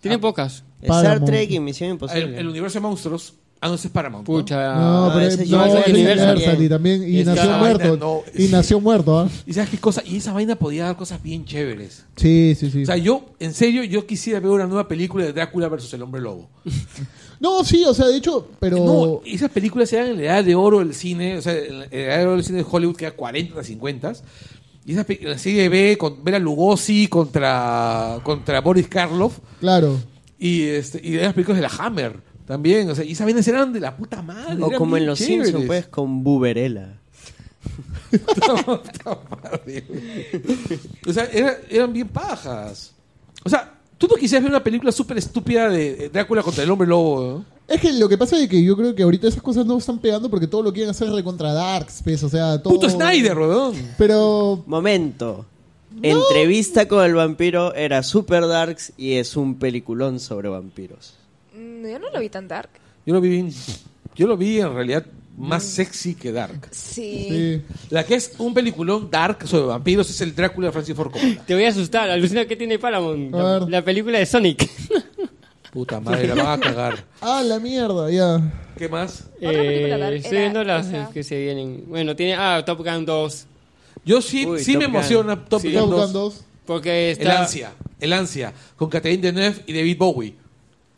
[SPEAKER 2] Tiene pocas.
[SPEAKER 5] Star
[SPEAKER 4] Paramount.
[SPEAKER 5] Trek y Misión
[SPEAKER 1] el,
[SPEAKER 5] Imposible.
[SPEAKER 1] el universo de monstruos. Ah, no, ese es Paramount. ¿no?
[SPEAKER 2] Pucha.
[SPEAKER 4] no, pero
[SPEAKER 5] ese
[SPEAKER 4] es-
[SPEAKER 5] yo-
[SPEAKER 4] no,
[SPEAKER 2] Ah, ese
[SPEAKER 4] ese es
[SPEAKER 2] Universal.
[SPEAKER 4] Universal y también y
[SPEAKER 2] Esa
[SPEAKER 4] nació
[SPEAKER 2] vaina
[SPEAKER 4] muerto,
[SPEAKER 1] no,
[SPEAKER 4] y
[SPEAKER 1] sí.
[SPEAKER 4] nació muerto, ¿ah?
[SPEAKER 1] ¿Y sabes qué cosa? Y esa vaina podía dar cosas bien chéveres.
[SPEAKER 4] Sí, sí, sí.
[SPEAKER 1] O sea, yo, en serio, yo quisiera ver una nueva película de Drácula versus el hombre lobo.
[SPEAKER 4] no, sí, o sea, de hecho, pero
[SPEAKER 1] No, esas películas eran en la edad de oro del cine, o sea, en la en la edad de oro del cine de Hollywood, que era 40, 50. Y esa pe- la serie B, con Vera Lugosi contra, contra Boris Karloff,
[SPEAKER 4] claro.
[SPEAKER 1] y, este, y las películas de la Hammer también. O sea, y esas vainas eran de la puta madre.
[SPEAKER 5] O
[SPEAKER 1] eran
[SPEAKER 5] como
[SPEAKER 1] bien
[SPEAKER 5] en Los
[SPEAKER 1] chéveres.
[SPEAKER 5] Simpsons, pues, con Buberela.
[SPEAKER 1] Puta madre. o sea, era- eran bien pajas. O sea, tú no quisieras ver una película súper estúpida de de Drácula contra el hombre lobo, ¿no?
[SPEAKER 4] Es que lo que pasa es que yo creo que ahorita esas cosas no están pegando porque todo lo quieren hacer recontra Darks, pues, o sea, todo
[SPEAKER 1] Puto Snyder, weón.
[SPEAKER 4] Pero
[SPEAKER 5] Momento. Entrevista con el vampiro era super darks y es un peliculón sobre vampiros.
[SPEAKER 3] Mm, Yo no lo vi tan dark.
[SPEAKER 1] Yo lo vi bien- Yo lo vi en realidad más sexy que dark.
[SPEAKER 3] Sí.
[SPEAKER 4] sí.
[SPEAKER 1] La que es un peliculón dark sobre vampiros es el Drácula de Francis Ford Coppola.
[SPEAKER 2] Te voy a asustar, alucina que tiene Paramount.
[SPEAKER 4] A
[SPEAKER 2] La,
[SPEAKER 4] ver.
[SPEAKER 2] la película de Sonic.
[SPEAKER 1] Puta madre, la van a cagar.
[SPEAKER 4] Ah, la mierda, ya.
[SPEAKER 1] ¿Qué más?
[SPEAKER 3] Otra película dark
[SPEAKER 2] Eh, estoy
[SPEAKER 3] era
[SPEAKER 2] viendo las
[SPEAKER 3] esa.
[SPEAKER 2] que se vienen. Bueno, tiene. Ah, Top Gun 2.
[SPEAKER 1] Yo sí,
[SPEAKER 5] Uy,
[SPEAKER 1] sí
[SPEAKER 5] Top
[SPEAKER 1] me
[SPEAKER 5] Gun.
[SPEAKER 1] emociona Top
[SPEAKER 2] Sí.
[SPEAKER 1] Gun
[SPEAKER 4] Top Gun
[SPEAKER 1] 2.
[SPEAKER 4] 2.
[SPEAKER 2] Porque está.
[SPEAKER 1] El ansia, el ansia, con Catherine Deneuve y David Bowie,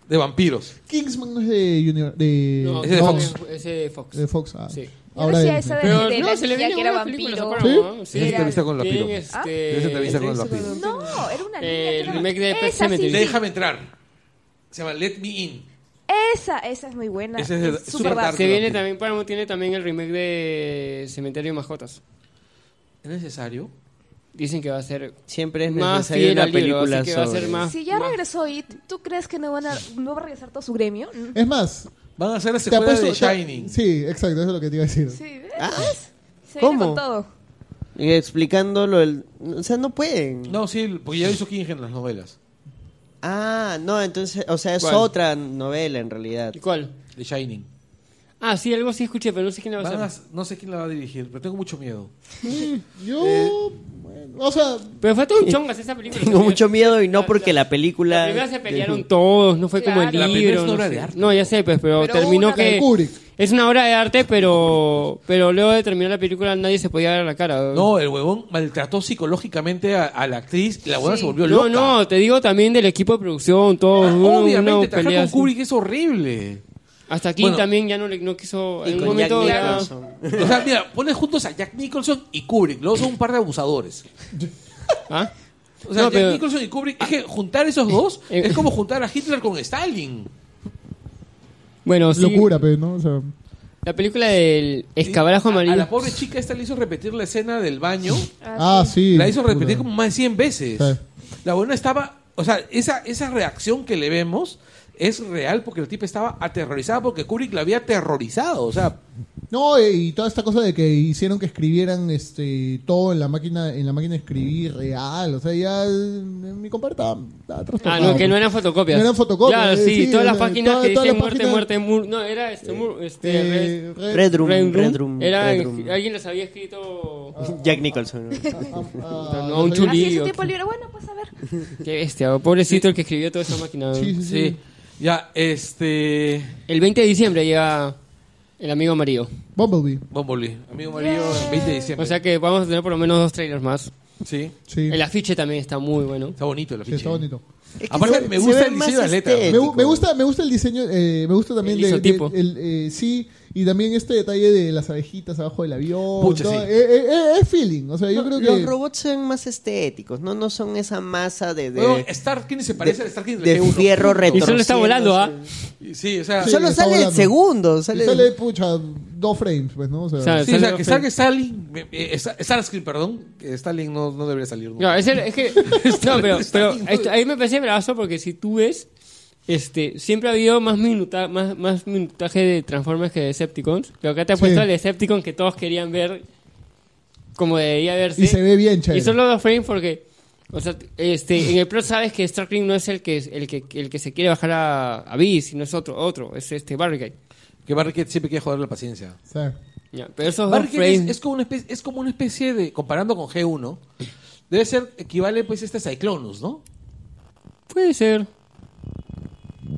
[SPEAKER 1] de vampiros.
[SPEAKER 4] Kingsman no es de Junior de,
[SPEAKER 2] No,
[SPEAKER 1] Ese de
[SPEAKER 2] no,
[SPEAKER 1] Fox.
[SPEAKER 2] Ese de Fox.
[SPEAKER 4] de Fox. ah.
[SPEAKER 2] Sí.
[SPEAKER 3] Yo decía
[SPEAKER 4] de-
[SPEAKER 3] esa de,
[SPEAKER 2] Pero
[SPEAKER 3] de
[SPEAKER 2] no,
[SPEAKER 3] la
[SPEAKER 2] se le
[SPEAKER 3] niña
[SPEAKER 2] viene
[SPEAKER 3] que era
[SPEAKER 2] buenas películas
[SPEAKER 3] vampiro.
[SPEAKER 2] a Paramount,
[SPEAKER 1] Esa
[SPEAKER 3] Era-
[SPEAKER 1] entrevista con la
[SPEAKER 2] Tienen,
[SPEAKER 1] piro.
[SPEAKER 2] este,
[SPEAKER 3] ¿Ah?
[SPEAKER 1] Esa eh, entrevista con la piro.
[SPEAKER 3] No, era una niña
[SPEAKER 2] Eh,
[SPEAKER 3] que
[SPEAKER 2] el
[SPEAKER 3] era
[SPEAKER 2] remake de
[SPEAKER 3] vampiro.
[SPEAKER 2] Pet
[SPEAKER 3] Esa sí
[SPEAKER 2] Sematary.
[SPEAKER 3] vi.
[SPEAKER 1] Déjame entrar. Se llama Let Me In.
[SPEAKER 3] Esa, esa es muy buena.
[SPEAKER 1] Esa es de-
[SPEAKER 3] Es
[SPEAKER 1] super
[SPEAKER 3] súper dark.
[SPEAKER 1] dark.
[SPEAKER 2] Se viene también, Paramount tiene también el remake de Cementerio de Mascotas.
[SPEAKER 1] ¿Es necesario?
[SPEAKER 2] Dicen que va a ser.
[SPEAKER 5] Siempre es
[SPEAKER 2] Más
[SPEAKER 5] necesaria
[SPEAKER 2] fiel
[SPEAKER 5] una
[SPEAKER 2] al libro,
[SPEAKER 5] película
[SPEAKER 2] así que va a
[SPEAKER 5] sobre...
[SPEAKER 2] ser más-
[SPEAKER 3] Si ya regresó IT, ¿tú crees que no, van a, no va a regresar todo su gremio? Mm.
[SPEAKER 4] Es más,
[SPEAKER 1] Van a hacer la
[SPEAKER 4] te
[SPEAKER 1] secuela
[SPEAKER 4] apuesto
[SPEAKER 1] de
[SPEAKER 4] te-
[SPEAKER 1] Shining.
[SPEAKER 4] Sí, exacto, eso es lo que te iba a decir.
[SPEAKER 3] Sí, ¿ves?
[SPEAKER 5] Ah,
[SPEAKER 3] Se viene
[SPEAKER 5] ¿Cómo?
[SPEAKER 3] con todo.
[SPEAKER 5] y explicando lo del... O sea, no pueden.
[SPEAKER 1] No, sí, porque ya hizo King en las novelas
[SPEAKER 5] Ah, no, entonces... O sea, es
[SPEAKER 2] ¿Cuál?
[SPEAKER 5] otra novela en realidad.
[SPEAKER 2] ¿Y cuál?
[SPEAKER 1] de Shining.
[SPEAKER 2] Ah, sí, algo sí escuché, pero no sé quién la va
[SPEAKER 1] Van
[SPEAKER 2] a
[SPEAKER 1] a-
[SPEAKER 2] hacer.
[SPEAKER 1] no sé quién la va a dirigir, pero tengo mucho miedo.
[SPEAKER 4] Sí, Yo,
[SPEAKER 1] Eh,
[SPEAKER 4] bueno, o sea,
[SPEAKER 2] Pero fue todo un chongas esa película.
[SPEAKER 5] Tengo mucho miedo y
[SPEAKER 2] La-
[SPEAKER 5] no porque la
[SPEAKER 2] La
[SPEAKER 5] película...
[SPEAKER 2] primera se pelearon todos, no fue como el
[SPEAKER 3] Claro.
[SPEAKER 2] libro.
[SPEAKER 3] La
[SPEAKER 1] primera
[SPEAKER 2] no,
[SPEAKER 1] es una obra
[SPEAKER 2] sé.
[SPEAKER 1] de arte.
[SPEAKER 2] No, ya sé, pues, pero,
[SPEAKER 3] Pero
[SPEAKER 2] terminó
[SPEAKER 3] una de
[SPEAKER 2] que.
[SPEAKER 4] Kubrick.
[SPEAKER 2] Es una obra de arte, pero pero luego de terminar la película nadie se podía ver la cara.
[SPEAKER 1] No, el huevón maltrató psicológicamente a, a la actriz y la huevona
[SPEAKER 3] Sí.
[SPEAKER 1] se volvió
[SPEAKER 2] no,
[SPEAKER 1] loca.
[SPEAKER 2] no, te digo también del equipo de producción, todo.
[SPEAKER 1] Ah,
[SPEAKER 2] hubo
[SPEAKER 1] Obviamente,
[SPEAKER 2] una pelea
[SPEAKER 1] trabajar con
[SPEAKER 2] así.
[SPEAKER 1] Kubrick es horrible.
[SPEAKER 2] Hasta aquí
[SPEAKER 1] Bueno.
[SPEAKER 2] también ya no le no quiso.
[SPEAKER 5] Y
[SPEAKER 2] en un
[SPEAKER 5] con Jack
[SPEAKER 2] momento ya-
[SPEAKER 5] Nicholson.
[SPEAKER 1] O sea, mira, pones juntos a Jack Nicholson y Kubrick. Luego son un par de abusadores.
[SPEAKER 2] ¿Ah?
[SPEAKER 1] O sea,
[SPEAKER 2] No,
[SPEAKER 1] Jack
[SPEAKER 2] pero-
[SPEAKER 1] Nicholson y Kubrick, es que juntar esos dos
[SPEAKER 2] Eh,
[SPEAKER 1] es como juntar a Hitler con Stalin.
[SPEAKER 2] Bueno, sí.
[SPEAKER 4] locura, pero no, o sea,
[SPEAKER 2] La película del escabarajo
[SPEAKER 1] A-
[SPEAKER 2] amarillo.
[SPEAKER 1] A, la pobre chica esta le hizo repetir la escena del baño.
[SPEAKER 4] ah, sí.
[SPEAKER 1] la hizo repetir
[SPEAKER 4] puta.
[SPEAKER 1] como más de 100 veces.
[SPEAKER 4] Sí.
[SPEAKER 1] La buena estaba... O sea, esa, esa reacción que le vemos es real porque el tipo estaba aterrorizado porque Kubrick la había aterrorizado. O sea,
[SPEAKER 4] No, eh, y toda esta cosa de que hicieron que escribieran este todo en la máquina, en la máquina de escribir real, o sea, ya eh, mi compadre estaba, estaba
[SPEAKER 2] Ah,
[SPEAKER 4] trastornado.
[SPEAKER 2] no, que no eran fotocopias.
[SPEAKER 4] No eran fotocopias,
[SPEAKER 2] Claro,
[SPEAKER 4] eh,
[SPEAKER 2] sí,
[SPEAKER 4] sí,
[SPEAKER 2] todas las
[SPEAKER 4] era-
[SPEAKER 2] páginas
[SPEAKER 4] toda-
[SPEAKER 2] que
[SPEAKER 4] todas
[SPEAKER 2] dicen
[SPEAKER 4] las
[SPEAKER 2] muerte,
[SPEAKER 4] páginas-
[SPEAKER 2] muerte, mur. No, era este mur. Este,
[SPEAKER 4] Eh, Red-
[SPEAKER 5] Red Room,
[SPEAKER 2] Red Room.
[SPEAKER 5] Red Room,
[SPEAKER 2] Era,
[SPEAKER 5] Red Room.
[SPEAKER 2] Alguien les había escrito.
[SPEAKER 5] Jack Nicholson.
[SPEAKER 4] Ah,
[SPEAKER 2] no, un
[SPEAKER 4] no,
[SPEAKER 2] chuli-
[SPEAKER 3] Así
[SPEAKER 2] lío.
[SPEAKER 3] ese tiempo libre, bueno, pues a ver.
[SPEAKER 2] Qué bestia, oh, pobrecito el que escribió toda esa máquina.
[SPEAKER 4] Sí, sí,
[SPEAKER 1] Sí. Ya, este.
[SPEAKER 2] El 20 de diciembre llega el amigo amarillo.
[SPEAKER 4] Bumblebee.
[SPEAKER 1] Bumblebee. Amigo Mario, el 20 de diciembre.
[SPEAKER 2] O sea que vamos a tener por lo menos dos trailers más.
[SPEAKER 1] sí.
[SPEAKER 4] Sí,
[SPEAKER 2] El afiche también está muy bueno.
[SPEAKER 1] Está bonito el
[SPEAKER 4] sí,
[SPEAKER 1] afiche.
[SPEAKER 4] está bonito.
[SPEAKER 5] Es que
[SPEAKER 1] Aparte,
[SPEAKER 5] se-
[SPEAKER 1] me
[SPEAKER 5] se
[SPEAKER 1] gusta
[SPEAKER 5] ve
[SPEAKER 1] el
[SPEAKER 5] más
[SPEAKER 1] diseño de la letra.
[SPEAKER 4] Me,
[SPEAKER 5] estético.
[SPEAKER 4] gu- me gusta, me gusta el diseño, eh, me gusta también
[SPEAKER 2] El
[SPEAKER 4] de- de-
[SPEAKER 2] isotipo.
[SPEAKER 4] el, eh, sí, y también este detalle de las abejitas abajo del avión.
[SPEAKER 1] Pucha,
[SPEAKER 4] todo.
[SPEAKER 1] sí.
[SPEAKER 4] Eh, eh, eh, es feeling, o sea, yo
[SPEAKER 5] No,
[SPEAKER 4] creo
[SPEAKER 5] Los
[SPEAKER 4] que
[SPEAKER 5] robots son más estéticos, no, no son esa masa de, de,
[SPEAKER 1] Huevón, Starkin se parece al Starkin
[SPEAKER 5] de
[SPEAKER 1] del G1.
[SPEAKER 5] fierro
[SPEAKER 2] Y
[SPEAKER 5] retorcido.
[SPEAKER 2] solo está volando, ¿ah?
[SPEAKER 1] Sí, o sea.
[SPEAKER 4] Sí,
[SPEAKER 5] Solo
[SPEAKER 4] está
[SPEAKER 5] sale
[SPEAKER 4] volando.
[SPEAKER 5] segundos.
[SPEAKER 4] sale,
[SPEAKER 5] Sale,
[SPEAKER 4] sale pucha dos frames, pues, ¿no? O sea,
[SPEAKER 2] Sabes.
[SPEAKER 1] Sí, o sea,
[SPEAKER 2] Sale-
[SPEAKER 1] que salga Stalin, eh, eh, Sta- Starscream, perdón, que Stalin no, no debería salir. ¿no?
[SPEAKER 2] No, es, el- es que. No, pero, pero esto- ahí me parece brazo porque si tú ves. Este, siempre ha habido más, minuta, más, más minutaje de Transformers que de Decepticons. Pero acá te ha
[SPEAKER 4] Sí.
[SPEAKER 2] puesto el Decepticon que todos querían ver como debería verse.
[SPEAKER 4] y se ve bien, chévere.
[SPEAKER 2] Y solo dos frames porque. O sea, este, en el pro sabes que Starkling no es el que, el que, el que se quiere bajar a, a B, sino es otro, otro, es este Barricade.
[SPEAKER 1] Que Barricade siempre quiere joder la paciencia.
[SPEAKER 4] O sea,
[SPEAKER 2] Ya, pero esos dos
[SPEAKER 1] Barricade es,
[SPEAKER 2] frames.
[SPEAKER 1] es como una especie, es como una especie de, comparando con G1, debe ser, equivale pues a este Cyclonus, ¿no?
[SPEAKER 2] Puede ser.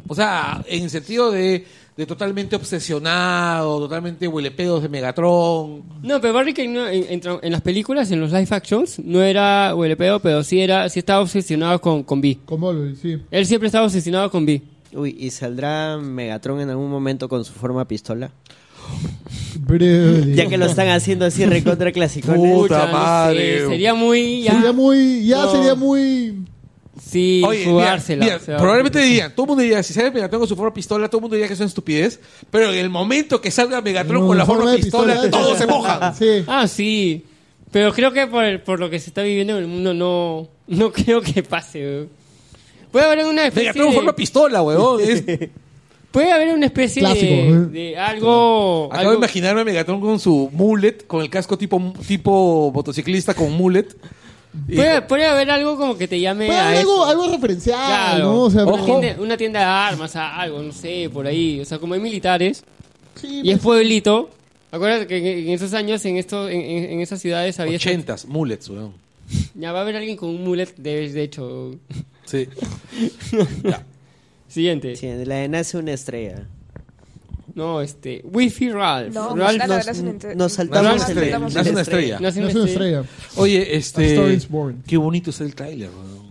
[SPEAKER 1] O sea, en sentido de, de totalmente obsesionado, totalmente huelepedos de Megatron.
[SPEAKER 2] No, pero Barricade no- en, en tra- en las películas, en los live actions, no era huele pedo, pero sí era, sí estaba obsesionado con, con B.
[SPEAKER 4] con Bumblebee, sí.
[SPEAKER 2] Él siempre estaba obsesionado con B.
[SPEAKER 5] Uy, ¿y saldrá Megatron en algún momento con su forma pistola?
[SPEAKER 4] Breve.
[SPEAKER 5] Ya que lo están haciendo así recontra
[SPEAKER 1] Puta
[SPEAKER 2] no
[SPEAKER 5] clasicones.
[SPEAKER 1] madre.
[SPEAKER 2] sé, sería muy ya
[SPEAKER 4] Sería muy, ya
[SPEAKER 2] No.
[SPEAKER 4] sería muy...
[SPEAKER 2] sí
[SPEAKER 1] mira,
[SPEAKER 2] jugársela.
[SPEAKER 1] mira,
[SPEAKER 2] o sea,
[SPEAKER 1] probablemente dirían, todo el mundo diría, si sale Megatron con su forma pistola, todo el mundo diría que es una estupidez, pero en el momento que salga Megatron con la forma,
[SPEAKER 4] de
[SPEAKER 1] pistola, todos se mojan.
[SPEAKER 4] Sí.
[SPEAKER 2] Ah, sí. Pero creo que por, el- por lo que se está viviendo en el mundo no, no creo que pase. weón. Puede haber una especie
[SPEAKER 1] Megatron con forma
[SPEAKER 2] de,
[SPEAKER 1] pistola, weón. Es-
[SPEAKER 2] puede haber una especie
[SPEAKER 4] Clásico,
[SPEAKER 2] de,
[SPEAKER 4] ¿eh?
[SPEAKER 2] de algo,
[SPEAKER 1] Acabo
[SPEAKER 2] algo-
[SPEAKER 1] de imaginarme a Megatron con su mullet, con el casco tipo, tipo motociclista con mullet. Y-
[SPEAKER 2] puede, puede haber algo como que te llame
[SPEAKER 4] Pero
[SPEAKER 2] a
[SPEAKER 4] algo,
[SPEAKER 2] eso.
[SPEAKER 4] algo referencial,
[SPEAKER 2] Claro.
[SPEAKER 4] ¿no? O sea,
[SPEAKER 2] una,
[SPEAKER 4] pero-
[SPEAKER 2] tienda, una tienda de armas, a- algo, no sé, por ahí. O sea, como hay militares
[SPEAKER 4] Sí, pues.
[SPEAKER 2] y es pueblito. Acuérdate que en, en esos años, en estos, en, en- en esas ciudades había... esta-
[SPEAKER 1] Ochentas, mullets, weón.
[SPEAKER 2] Ya va a haber alguien con un mullet, de, de hecho.
[SPEAKER 1] Sí.
[SPEAKER 2] Siguiente.
[SPEAKER 5] Sí, de la de nace una estrella.
[SPEAKER 2] No, este. Wi-Fi Ralph.
[SPEAKER 3] No,
[SPEAKER 2] Ralph
[SPEAKER 3] Montana
[SPEAKER 5] nos-
[SPEAKER 3] era su mente-
[SPEAKER 5] nos
[SPEAKER 1] Nace
[SPEAKER 5] saltamos
[SPEAKER 1] una
[SPEAKER 3] nos
[SPEAKER 5] el-
[SPEAKER 1] estrella.
[SPEAKER 3] saltamos
[SPEAKER 1] nace
[SPEAKER 3] el-
[SPEAKER 1] una
[SPEAKER 5] estrella.
[SPEAKER 1] estrella.
[SPEAKER 2] no hace
[SPEAKER 4] no
[SPEAKER 2] una
[SPEAKER 4] es una
[SPEAKER 2] estrella.
[SPEAKER 4] estrella.
[SPEAKER 1] Oye,
[SPEAKER 4] A Star
[SPEAKER 1] este.
[SPEAKER 4] is Born.
[SPEAKER 1] Qué bonito es el tráiler, weón.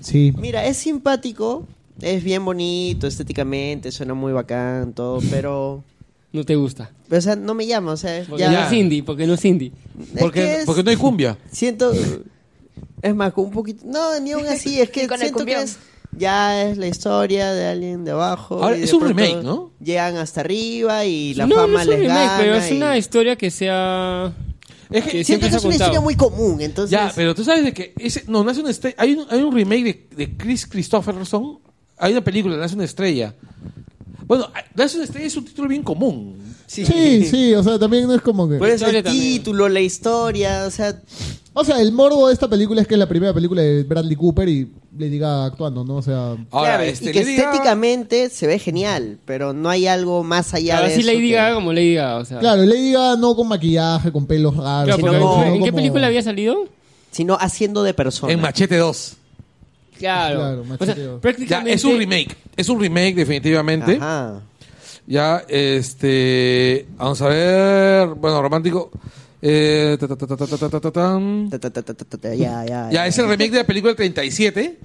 [SPEAKER 4] Sí.
[SPEAKER 5] Mira, es simpático, es bien bonito estéticamente, suena muy bacán, todo, pero.
[SPEAKER 2] No te gusta.
[SPEAKER 5] O sea, no me llama, o sea,
[SPEAKER 2] Porque
[SPEAKER 5] ya.
[SPEAKER 2] no es indie, porque no es indie.
[SPEAKER 5] Es que
[SPEAKER 1] Porque,
[SPEAKER 5] es-
[SPEAKER 1] porque no hay cumbia.
[SPEAKER 5] Siento. Es más, con un poquito. No, ni aún así. Es que
[SPEAKER 3] Y con el
[SPEAKER 5] siento que
[SPEAKER 3] cumbión.
[SPEAKER 5] es. Ya es la historia de alguien de abajo.
[SPEAKER 1] Ahora,
[SPEAKER 5] y de
[SPEAKER 1] es un
[SPEAKER 5] pronto
[SPEAKER 1] remake, ¿no?
[SPEAKER 5] Llegan hasta arriba y la
[SPEAKER 2] no,
[SPEAKER 5] fama
[SPEAKER 2] no es un
[SPEAKER 5] les
[SPEAKER 2] remake,
[SPEAKER 5] gana
[SPEAKER 2] pero es
[SPEAKER 5] y-
[SPEAKER 2] una historia que sea.
[SPEAKER 1] Es que-
[SPEAKER 5] Siento que
[SPEAKER 2] se ha
[SPEAKER 5] es
[SPEAKER 2] contado.
[SPEAKER 5] una historia muy común, entonces.
[SPEAKER 1] Ya, pero tú sabes de que. Ese, no, nace una estrella. Hay un, hay un remake de, de Chris Christopherson. Hay una película, Nace una estrella. Bueno, Nace una estrella es un título bien común.
[SPEAKER 4] Sí. sí, o sea, también no es como que...
[SPEAKER 5] Por eso
[SPEAKER 2] historia
[SPEAKER 5] el
[SPEAKER 2] también.
[SPEAKER 5] título, la historia, o sea.
[SPEAKER 4] O sea, el morbo de esta película es que es la primera película de Bradley Cooper y Lady Gaga actuando, ¿no? O sea...
[SPEAKER 1] Ahora,
[SPEAKER 5] claro,
[SPEAKER 1] este,
[SPEAKER 5] y que
[SPEAKER 1] Lady Gaga-
[SPEAKER 5] estéticamente se ve genial, pero no hay algo más allá
[SPEAKER 2] Ahora
[SPEAKER 5] de
[SPEAKER 2] sí
[SPEAKER 5] eso.
[SPEAKER 2] Lady
[SPEAKER 5] que-
[SPEAKER 2] Gaga como Lady Gaga, o sea.
[SPEAKER 4] Claro, Lady Gaga no con maquillaje, con pelos raros.
[SPEAKER 2] Claro, porque-
[SPEAKER 4] sino
[SPEAKER 2] ¿En qué
[SPEAKER 4] como-
[SPEAKER 2] película había salido?
[SPEAKER 5] Sino haciendo de persona.
[SPEAKER 1] En Machete 2.
[SPEAKER 2] Claro.
[SPEAKER 4] Claro,
[SPEAKER 2] o sea,
[SPEAKER 4] macheteo.
[SPEAKER 1] Ya,
[SPEAKER 2] prácticamente.
[SPEAKER 1] es un remake. Es un remake, definitivamente.
[SPEAKER 5] Ajá.
[SPEAKER 1] Ya, este. Vamos a ver. Bueno, romántico. Eh, ta, ta, ta, ta, ta, ta, ta, ta, tan.
[SPEAKER 5] Ta, ta, ta, ta, ta, ta, Ya, ya.
[SPEAKER 1] Ya, es el remake de la película del 37.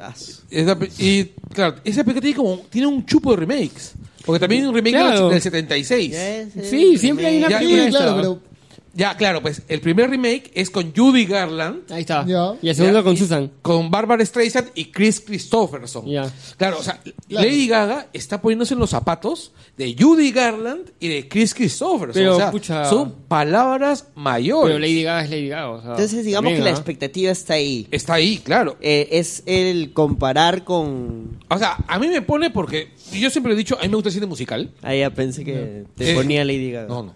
[SPEAKER 5] Ah,
[SPEAKER 1] Es la pe- y claro, esa película tiene, como, tiene un chupo de remakes. Porque también hay un remake
[SPEAKER 2] Claro.
[SPEAKER 1] del 76.
[SPEAKER 5] ya es el
[SPEAKER 2] Sí, siempre hay una
[SPEAKER 5] remake.
[SPEAKER 1] Ya,
[SPEAKER 4] Sí,
[SPEAKER 2] película.
[SPEAKER 4] claro,
[SPEAKER 2] esta.
[SPEAKER 4] pero...
[SPEAKER 1] Ya, claro, pues el primer remake es con Judy Garland,
[SPEAKER 2] Ahí está.
[SPEAKER 4] Ya.
[SPEAKER 2] Y el segundo
[SPEAKER 1] Ya,
[SPEAKER 2] con
[SPEAKER 1] y-
[SPEAKER 2] Susan.
[SPEAKER 1] con Barbara Streisand y Chris Christopherson.
[SPEAKER 2] Ya.
[SPEAKER 1] Claro, o sea, Lady Gaga está poniéndose en los zapatos de Judy Garland y de Chris Christopherson.
[SPEAKER 2] Pero,
[SPEAKER 1] o sea,
[SPEAKER 2] pucha.
[SPEAKER 1] son palabras mayores.
[SPEAKER 2] Pero Lady Gaga es Lady Gaga. o sea,
[SPEAKER 5] Entonces, digamos
[SPEAKER 2] también,
[SPEAKER 5] que la
[SPEAKER 2] ¿ah?
[SPEAKER 5] expectativa está ahí.
[SPEAKER 1] Está ahí, claro.
[SPEAKER 5] Eh, es el comparar con.
[SPEAKER 1] O sea, a mí me pone porque y yo siempre he dicho, a mí me gusta el cine musical.
[SPEAKER 5] Ah, ya pensé que te
[SPEAKER 1] Eh,
[SPEAKER 5] ponía Lady Gaga.
[SPEAKER 1] No, no.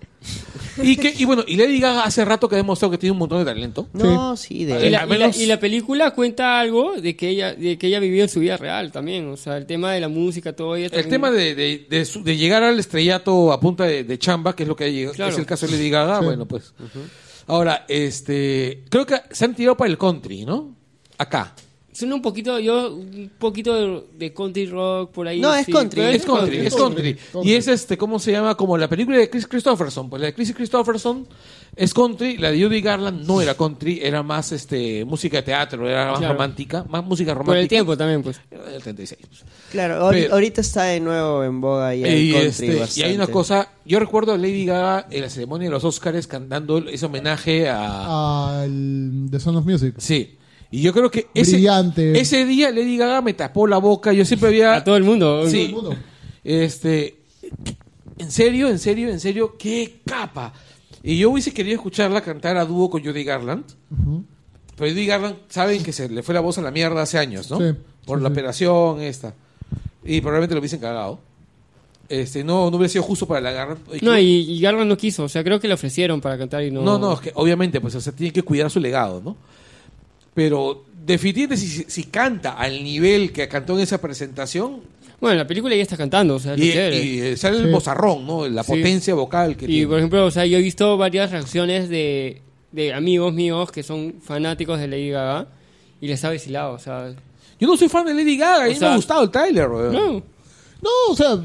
[SPEAKER 1] Y que y bueno, y Lady Gaga hace rato que ha demostrado que tiene un montón de talento.
[SPEAKER 5] No, sí, de
[SPEAKER 2] Y la,
[SPEAKER 1] Al
[SPEAKER 2] y la-
[SPEAKER 1] menos-
[SPEAKER 2] y la película cuenta algo de que ella de que ella vivió en su vida real también. O sea, el tema de la música, todo esto.
[SPEAKER 1] El tema de, de- de su- de llegar al estrellato a punta de, de chamba, que es lo que ha llegado-
[SPEAKER 2] Claro.
[SPEAKER 1] es el caso de Lady Gaga, bueno, pues. Ahora, este, creo que se han tirado para el country, ¿no? Acá.
[SPEAKER 2] Suena un poquito, yo, un poquito de, de country rock por ahí.
[SPEAKER 5] No, es country,
[SPEAKER 2] pero
[SPEAKER 1] Es country, es country.
[SPEAKER 4] country.
[SPEAKER 1] Y es este, ¿cómo se llama? Como la película de Chris Christopherson. Pues la de Chris Christopherson es country, la de Judy Garland no era country, era más este música de teatro, era más
[SPEAKER 2] Claro.
[SPEAKER 1] romántica, más música romántica.
[SPEAKER 2] Por el tiempo también, pues.
[SPEAKER 1] Era del 36.
[SPEAKER 5] Claro, ahori-
[SPEAKER 1] Pero-
[SPEAKER 5] ahorita está de nuevo en boga y, el
[SPEAKER 1] Y,
[SPEAKER 5] country
[SPEAKER 1] este, y hay
[SPEAKER 5] bastante.
[SPEAKER 1] una cosa, yo recuerdo a Lady Gaga en la ceremonia de los Oscars cantando ese homenaje a...
[SPEAKER 4] Ah. Al The Sound of Music.
[SPEAKER 1] Sí. Y yo creo que ese,
[SPEAKER 4] Brillante.
[SPEAKER 1] ese día Lady Gaga me tapó la boca, yo siempre había...
[SPEAKER 2] A todo el mundo.
[SPEAKER 1] Sí.
[SPEAKER 4] el mundo.
[SPEAKER 1] Este, en serio, en serio, en serio, qué capa. Y yo hubiese querido escucharla cantar a dúo con Judy Garland. Pero Judy Garland, saben que se le fue la voz a la mierda hace años, ¿no?
[SPEAKER 4] Sí,
[SPEAKER 1] Por
[SPEAKER 4] sí,
[SPEAKER 1] la
[SPEAKER 4] sí.
[SPEAKER 1] operación esta. Y probablemente lo hubiesen cagado. Este, no, no hubiera sido justo para la Garland. Oye,
[SPEAKER 2] No,
[SPEAKER 1] que-
[SPEAKER 2] y, y Garland no quiso. O sea, creo que le ofrecieron para cantar y no.
[SPEAKER 1] no, no, es que obviamente, pues, o sea, tiene que cuidar su legado, ¿no? Pero definitivamente si, si canta al nivel que cantó en esa presentación,
[SPEAKER 2] Bueno, en la película ya está cantando, o sea, es lo
[SPEAKER 1] y,
[SPEAKER 2] chévere.
[SPEAKER 1] y, eh, sale el
[SPEAKER 4] Sí.
[SPEAKER 1] bozarrón, ¿no? La
[SPEAKER 2] Sí.
[SPEAKER 1] potencia vocal que
[SPEAKER 2] Y
[SPEAKER 1] tiene.
[SPEAKER 2] por ejemplo, o sea, yo he visto varias reacciones de, de amigos míos que son fanáticos de Lady Gaga y les ha vacilado, o sea,
[SPEAKER 1] Yo no soy fan de Lady Gaga, a mí
[SPEAKER 2] O sea-
[SPEAKER 1] me ha gustado el Tyler, weón.
[SPEAKER 2] no,
[SPEAKER 4] No, o sea,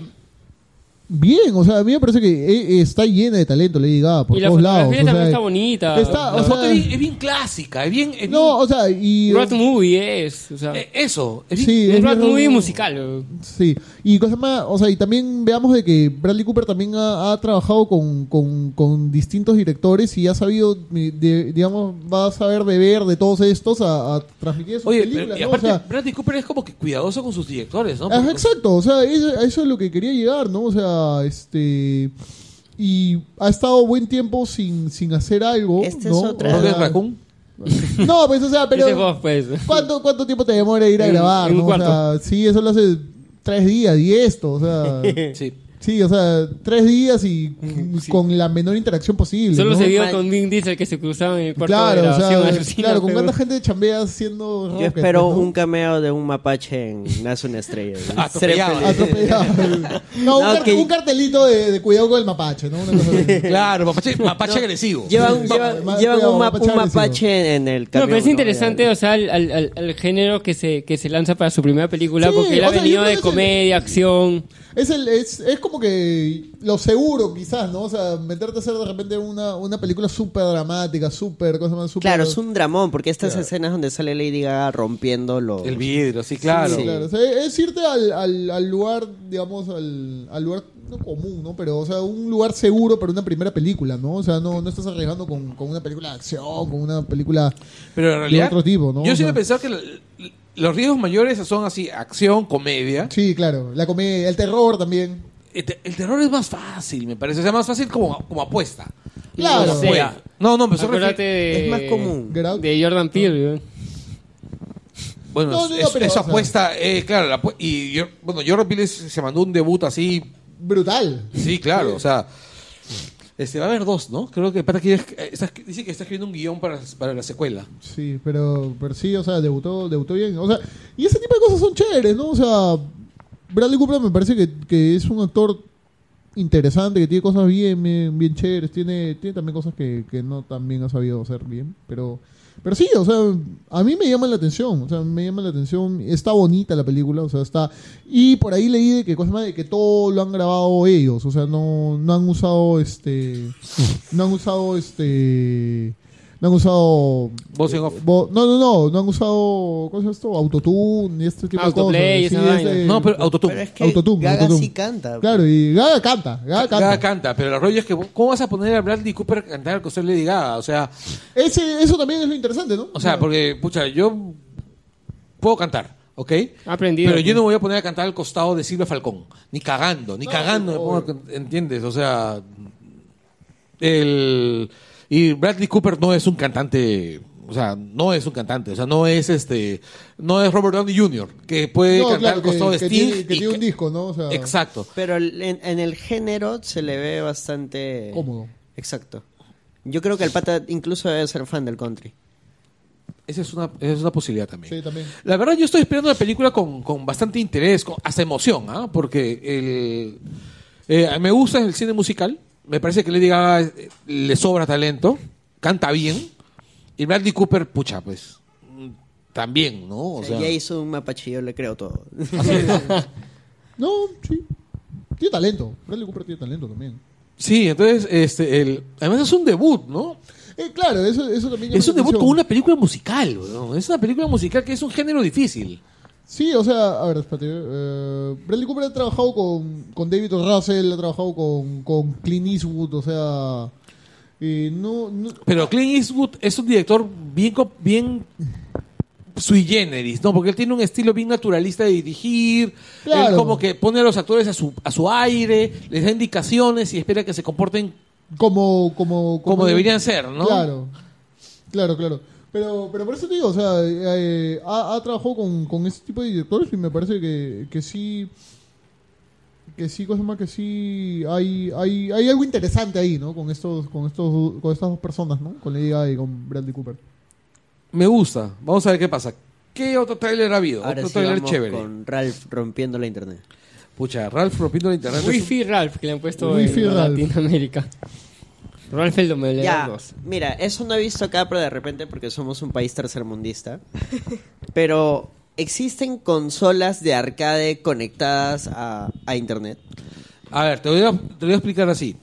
[SPEAKER 4] bien, o sea, a mí me parece que eh, eh, está llena de talento Lady Gaga por
[SPEAKER 2] Y la
[SPEAKER 4] todos lados.
[SPEAKER 2] fotografía
[SPEAKER 4] o
[SPEAKER 2] también
[SPEAKER 4] sea,
[SPEAKER 2] está bonita.
[SPEAKER 4] Está, o
[SPEAKER 1] La foto es bien-
[SPEAKER 4] sea,
[SPEAKER 1] es bien clásica, es bien. es bien-
[SPEAKER 4] no, o sea, y
[SPEAKER 2] Road Movie es, o sea,
[SPEAKER 1] eh, eso, es bien-
[SPEAKER 4] sí,
[SPEAKER 2] un
[SPEAKER 4] es
[SPEAKER 2] Road
[SPEAKER 4] bien-
[SPEAKER 2] Movie musical.
[SPEAKER 4] Sí, y cosa más, o sea, y también veamos de que Bradley Cooper también ha, ha trabajado con, con, con distintos directores y ha sabido, eh, de- digamos, va a saber beber de todos estos a, a transmitir sus
[SPEAKER 1] Oye, pero-
[SPEAKER 4] películas.
[SPEAKER 1] y
[SPEAKER 4] ¿no? O
[SPEAKER 1] aparte,
[SPEAKER 4] sea,
[SPEAKER 1] Bradley Cooper es como que cuidadoso con sus directores, ¿no?
[SPEAKER 4] Ajá,
[SPEAKER 1] Porque- pues,
[SPEAKER 4] exacto, o sea, eso, a eso es lo que quería llegar, ¿no? O sea, este... Y ha estado buen tiempo sin, sin hacer algo.
[SPEAKER 5] Esta es
[SPEAKER 4] ¿no?
[SPEAKER 5] otra.
[SPEAKER 4] O sea,
[SPEAKER 1] Roger Raccoon.
[SPEAKER 4] No, pues, o sea,
[SPEAKER 2] Pero,
[SPEAKER 4] pero...
[SPEAKER 2] vos, pues.
[SPEAKER 4] ¿Cuánto, ¿Cuánto tiempo te demora ir a
[SPEAKER 2] En-
[SPEAKER 4] grabar?
[SPEAKER 2] en un
[SPEAKER 4] ¿no? O sea, sí, eso lo hace tres días y esto, o sea...
[SPEAKER 1] Sí.
[SPEAKER 4] Sí, o sea, tres días y con la menor interacción posible.
[SPEAKER 2] Mm, Solo
[SPEAKER 4] ¿no?
[SPEAKER 2] se vio
[SPEAKER 5] Mal.
[SPEAKER 2] con Vin Diesel que se cruzaban en el cuarto de
[SPEAKER 4] Claro, o
[SPEAKER 2] grabación.
[SPEAKER 4] sea,
[SPEAKER 2] alucina,
[SPEAKER 4] claro, con
[SPEAKER 2] pero-
[SPEAKER 4] cuánta gente chambea haciendo
[SPEAKER 5] Yo
[SPEAKER 4] Rocket,
[SPEAKER 5] espero
[SPEAKER 4] ¿no?
[SPEAKER 5] un cameo de un mapache en Nace una estrella. Seré
[SPEAKER 1] Atropellado.
[SPEAKER 5] feliz.
[SPEAKER 4] Atropellado. No, un,
[SPEAKER 5] No,
[SPEAKER 4] car-
[SPEAKER 5] que-
[SPEAKER 4] un cartelito de, de cuidado con el mapache, ¿no? Una cosa así.
[SPEAKER 1] Claro, mapache, mapache agresivo.
[SPEAKER 5] Llevan, llevan-
[SPEAKER 4] Papá,
[SPEAKER 5] llevan
[SPEAKER 4] cuidado,
[SPEAKER 5] un, map-
[SPEAKER 4] mapache
[SPEAKER 5] un
[SPEAKER 4] agresivo.
[SPEAKER 5] mapache en el
[SPEAKER 2] No,
[SPEAKER 5] camión.
[SPEAKER 2] pero es
[SPEAKER 5] ¿no?
[SPEAKER 2] interesante, o sea, al, al- al- al género que se, que se lanza para su primera película,
[SPEAKER 4] Sí,
[SPEAKER 2] porque él
[SPEAKER 4] o
[SPEAKER 2] ha
[SPEAKER 4] sea, yo
[SPEAKER 2] venido
[SPEAKER 4] creo
[SPEAKER 2] de
[SPEAKER 4] que se-
[SPEAKER 2] comedia, acción.
[SPEAKER 4] Es, el, es, es como que lo seguro, quizás, ¿no? O sea, meterte a hacer de repente una, una película súper dramática, súper, cosa más súper.
[SPEAKER 5] Claro, es un dramón, porque estas escenas donde sale Lady Gaga rompiendo los...
[SPEAKER 1] El vidrio, sí, claro.
[SPEAKER 5] Sí.
[SPEAKER 4] Claro, o sea, es irte al, al, al lugar, digamos, al, al lugar no común, ¿no? Pero, o sea, un lugar seguro para una primera película, ¿no? O sea, no, no estás arriesgando con, con una película de acción, con una película...
[SPEAKER 1] Pero en realidad.
[SPEAKER 4] otro tipo, ¿no?
[SPEAKER 1] Yo
[SPEAKER 4] O
[SPEAKER 1] siempre
[SPEAKER 4] sea.
[SPEAKER 1] he pensado que l- l- los riesgos mayores son así: acción, comedia.
[SPEAKER 4] Sí, claro, la comedia, el terror también.
[SPEAKER 1] El, te- el terror es más fácil, me parece. O sea, más fácil como, como apuesta.
[SPEAKER 4] Claro.
[SPEAKER 1] Como juega. No, no, pero se refiere-
[SPEAKER 2] Acuérdate de,
[SPEAKER 5] Pues, Es más común.
[SPEAKER 4] Get Out.
[SPEAKER 2] de Jordan Peele.
[SPEAKER 1] Bueno,
[SPEAKER 4] No,
[SPEAKER 1] es-
[SPEAKER 4] no, no,
[SPEAKER 1] es-
[SPEAKER 4] pero,
[SPEAKER 1] esa
[SPEAKER 4] o sea-
[SPEAKER 1] apuesta, eh, claro, la apu- y yo, bueno, Jordan Peele se se mandó un debut así,
[SPEAKER 4] Brutal.
[SPEAKER 1] sí, claro, o sea, este, va a haber dos, ¿no? Creo que para que dice que está escribiendo un guión para, para la secuela.
[SPEAKER 4] Sí, pero, pero sí, o sea, debutó, debutó bien. O sea, y ese tipo de cosas son chéveres, ¿no? O sea, Bradley Cooper me parece que, que es un actor interesante, que tiene cosas bien, bien, bien chéveres, tiene, tiene también cosas que, que no también ha sabido hacer bien, pero, pero sí, o sea, a mí me llama la atención, o sea, me llama la atención, está bonita la película, o sea, está, y por ahí leí de que cosas más de que todo lo han grabado ellos, o sea, no, no han usado este, no han usado este, No han usado.
[SPEAKER 1] Voz en off.
[SPEAKER 4] vo- no, no, no. No han usado. ¿Cómo es esto? Autotune y este tipo
[SPEAKER 2] Autoplay,
[SPEAKER 4] de cosas.
[SPEAKER 2] esa
[SPEAKER 4] es
[SPEAKER 2] vaina.
[SPEAKER 4] de-
[SPEAKER 1] No, pero Autotune.
[SPEAKER 5] Pero es que
[SPEAKER 4] Autotune,
[SPEAKER 5] Gaga
[SPEAKER 4] autotune.
[SPEAKER 5] sí canta. pues.
[SPEAKER 4] Claro, y Gaga canta. Gaga canta.
[SPEAKER 1] Gaga canta, pero el rollo es que vos- ¿cómo vas a poner a Bradley Cooper a cantar con ser Lady Gaga? O sea,
[SPEAKER 4] Ese, eso también es lo interesante, ¿no?
[SPEAKER 1] o sea, porque, pucha, yo puedo cantar, ¿ok?
[SPEAKER 2] Ha aprendido.
[SPEAKER 1] Pero yo no me voy a poner a cantar al costado de Silvia Falcón, ni cagando, ni cagando, me pongo a can- ¿entiendes? O sea, el y Bradley Cooper no es un cantante, o sea, no es un cantante, o sea, no es este, no es Robert Downey Jr. que puede
[SPEAKER 4] No,
[SPEAKER 1] cantar
[SPEAKER 4] claro,
[SPEAKER 1] al
[SPEAKER 4] que,
[SPEAKER 1] costado de
[SPEAKER 4] que
[SPEAKER 1] Sting
[SPEAKER 4] tiene, que
[SPEAKER 1] y
[SPEAKER 4] tiene
[SPEAKER 1] ca-
[SPEAKER 4] un disco, ¿no? O sea,
[SPEAKER 1] Exacto.
[SPEAKER 5] Pero el- en, en el género se le ve bastante...
[SPEAKER 4] Cómodo.
[SPEAKER 5] Exacto. Yo creo que el pata incluso debe ser fan del country.
[SPEAKER 1] Esa es una, esa es una posibilidad también.
[SPEAKER 4] Sí, también.
[SPEAKER 1] La verdad, yo estoy esperando una película con, con bastante interés, con- hasta emoción, ¿ah? porque el, eh, me gusta el cine musical. Me parece que Lady Gaga eh, le sobra talento, canta bien. Y Bradley Cooper, pucha, pues mm, también, ¿no? O sea,
[SPEAKER 5] ya hizo un mapache, yo le creo todo.
[SPEAKER 4] No, sí. Tiene talento. Bradley Cooper tiene talento también.
[SPEAKER 1] sí, entonces, este, el, además es un debut, ¿no?
[SPEAKER 4] Eh, claro, eso, eso también. llama
[SPEAKER 1] Es
[SPEAKER 4] la
[SPEAKER 1] un debut
[SPEAKER 4] atención.
[SPEAKER 1] con una película musical, weón. Es una película musical que es un género difícil.
[SPEAKER 4] Sí, o sea, a ver, espérate. eh, Bradley Cooper ha trabajado con, con David O. Russell, ha trabajado con, con Clint Eastwood, o sea. eh, no, no-
[SPEAKER 1] Pero Clint Eastwood es un director bien, co- bien sui generis, ¿no? Porque él tiene un estilo bien naturalista de dirigir.
[SPEAKER 4] Claro.
[SPEAKER 1] Él como que pone a los actores a su, a su aire, les da indicaciones y espera que se comporten
[SPEAKER 4] como, como,
[SPEAKER 1] como deberían ser, ¿no?
[SPEAKER 4] Claro, claro, claro. Pero, pero por eso te digo, o sea, eh, ha, ha trabajado con, con ese tipo de directores y me parece que, que sí. Que sí, cosa más que sí. Hay, hay, hay algo interesante ahí, ¿no? Con estos, con estos, con estas dos personas, ¿no? Con Lady Gaga y con Bradley Cooper.
[SPEAKER 1] Me gusta. Vamos a ver qué pasa. ¿Qué otro tráiler ha habido?
[SPEAKER 5] Ahora
[SPEAKER 1] otro
[SPEAKER 5] sí
[SPEAKER 1] tráiler
[SPEAKER 5] vamos
[SPEAKER 1] chévere.
[SPEAKER 5] con Ralph rompiendo la internet.
[SPEAKER 1] Pucha, Ralph rompiendo la internet. es
[SPEAKER 2] Wi-Fi Ralph, que le han puesto
[SPEAKER 4] Wi-Fi
[SPEAKER 2] en
[SPEAKER 4] Ralph.
[SPEAKER 2] Latinoamérica. Ralph el
[SPEAKER 5] Ya,
[SPEAKER 2] Domeledor 2.
[SPEAKER 5] mira, eso no he visto acá, pero de repente porque somos un país tercermundista. Pero existen consolas de arcade conectadas a, a internet.
[SPEAKER 1] un- A ver, te voy a, te voy a explicar así.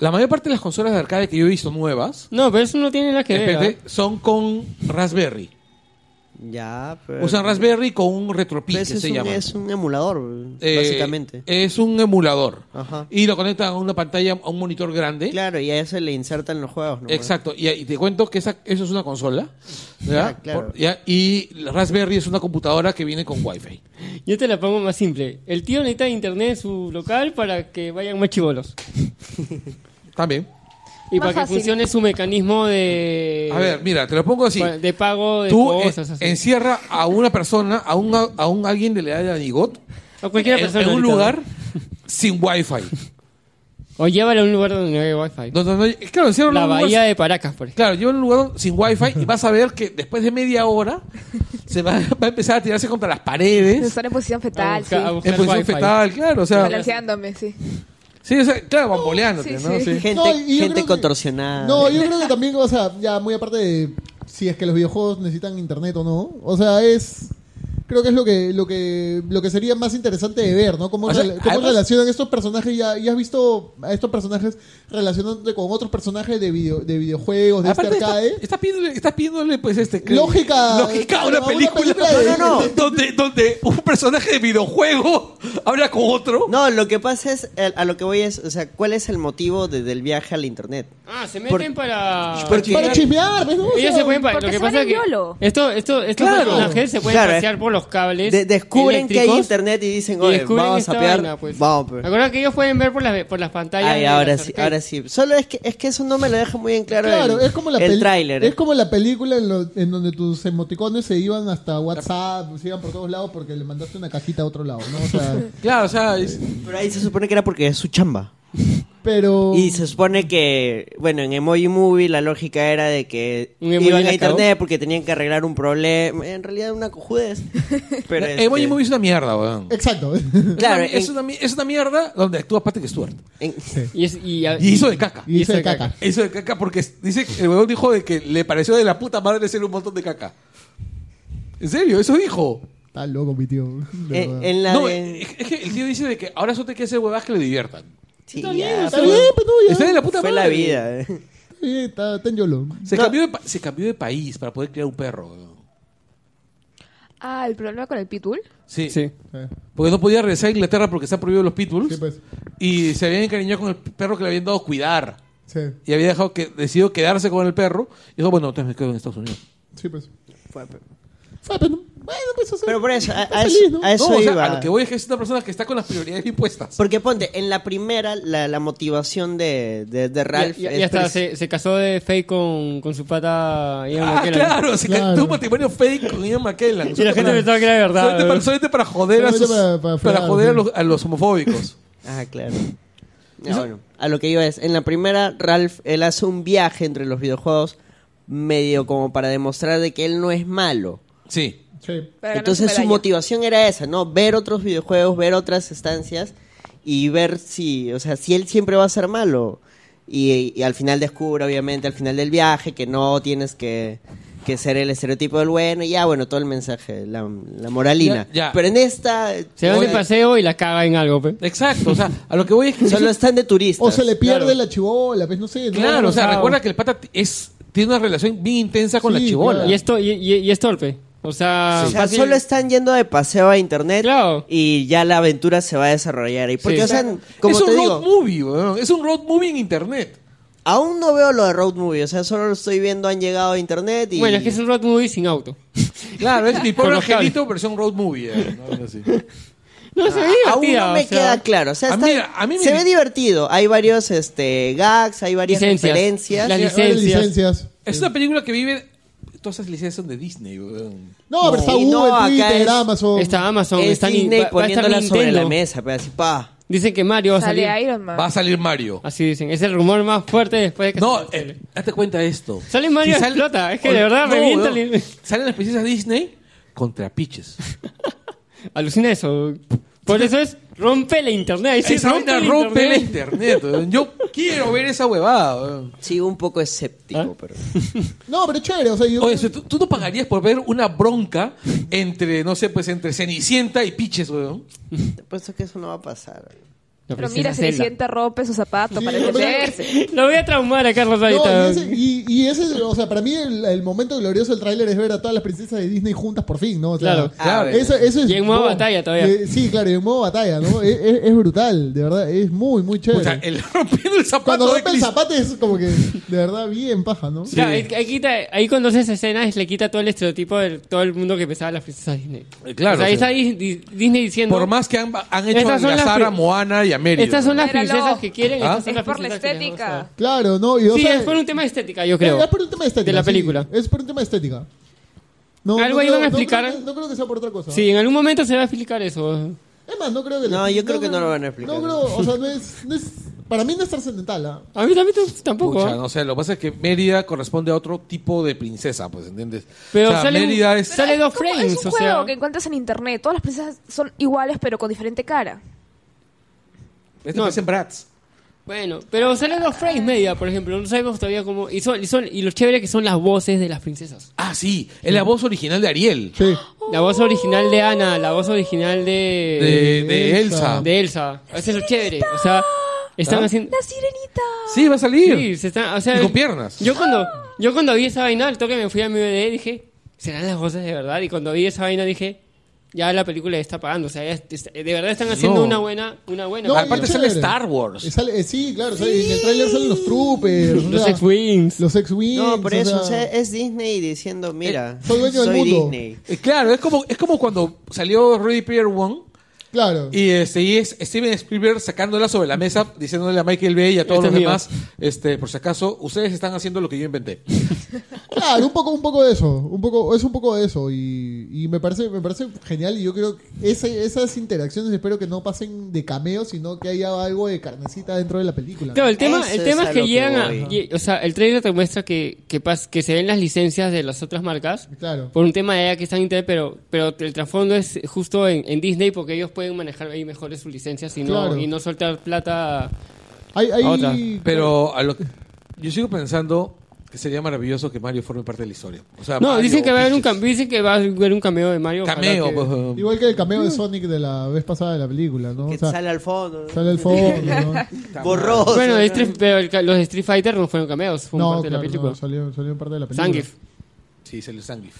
[SPEAKER 1] La mayor parte de las consolas de arcade que yo he visto nuevas
[SPEAKER 2] No, pero eso no tiene nada que ver.
[SPEAKER 1] espérate,
[SPEAKER 2] ¿ah?
[SPEAKER 1] son con Raspberry.
[SPEAKER 5] Ya, pero.
[SPEAKER 1] Usan Raspberry con un retropique,
[SPEAKER 5] Pues es,
[SPEAKER 1] se
[SPEAKER 5] un,
[SPEAKER 1] llama.
[SPEAKER 5] es un emulador,
[SPEAKER 1] Eh,
[SPEAKER 5] básicamente.
[SPEAKER 1] Es un emulador.
[SPEAKER 5] Ajá.
[SPEAKER 1] Y lo conectan a una pantalla, a un monitor grande.
[SPEAKER 5] Claro, y a eso le insertan los juegos, ¿no?
[SPEAKER 1] Exacto. Y, y te cuento que esa, eso es una consola. ¿ya?
[SPEAKER 5] Ah, claro.
[SPEAKER 1] Por- ya, Y la Raspberry es una computadora que viene con Wi-Fi.
[SPEAKER 2] Yo te la pongo más simple. El tío necesita internet en su local para que vayan más chivolos.
[SPEAKER 1] También.
[SPEAKER 2] Y
[SPEAKER 3] Más
[SPEAKER 2] para que
[SPEAKER 3] fácil.
[SPEAKER 2] funcione su mecanismo de.
[SPEAKER 1] A ver, mira, te lo pongo así.
[SPEAKER 2] pa- De pago Eh, de
[SPEAKER 1] Tú eh,
[SPEAKER 2] cosas así.
[SPEAKER 1] encierra a una persona, a un, a un alguien de la edad de Anigot,
[SPEAKER 2] A cualquier
[SPEAKER 1] en,
[SPEAKER 2] persona
[SPEAKER 1] en un
[SPEAKER 2] ahorita,
[SPEAKER 1] lugar sin Wi-Fi.
[SPEAKER 2] O llévala a un lugar donde no hay wifi.
[SPEAKER 1] No, no, no, claro, encierra
[SPEAKER 2] La
[SPEAKER 1] un lugar
[SPEAKER 2] bahía de Paracas, por ejemplo.
[SPEAKER 1] Claro, lleva un lugar sin wifi y vas a ver que después de media hora se va, va a empezar a tirarse contra las paredes.
[SPEAKER 3] Estar en posición
[SPEAKER 2] A
[SPEAKER 3] fetal, sí.
[SPEAKER 2] buscar- a
[SPEAKER 1] En
[SPEAKER 2] buscar
[SPEAKER 1] posición
[SPEAKER 2] wifi.
[SPEAKER 1] fetal, claro, o sea,
[SPEAKER 3] Balanceándome, sí.
[SPEAKER 1] sí, o sea, claro, bamboleándote,
[SPEAKER 3] Sí,
[SPEAKER 1] ¿no?
[SPEAKER 3] sí.
[SPEAKER 1] Sí.
[SPEAKER 5] Gente,
[SPEAKER 4] No, y yo
[SPEAKER 5] gente
[SPEAKER 4] creo que-
[SPEAKER 5] contorsionada.
[SPEAKER 4] No, yo creo que también, o sea, ya muy aparte de si es que los videojuegos necesitan internet o no, o sea, es creo que es lo que lo que lo que sería más interesante de ver, ¿no? Cómo,
[SPEAKER 1] O sea,
[SPEAKER 4] rela- cómo
[SPEAKER 1] además-
[SPEAKER 4] relacionan estos personajes ya, ya has visto a estos personajes relacionándote con otros personajes de video, de videojuegos, de
[SPEAKER 1] Aparte,
[SPEAKER 4] este
[SPEAKER 1] estás
[SPEAKER 4] arcade.
[SPEAKER 1] estás pidiéndole, estás pidiéndole, pues, este... que-
[SPEAKER 4] Lógica-
[SPEAKER 1] Lógica a una
[SPEAKER 4] a una
[SPEAKER 1] película.
[SPEAKER 4] película de- este
[SPEAKER 1] No, no, no. donde, donde un personaje de videojuego habla con otro.
[SPEAKER 5] No, lo que pasa es, el- a lo que voy es, o sea, ¿cuál es el motivo de- del viaje al internet?
[SPEAKER 2] Ah, se
[SPEAKER 5] Por-
[SPEAKER 2] meten para.
[SPEAKER 1] Porque-
[SPEAKER 4] Para chismear, ¿ves? ¿no? O
[SPEAKER 2] Ellos
[SPEAKER 4] sea,
[SPEAKER 2] se pueden pa-
[SPEAKER 11] Porque
[SPEAKER 2] Lo que
[SPEAKER 11] se
[SPEAKER 2] pasa es
[SPEAKER 11] van
[SPEAKER 2] que.
[SPEAKER 11] en YOLO.
[SPEAKER 2] Esto, esto, estos
[SPEAKER 1] Claro.
[SPEAKER 2] personajes se pueden
[SPEAKER 5] Claro,
[SPEAKER 2] pasear
[SPEAKER 5] eh.
[SPEAKER 2] por los cables.
[SPEAKER 5] De- descubren que hay
[SPEAKER 2] eléctricos
[SPEAKER 5] internet y dicen,
[SPEAKER 2] Y
[SPEAKER 5] oye,
[SPEAKER 2] descubren
[SPEAKER 5] vamos
[SPEAKER 2] esta
[SPEAKER 5] a pegar.
[SPEAKER 2] vaina, pues.
[SPEAKER 5] Vamos, pues.
[SPEAKER 2] Acuérdate que ellos pueden ver por las, por las pantallas.
[SPEAKER 5] Ay,
[SPEAKER 2] de
[SPEAKER 5] ahora
[SPEAKER 2] las
[SPEAKER 5] sí,
[SPEAKER 2] arcades.
[SPEAKER 5] ahora sí. Solo es que, es que eso no me lo deja muy en claro,
[SPEAKER 4] Claro,
[SPEAKER 5] el,
[SPEAKER 4] es como la
[SPEAKER 5] el
[SPEAKER 4] peli-
[SPEAKER 5] tráiler. ¿eh?
[SPEAKER 4] Es como la película en, lo- en donde tus emoticones se iban hasta WhatsApp, se iban por todos lados porque le mandaste una cajita a otro lado, ¿no? O sea,
[SPEAKER 1] Claro, o sea, es-
[SPEAKER 5] Pero ahí se supone que era porque es su chamba.
[SPEAKER 4] pero
[SPEAKER 5] Y se supone que, bueno, en Emoji Movie la lógica era de que
[SPEAKER 2] Un emoji
[SPEAKER 5] iban
[SPEAKER 2] la
[SPEAKER 5] a
[SPEAKER 2] cagó.
[SPEAKER 5] internet porque tenían que arreglar un problema. En realidad una cojudez. Pero
[SPEAKER 1] eh,
[SPEAKER 5] este,
[SPEAKER 1] Emoji Movie es una mierda, weón.
[SPEAKER 4] exacto.
[SPEAKER 5] Claro,
[SPEAKER 1] es,
[SPEAKER 5] en-
[SPEAKER 1] una, mi- es una mierda donde actúa Patrick Stewart.
[SPEAKER 5] en-
[SPEAKER 2] Y, es- y-
[SPEAKER 1] Y hizo de caca.
[SPEAKER 4] y hizo
[SPEAKER 2] Hizo
[SPEAKER 4] de
[SPEAKER 2] de caca.
[SPEAKER 4] caca.
[SPEAKER 1] Eso de caca, porque dice que el huevón dijo de que le pareció de la puta madre ser un montón de caca. ¿En serio? Eso dijo.
[SPEAKER 4] Está loco, mi tío. De
[SPEAKER 5] Eh, en-
[SPEAKER 4] verdad.
[SPEAKER 5] en la
[SPEAKER 1] No,
[SPEAKER 5] de...
[SPEAKER 1] es es que el tío dice de que ahora solo te queda hacer huevadas que le diviertan.
[SPEAKER 5] Sí, ya,
[SPEAKER 4] Está
[SPEAKER 5] pero
[SPEAKER 4] bien, pero no, ya.
[SPEAKER 1] Está de la puta
[SPEAKER 5] Ah, fue
[SPEAKER 1] madre.
[SPEAKER 5] la vida. eh.
[SPEAKER 4] eh, está, está en YOLO.
[SPEAKER 1] Se, cambió de pa- se cambió de país para poder criar un perro. weón.
[SPEAKER 3] Ah, el problema con el pitbull.
[SPEAKER 1] Sí.
[SPEAKER 2] Sí.
[SPEAKER 4] Eh,
[SPEAKER 1] Porque no podía regresar a Inglaterra porque están prohibidos los pitbulls.
[SPEAKER 4] Sí, pues.
[SPEAKER 1] Y se habían encariñado con el perro que le habían dado a cuidar.
[SPEAKER 4] Sí,
[SPEAKER 1] Y había dejado que decidido quedarse con el perro. Y dijo, bueno, entonces me quedo en Estados Unidos.
[SPEAKER 4] sí, pues.
[SPEAKER 5] Fue, pe-
[SPEAKER 4] Fue, pero, bueno, pues, o sea,
[SPEAKER 5] Pero por eso, a, a
[SPEAKER 4] feliz,
[SPEAKER 5] eso,
[SPEAKER 4] ¿no?
[SPEAKER 5] a eso
[SPEAKER 1] no, o sea,
[SPEAKER 5] iba.
[SPEAKER 1] a lo que voy es que es una persona que está con las prioridades bien puestas.
[SPEAKER 5] Porque ponte, en la primera, la, la motivación de, de, de Ralph
[SPEAKER 2] Y, y- y
[SPEAKER 5] es
[SPEAKER 2] hasta
[SPEAKER 5] preci-
[SPEAKER 2] se, se casó de Faye con, con su pata Ian
[SPEAKER 1] Ah,
[SPEAKER 2] McKellen.
[SPEAKER 1] claro, se
[SPEAKER 4] Claro.
[SPEAKER 1] cantó un matrimonio fake con Ian McKellen.
[SPEAKER 2] Y la gente pensaba que era verdad.
[SPEAKER 1] Solamente para,
[SPEAKER 2] weón.
[SPEAKER 1] solamente para joder, a, sus-
[SPEAKER 4] Solamente para-
[SPEAKER 1] para
[SPEAKER 4] para fregar,
[SPEAKER 1] joder a,
[SPEAKER 4] sí.
[SPEAKER 1] los, a los homofóbicos.
[SPEAKER 5] Ah, claro. Ya, bueno, a lo que iba es, en la primera, Ralph, él hace un viaje entre los videojuegos medio como para demostrar de que él no es malo.
[SPEAKER 1] Sí.
[SPEAKER 4] Sí.
[SPEAKER 3] para ganar
[SPEAKER 5] Entonces su
[SPEAKER 3] medalla.
[SPEAKER 5] motivación era esa, ¿no? Ver otros videojuegos, ver otras estancias y ver si, o sea, si él siempre va a ser malo. Y, y al final descubre, obviamente, al final del viaje, que no tienes que, que ser el estereotipo del bueno. Y ya, bueno, todo el mensaje, la, la moralina.
[SPEAKER 1] Ya, ya.
[SPEAKER 5] Pero en esta... eh,
[SPEAKER 2] Se van de
[SPEAKER 5] oye,
[SPEAKER 2] paseo y la caga en algo, pe.
[SPEAKER 1] Exacto. O sea, a lo que voy es que.
[SPEAKER 5] Solo están de turistas.
[SPEAKER 4] O se le pierde la chibola, pues no sé. ¿no?
[SPEAKER 1] Claro, o sea,
[SPEAKER 4] Claro.
[SPEAKER 1] recuerda que el pata t- es, tiene una relación bien intensa con
[SPEAKER 4] Sí,
[SPEAKER 1] la chibola.
[SPEAKER 4] claro.
[SPEAKER 2] Y, esto, y, y- y es torpe. O sea,
[SPEAKER 5] O sea,
[SPEAKER 2] fácil-
[SPEAKER 5] solo están yendo de paseo a internet
[SPEAKER 2] Ah. Claro.
[SPEAKER 5] y ya la aventura se va a desarrollar. Y porque,
[SPEAKER 2] Sí.
[SPEAKER 5] o sea,
[SPEAKER 2] Claro.
[SPEAKER 5] como
[SPEAKER 1] es un
[SPEAKER 5] te
[SPEAKER 1] road
[SPEAKER 5] digo,
[SPEAKER 1] movie, weón. Es un road movie en internet.
[SPEAKER 5] aún no veo lo de road movie. O sea, solo lo estoy viendo, han llegado a internet y.
[SPEAKER 2] Bueno, es que es un road movie sin auto.
[SPEAKER 1] Claro, es mi pobre
[SPEAKER 2] Con los cables.
[SPEAKER 1] angelito versión road movie. eh, ¿no? Algo así.
[SPEAKER 2] No, se ve
[SPEAKER 5] Ah, Aún
[SPEAKER 2] divertida.
[SPEAKER 5] no me
[SPEAKER 2] o sea,
[SPEAKER 5] queda claro. O sea,
[SPEAKER 1] a
[SPEAKER 5] está-
[SPEAKER 1] mí- a mí me-
[SPEAKER 5] se ve divertido. Hay varios este, gags, hay varias
[SPEAKER 2] Licencias.
[SPEAKER 5] referencias.
[SPEAKER 2] La-
[SPEAKER 4] Ahora hay
[SPEAKER 2] licencias.
[SPEAKER 4] licencias.
[SPEAKER 1] Es una película que vive. Todas esas licencias son de Disney, weón.
[SPEAKER 4] No, pero está
[SPEAKER 5] Sí, no,
[SPEAKER 4] Google,
[SPEAKER 5] acá
[SPEAKER 4] Twitter,
[SPEAKER 5] es-
[SPEAKER 4] Amazon.
[SPEAKER 2] Está Amazon,
[SPEAKER 5] Es
[SPEAKER 2] está Ni-
[SPEAKER 5] Eh, Disney
[SPEAKER 2] va- va a estar
[SPEAKER 5] poniéndola sobre la
[SPEAKER 2] Nintendo.
[SPEAKER 5] mesa, pero así, pa.
[SPEAKER 2] Dicen que Mario va a salir.
[SPEAKER 3] Sale Iron Man.
[SPEAKER 1] Va a salir Mario.
[SPEAKER 2] Así dicen. Es el rumor más fuerte después de que
[SPEAKER 1] No,
[SPEAKER 2] se cancele.
[SPEAKER 1] eh, date cuenta de esto.
[SPEAKER 2] Sale Mario, explota. Es que de verdad revienta
[SPEAKER 1] weón.
[SPEAKER 2] el-
[SPEAKER 1] Salen las princesas Disney contra pitches.
[SPEAKER 2] Alucina eso. Por eso es rompe la internet. Ahí sí,
[SPEAKER 1] Esa
[SPEAKER 2] rompe,
[SPEAKER 1] vaina
[SPEAKER 2] la
[SPEAKER 1] rompe el
[SPEAKER 2] internet.
[SPEAKER 1] internet. weón. Yo quiero ver esa huevada. weón.
[SPEAKER 5] Sigo un poco escéptico,
[SPEAKER 2] ¿Ah?
[SPEAKER 5] pero.
[SPEAKER 4] No, pero es chévere. O sea, yo,
[SPEAKER 1] Oye, si ¿tú, tú no pagarías por ver una bronca entre, no sé, pues entre Cenicienta y Piches, weón.
[SPEAKER 5] Te apuesto que eso no va a pasar.
[SPEAKER 2] La
[SPEAKER 3] Pero
[SPEAKER 2] princesa
[SPEAKER 3] mira, se
[SPEAKER 2] Zelda.
[SPEAKER 3] sienta rompe su zapato
[SPEAKER 4] Sí,
[SPEAKER 3] para
[SPEAKER 4] pero-
[SPEAKER 3] defenderse.
[SPEAKER 2] Lo voy a traumar a Carlos
[SPEAKER 4] No,
[SPEAKER 2] ahorita.
[SPEAKER 4] y, ese, y- y ese, o sea, para mí el, el momento glorioso del tráiler es ver a todas las princesas de Disney juntas por fin, ¿no? O sea,
[SPEAKER 2] Claro.
[SPEAKER 5] Ah, bueno.
[SPEAKER 4] Eso, eso es
[SPEAKER 2] Y en modo
[SPEAKER 4] wow.
[SPEAKER 2] batalla todavía.
[SPEAKER 4] Eh, sí, claro, y en modo batalla, ¿no? es, es- es brutal, de verdad, es muy, muy chévere.
[SPEAKER 1] O sea, el rompiendo el zapato
[SPEAKER 4] Cuando
[SPEAKER 1] de
[SPEAKER 4] rompe el
[SPEAKER 1] Cris-
[SPEAKER 4] zapato es como que, de verdad, bien paja, ¿no?
[SPEAKER 2] Ya, ahí, ahí quita- ahí con dos esas escenas le quita todo el estereotipo de todo el mundo que pensaba las princesas Disney.
[SPEAKER 1] Eh, claro,
[SPEAKER 2] O sea, ahí
[SPEAKER 1] sí.
[SPEAKER 2] está Dis- Dis- Disney diciendo.
[SPEAKER 1] Por más que han, han hecho
[SPEAKER 2] Estas son las
[SPEAKER 1] adelgazar
[SPEAKER 2] pri-
[SPEAKER 1] a Moana y a Mérida.
[SPEAKER 2] Estas son las
[SPEAKER 3] Míralo.
[SPEAKER 2] princesas que quieren.
[SPEAKER 1] Ah.
[SPEAKER 2] Estas son
[SPEAKER 3] Es
[SPEAKER 2] las
[SPEAKER 3] por la
[SPEAKER 2] princesas que queremos, o
[SPEAKER 3] estética.
[SPEAKER 4] Claro, ¿no? Y, o
[SPEAKER 2] sea. Sí,
[SPEAKER 4] sea, eh,
[SPEAKER 2] es por un tema de estética, yo creo.
[SPEAKER 4] Es por un tema de estética.
[SPEAKER 2] De la
[SPEAKER 4] sí,
[SPEAKER 2] película.
[SPEAKER 4] es por un tema de estética. No,
[SPEAKER 2] Algo
[SPEAKER 4] no
[SPEAKER 2] ahí van a
[SPEAKER 4] creo- no creo
[SPEAKER 2] explicar.
[SPEAKER 4] que- No creo, que sea por otra cosa.
[SPEAKER 2] Sí, en algún momento se va a explicar eso.
[SPEAKER 4] Es más, no creo que...
[SPEAKER 5] No, yo creo que no lo van a explicar.
[SPEAKER 4] No creo, o sea, no es... no es- para mí no es trascendental, ¿ah?
[SPEAKER 2] A mí también t- tampoco.
[SPEAKER 1] Pucha,
[SPEAKER 2] ¿ah?
[SPEAKER 1] no sé, lo que pasa es que Mérida corresponde a otro tipo de princesa, pues, ¿entiendes?
[SPEAKER 2] Pero
[SPEAKER 1] o sea,
[SPEAKER 2] sale un-
[SPEAKER 1] Mérida es...
[SPEAKER 2] Sale dos
[SPEAKER 3] ¿Cómo?
[SPEAKER 2] frames,
[SPEAKER 3] Es un
[SPEAKER 2] o
[SPEAKER 3] juego
[SPEAKER 2] sea.
[SPEAKER 3] que encuentras en internet. Todas las princesas son iguales, pero con diferente cara.
[SPEAKER 1] Este
[SPEAKER 2] No.
[SPEAKER 1] parece en Bratz.
[SPEAKER 2] Bueno, pero salen dos frames media, por ejemplo. No sabemos todavía cómo. Y, son, y, son, y lo chévere que son las voces de las princesas.
[SPEAKER 1] Ah, sí, es la voz original de Ariel.
[SPEAKER 4] Sí.
[SPEAKER 2] La voz original de Ana, la voz original de.
[SPEAKER 1] De, de Elsa.
[SPEAKER 2] de Elsa. Eso es lo chévere. O sea, están
[SPEAKER 1] ¿Ah?
[SPEAKER 2] haciendo.
[SPEAKER 3] ¡La sirenita!
[SPEAKER 1] Sí, va a salir.
[SPEAKER 2] Sí, se están. O sea,
[SPEAKER 1] Y con piernas.
[SPEAKER 2] Yo cuando, yo cuando vi esa vaina, al toque me fui a mi BD y dije, ¿serán las voces de verdad? Y cuando vi esa vaina dije. Ya la película está pagando, o sea, ya est- est- de verdad están haciendo
[SPEAKER 1] No.
[SPEAKER 2] una buena, una buena.
[SPEAKER 4] No,
[SPEAKER 1] Aparte
[SPEAKER 4] y es
[SPEAKER 1] sale
[SPEAKER 4] chévere.
[SPEAKER 1] Star Wars.
[SPEAKER 4] Y sale- eh, sí, claro, o sea, en el tráiler salen los troopers. o
[SPEAKER 2] los
[SPEAKER 4] sea,
[SPEAKER 2] X-Wings.
[SPEAKER 4] Los X-Wings.
[SPEAKER 5] No, por
[SPEAKER 4] o
[SPEAKER 5] eso,
[SPEAKER 4] sea,
[SPEAKER 5] o sea, es Disney diciendo, mira,
[SPEAKER 4] soy dueño del mundo.
[SPEAKER 5] Disney.
[SPEAKER 1] Eh, claro, es como, es como cuando salió Ready Player One
[SPEAKER 4] Claro.
[SPEAKER 1] y, este, y es Steven Spielberg sacándola sobre la mesa, diciéndole a Michael Bay y a todos
[SPEAKER 2] Este es
[SPEAKER 1] los
[SPEAKER 2] mío.
[SPEAKER 1] demás, este, por si acaso, ustedes están haciendo lo que yo inventé.
[SPEAKER 4] Claro, un poco, un poco de eso. Un poco, es un poco de eso. Y, y me parece, me parece genial. Y yo creo que ese- esas interacciones espero que no pasen de cameo, sino que haya algo de carnecita dentro de la película.
[SPEAKER 2] Claro, el tema,
[SPEAKER 5] Eso
[SPEAKER 2] el
[SPEAKER 5] es
[SPEAKER 2] tema es,
[SPEAKER 5] a
[SPEAKER 2] que
[SPEAKER 5] lo que
[SPEAKER 2] llegan a.
[SPEAKER 5] voy.
[SPEAKER 2] y- o sea, el trailer te muestra que, que, pas- que se ven las licencias de las otras marcas.
[SPEAKER 4] Claro.
[SPEAKER 2] Por un tema de que están en internet, pero, pero el trasfondo es justo en, en Disney porque ellos pueden manejar ahí mejor sus licencias y no,
[SPEAKER 4] Claro.
[SPEAKER 2] y no soltar plata.
[SPEAKER 4] Hay, hay-
[SPEAKER 2] Otra.
[SPEAKER 1] Pero a lo que- yo sigo pensando, Que sería maravilloso que Mario forme parte de la historia. O sea,
[SPEAKER 2] No,
[SPEAKER 1] Mario,
[SPEAKER 2] dicen que va a haber un
[SPEAKER 1] Peaches.
[SPEAKER 2] cam- dicen que va a haber un cameo de Mario. ojalá
[SPEAKER 1] cameo.
[SPEAKER 2] que-
[SPEAKER 1] pues,
[SPEAKER 4] Igual que el cameo de Sonic de la vez pasada de la película, ¿no?
[SPEAKER 5] Que
[SPEAKER 4] O sea,
[SPEAKER 5] sale al fondo. ¿no?
[SPEAKER 4] sale el fondo, ¿no?
[SPEAKER 5] Borroso.
[SPEAKER 2] Bueno, el Street- pero el ca- los Street Fighter no fueron cameos, fue
[SPEAKER 4] No,
[SPEAKER 2] parte de la
[SPEAKER 4] claro,
[SPEAKER 2] película.
[SPEAKER 4] no, salió, salió en parte de la película.
[SPEAKER 2] Zangief.
[SPEAKER 1] Sí, salió Sanglif.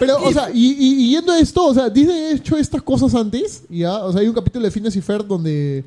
[SPEAKER 4] Pero, o sea, y, y, y yendo a esto, o sea, Disney ha hecho estas cosas antes, ¿ya? O sea, hay un capítulo de Phineas y Ferb donde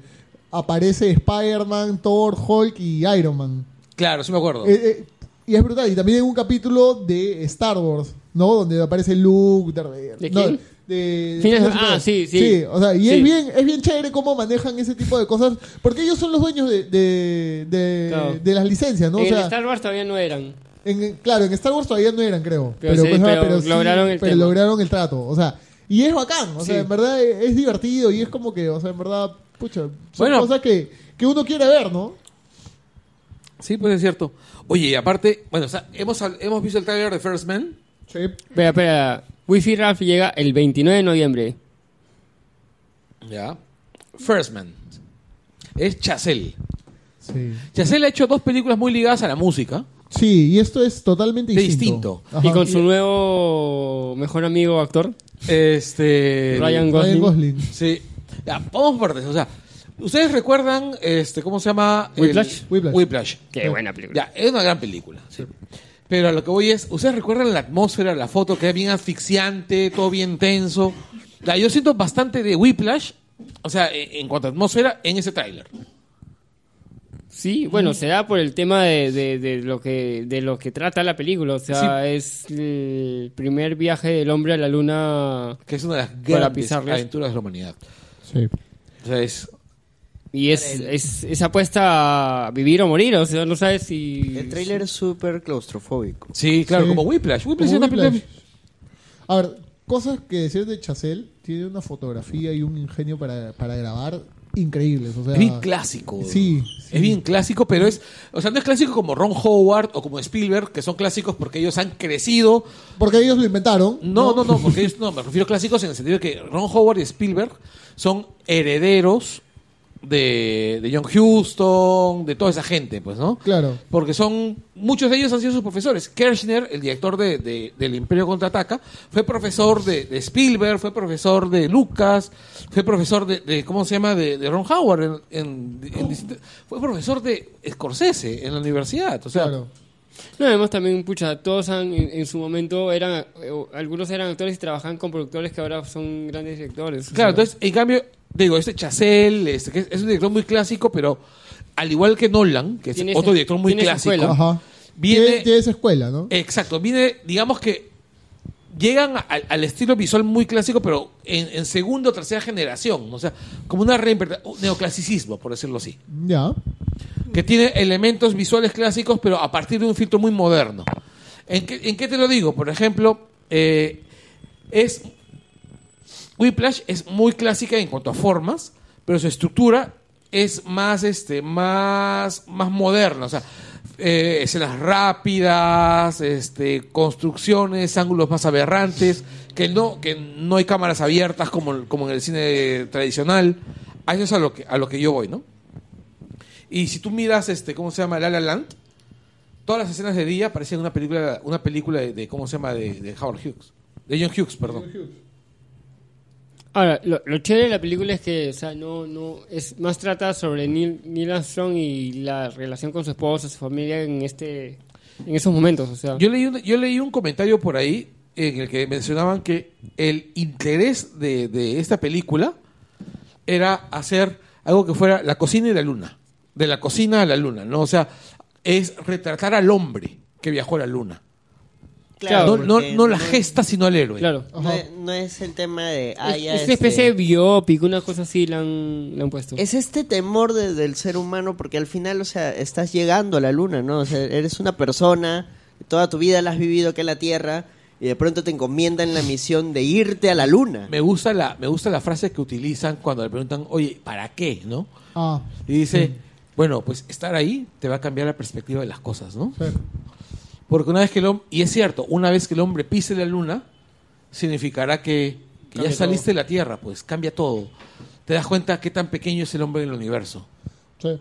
[SPEAKER 4] aparece Spider-Man, Thor, Hulk y Iron Man.
[SPEAKER 1] Claro, sí me acuerdo.
[SPEAKER 4] Eh, eh, y es brutal. Y también hay un capítulo de Star Wars, ¿no? Donde aparece Luke, Darth Vader.
[SPEAKER 2] ¿De
[SPEAKER 4] No,
[SPEAKER 2] quién?
[SPEAKER 4] de-
[SPEAKER 2] Phineas-
[SPEAKER 4] de-
[SPEAKER 2] ah, sí, sí.
[SPEAKER 4] o sea, y es
[SPEAKER 2] Sí.
[SPEAKER 4] bien, es bien chévere cómo manejan ese tipo de cosas, porque ellos son los dueños de, de, de-
[SPEAKER 2] Claro. Eh,
[SPEAKER 4] de las licencias, ¿no? O
[SPEAKER 2] en
[SPEAKER 4] sea,
[SPEAKER 2] Star Wars todavía no eran.
[SPEAKER 4] en- en- claro, en Star Wars todavía no eran, creo.
[SPEAKER 2] Pero sí,
[SPEAKER 4] pues, ah,
[SPEAKER 2] pero lograron el
[SPEAKER 4] pero
[SPEAKER 2] tema.
[SPEAKER 4] lograron el trato. O sea, y es bacán. O sea,
[SPEAKER 2] Sí.
[SPEAKER 4] en verdad es, es divertido y es como que, o sea, en verdad, pucha, son
[SPEAKER 1] Bueno.
[SPEAKER 4] cosas que, que uno quiere ver, ¿no?
[SPEAKER 1] Sí, pues es cierto. Oye, y aparte, bueno, o sea, hemos, al- hemos visto el trailer de First Man.
[SPEAKER 4] Sí.
[SPEAKER 2] Espera, espera. Wi-Fi Ralph llega el 29 de noviembre.
[SPEAKER 1] Ya. First Man. Es Chazelle.
[SPEAKER 4] Sí.
[SPEAKER 1] Chazelle ha hecho dos películas muy ligadas a la música.
[SPEAKER 4] Sí, y esto es totalmente
[SPEAKER 1] De
[SPEAKER 4] distinto.
[SPEAKER 1] distinto.
[SPEAKER 4] Ajá.
[SPEAKER 2] Y con su nuevo mejor amigo actor,
[SPEAKER 1] Este.
[SPEAKER 2] Ryan Gosling.
[SPEAKER 4] Ryan Gosling.
[SPEAKER 1] Sí. Ya, vamos por partes. O sea, ¿ustedes recuerdan, este, cómo se llama? El-
[SPEAKER 2] Whiplash.
[SPEAKER 4] Whiplash.
[SPEAKER 2] Qué buena película.
[SPEAKER 1] Ya, es una gran película. sí. Pero a lo que voy es, ¿ustedes recuerdan la atmósfera, la foto que es bien asfixiante, todo bien tenso? Ya, yo siento bastante de Whiplash, o sea, e- en cuanto a atmósfera, en ese tráiler.
[SPEAKER 2] Sí, bueno, será por el tema de, de- de lo que de lo que trata la película, o sea, es el primer viaje del hombre a la luna
[SPEAKER 1] Que es una de las
[SPEAKER 2] Para
[SPEAKER 1] grandes
[SPEAKER 2] pisarles.
[SPEAKER 1] aventuras de la humanidad.
[SPEAKER 4] Sí.
[SPEAKER 1] O sea, es...
[SPEAKER 2] y es, es es apuesta a vivir o morir, o sea, no sabes si
[SPEAKER 5] El trailer es súper claustrofóbico.
[SPEAKER 1] Sí, claro,
[SPEAKER 4] Sí.
[SPEAKER 1] como Whiplash. Whiplash
[SPEAKER 4] Como
[SPEAKER 1] es una
[SPEAKER 4] Whiplash.
[SPEAKER 1] película...
[SPEAKER 4] A ver, cosas que decir de Chazelle, tiene una fotografía y un ingenio para, para grabar increíbles. O sea,
[SPEAKER 1] Es bien clásico.
[SPEAKER 4] Sí, sí.
[SPEAKER 1] Es bien clásico, pero es... O sea, no es clásico como Ron Howard o como Spielberg, que son clásicos porque ellos han crecido,
[SPEAKER 4] porque ellos lo inventaron.
[SPEAKER 1] No, no, no, porque ellos- no, me refiero a clásicos en el sentido de que Ron Howard y Spielberg son herederos de, de John Huston, de toda esa gente, pues, ¿no?
[SPEAKER 4] Claro.
[SPEAKER 1] Porque son, muchos de ellos han sido sus profesores. Kirchner, el director de, de- del Imperio Contraataca, fue profesor de, de Spielberg, fue profesor de Lucas, fue profesor de, de- ¿cómo se llama?, de, de Ron Howard, en, en-
[SPEAKER 4] Oh.
[SPEAKER 1] en distintas- fue profesor de Scorsese en la universidad, o sea...
[SPEAKER 4] Claro.
[SPEAKER 2] No, además también, pucha, todos han- en, en su momento eran, eh, algunos eran actores y trabajaban con productores que ahora son grandes directores. o
[SPEAKER 1] Claro,
[SPEAKER 2] sea.
[SPEAKER 1] entonces, en cambio, digo, este Chazelle, este, que es- es un director muy clásico, pero al igual que Nolan, que es
[SPEAKER 2] Tiene
[SPEAKER 1] otro
[SPEAKER 2] esa-
[SPEAKER 1] director muy
[SPEAKER 2] tiene esa
[SPEAKER 1] clásico,
[SPEAKER 2] escuela.
[SPEAKER 4] Ajá.
[SPEAKER 1] Viene-
[SPEAKER 4] Tiene, tiene esa escuela, ¿no?
[SPEAKER 1] exacto, viene, digamos que llegan al, al estilo visual muy clásico, pero en, en segunda o tercera generación, o sea, como una reinventación, neoclasicismo, por decirlo así,
[SPEAKER 4] Ya.
[SPEAKER 1] que tiene elementos visuales clásicos, pero a partir de un filtro muy moderno. ¿En qué, en qué te lo digo? Por ejemplo, eh, es Whiplash es muy clásica en cuanto a formas, pero su estructura es más este más más moderna, o sea, eh, escenas rápidas, este construcciones, ángulos más aberrantes, que no que no hay cámaras abiertas como como en el cine tradicional. A eso es a lo que a lo que yo voy, ¿no? Y si tú miras este cómo se llama La La Land, todas las escenas de día parecen una película una película de, de- cómo se llama de, de Howard Hughes, de John Hughes, perdón.
[SPEAKER 2] Ahora, lo, lo chévere de la película es que, o sea, no, no, es más trata sobre Neil, Neil Armstrong y la relación con su esposa, su familia en este, en esos momentos, o sea.
[SPEAKER 1] Yo leí, un, yo leí un comentario por ahí en el que mencionaban que el interés de, de esta película era hacer algo que fuera la cocina y la luna. De la cocina a la luna, ¿no? O sea, es retratar al hombre que viajó a la luna.
[SPEAKER 2] Claro,
[SPEAKER 1] no, no,
[SPEAKER 5] porque
[SPEAKER 1] no la gesta, sino al héroe.
[SPEAKER 2] claro.
[SPEAKER 5] No, es- no es el tema de. ah,
[SPEAKER 2] es,
[SPEAKER 5] ya,
[SPEAKER 2] es
[SPEAKER 5] este-
[SPEAKER 2] una especie de biopic, una cosa así le han, le han puesto.
[SPEAKER 5] Es este temor de- del ser humano porque al final, o sea, estás llegando a la luna, ¿no? O sea, eres una persona, toda tu vida la has vivido acá en la Tierra y de pronto te encomiendan la misión de irte a la luna.
[SPEAKER 1] Me gusta la, me gusta la frase que utilizan cuando le preguntan, oye, ¿para qué? ¿No?
[SPEAKER 4] Ah.
[SPEAKER 1] Y dice, bueno, pues estar ahí te va a cambiar la perspectiva de las cosas, ¿no?
[SPEAKER 4] sí.
[SPEAKER 1] Porque una vez que el hombre, y es cierto, una vez que el hombre pise la luna, significará que, que ya saliste de la Tierra, pues cambia todo. Te das cuenta qué tan pequeño es el hombre en el universo.
[SPEAKER 4] sí.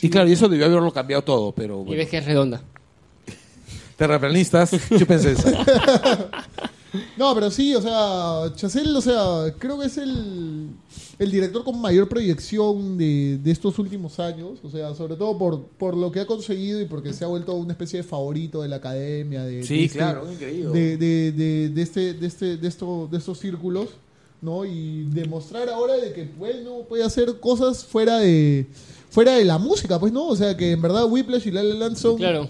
[SPEAKER 1] Y claro, y eso debió haberlo cambiado todo, pero
[SPEAKER 2] Y
[SPEAKER 1] bueno.
[SPEAKER 2] ves que es redonda.
[SPEAKER 1] terraplanistas, chúpense esa.
[SPEAKER 4] No, pero sí, o sea, Chazelle, o sea, creo que es el, el director con mayor proyección de, de estos últimos años, o sea, sobre todo por, por lo que ha conseguido y porque se ha vuelto una especie de favorito de la academia, de,
[SPEAKER 1] Sí,
[SPEAKER 4] de este-
[SPEAKER 1] claro, increíble.
[SPEAKER 4] de, de, de, de este, de, este, de, esto, de estos círculos, ¿no? Y demostrar ahora de que, bueno, puede hacer cosas fuera de, fuera de la música, pues, ¿no? O sea, que en verdad Whiplash y La La Land son
[SPEAKER 2] Claro.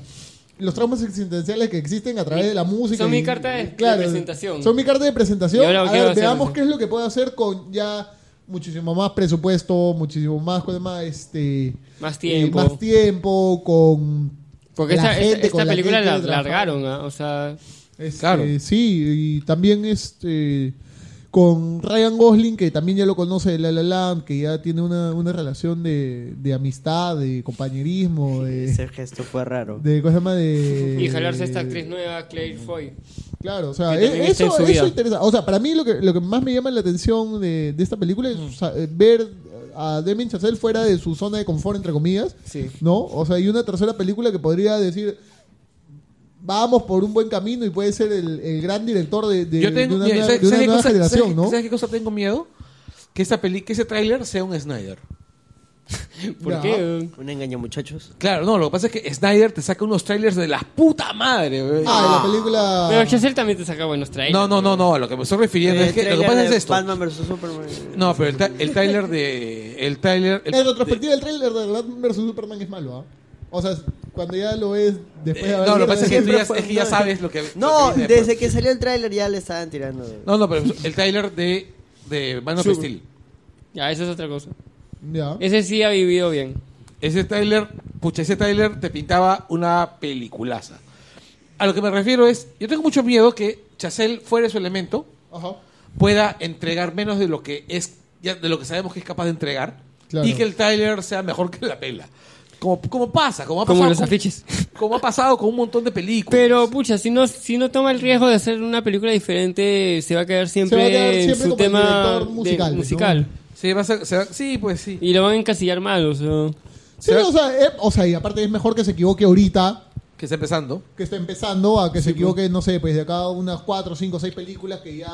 [SPEAKER 4] los traumas existenciales que existen a través
[SPEAKER 2] Mi-
[SPEAKER 4] de la música.
[SPEAKER 2] son mi
[SPEAKER 4] y-
[SPEAKER 2] carta de- de presentación.
[SPEAKER 4] Son mi carta de presentación.
[SPEAKER 2] Y ahora,
[SPEAKER 4] A
[SPEAKER 2] ¿qué
[SPEAKER 4] ver,
[SPEAKER 2] va a hacer?
[SPEAKER 4] veamos qué es lo que puedo hacer con ya muchísimo más presupuesto, muchísimo más, con más, este,
[SPEAKER 2] Más
[SPEAKER 4] eh,
[SPEAKER 2] tiempo.
[SPEAKER 4] más tiempo, con...
[SPEAKER 2] Porque
[SPEAKER 4] la
[SPEAKER 2] esta, esta-
[SPEAKER 4] gente
[SPEAKER 2] esta
[SPEAKER 4] con la que
[SPEAKER 2] película
[SPEAKER 4] él
[SPEAKER 2] la
[SPEAKER 4] quiere trabajar.
[SPEAKER 2] largaron, ¿ah? o sea,
[SPEAKER 4] Este,
[SPEAKER 1] Claro.
[SPEAKER 4] Sí, y también este con Ryan Gosling, que también ya lo conoce de La La Land, que ya tiene una, una relación de, de amistad, de compañerismo, de...
[SPEAKER 5] Ese gesto fue raro.
[SPEAKER 4] de ¿Cómo se llama? De,
[SPEAKER 2] y jalarse a esta actriz nueva, Claire Foy.
[SPEAKER 4] Claro, o sea,
[SPEAKER 2] Que también
[SPEAKER 4] eh,
[SPEAKER 2] está en
[SPEAKER 4] eso,
[SPEAKER 2] su
[SPEAKER 4] eso
[SPEAKER 2] vida.
[SPEAKER 4] interesa. O sea, para mí lo que, lo que más me llama la atención de, de esta película
[SPEAKER 1] Mm.
[SPEAKER 4] es o sea, eh, ver a Demi Chazelle fuera de su zona de confort, entre comillas,
[SPEAKER 2] Sí.
[SPEAKER 4] ¿no? O sea, hay una tercera película que podría decir, vamos por un buen camino y puede ser el, el gran director de, de-
[SPEAKER 1] Yo
[SPEAKER 4] de
[SPEAKER 1] tengo,
[SPEAKER 4] una,
[SPEAKER 1] mira,
[SPEAKER 4] nueva-
[SPEAKER 1] ¿sabes-
[SPEAKER 4] de una
[SPEAKER 1] ¿sabes qué
[SPEAKER 4] nueva
[SPEAKER 1] cosa-
[SPEAKER 4] generación,
[SPEAKER 1] ¿sabes-
[SPEAKER 4] ¿no?
[SPEAKER 1] ¿Sabes qué cosa tengo miedo? Que esta peli, que ese tráiler sea un Snyder.
[SPEAKER 2] ¿Por
[SPEAKER 4] Ya.
[SPEAKER 2] qué?
[SPEAKER 5] Un engaño, muchachos.
[SPEAKER 1] Claro, no, lo que pasa es que Snyder te saca unos trailers de la puta madre. güey.
[SPEAKER 4] Ah, la película...
[SPEAKER 2] Pero Chazelle también te saca buenos trailers.
[SPEAKER 1] No, no, no, no, a lo que me estoy refiriendo
[SPEAKER 5] Eh,
[SPEAKER 1] es que lo que
[SPEAKER 5] trailer
[SPEAKER 1] pasa
[SPEAKER 5] de
[SPEAKER 1] es esto.
[SPEAKER 5] Batman vs Superman.
[SPEAKER 1] No, pero el, tra- el trailer de. El trailer. el-
[SPEAKER 4] en retrospectiva, el tráiler de Batman vs. Superman es malo, ¿ah? O sea, cuando ya lo ves después de
[SPEAKER 1] eh,
[SPEAKER 4] haber
[SPEAKER 1] no, lo
[SPEAKER 4] visto
[SPEAKER 1] que pasa es que, tú
[SPEAKER 4] siempre
[SPEAKER 1] ya,
[SPEAKER 4] fue-
[SPEAKER 1] es que ya sabes lo que.
[SPEAKER 5] No,
[SPEAKER 1] lo que viene
[SPEAKER 5] desde que salió el tráiler ya le estaban tirando.
[SPEAKER 1] después. No, no, pero el trailer de. De Man of
[SPEAKER 2] Sub-
[SPEAKER 1] Steel.
[SPEAKER 2] Ya, eso es otra cosa.
[SPEAKER 4] Ya.
[SPEAKER 2] Ese sí ha vivido bien.
[SPEAKER 1] Ese tráiler, pucha, ese tráiler te pintaba una peliculaza. A lo que me refiero es, yo tengo mucho miedo que Chazelle fuera de su elemento,
[SPEAKER 4] Ajá.
[SPEAKER 1] pueda entregar menos de lo que es, ya de lo que sabemos que es capaz de entregar,
[SPEAKER 4] Claro.
[SPEAKER 1] y que el tráiler sea mejor que la pela. Como, como pasa, como ha pasado.
[SPEAKER 2] Como los
[SPEAKER 1] con-
[SPEAKER 2] afiches.
[SPEAKER 1] como ha pasado con un montón de películas.
[SPEAKER 2] Pero, pucha, si no, si no toma el riesgo de hacer una película diferente, se va a quedar siempre,
[SPEAKER 4] Se va a quedar
[SPEAKER 2] en
[SPEAKER 4] siempre
[SPEAKER 2] su
[SPEAKER 4] como el
[SPEAKER 2] tema
[SPEAKER 4] director
[SPEAKER 2] de-
[SPEAKER 4] musical, ¿no?
[SPEAKER 2] musical.
[SPEAKER 1] Sí, va a ser- se va- sí, pues sí.
[SPEAKER 2] Y lo van a encasillar mal, o sea.
[SPEAKER 4] Sí, o sea, eh, o sea, y aparte es mejor que se equivoque ahorita,
[SPEAKER 1] Que está empezando.
[SPEAKER 4] que está empezando, a que se equivoque, no sé, pues de acá unas 4, 5, 6 películas que ya.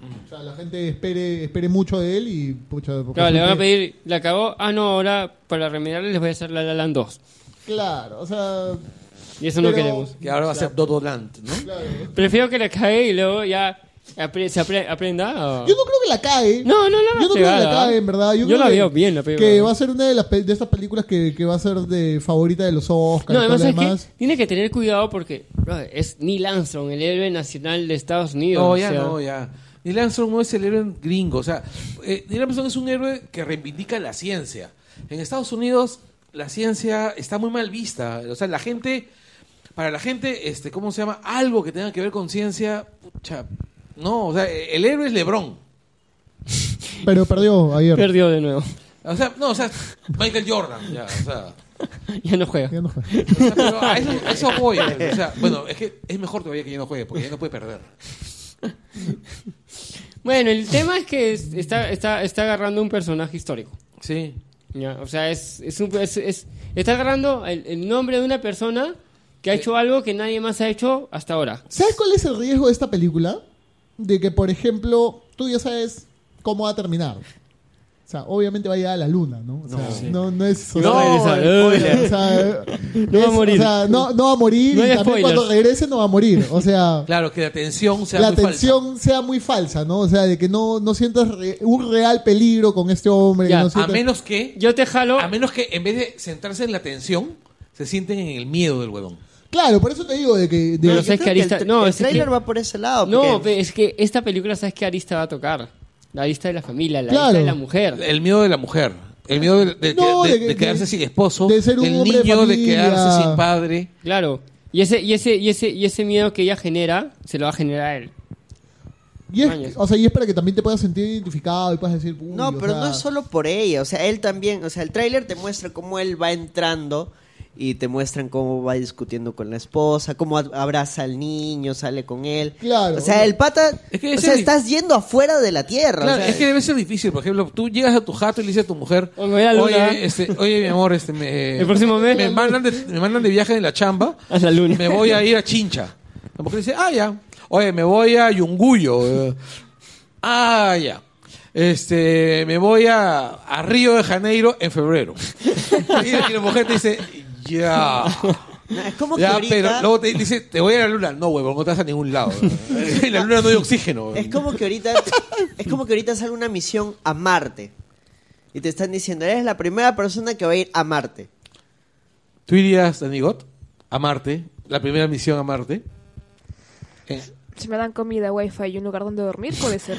[SPEAKER 4] O sea, la gente espere, espere mucho de él y. Pucha, porque
[SPEAKER 2] Claro, le van a
[SPEAKER 4] siempre-
[SPEAKER 2] pedir, la cagó, ah, no, ahora para remediarle les voy a hacer la La Land 2.
[SPEAKER 4] Claro, o sea.
[SPEAKER 2] Y eso no
[SPEAKER 4] pero-
[SPEAKER 2] queremos.
[SPEAKER 1] Que ahora va a ser Dodo Land, ¿no?
[SPEAKER 4] claro.
[SPEAKER 2] Prefiero que la cague y luego ya apre- se apre- aprenda. o-
[SPEAKER 4] Yo no creo que la cae.
[SPEAKER 2] No, no, no,
[SPEAKER 4] Yo no creo que la cae, en verdad. Yo, creo
[SPEAKER 2] la
[SPEAKER 4] que-
[SPEAKER 2] veo bien, la película.
[SPEAKER 4] Que va a ser una de, las, pe- de estas películas que, que va a ser de favorita de los Oscars.
[SPEAKER 2] No, además
[SPEAKER 4] todo
[SPEAKER 2] es
[SPEAKER 4] lo demás.
[SPEAKER 2] que tiene que tener cuidado porque bro, es Neil Armstrong, el héroe nacional de Estados Unidos.
[SPEAKER 1] No,
[SPEAKER 2] o
[SPEAKER 1] Oh, ya
[SPEAKER 2] sea.
[SPEAKER 1] no, ya. Neil Armstrong no es el héroe gringo. O sea, eh, Neil Armstrong es un héroe que reivindica la ciencia. En Estados Unidos, la ciencia está muy mal vista. O sea, la gente, para la gente, este, ¿cómo se llama? Algo que tenga que ver con ciencia, pucha, no. O sea, eh, el héroe es Lebrón.
[SPEAKER 4] Pero perdió ayer.
[SPEAKER 2] Perdió de nuevo.
[SPEAKER 1] O sea, no, o sea, Michael Jordan, ya, o sea.
[SPEAKER 2] ya no juega.
[SPEAKER 4] Ya no fue.
[SPEAKER 1] O sea, pero a eso, a eso voy. pues, O sea, bueno, es que es mejor todavía que yo no juegue, porque ya no puede perder.
[SPEAKER 2] Bueno, el tema es que es- está, está, está agarrando un personaje histórico.
[SPEAKER 1] Sí.
[SPEAKER 2] Ya, o sea, es, es un- es- es- está agarrando el, el nombre de una persona que ha hecho algo que nadie más ha hecho hasta ahora.
[SPEAKER 4] ¿Sabes cuál es el riesgo de esta película? De que, por ejemplo, tú ya sabes cómo va a terminar. O sea, obviamente va a llegar a la luna, ¿no? O sea, no, no, es... o
[SPEAKER 2] No va a regresar.
[SPEAKER 4] spoiler, o sea,
[SPEAKER 2] No va a
[SPEAKER 4] es-
[SPEAKER 2] morir.
[SPEAKER 4] O sea, no, no va a morir
[SPEAKER 2] No
[SPEAKER 4] y
[SPEAKER 2] hay
[SPEAKER 4] también
[SPEAKER 2] spoilers.
[SPEAKER 4] cuando regrese no va a morir. O sea,
[SPEAKER 1] Claro, que la tensión sea
[SPEAKER 4] la
[SPEAKER 1] muy falsa.
[SPEAKER 4] tensión sea muy falsa, ¿no? O sea, de que no, no sientas re- un real peligro con este hombre.
[SPEAKER 2] Ya,
[SPEAKER 4] que no
[SPEAKER 2] a
[SPEAKER 1] A
[SPEAKER 4] sientas-
[SPEAKER 1] menos que
[SPEAKER 2] Yo te jalo.
[SPEAKER 1] A menos que en vez de centrarse en la tensión, se sienten en el miedo del huevón.
[SPEAKER 4] Claro, por eso te digo de que... de-
[SPEAKER 2] Pero
[SPEAKER 5] Yo
[SPEAKER 2] sabes
[SPEAKER 5] creo
[SPEAKER 2] que Arista-
[SPEAKER 5] el, tra-
[SPEAKER 2] no,
[SPEAKER 5] el
[SPEAKER 2] es que-
[SPEAKER 5] tráiler va por ese lado.
[SPEAKER 2] No,
[SPEAKER 5] porque-
[SPEAKER 2] pe- es que esta película, ¿sabes qué arista va a tocar? La arista de la familia, la
[SPEAKER 4] Claro.
[SPEAKER 2] arista de la mujer.
[SPEAKER 1] El miedo de la mujer. El miedo de, de-
[SPEAKER 4] No,
[SPEAKER 1] de-
[SPEAKER 4] de-
[SPEAKER 1] de
[SPEAKER 4] de-
[SPEAKER 1] quedarse sin esposo.
[SPEAKER 4] de ser un
[SPEAKER 1] del
[SPEAKER 4] hombre de
[SPEAKER 1] niño de,
[SPEAKER 4] familia.
[SPEAKER 1] quedarse sin padre.
[SPEAKER 2] Claro. Y ese, y ese, y ese, y ese miedo que ella genera, se lo va a generar a él.
[SPEAKER 4] y es,
[SPEAKER 2] Mañas.
[SPEAKER 4] o sea, y es para que también te puedas sentir identificado y puedas decir... "Uy,
[SPEAKER 5] No,
[SPEAKER 4] o
[SPEAKER 5] pero
[SPEAKER 4] sea,
[SPEAKER 5] no es solo por ella, o sea, él también, o sea, el tráiler te muestra cómo él va entrando y te muestran cómo va discutiendo con la esposa, cómo a- abraza al niño, sale con él.
[SPEAKER 4] Claro.
[SPEAKER 5] O sea, el pata.
[SPEAKER 1] Es que
[SPEAKER 5] o
[SPEAKER 1] ese
[SPEAKER 5] sea,
[SPEAKER 1] es-
[SPEAKER 5] estás yendo afuera de la tierra. o
[SPEAKER 1] Claro,
[SPEAKER 5] sea,
[SPEAKER 1] es que debe ser difícil. Por ejemplo, tú llegas a tu jato y le dices a tu mujer,
[SPEAKER 2] Oye, voy a la luna.
[SPEAKER 1] oye, este, oye, mi amor, este, me,
[SPEAKER 2] El próximo mes.
[SPEAKER 1] me mandan de, me mandan de viaje en la chamba,
[SPEAKER 2] A la luna.
[SPEAKER 1] me voy a ir a Chincha. La mujer dice, ah, ya. Oye, me voy a Yunguyo. eh. Ah, ya. Este, me voy a, a Río de Janeiro en febrero. Y la- y la mujer te dice, ya.
[SPEAKER 5] no, es como que
[SPEAKER 1] Ya,
[SPEAKER 5] ahorita-
[SPEAKER 1] pero luego te dice, te voy a la luna. No, huevón, no te vas a ningún lado. En la luna no hay oxígeno.
[SPEAKER 5] Es como que ahorita es como que ahorita sale una misión a Marte. Y te están diciendo, eres la primera persona que va a ir a Marte.
[SPEAKER 1] ¿Tú irías, Danigot, a Marte? La primera misión a Marte. Eh,
[SPEAKER 3] Si me dan comida, wifi y un lugar donde dormir, puede ser.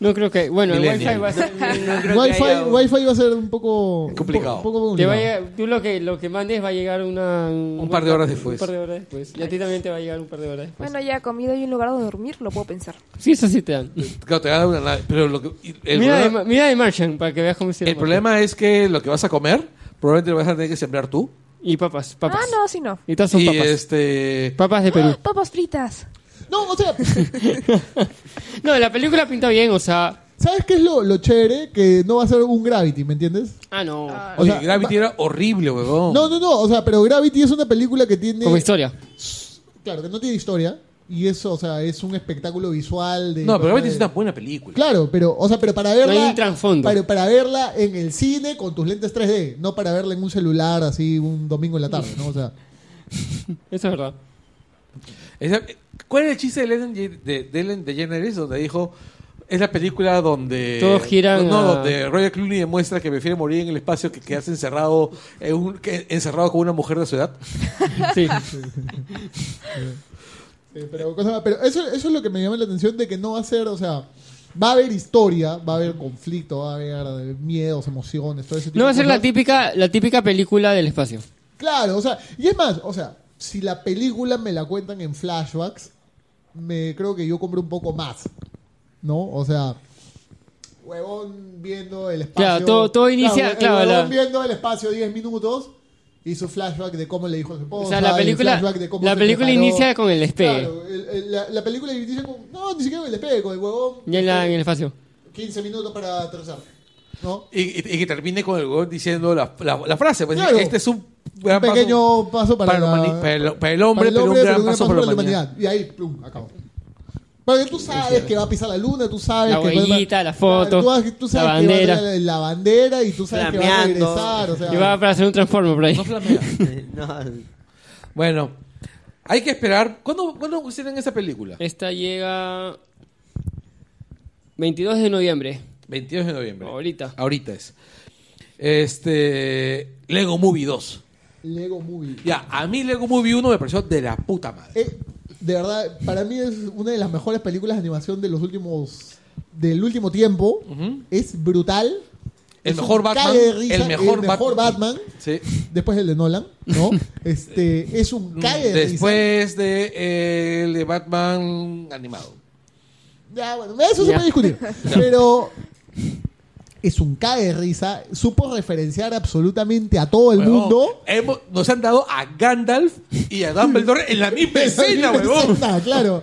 [SPEAKER 2] No creo que. Bueno, el
[SPEAKER 1] Millennial.
[SPEAKER 2] wifi va a ser.
[SPEAKER 4] Wi-Fi, Wi-Fi va a ser un poco
[SPEAKER 1] Complicado.
[SPEAKER 4] Un poco
[SPEAKER 2] Te
[SPEAKER 4] complicado.
[SPEAKER 2] vaya, tú lo que, lo que mandes va a llegar una,
[SPEAKER 1] Un par de horas después.
[SPEAKER 2] Un par de horas después. Y a ti también te va a llegar un par de horas después.
[SPEAKER 3] Bueno, ya comida y un lugar donde dormir, lo puedo pensar.
[SPEAKER 2] sí, eso sí te dan.
[SPEAKER 1] Claro, te va a dar una nave, pero lo que- y el,
[SPEAKER 2] mira, de, Ma-
[SPEAKER 1] problema,
[SPEAKER 2] mira de Martian para que veas cómo se
[SPEAKER 1] el problema es que lo que vas a comer probablemente lo vas a tener que sembrar tú.
[SPEAKER 2] Y papas, papas.
[SPEAKER 3] Ah, no, sí no.
[SPEAKER 2] Y todas son
[SPEAKER 1] Y
[SPEAKER 2] papas.
[SPEAKER 1] este...
[SPEAKER 2] Papas de Perú.
[SPEAKER 3] Papas fritas.
[SPEAKER 4] No, o sea,
[SPEAKER 2] No, la película pinta bien, o sea.
[SPEAKER 4] ¿sabes qué es lo, lo chévere? Que no va a ser un Gravity, ¿me entiendes?
[SPEAKER 2] Ah, no.
[SPEAKER 4] O
[SPEAKER 1] Oye,
[SPEAKER 4] sea,
[SPEAKER 1] Gravity era horrible, huevón.
[SPEAKER 4] No, no, no, o sea, pero Gravity es una película que tiene...
[SPEAKER 2] Como historia.
[SPEAKER 4] Claro, que no tiene historia. Y eso, o sea, es un espectáculo visual de...
[SPEAKER 1] No, pero Gravity es una
[SPEAKER 4] de-
[SPEAKER 1] buena película.
[SPEAKER 4] Claro, pero, o sea, pero para verla...
[SPEAKER 2] hay un trasfondo.
[SPEAKER 4] Pero para verla en el cine con tus lentes 3D, no para verla en un celular así un domingo en la tarde, ¿no? O sea,
[SPEAKER 2] Eso es verdad.
[SPEAKER 1] Esa- ¿Cuál era el chiste de Ellen, Ye- de, de Ellen DeGeneres donde dijo... Es la película donde...
[SPEAKER 2] Todos giran
[SPEAKER 1] No,
[SPEAKER 2] a-
[SPEAKER 1] donde Roger Clooney demuestra que prefiere morir en el espacio que quedarse encerrado, en un- que- encerrado con una mujer de su edad.
[SPEAKER 2] Sí.
[SPEAKER 4] eh, pero, cosa- pero eso, eso es lo que me llama la atención de que no va a ser, o sea, va a haber historia, va a haber conflicto, va a haber eh, miedos, emociones, todo ese tipo
[SPEAKER 2] No va a
[SPEAKER 4] de
[SPEAKER 2] ser la
[SPEAKER 4] cosas.
[SPEAKER 2] típica, la típica película del espacio.
[SPEAKER 4] Claro, o sea, y es más, o sea, si la película me la cuentan en flashbacks, me creo que yo compro un poco más, ¿no? O sea, huevón viendo el espacio.
[SPEAKER 2] Claro, todo- todo inicia-
[SPEAKER 4] el
[SPEAKER 2] claro,
[SPEAKER 4] Huevón
[SPEAKER 2] la-
[SPEAKER 4] viendo el espacio 10 minutos y su flashback de cómo le dijo a su esposa.
[SPEAKER 2] O sea, la
[SPEAKER 4] el
[SPEAKER 2] película,
[SPEAKER 4] flashback de cómo
[SPEAKER 2] la
[SPEAKER 4] se
[SPEAKER 2] película
[SPEAKER 4] preparó.
[SPEAKER 2] inicia con el despegue.
[SPEAKER 4] Claro, el- el- la, la película inicia con. No, ni siquiera con el despegue, con el huevón.
[SPEAKER 2] Y en, la- en el espacio.
[SPEAKER 4] 15 minutos para aterrizar, ¿no?
[SPEAKER 1] Y, y- y que termine con el huevón diciendo la, la- la frase. Pues,
[SPEAKER 4] Claro.
[SPEAKER 1] Este es un
[SPEAKER 4] Un
[SPEAKER 1] gran paso
[SPEAKER 4] pequeño paso, para,
[SPEAKER 1] para, la humani- para el, para el
[SPEAKER 4] para
[SPEAKER 1] hombre,
[SPEAKER 4] el
[SPEAKER 1] pero un
[SPEAKER 4] hombre,
[SPEAKER 1] gran
[SPEAKER 4] pero un
[SPEAKER 1] paso para la humanidad.
[SPEAKER 4] Y ahí, plum, acabó. Porque tú sabes que va a pisar la luna, tú sabes
[SPEAKER 2] La
[SPEAKER 4] que...
[SPEAKER 2] huellita, la foto,
[SPEAKER 4] tú sabes- tú sabes
[SPEAKER 2] la
[SPEAKER 4] que va a
[SPEAKER 2] bandera.
[SPEAKER 4] traer la, bandera y tú sabes que
[SPEAKER 5] Flameando.
[SPEAKER 4] va a regresar, o sea...
[SPEAKER 2] Y va para hacer un transformo por ahí.
[SPEAKER 1] No flamea.
[SPEAKER 5] No,
[SPEAKER 1] bueno, hay que esperar. ¿Cuándo, ¿cuándo hicieron esa película?
[SPEAKER 2] Esta llega 22 de noviembre.
[SPEAKER 1] 22 de noviembre.
[SPEAKER 2] Ahorita.
[SPEAKER 1] Ahorita es. Este. Lego Movie 2.
[SPEAKER 4] Lego Movie.
[SPEAKER 1] Ya, a mí Lego Movie 1 me pareció de la puta madre.
[SPEAKER 4] Eh, de verdad, para mí es una de las mejores películas de animación de los últimos... Del último tiempo. Es brutal.
[SPEAKER 1] El
[SPEAKER 4] Es
[SPEAKER 1] mejor
[SPEAKER 4] un
[SPEAKER 1] Batman.
[SPEAKER 4] cague de risa,
[SPEAKER 1] el mejor,
[SPEAKER 4] el mejor Batman.
[SPEAKER 1] Sí.
[SPEAKER 4] Después el de Nolan, ¿no? Este, es un cague de risa.
[SPEAKER 1] Después de, eh, el de Batman animado.
[SPEAKER 4] Ya, bueno, eso se
[SPEAKER 2] Ya.
[SPEAKER 4] puede discutir. Pero es un cae de risa. Supo referenciar absolutamente a todo el
[SPEAKER 1] Huevón,
[SPEAKER 4] mundo.
[SPEAKER 1] hemos- nos han dado a Gandalf y a Dumbledore en la misma escena, huevón.
[SPEAKER 4] Nada, claro.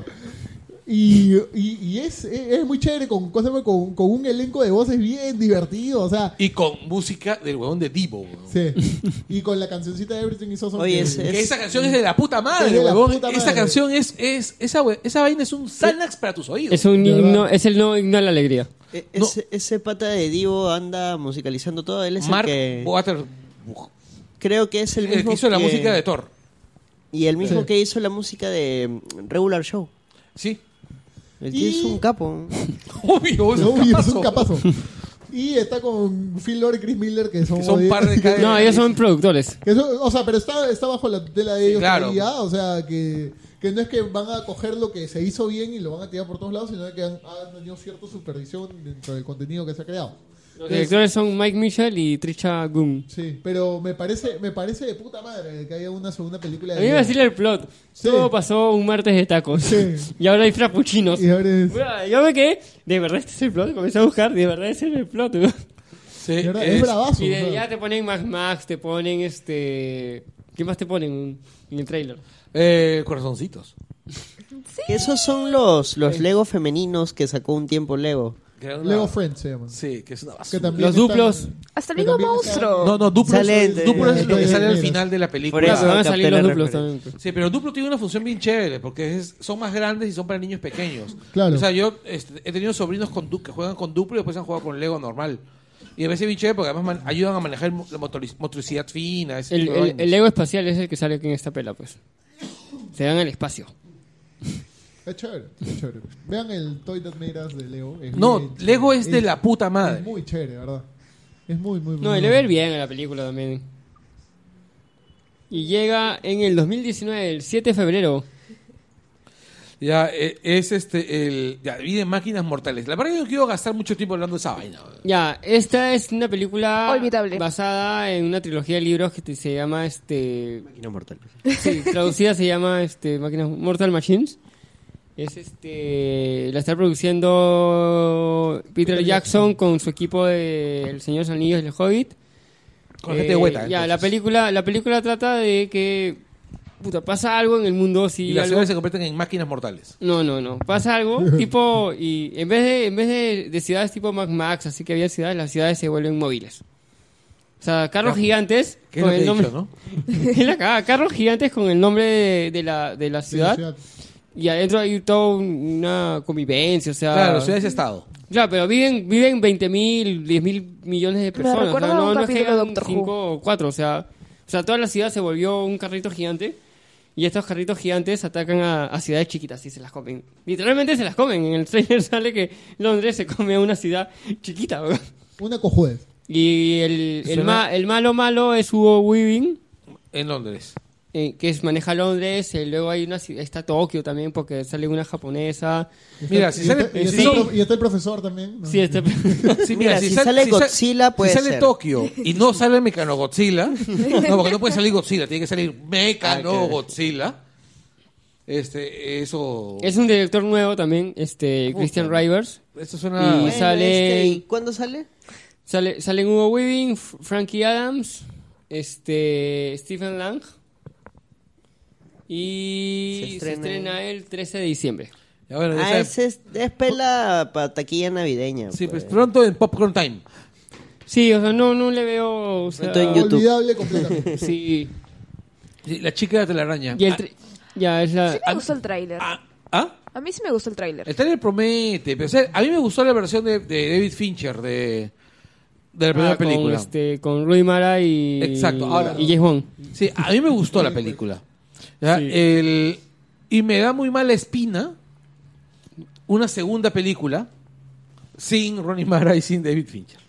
[SPEAKER 4] Y, y- y es, es muy chévere con, ¿cómo se llama? con, con un elenco de voces bien divertido. O sea,
[SPEAKER 1] Y con música del huevón de Divo, huevón.
[SPEAKER 4] sí. y con la cancioncita de Everything is Awesome.
[SPEAKER 5] Oye,
[SPEAKER 4] que-
[SPEAKER 5] ese-
[SPEAKER 1] Que esa canción es de la puta
[SPEAKER 4] Es
[SPEAKER 1] madre,
[SPEAKER 4] de la
[SPEAKER 1] huevón.
[SPEAKER 4] puta
[SPEAKER 1] Esa
[SPEAKER 4] madre.
[SPEAKER 1] canción es, es esa, hue- esa vaina es un Xanax para tus oídos.
[SPEAKER 2] Es, un
[SPEAKER 4] De verdad.
[SPEAKER 2] himno- es el nuevo himno a la alegría.
[SPEAKER 5] E-
[SPEAKER 1] No.
[SPEAKER 5] Ese, ese pata de Divo anda musicalizando todo. Él es
[SPEAKER 1] Mark
[SPEAKER 5] el que.
[SPEAKER 1] Water
[SPEAKER 5] Creo que es el
[SPEAKER 1] el
[SPEAKER 5] mismo.
[SPEAKER 1] que hizo la
[SPEAKER 5] que-
[SPEAKER 1] música de Thor.
[SPEAKER 5] Y el mismo
[SPEAKER 4] Sí.
[SPEAKER 5] que hizo la música de mm, Regular Show.
[SPEAKER 1] Sí.
[SPEAKER 5] El
[SPEAKER 4] Y-
[SPEAKER 5] tío es un capo.
[SPEAKER 1] Obvio, es
[SPEAKER 4] No,
[SPEAKER 1] un
[SPEAKER 4] y es
[SPEAKER 1] capazo.
[SPEAKER 4] un capazo. Y está con Phil Lord y Chris Miller, que son,
[SPEAKER 1] Que son un par de cae-
[SPEAKER 2] No, ellos son productores.
[SPEAKER 4] Que eso- o sea, pero está, está bajo la tutela de ellos
[SPEAKER 1] Claro.
[SPEAKER 4] todavía, o sea, que, que no es que van a coger lo que se hizo bien y lo van a tirar por todos lados, sino que han, han tenido cierta supervisión dentro del contenido que se ha creado.
[SPEAKER 2] Los directores son Mike Mitchell y Trisha Gunn.
[SPEAKER 4] Sí, pero me parece, me parece de puta madre que haya una segunda película
[SPEAKER 2] A
[SPEAKER 4] de
[SPEAKER 2] mí me
[SPEAKER 4] Lego.
[SPEAKER 2] vacila el plot.
[SPEAKER 4] Sí.
[SPEAKER 2] Todo pasó un martes de tacos.
[SPEAKER 4] Sí.
[SPEAKER 2] Y ahora hay frappuccinos.
[SPEAKER 4] Y ahora es-
[SPEAKER 2] Bueno, Yo me quedé, de verdad este es el plot, comencé a buscar, de verdad ese es el plot. weón.
[SPEAKER 1] Sí,
[SPEAKER 4] De verdad,
[SPEAKER 1] eh, es-
[SPEAKER 4] es, bravazo.
[SPEAKER 2] Y
[SPEAKER 4] o
[SPEAKER 2] de
[SPEAKER 4] sea.
[SPEAKER 2] ya te ponen Max Max, te ponen este. ¿Qué más te ponen en el trailer?
[SPEAKER 1] Eh, corazoncitos.
[SPEAKER 5] Esos son los, los Lego femeninos que sacó un tiempo Lego.
[SPEAKER 4] Lego Friends se llaman.
[SPEAKER 1] Sí, que es una basura.
[SPEAKER 4] Que también
[SPEAKER 2] Los
[SPEAKER 4] están-
[SPEAKER 2] duplos.
[SPEAKER 3] Hasta el
[SPEAKER 4] Pero
[SPEAKER 3] mismo
[SPEAKER 4] también está-
[SPEAKER 3] monstruo.
[SPEAKER 1] No, no, Duplo,
[SPEAKER 5] Sale
[SPEAKER 1] es,
[SPEAKER 5] de-
[SPEAKER 1] Duplo es lo que
[SPEAKER 4] de-
[SPEAKER 1] sale al
[SPEAKER 4] de-
[SPEAKER 1] final de la película.
[SPEAKER 5] Por
[SPEAKER 2] Claro,
[SPEAKER 5] eso,
[SPEAKER 2] van a salir
[SPEAKER 5] capté
[SPEAKER 2] los
[SPEAKER 5] la
[SPEAKER 2] duplos también. pues.
[SPEAKER 5] referencia.
[SPEAKER 1] Sí, pero Duplo tiene una función bien chévere, porque es- son más grandes y son para niños pequeños.
[SPEAKER 4] Claro.
[SPEAKER 1] O sea, yo este, he tenido sobrinos con du- que juegan con Duplo y después han jugado con Lego normal. Y a veces es bien chévere porque además man- ayudan a manejar el mo- la motoriz- motricidad fina. ese
[SPEAKER 2] El,
[SPEAKER 1] tipo de
[SPEAKER 2] el,
[SPEAKER 1] vainas.
[SPEAKER 2] el Lego espacial es el que sale aquí en esta pela, pues. Se dan al espacio.
[SPEAKER 4] Es chévere, es chévere. Vean el Toy That Made Us de Lego. es
[SPEAKER 1] No,
[SPEAKER 4] bien chévere.
[SPEAKER 1] Lego es de la puta
[SPEAKER 4] Es
[SPEAKER 1] madre.
[SPEAKER 4] muy chévere, ¿verdad? Es muy, muy, muy
[SPEAKER 2] No, y
[SPEAKER 1] Mm.
[SPEAKER 2] le
[SPEAKER 4] bueno.
[SPEAKER 2] ver bien a la película también. Y llega en el 2019, el 7 de febrero.
[SPEAKER 1] Ya, eh, es este, el. Ya, vive máquinas mortales. La verdad, que no quiero gastar mucho tiempo hablando de esa vaina.
[SPEAKER 2] Ya, esta es una película
[SPEAKER 3] Olvidable.
[SPEAKER 2] basada en una trilogía de libros que te- se llama este
[SPEAKER 5] Máquina mortal.
[SPEAKER 2] Sí, traducida se llama este, Máquinas Mortal Machines. Es este. La está produciendo Peter, Jackson con su equipo de El Señor de los Anillos y el Hobbit.
[SPEAKER 1] Con
[SPEAKER 2] Eh,
[SPEAKER 1] gente de hueta.
[SPEAKER 2] Ya,
[SPEAKER 1] entonces.
[SPEAKER 2] la película, la película trata de que. Puta, pasa algo en el mundo. Si
[SPEAKER 1] Y las
[SPEAKER 2] algo-
[SPEAKER 1] ciudades se convierten en máquinas mortales.
[SPEAKER 2] no, no, no. Pasa algo, tipo, y en vez de, en vez de, de ciudades tipo Max Max, así que había ciudades, las ciudades se vuelven móviles. O sea, carros
[SPEAKER 1] Claro.
[SPEAKER 2] gigantes
[SPEAKER 1] Que es lo que he
[SPEAKER 2] nombre.
[SPEAKER 1] dicho, ¿no?
[SPEAKER 2] Es la cagada, carros gigantes con el nombre de, de la, de la
[SPEAKER 4] De la
[SPEAKER 2] ciudad. Y adentro hay toda una convivencia, o sea.
[SPEAKER 1] Claro, ciudades estado.
[SPEAKER 2] Claro, pero viven, viven 20 mil, 10 mil millones de personas.
[SPEAKER 3] recuerda
[SPEAKER 2] o sea, no,
[SPEAKER 3] un
[SPEAKER 2] no es que
[SPEAKER 3] capítulo de
[SPEAKER 2] hayan
[SPEAKER 3] Doctor Who.
[SPEAKER 2] cinco o cuatro, o sea, o sea, toda la ciudad se volvió un carrito gigante. Y estos carritos gigantes atacan a, a ciudades chiquitas y se las comen. Literalmente se las comen. En el trailer sale que Londres se come a una ciudad chiquita. weón.
[SPEAKER 4] Una cojudez.
[SPEAKER 2] Y el, el,
[SPEAKER 1] Suena-
[SPEAKER 2] ma- el malo malo es Hugo Weaving,
[SPEAKER 1] En Londres.
[SPEAKER 2] eh, que es, maneja Londres. eh, luego hay una, ci- está Tokio también porque sale una japonesa.
[SPEAKER 1] Mira, si
[SPEAKER 4] y,
[SPEAKER 1] sale.
[SPEAKER 4] está, y,
[SPEAKER 1] si
[SPEAKER 4] está el
[SPEAKER 1] sale-
[SPEAKER 4] prof- y está el profesor también. ¿no?
[SPEAKER 2] Sí, este...
[SPEAKER 1] Sí,
[SPEAKER 5] Mira, si sale
[SPEAKER 1] sa-
[SPEAKER 5] Godzilla, puede
[SPEAKER 1] Si sale
[SPEAKER 5] ser.
[SPEAKER 1] Tokio y no sale Mecano Godzilla, no, porque no puede salir Godzilla, tiene que salir Mecano
[SPEAKER 5] Ah, claro.
[SPEAKER 1] Godzilla. Este, eso.
[SPEAKER 2] Es un director nuevo también, este
[SPEAKER 1] Puta.
[SPEAKER 2] Christian Rivers.
[SPEAKER 1] Eso suena.
[SPEAKER 2] Y- sale-
[SPEAKER 5] este, ¿y ¿Cuándo sale?
[SPEAKER 2] Sale, salen Hugo Weaving, F- Frankie Adams, este Stephen Lang. Y
[SPEAKER 5] Se
[SPEAKER 2] se
[SPEAKER 5] estrena
[SPEAKER 2] estrena, el 13 de diciembre.
[SPEAKER 1] Ya, bueno, ya
[SPEAKER 5] Ah,
[SPEAKER 1] sabe-
[SPEAKER 5] ese es, es pela para taquilla navideña.
[SPEAKER 1] Sí, pues
[SPEAKER 5] pues.
[SPEAKER 1] pronto en Popcorn Time.
[SPEAKER 2] Sí, o sea, no, no le veo... o sea,
[SPEAKER 5] Está en YouTube.
[SPEAKER 4] Ah, Olvidable completamente.
[SPEAKER 2] Sí.
[SPEAKER 1] Sí, La chica de la telaraña.
[SPEAKER 2] Y el
[SPEAKER 1] Ah,
[SPEAKER 2] tre- ya, es la...
[SPEAKER 3] Sí me gustó el tráiler.
[SPEAKER 1] ah, Eh. ¿Ah?
[SPEAKER 3] A mí sí me gustó el tráiler.
[SPEAKER 1] El trailer promete. Pero, o sea, a mí me gustó la versión de, de David Fincher de, de la primera
[SPEAKER 2] ah, con,
[SPEAKER 1] película.
[SPEAKER 2] este, con Rui Mara y...
[SPEAKER 1] Exacto, ahora-
[SPEAKER 2] Y James Bond.
[SPEAKER 1] Sí, a mí me gustó la película. Ya,
[SPEAKER 2] Sí.
[SPEAKER 1] el- y me da muy mala espina una segunda película sin Ronnie Mara y sin David Fincher.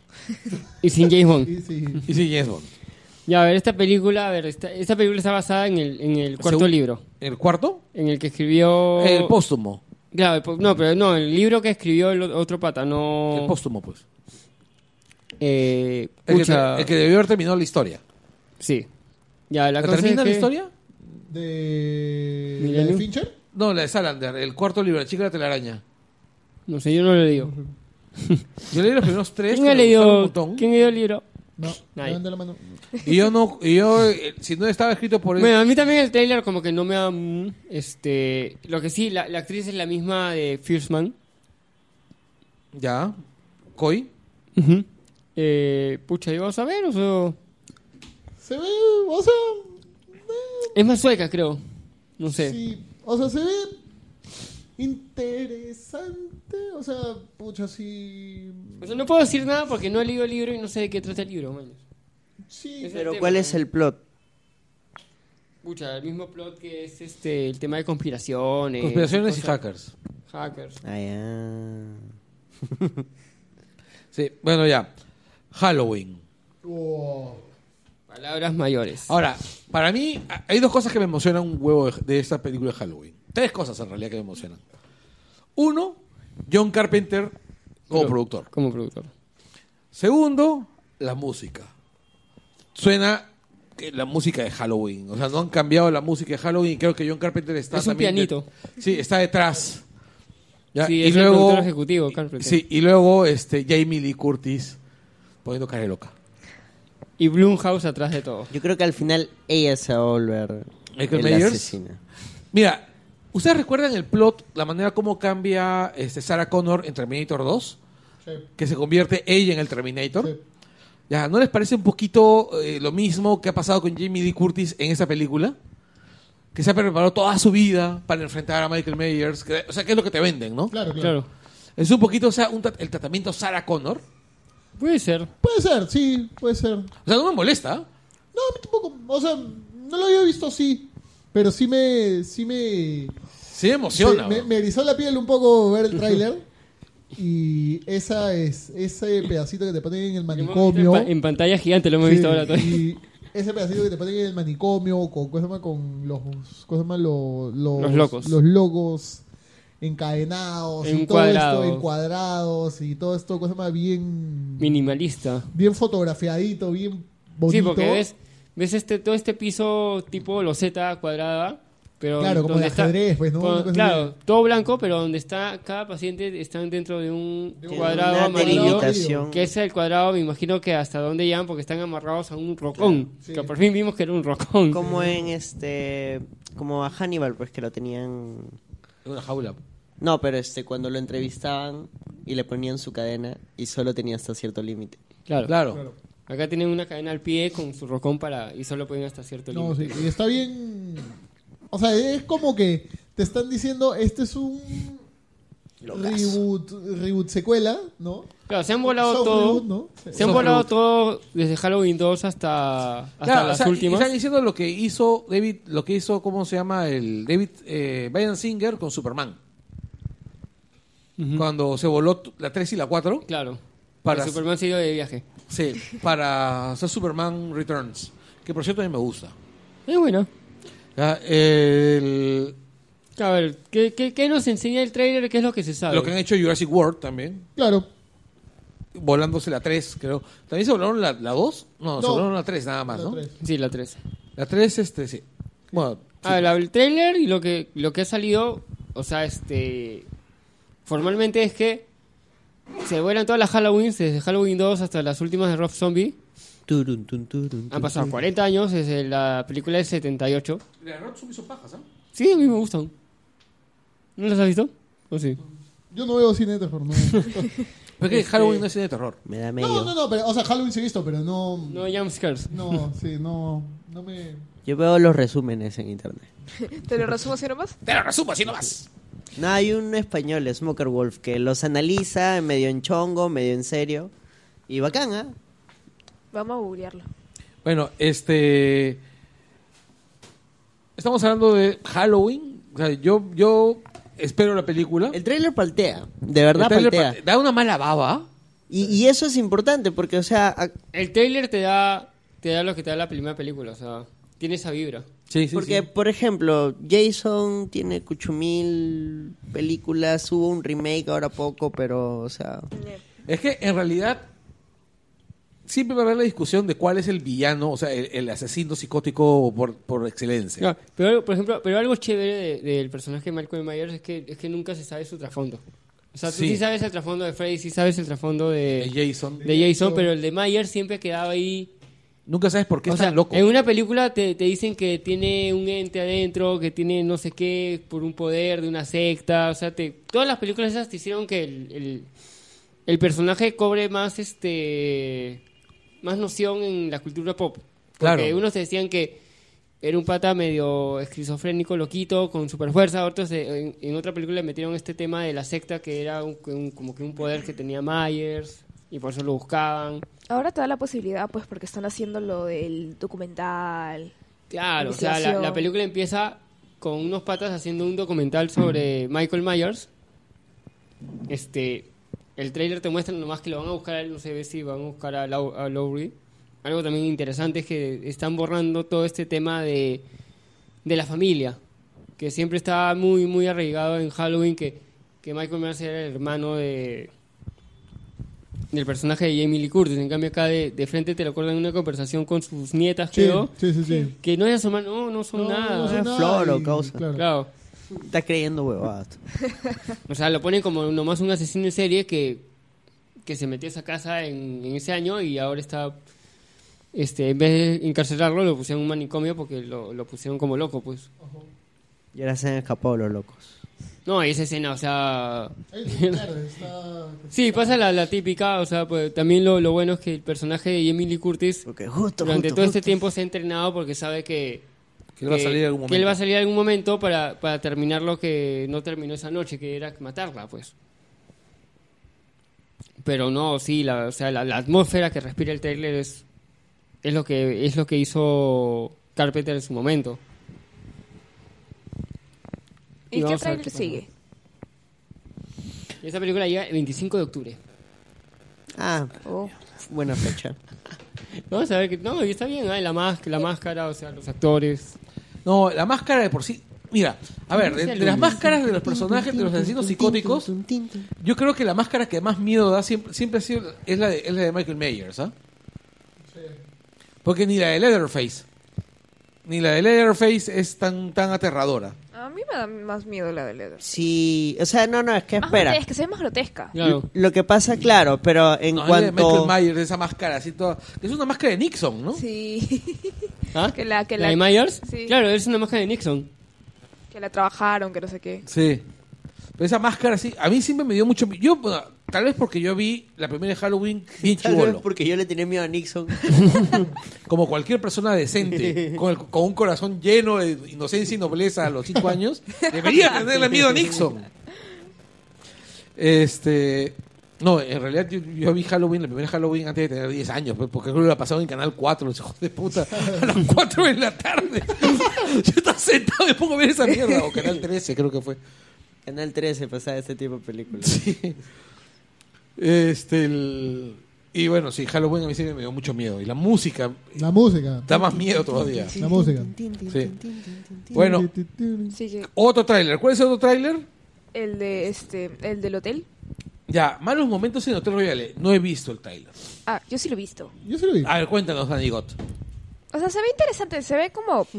[SPEAKER 2] Y sin James Bond.
[SPEAKER 4] Sí, sí.
[SPEAKER 1] Y sin James Bond.
[SPEAKER 2] Ya, a ver, esta película, a ver, esta, esta película está basada en el, en el cuarto
[SPEAKER 1] Según-
[SPEAKER 2] libro,
[SPEAKER 1] ¿El cuarto?
[SPEAKER 2] en el que escribió...
[SPEAKER 1] El póstumo.
[SPEAKER 2] Claro, el po- no, pero no, el libro que escribió el o- otro pata, no...
[SPEAKER 1] El póstumo, pues.
[SPEAKER 2] eh,
[SPEAKER 1] El que,
[SPEAKER 2] pucha,
[SPEAKER 1] el que debió haber terminado la historia.
[SPEAKER 2] Sí. Ya, la
[SPEAKER 1] ¿La
[SPEAKER 2] cosa es
[SPEAKER 1] termina la
[SPEAKER 2] que-
[SPEAKER 1] historia?
[SPEAKER 4] De, ¿la de
[SPEAKER 2] Millennium.
[SPEAKER 4] Fincher.
[SPEAKER 1] No, la de Salander, el cuarto libro, La chica de la telaraña.
[SPEAKER 2] No sé, yo no lo digo.
[SPEAKER 1] Yo leí los primeros tres.
[SPEAKER 2] ¿Quién
[SPEAKER 1] que
[SPEAKER 2] ha
[SPEAKER 1] me gustaron un
[SPEAKER 2] leído,
[SPEAKER 1] montón.
[SPEAKER 2] ¿Quién leyó el libro?
[SPEAKER 4] No,
[SPEAKER 2] Nadie.
[SPEAKER 4] levanta la mano.
[SPEAKER 1] Y yo no, y yo, eh, si no estaba escrito por él.
[SPEAKER 2] Bueno, a mí también el trailer como que no me da... mm, Este, lo que sí, la, la actriz es la misma de First Man.
[SPEAKER 1] Ya. Coy.
[SPEAKER 2] Ujú. Eh, pucha, ¿y vas a ver o sea,
[SPEAKER 4] Se ve, o sea,
[SPEAKER 2] Es más sueca, creo. No sé.
[SPEAKER 4] sí, o sea, se ve interesante, o sea, pucha, sí,
[SPEAKER 2] O sea, no puedo decir nada porque no he leído el libro y no sé de qué trata el libro, man.
[SPEAKER 4] sí,
[SPEAKER 2] Ese
[SPEAKER 5] Pero
[SPEAKER 2] tema,
[SPEAKER 5] ¿cuál
[SPEAKER 2] ¿no?
[SPEAKER 5] es el plot?
[SPEAKER 2] Pucha, el mismo plot que es este el tema de conspiraciones.
[SPEAKER 1] Conspiraciones y
[SPEAKER 2] cosas-
[SPEAKER 1] hackers.
[SPEAKER 2] hackers.
[SPEAKER 5] Ah, ya.
[SPEAKER 1] Sí, bueno, ya. Halloween.
[SPEAKER 4] Oh,
[SPEAKER 2] Palabras mayores.
[SPEAKER 1] Ahora, para mí, a- hay dos cosas que me emocionan un huevo de, de esta película de Halloween. Tres cosas en realidad que me emocionan. Uno, John Carpenter como
[SPEAKER 2] Pero-
[SPEAKER 1] productor.
[SPEAKER 2] Como productor.
[SPEAKER 1] Segundo, la música. Suena que la música de Halloween. O sea, no han cambiado la música de Halloween. Creo que John Carpenter está
[SPEAKER 2] Es un
[SPEAKER 1] también de-
[SPEAKER 2] pianito.
[SPEAKER 1] sí, está detrás. Ya,
[SPEAKER 2] Sí,
[SPEAKER 1] y
[SPEAKER 2] es el
[SPEAKER 1] luego,
[SPEAKER 2] productor ejecutivo, Carpenter.
[SPEAKER 1] Sí, y luego este, Jamie Lee Curtis. poniendo cara de loca.
[SPEAKER 2] Y Blumhouse atrás de todo.
[SPEAKER 5] Yo creo que al final ella se va a volver
[SPEAKER 1] Michael
[SPEAKER 5] el
[SPEAKER 1] Myers.
[SPEAKER 5] asesina.
[SPEAKER 1] Mira, ¿ustedes recuerdan el plot, la manera como cambia este, Sarah Connor en Terminator 2? Que se convierte ella en el Terminator.
[SPEAKER 4] Sí.
[SPEAKER 1] Ya, ¿no les parece un poquito eh, lo mismo que ha pasado con Jamie D. Curtis en esa película? Que se ha preparado toda su vida para enfrentar a Michael Myers. que- o sea, ¿qué es lo que te venden, no?
[SPEAKER 4] Claro, claro.
[SPEAKER 2] Claro.
[SPEAKER 1] Es un poquito, o sea, un tra- el tratamiento Sarah Connor.
[SPEAKER 2] Puede ser.
[SPEAKER 4] Puede ser, sí, puede ser.
[SPEAKER 1] O sea, no me molesta.
[SPEAKER 4] No, a mí tampoco. O sea, no lo había visto así. Pero sí me. Sí me.
[SPEAKER 1] Sí me emociona.
[SPEAKER 4] se- me,
[SPEAKER 1] bro.
[SPEAKER 4] me erizó la piel un poco ver el tráiler. y esa es. Ese pedacito que te ponen en el manicomio.
[SPEAKER 2] En, pa- en pantalla gigante lo hemos
[SPEAKER 4] Sí,
[SPEAKER 2] visto ahora todavía.
[SPEAKER 4] Y ese pedacito que te ponen en el manicomio, con, ¿cómo se llama? con los, ¿cómo se llama? Lo- los,
[SPEAKER 2] Los locos.
[SPEAKER 4] Los locos encadenados, y todo
[SPEAKER 2] Encuadrados.
[SPEAKER 4] esto, encuadrados, y todo esto, ¿cómo se llama? Bien,
[SPEAKER 2] Minimalista.
[SPEAKER 4] bien fotografiadito, bien bonito.
[SPEAKER 2] Sí, porque ves, ves este, todo este piso tipo loseta cuadrada, pero
[SPEAKER 4] Claro, como
[SPEAKER 2] donde
[SPEAKER 4] de ajedrez, pues, ¿no?
[SPEAKER 2] con-
[SPEAKER 4] Una cosa
[SPEAKER 2] claro,
[SPEAKER 4] así.
[SPEAKER 2] todo blanco, pero donde está cada paciente están dentro de un
[SPEAKER 4] un-
[SPEAKER 2] cuadrado
[SPEAKER 5] Una
[SPEAKER 2] amarillo,
[SPEAKER 5] delimitación.
[SPEAKER 2] que es el cuadrado, me imagino que hasta dónde llegan porque están amarrados a un rocón,
[SPEAKER 4] sí.
[SPEAKER 2] que por fin vimos que era un rocón.
[SPEAKER 5] Como en este. Como a Hannibal, pues que lo tenían.
[SPEAKER 1] En una jaula.
[SPEAKER 5] No, pero este, cuando lo entrevistaban y le ponían su cadena y solo tenía hasta cierto límite.
[SPEAKER 2] Claro.
[SPEAKER 1] Claro.
[SPEAKER 2] Acá tienen una cadena al pie con su rocón para y solo pueden hasta cierto
[SPEAKER 4] No,
[SPEAKER 2] límite.
[SPEAKER 4] sí, y está bien. O sea, es como que te están diciendo, este es un reboot, reboot secuela, ¿no?
[SPEAKER 2] Claro, se han volado
[SPEAKER 4] Soft
[SPEAKER 2] todo.
[SPEAKER 4] reboot, ¿no? Sí.
[SPEAKER 2] Se han
[SPEAKER 1] Soft
[SPEAKER 2] volado
[SPEAKER 1] reboot.
[SPEAKER 2] todo desde Halloween 2 hasta, hasta
[SPEAKER 1] Claro,
[SPEAKER 2] las
[SPEAKER 1] o sea, y-
[SPEAKER 2] últimas.
[SPEAKER 1] y Están diciendo lo que hizo David, lo que hizo, ¿cómo se llama? El David eh, Bryan Singer con Superman. Cuando se voló t- la 3 y la 4
[SPEAKER 2] Claro.
[SPEAKER 1] Para-
[SPEAKER 2] Para Superman se ha ido de viaje.
[SPEAKER 1] sí, para hacer Superman Returns. Que por cierto a mí me gusta.
[SPEAKER 2] Es bueno.
[SPEAKER 1] Ya, el-
[SPEAKER 2] A ver, ¿qué, qué, qué nos enseña el trailer? ¿Qué es lo que se sabe?
[SPEAKER 1] lo que han hecho Jurassic World también.
[SPEAKER 4] Claro.
[SPEAKER 1] Volándose la 3, creo. ¿También se volaron la, la 2? No, se
[SPEAKER 4] No.
[SPEAKER 1] volaron la 3
[SPEAKER 5] Ah,
[SPEAKER 1] nada más,
[SPEAKER 4] La
[SPEAKER 1] ¿no?
[SPEAKER 4] tres.
[SPEAKER 2] Sí, la 3.
[SPEAKER 1] La 3, este, sí. Bueno,
[SPEAKER 2] A ver, el trailer y lo que, lo que ha salido, o sea, este... Formalmente es que se vuelan todas las Halloweens, desde Halloween 2 hasta las últimas de Rob Zombie.
[SPEAKER 5] Turun, tun, turun,
[SPEAKER 2] Han
[SPEAKER 5] tun.
[SPEAKER 2] pasado 40 años desde la película del 78.
[SPEAKER 1] La Rob Zombie son pajas, ¿ah?
[SPEAKER 2] Sí, a mí me gustan. ¿No las has visto? ¿O sí?
[SPEAKER 4] Yo no veo cine de terror, no.
[SPEAKER 1] Pero es que
[SPEAKER 2] Este
[SPEAKER 1] Halloween no es cine de terror.
[SPEAKER 5] Me da medio.
[SPEAKER 4] No, no, no, pero, o sea, Halloween sí he visto, pero no.
[SPEAKER 2] No,
[SPEAKER 4] No,
[SPEAKER 2] jumpscares.
[SPEAKER 4] sí, no. No me.
[SPEAKER 5] Yo veo los resúmenes en internet.
[SPEAKER 3] ¿Te lo resumo así nomás?
[SPEAKER 1] Te lo resumo así nomás.
[SPEAKER 5] No, hay un español, Smoker Wolf, que los analiza medio en chongo, medio en serio. Y bacán, ¿ah?
[SPEAKER 3] Vamos a googlearlo.
[SPEAKER 1] Bueno, este. Estamos hablando de Halloween. O sea, yo, yo espero la película.
[SPEAKER 5] El tráiler paltea, de verdad
[SPEAKER 1] El trailer
[SPEAKER 5] paltea.
[SPEAKER 1] pa- Da una mala baba.
[SPEAKER 5] Y, y eso es importante porque, o sea, a-
[SPEAKER 2] El trailer te da, te da lo que te da la primera película, o sea, tiene esa vibra.
[SPEAKER 1] Sí, sí.
[SPEAKER 5] porque por ejemplo, Jason tiene cuchumil películas, hubo un remake ahora poco, pero, o sea,
[SPEAKER 1] Es que en realidad. Siempre va a haber la discusión de cuál es el villano, o sea, el, el asesino psicótico por, por excelencia.
[SPEAKER 2] No, Ah, pero, algo- por ejemplo, pero algo chévere de- del personaje de Michael Myers es que, es que nunca se sabe su trasfondo. O sea, tú
[SPEAKER 1] Sí.
[SPEAKER 2] sí sabes el trasfondo de Freddy, sí sabes el trasfondo
[SPEAKER 1] Eh,
[SPEAKER 2] de,
[SPEAKER 1] Jason.
[SPEAKER 2] de Jason, pero el de Myers siempre quedaba ahí.
[SPEAKER 1] Nunca sabes por qué
[SPEAKER 2] O
[SPEAKER 1] es tan
[SPEAKER 2] sea,
[SPEAKER 1] loco.
[SPEAKER 2] en una película te, te dicen que tiene un ente adentro, que tiene no sé qué, por un poder de una secta. O sea, te, todas las películas esas te hicieron que el, el, el personaje cobre más este más noción en la cultura pop. Porque
[SPEAKER 1] Claro.
[SPEAKER 2] unos te decían que era un pata medio esquizofrénico, loquito, con super fuerza. Otros eh, en, en otra película le metieron este tema de la secta que era un- un- como que un poder que tenía Myers y por eso lo buscaban.
[SPEAKER 3] Ahora te da la posibilidad, pues, porque están haciendo lo del documental.
[SPEAKER 2] Claro, o sea, la,
[SPEAKER 3] Investigación.
[SPEAKER 2] la película empieza con unos patas haciendo un documental sobre Michael Myers. Este, el tráiler te muestra nomás que lo van a buscar, a él, no sé si van a buscar a, Lau- a Lowry. Algo también interesante es que están borrando todo este tema de, de la familia, que siempre está muy, muy arraigado en Halloween, que, que Michael Myers era el hermano de del personaje de Jamie Lee Curtis. En cambio acá de, de frente te lo acuerdan en una conversación con sus nietas,
[SPEAKER 4] Sí,
[SPEAKER 2] creo.
[SPEAKER 4] sí, sí. sí.
[SPEAKER 2] Que no era su mano, no, no son
[SPEAKER 4] No,
[SPEAKER 2] nada.
[SPEAKER 4] no son
[SPEAKER 5] Ah, flor o
[SPEAKER 4] y-
[SPEAKER 5] causa.
[SPEAKER 4] Claro.
[SPEAKER 2] Claro.
[SPEAKER 5] está creyendo huevadas.
[SPEAKER 2] O sea, lo ponen como nomás un asesino en serie que, que se metió a esa casa en, en ese año y ahora está. Este, en vez de encarcelarlo, lo pusieron en un manicomio porque lo, lo pusieron como loco, pues.
[SPEAKER 5] Y ahora se han escapado los locos.
[SPEAKER 2] No, y esa escena, o sea.
[SPEAKER 4] Claro, está...
[SPEAKER 2] sí, pasa la, la típica, o sea, pues, también lo, lo bueno es que el personaje de Emily Curtis
[SPEAKER 5] Porque justo,
[SPEAKER 2] durante
[SPEAKER 5] justo,
[SPEAKER 2] todo
[SPEAKER 5] justo.
[SPEAKER 2] este tiempo se ha entrenado porque sabe que.
[SPEAKER 1] Que él va a salir en algún
[SPEAKER 2] Eh, que él
[SPEAKER 1] momento.
[SPEAKER 2] va a salir en algún momento para, para terminar lo que no terminó esa noche, que era matarla, pues. Pero no, sí, la, o sea, la, la atmósfera que respira el trailer es, es, lo que, es lo que hizo Carpenter en su momento. Y
[SPEAKER 3] ¿Y qué
[SPEAKER 2] vamos a ver
[SPEAKER 3] trailer
[SPEAKER 2] qué
[SPEAKER 3] sigue?
[SPEAKER 2] Y esa película llega el 25 de octubre.
[SPEAKER 5] Ah,
[SPEAKER 3] Oh.
[SPEAKER 5] buena fecha.
[SPEAKER 2] Vamos a ver que. No, y está bien, ah, la, más, la máscara, o sea, los actores.
[SPEAKER 1] No, la máscara de por sí. Mira, a ver, de,
[SPEAKER 2] Dice
[SPEAKER 1] de las
[SPEAKER 2] Luis.
[SPEAKER 1] máscaras de los personajes de los asesinos psicóticos, yo creo que la máscara que más miedo da siempre, siempre ha sido es la de, es la de Michael Myers, ¿ah? Porque ni la de Leatherface, ni la de Leatherface es tan tan aterradora.
[SPEAKER 3] A mí me da más miedo la de Leather.
[SPEAKER 5] Sí, o sea, no, no, es que
[SPEAKER 3] Más
[SPEAKER 5] espera.
[SPEAKER 3] grotesca, se ve más grotesca.
[SPEAKER 2] Claro.
[SPEAKER 5] Lo que pasa, claro, pero en
[SPEAKER 1] No, es la de
[SPEAKER 5] cuanto...
[SPEAKER 1] Michael Myers, esa máscara así toda, que es una máscara de Nixon, ¿no?
[SPEAKER 3] Sí.
[SPEAKER 2] ¿Ah?
[SPEAKER 3] Que la- que
[SPEAKER 2] de
[SPEAKER 3] la-
[SPEAKER 2] Myers?
[SPEAKER 3] sí.
[SPEAKER 2] Claro, es una máscara de Nixon.
[SPEAKER 3] que la trabajaron, que no sé qué.
[SPEAKER 1] Sí. Pero esa máscara sí, a mí siempre me dio mucho mi- yo bueno, tal vez porque yo vi la primera de Halloween bien
[SPEAKER 5] Tal vez
[SPEAKER 1] chivolo,
[SPEAKER 5] porque yo le tenía miedo a Nixon.
[SPEAKER 1] como cualquier persona decente, con, el- con un corazón lleno de inocencia y nobleza a los cinco años, debería tenerle miedo a Nixon. Este, no, en realidad yo, yo vi Halloween, la primera Halloween antes de tener 10 años, pues, porque creo que la pasaron en Canal 4, los hijos de puta, a las 4 de la tarde. yo estaba sentado y me pongo a ver esa mierda, o Canal 13 creo que fue.
[SPEAKER 5] Canal 13 pasaba este tipo de películas.
[SPEAKER 1] Sí. Este, el- Y bueno, sí, Halloween a mí siempre me dio mucho miedo. Y la música
[SPEAKER 4] La música.
[SPEAKER 1] da más miedo todavía.
[SPEAKER 4] La música.
[SPEAKER 1] Sí. Bueno,
[SPEAKER 3] Sigue
[SPEAKER 1] otro tráiler. ¿Cuál es el otro tráiler?
[SPEAKER 3] el de este, el del hotel.
[SPEAKER 1] Ya, malos momentos en Hotel Royale. No he visto el tráiler.
[SPEAKER 3] Ah, yo sí lo he visto.
[SPEAKER 4] Yo sí lo vi.
[SPEAKER 1] A ver, cuéntanos, Dani Gott.
[SPEAKER 3] O sea, se ve interesante, se ve como.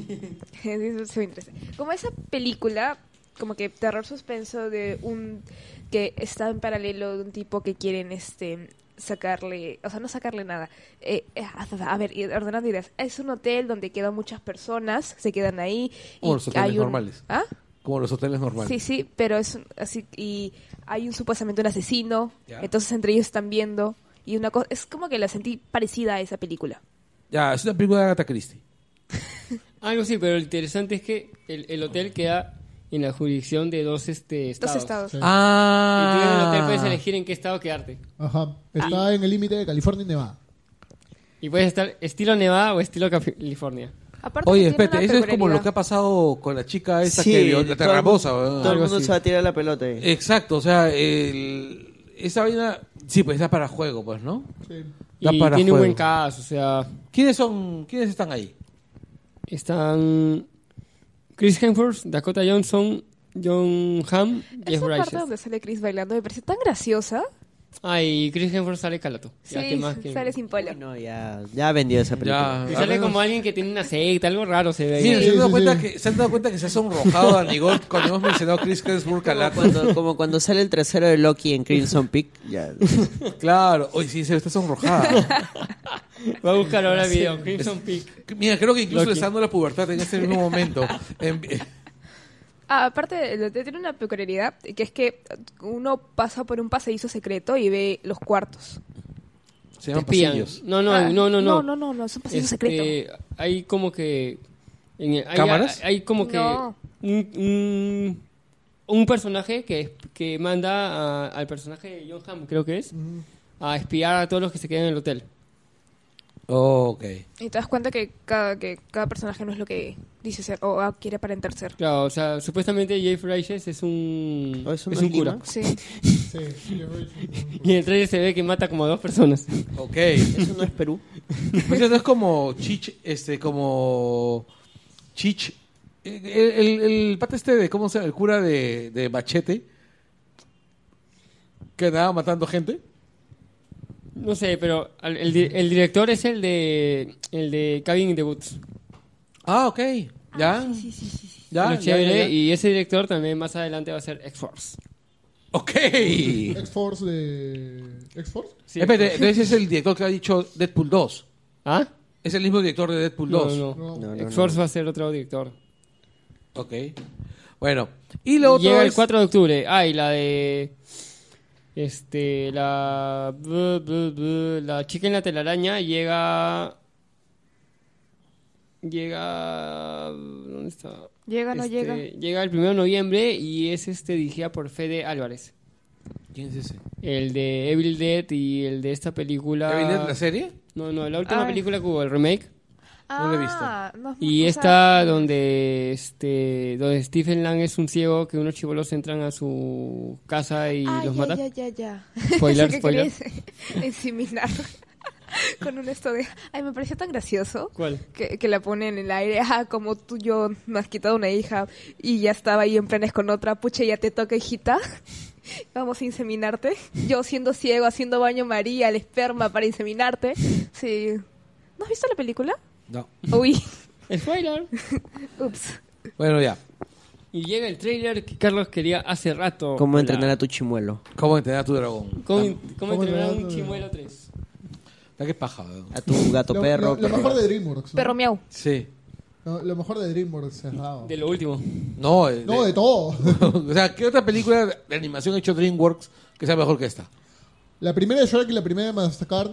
[SPEAKER 3] se ve interesante. Como esa película, como que terror suspenso de un. que está en paralelo de un tipo que quieren este sacarle. O sea, no sacarle nada. Eh, eh, a ver, y ordenando ideas. Es un hotel donde quedan muchas personas, se quedan ahí.
[SPEAKER 1] Como los hoteles
[SPEAKER 3] hay
[SPEAKER 1] normales.
[SPEAKER 3] ¿Ah?
[SPEAKER 1] Como los hoteles normales.
[SPEAKER 3] Sí, sí, pero es un- así. Y hay un supuestamente un asesino.
[SPEAKER 1] Ya.
[SPEAKER 3] Entonces entre ellos están viendo. Y una cosa. Es como que la sentí parecida a esa película.
[SPEAKER 1] Ya, es una película de Agatha Christie.
[SPEAKER 2] Algo sí, pero lo interesante es que el, el hotel queda en la jurisdicción de dos este, estados.
[SPEAKER 3] Dos
[SPEAKER 2] Y
[SPEAKER 3] estados.
[SPEAKER 2] tú en el
[SPEAKER 1] Ah.
[SPEAKER 2] hotel puedes elegir en qué estado quedarte.
[SPEAKER 4] Ajá. Está en el límite de California y Nevada.
[SPEAKER 2] Y puedes estar estilo Nevada o estilo Caf- California.
[SPEAKER 3] Aparte
[SPEAKER 1] Oye,
[SPEAKER 3] que tiene
[SPEAKER 1] espérate,
[SPEAKER 3] una
[SPEAKER 1] eso es como lo
[SPEAKER 3] peculiaridad.
[SPEAKER 1] que ha pasado con la chica esa
[SPEAKER 5] Sí,
[SPEAKER 1] que vio la
[SPEAKER 5] todo el mundo-
[SPEAKER 1] terramosa. ¿verdad?
[SPEAKER 5] Todo el
[SPEAKER 2] Algo
[SPEAKER 5] mundo
[SPEAKER 2] así.
[SPEAKER 5] se va a tirar la pelota ahí.
[SPEAKER 1] Exacto, o sea, el- esa vaina. Sí, pues está para juego, pues, ¿no?
[SPEAKER 4] Sí.
[SPEAKER 1] Da
[SPEAKER 2] y
[SPEAKER 1] para
[SPEAKER 2] tiene un
[SPEAKER 1] juego.
[SPEAKER 2] buen caso, o sea,
[SPEAKER 1] ¿Quiénes son? ¿Quiénes están ahí?
[SPEAKER 2] están Chris Hemsworth, Dakota Johnson, John Hamm, Jeff
[SPEAKER 3] Esa parte
[SPEAKER 2] Bridges.
[SPEAKER 3] donde sale Chris bailando me parece tan graciosa.
[SPEAKER 2] Ah, y Chris Hemsworth sale calato. Ya, ¿qué
[SPEAKER 3] Sí,
[SPEAKER 2] más que-
[SPEAKER 3] sale sin polo.
[SPEAKER 5] Uy, no, ya, ya vendió esa película.
[SPEAKER 2] Y sale como alguien que tiene una secta, algo raro se ve. ahí.
[SPEAKER 1] Miren,
[SPEAKER 4] Sí,
[SPEAKER 1] se, han
[SPEAKER 4] sí,
[SPEAKER 1] dado
[SPEAKER 4] sí.
[SPEAKER 1] cuenta que, se han dado cuenta que se ha sonrojado a Nigot cuando hemos mencionado a Chris Hemsworth
[SPEAKER 5] Como
[SPEAKER 1] Calato.
[SPEAKER 5] cuando, como cuando sale el trasero de Loki en Crimson Peak. Ya.
[SPEAKER 1] Claro, hoy sí, se está sonrojada.
[SPEAKER 2] Va a buscar ahora el video, Crimson Peak.
[SPEAKER 1] Mira, creo que incluso
[SPEAKER 2] Loki.
[SPEAKER 1] le está dando la pubertad en este mismo momento. em, eh, En-
[SPEAKER 3] Ah, aparte, el hotel tiene una peculiaridad que es que uno pasa por un pasadizo secreto y ve los cuartos.
[SPEAKER 2] Te
[SPEAKER 1] se llaman
[SPEAKER 2] espían.
[SPEAKER 1] pasillos.
[SPEAKER 2] No, no,
[SPEAKER 3] Ah,
[SPEAKER 2] no, no, no.
[SPEAKER 3] No, no, no, no, es un pasillo
[SPEAKER 2] Este,
[SPEAKER 3] secreto.
[SPEAKER 2] Hay como que. en el- hay,
[SPEAKER 1] ¿Cámaras?
[SPEAKER 2] Hay, hay como que.
[SPEAKER 3] No.
[SPEAKER 2] Un, un, un personaje que, que manda a- al personaje de John Hamm, creo que es,
[SPEAKER 3] Mm.
[SPEAKER 2] a espiar a todos los que se quedan en el hotel.
[SPEAKER 1] ok.
[SPEAKER 3] Y te das cuenta que cada, que cada personaje no es lo que dice ser o ah, quiere aparentar ser.
[SPEAKER 2] Claro, o sea, supuestamente Jeff Bridges es un.
[SPEAKER 1] Oh,
[SPEAKER 5] ¿O es un
[SPEAKER 2] cura.
[SPEAKER 5] maquinón?
[SPEAKER 3] Sí.
[SPEAKER 4] Sí. yo creo que sí.
[SPEAKER 2] Y en el trailer se ve que mata como a dos personas.
[SPEAKER 1] Ok.
[SPEAKER 5] Eso no es Perú.
[SPEAKER 1] Pues eso es como Chich, este, como. Chich. El, el, el pata este de, ¿cómo se llama? El cura de, de Machete. Que andaba matando gente.
[SPEAKER 2] No sé, pero al- el, di- el director es el de. El de Cabin in the Woods.
[SPEAKER 1] Ah, ok. Ya. Ya,
[SPEAKER 2] Lo
[SPEAKER 1] ya,
[SPEAKER 2] chévere,
[SPEAKER 1] ya, ya.
[SPEAKER 2] ¿eh? Y ese director también más adelante va a ser X-Force.
[SPEAKER 1] Ok.
[SPEAKER 4] X-Force de. ¿X-Force?
[SPEAKER 2] Sí.
[SPEAKER 1] Espérate, entonces es el director que ha dicho Deadpool 2.
[SPEAKER 2] ¿Ah?
[SPEAKER 1] Es el mismo director de Deadpool
[SPEAKER 2] No,
[SPEAKER 1] 2.
[SPEAKER 2] no.
[SPEAKER 4] No.
[SPEAKER 5] No, no, no.
[SPEAKER 2] X-Force va a ser otro director.
[SPEAKER 1] Ok. Bueno, y lo otro
[SPEAKER 2] Llega el
[SPEAKER 1] es-
[SPEAKER 2] 4 de octubre. Ah, y la de. Este. La. bu- bu- bu- la chica en la telaraña llega. Llega. ¿Dónde está?
[SPEAKER 3] Llega, no
[SPEAKER 2] Este,
[SPEAKER 3] llega.
[SPEAKER 2] Llega el 1 de noviembre y es este dirigida por Fede Álvarez.
[SPEAKER 1] ¿Quién es ese?
[SPEAKER 2] El de Evil Dead y el de esta película.
[SPEAKER 1] ¿Evil Dead, la serie?
[SPEAKER 2] No, no, la última
[SPEAKER 3] Ay.
[SPEAKER 2] película que hubo, el remake.
[SPEAKER 3] Ah,
[SPEAKER 1] lo he visto.
[SPEAKER 3] no,
[SPEAKER 2] Y
[SPEAKER 3] o sea,
[SPEAKER 2] esta donde este donde Stephen Lang es un ciego que unos chivolos entran a su casa y
[SPEAKER 3] ah,
[SPEAKER 2] los
[SPEAKER 3] ya,
[SPEAKER 2] mata.
[SPEAKER 3] Ya, ya, ya.
[SPEAKER 2] Spoiler,
[SPEAKER 3] Pensé que
[SPEAKER 2] spoiler.
[SPEAKER 3] querías Inseminar con un esto de. Ay, me pareció tan gracioso.
[SPEAKER 2] ¿Cuál?
[SPEAKER 3] Que, que la pone en el aire, ah, como tú yo me has quitado una hija y ya estaba ahí en planes con otra, pucha, ya te toca, hijita. Vamos a inseminarte. Yo siendo ciego, haciendo baño María, el esperma para inseminarte. Sí. ¿No has visto la película?
[SPEAKER 1] No.
[SPEAKER 3] Uy,
[SPEAKER 2] Spoiler.
[SPEAKER 3] ups.
[SPEAKER 1] Bueno, ya.
[SPEAKER 2] Y llega el trailer que Carlos quería hace rato.
[SPEAKER 5] ¿Cómo
[SPEAKER 2] Hola.
[SPEAKER 5] entrenar a tu chimuelo?
[SPEAKER 1] ¿Cómo entrenar a tu dragón?
[SPEAKER 2] ¿Cómo, cómo entrenar a
[SPEAKER 4] entrenar
[SPEAKER 2] un
[SPEAKER 4] a-
[SPEAKER 2] chimuelo 3?
[SPEAKER 1] Ah, qué paja, weón.
[SPEAKER 5] A tu gato
[SPEAKER 4] Lo,
[SPEAKER 5] perro.
[SPEAKER 4] lo- lo
[SPEAKER 5] perro.
[SPEAKER 4] mejor de DreamWorks. ¿no?
[SPEAKER 3] Perro miau.
[SPEAKER 1] Sí.
[SPEAKER 4] Lo, lo mejor de DreamWorks se ha dado.
[SPEAKER 2] De lo último.
[SPEAKER 1] No, eh,
[SPEAKER 4] No, de todo.
[SPEAKER 1] o sea, ¿qué otra película de animación ha hecho DreamWorks que sea mejor que esta?
[SPEAKER 4] La primera de Shrek y la primera de Mastercard.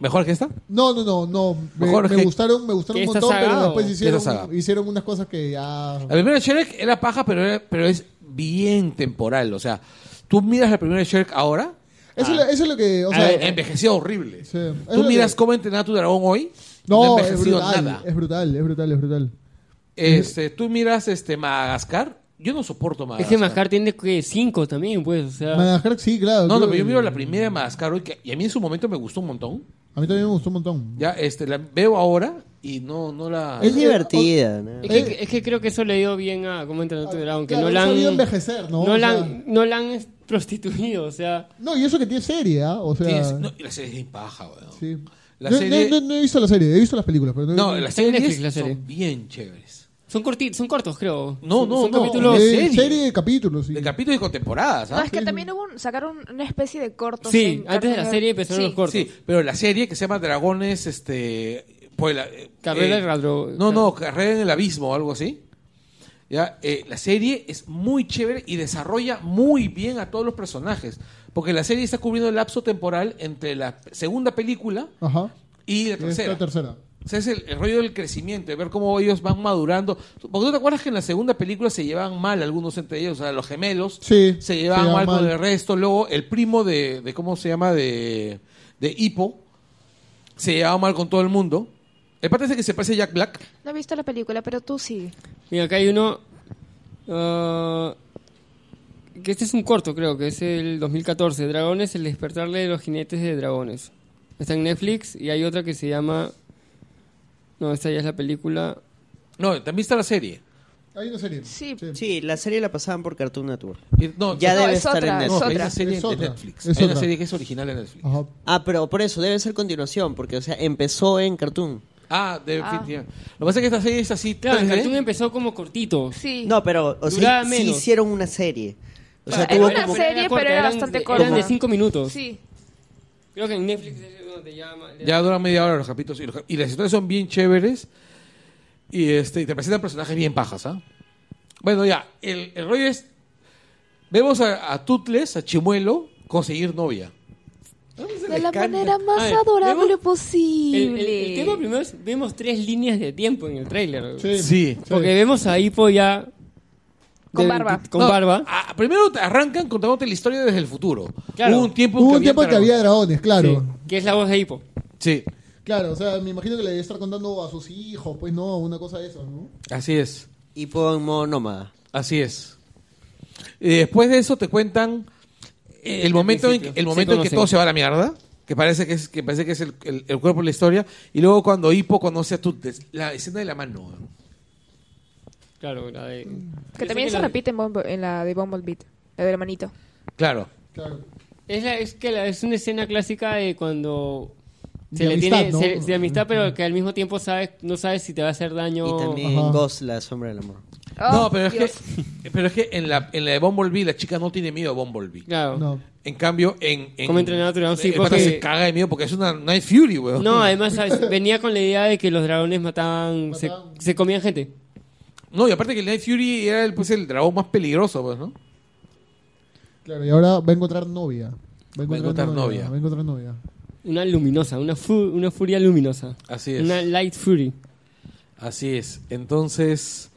[SPEAKER 1] ¿Mejor que esta?
[SPEAKER 4] No, no, no, no. Me,
[SPEAKER 1] Mejor
[SPEAKER 4] me
[SPEAKER 1] que-
[SPEAKER 4] gustaron, me gustaron
[SPEAKER 2] que
[SPEAKER 4] un
[SPEAKER 2] esta
[SPEAKER 4] montón, pero
[SPEAKER 2] saga o-
[SPEAKER 4] después
[SPEAKER 2] que
[SPEAKER 4] hicieron,
[SPEAKER 1] esta saga.
[SPEAKER 4] hicieron unas cosas que ya.
[SPEAKER 1] La primera de Shrek era paja, pero, era- pero es bien temporal. O sea, tú miras la primera de Shrek ahora,
[SPEAKER 4] Eso, es lo, eso es lo que. O sea,
[SPEAKER 1] eh, envejeció horrible.
[SPEAKER 4] Sí. Es
[SPEAKER 1] Tú
[SPEAKER 4] lo
[SPEAKER 1] miras
[SPEAKER 4] que-
[SPEAKER 1] cómo entrenar a tu dragón hoy, no,
[SPEAKER 4] no,
[SPEAKER 1] ha
[SPEAKER 4] es
[SPEAKER 1] envejecido
[SPEAKER 4] brutal,
[SPEAKER 1] nada.
[SPEAKER 4] es brutal, es brutal, es brutal.
[SPEAKER 1] Este, tú miras este Madagascar, yo no soporto
[SPEAKER 2] Es
[SPEAKER 1] Madagascar.
[SPEAKER 2] que Mascar tiene que 5 también, pues. O
[SPEAKER 1] Ah.
[SPEAKER 2] sea,
[SPEAKER 4] Madagascar, sí, claro.
[SPEAKER 1] No,
[SPEAKER 4] creo
[SPEAKER 1] no, pero yo
[SPEAKER 4] que-
[SPEAKER 1] miro la primera de Madagascar hoy, que, y a mí en su momento me gustó un montón.
[SPEAKER 4] A mí también me gustó un montón.
[SPEAKER 1] Ya, este, la veo ahora y no, no la...
[SPEAKER 5] Es divertida, ¿no?
[SPEAKER 2] es, que, es que creo que eso le dio bien a cómo entrenar a tu dragón. Que
[SPEAKER 4] eh, Ah, Claro,
[SPEAKER 2] no la
[SPEAKER 4] ha sabido
[SPEAKER 2] han.
[SPEAKER 4] envejecer, ¿no?
[SPEAKER 2] no
[SPEAKER 4] O
[SPEAKER 2] la
[SPEAKER 4] sea,
[SPEAKER 2] han- no la han prostituido, o sea.
[SPEAKER 4] no, y eso que tiene serie, ¿ah? O sea.
[SPEAKER 1] Tienes- no, y la serie es bien paja, weón.
[SPEAKER 4] sí.
[SPEAKER 1] La
[SPEAKER 4] no,
[SPEAKER 1] serie-
[SPEAKER 4] no, no, no he visto la serie, he visto las películas, pero no.
[SPEAKER 1] No, las
[SPEAKER 2] Está en
[SPEAKER 1] series
[SPEAKER 2] Netflix la serie.
[SPEAKER 1] son bien chéveres.
[SPEAKER 2] Son, corti- son cortos, creo.
[SPEAKER 1] No,
[SPEAKER 2] Son-
[SPEAKER 1] no,
[SPEAKER 2] son
[SPEAKER 1] no.
[SPEAKER 2] capítulos-
[SPEAKER 1] Eh,
[SPEAKER 4] serie.
[SPEAKER 1] serie.
[SPEAKER 4] serie de capítulos, sí.
[SPEAKER 1] De capítulos y con temporadas,
[SPEAKER 3] No,
[SPEAKER 1] ¿ah?
[SPEAKER 3] es que también hubo un- sacaron una especie de corto.
[SPEAKER 2] Sí, antes de la serie empezaron los cortos.
[SPEAKER 1] Sí, pero la serie que se llama Dragones, este... pues, la- eh,
[SPEAKER 2] Carrera
[SPEAKER 1] eh,
[SPEAKER 2] en el Radro-
[SPEAKER 1] No, no, Carrera en el Abismo o algo así. Ya, eh, la serie es muy chévere y desarrolla muy bien a todos los personajes. Porque la serie está cubriendo el lapso temporal entre la segunda película
[SPEAKER 4] Ajá.
[SPEAKER 1] y la
[SPEAKER 4] Y esta
[SPEAKER 1] tercera.
[SPEAKER 4] tercera.
[SPEAKER 1] O sea, es el, el rollo del crecimiento, de ver cómo ellos van madurando. Porque tú te acuerdas que en la segunda película se llevaban mal algunos entre ellos, o sea, los gemelos
[SPEAKER 4] Sí, se
[SPEAKER 1] se llevaban
[SPEAKER 4] llevaban
[SPEAKER 1] mal con
[SPEAKER 4] mal.
[SPEAKER 1] el resto. Luego el primo de, de ¿cómo se llama? De, de Hippo se llevaba mal con todo el mundo. El pata ese que se parece a Jack Black.
[SPEAKER 3] No he visto la película, pero tú sí.
[SPEAKER 2] Mira, acá hay uno. ah, que este es un corto, creo, que es el 2014. Dragones, el despertarle de los jinetes de dragones. Está en Netflix y hay otra que se llama. No, esta ya es la película.
[SPEAKER 1] No, también está la serie.
[SPEAKER 4] Hay una serie.
[SPEAKER 3] Sí.
[SPEAKER 5] Sí, la serie la pasaban por Cartoon Network.
[SPEAKER 1] Y- No,
[SPEAKER 5] Ya
[SPEAKER 1] no,
[SPEAKER 5] debe
[SPEAKER 3] es
[SPEAKER 5] estar
[SPEAKER 3] otra,
[SPEAKER 5] en
[SPEAKER 3] es
[SPEAKER 5] Netflix.
[SPEAKER 1] no, hay
[SPEAKER 3] otra.
[SPEAKER 1] una serie
[SPEAKER 4] Es
[SPEAKER 1] de
[SPEAKER 4] otra.
[SPEAKER 1] Netflix.
[SPEAKER 4] Es
[SPEAKER 1] Hay una
[SPEAKER 4] otra.
[SPEAKER 1] serie que es original de Netflix.
[SPEAKER 4] Ajá.
[SPEAKER 5] Ah, pero por eso, debe ser continuación, porque, o sea, empezó en Cartoon.
[SPEAKER 1] Ah, de definitivamente. Lo que pasa es que esta serie es así. ¿eh?
[SPEAKER 2] Claro, el
[SPEAKER 1] 3D.
[SPEAKER 2] cartoon empezó como cortito.
[SPEAKER 3] Sí.
[SPEAKER 5] No, pero, o sea,
[SPEAKER 2] Duraba
[SPEAKER 5] sí
[SPEAKER 2] menos.
[SPEAKER 5] hicieron una serie. O sea,
[SPEAKER 3] Claro,
[SPEAKER 5] tuvo
[SPEAKER 3] era una
[SPEAKER 5] como...
[SPEAKER 3] serie, pero era bastante corta.
[SPEAKER 2] Eran de 5 minutos.
[SPEAKER 3] Sí.
[SPEAKER 2] Creo que en Netflix es donde llama.
[SPEAKER 1] Ya dura media hora los capítulos. Y, los cap- y las historias son bien chéveres. Y, este, y te presentan personajes bien pajas, ¿ah? Bueno, ya. El, el rollo es... Vemos a, a Tutles, a Chimuelo, conseguir novia.
[SPEAKER 3] De la manera
[SPEAKER 2] A
[SPEAKER 3] más
[SPEAKER 2] ver,
[SPEAKER 3] adorable
[SPEAKER 2] vemos-
[SPEAKER 3] posible.
[SPEAKER 2] El, el- el tema primero es, vemos tres líneas de tiempo en el tráiler.
[SPEAKER 4] Sí.
[SPEAKER 1] Sí.
[SPEAKER 2] Porque vemos a Hippo ya...
[SPEAKER 3] Con
[SPEAKER 2] de
[SPEAKER 3] barba.
[SPEAKER 2] 20 Con
[SPEAKER 1] No, Ah,
[SPEAKER 2] barba.
[SPEAKER 1] a- primero te arrancan contándote la historia desde el futuro.
[SPEAKER 2] Claro.
[SPEAKER 1] Hubo un tiempo en
[SPEAKER 4] Hubo un tiempo en que
[SPEAKER 1] dragones.
[SPEAKER 4] había dragones, claro.
[SPEAKER 2] Sí, que es la voz de Hippo.
[SPEAKER 1] Sí,
[SPEAKER 4] Claro, o sea, me imagino que le debe estar contando a sus hijos, pues no, una cosa de eso, ¿no?
[SPEAKER 1] así es.
[SPEAKER 5] Y fue en modo nómada.
[SPEAKER 1] Así es. Y después de eso te cuentan el momento en, que-
[SPEAKER 2] principio.
[SPEAKER 1] el
[SPEAKER 2] Se
[SPEAKER 1] momento en que
[SPEAKER 2] conocen.
[SPEAKER 1] todo se va a la mierda, que parece que es, que parece que es el, el- el cuerpo de la historia, y luego cuando Hippo conoce a Tutes, la escena de la mano. ¿no?
[SPEAKER 2] Claro, la de...
[SPEAKER 3] que
[SPEAKER 2] Yo
[SPEAKER 3] también
[SPEAKER 2] sé
[SPEAKER 3] se
[SPEAKER 2] la-
[SPEAKER 3] repite en, Bumble- en la de Bumblebee. La del hermanito.
[SPEAKER 1] Claro.
[SPEAKER 4] Claro.
[SPEAKER 2] Es, la- es que la- es una escena clásica de cuando... Se
[SPEAKER 4] De
[SPEAKER 2] le
[SPEAKER 4] amistad,
[SPEAKER 2] tiene
[SPEAKER 4] ¿no?
[SPEAKER 2] se- de amistad, pero que al mismo tiempo sabes, no sabes si te va a hacer daño.
[SPEAKER 5] Y también
[SPEAKER 4] Ajá.
[SPEAKER 5] en Ghost, la sombra del amor.
[SPEAKER 1] no,
[SPEAKER 3] Oh,
[SPEAKER 1] pero es,
[SPEAKER 3] Dios.
[SPEAKER 1] que, pero es que en la, en la de Bumblebee la chica no tiene miedo a Bumblebee.
[SPEAKER 2] Claro.
[SPEAKER 4] No.
[SPEAKER 1] En cambio, en. en
[SPEAKER 2] Como entrenador,
[SPEAKER 1] el
[SPEAKER 2] sí,
[SPEAKER 1] pata
[SPEAKER 2] coge-
[SPEAKER 1] se caga de miedo porque es una Night Fury, weón.
[SPEAKER 2] No, eh. además ¿sabes? venía con la idea de que los dragones mataban, se,
[SPEAKER 4] Mataban.
[SPEAKER 2] se comían gente.
[SPEAKER 1] No, y aparte que el Night Fury era el, pues, el dragón más peligroso, pues, ¿no?
[SPEAKER 4] Claro, y ahora va a encontrar novia. Va a encontrar,
[SPEAKER 1] encontrar novia.
[SPEAKER 4] Va a encontrar novia.
[SPEAKER 2] Una luminosa, una, fu- una furia luminosa.
[SPEAKER 1] Así es.
[SPEAKER 2] Una light fury.
[SPEAKER 1] Así es. Entonces.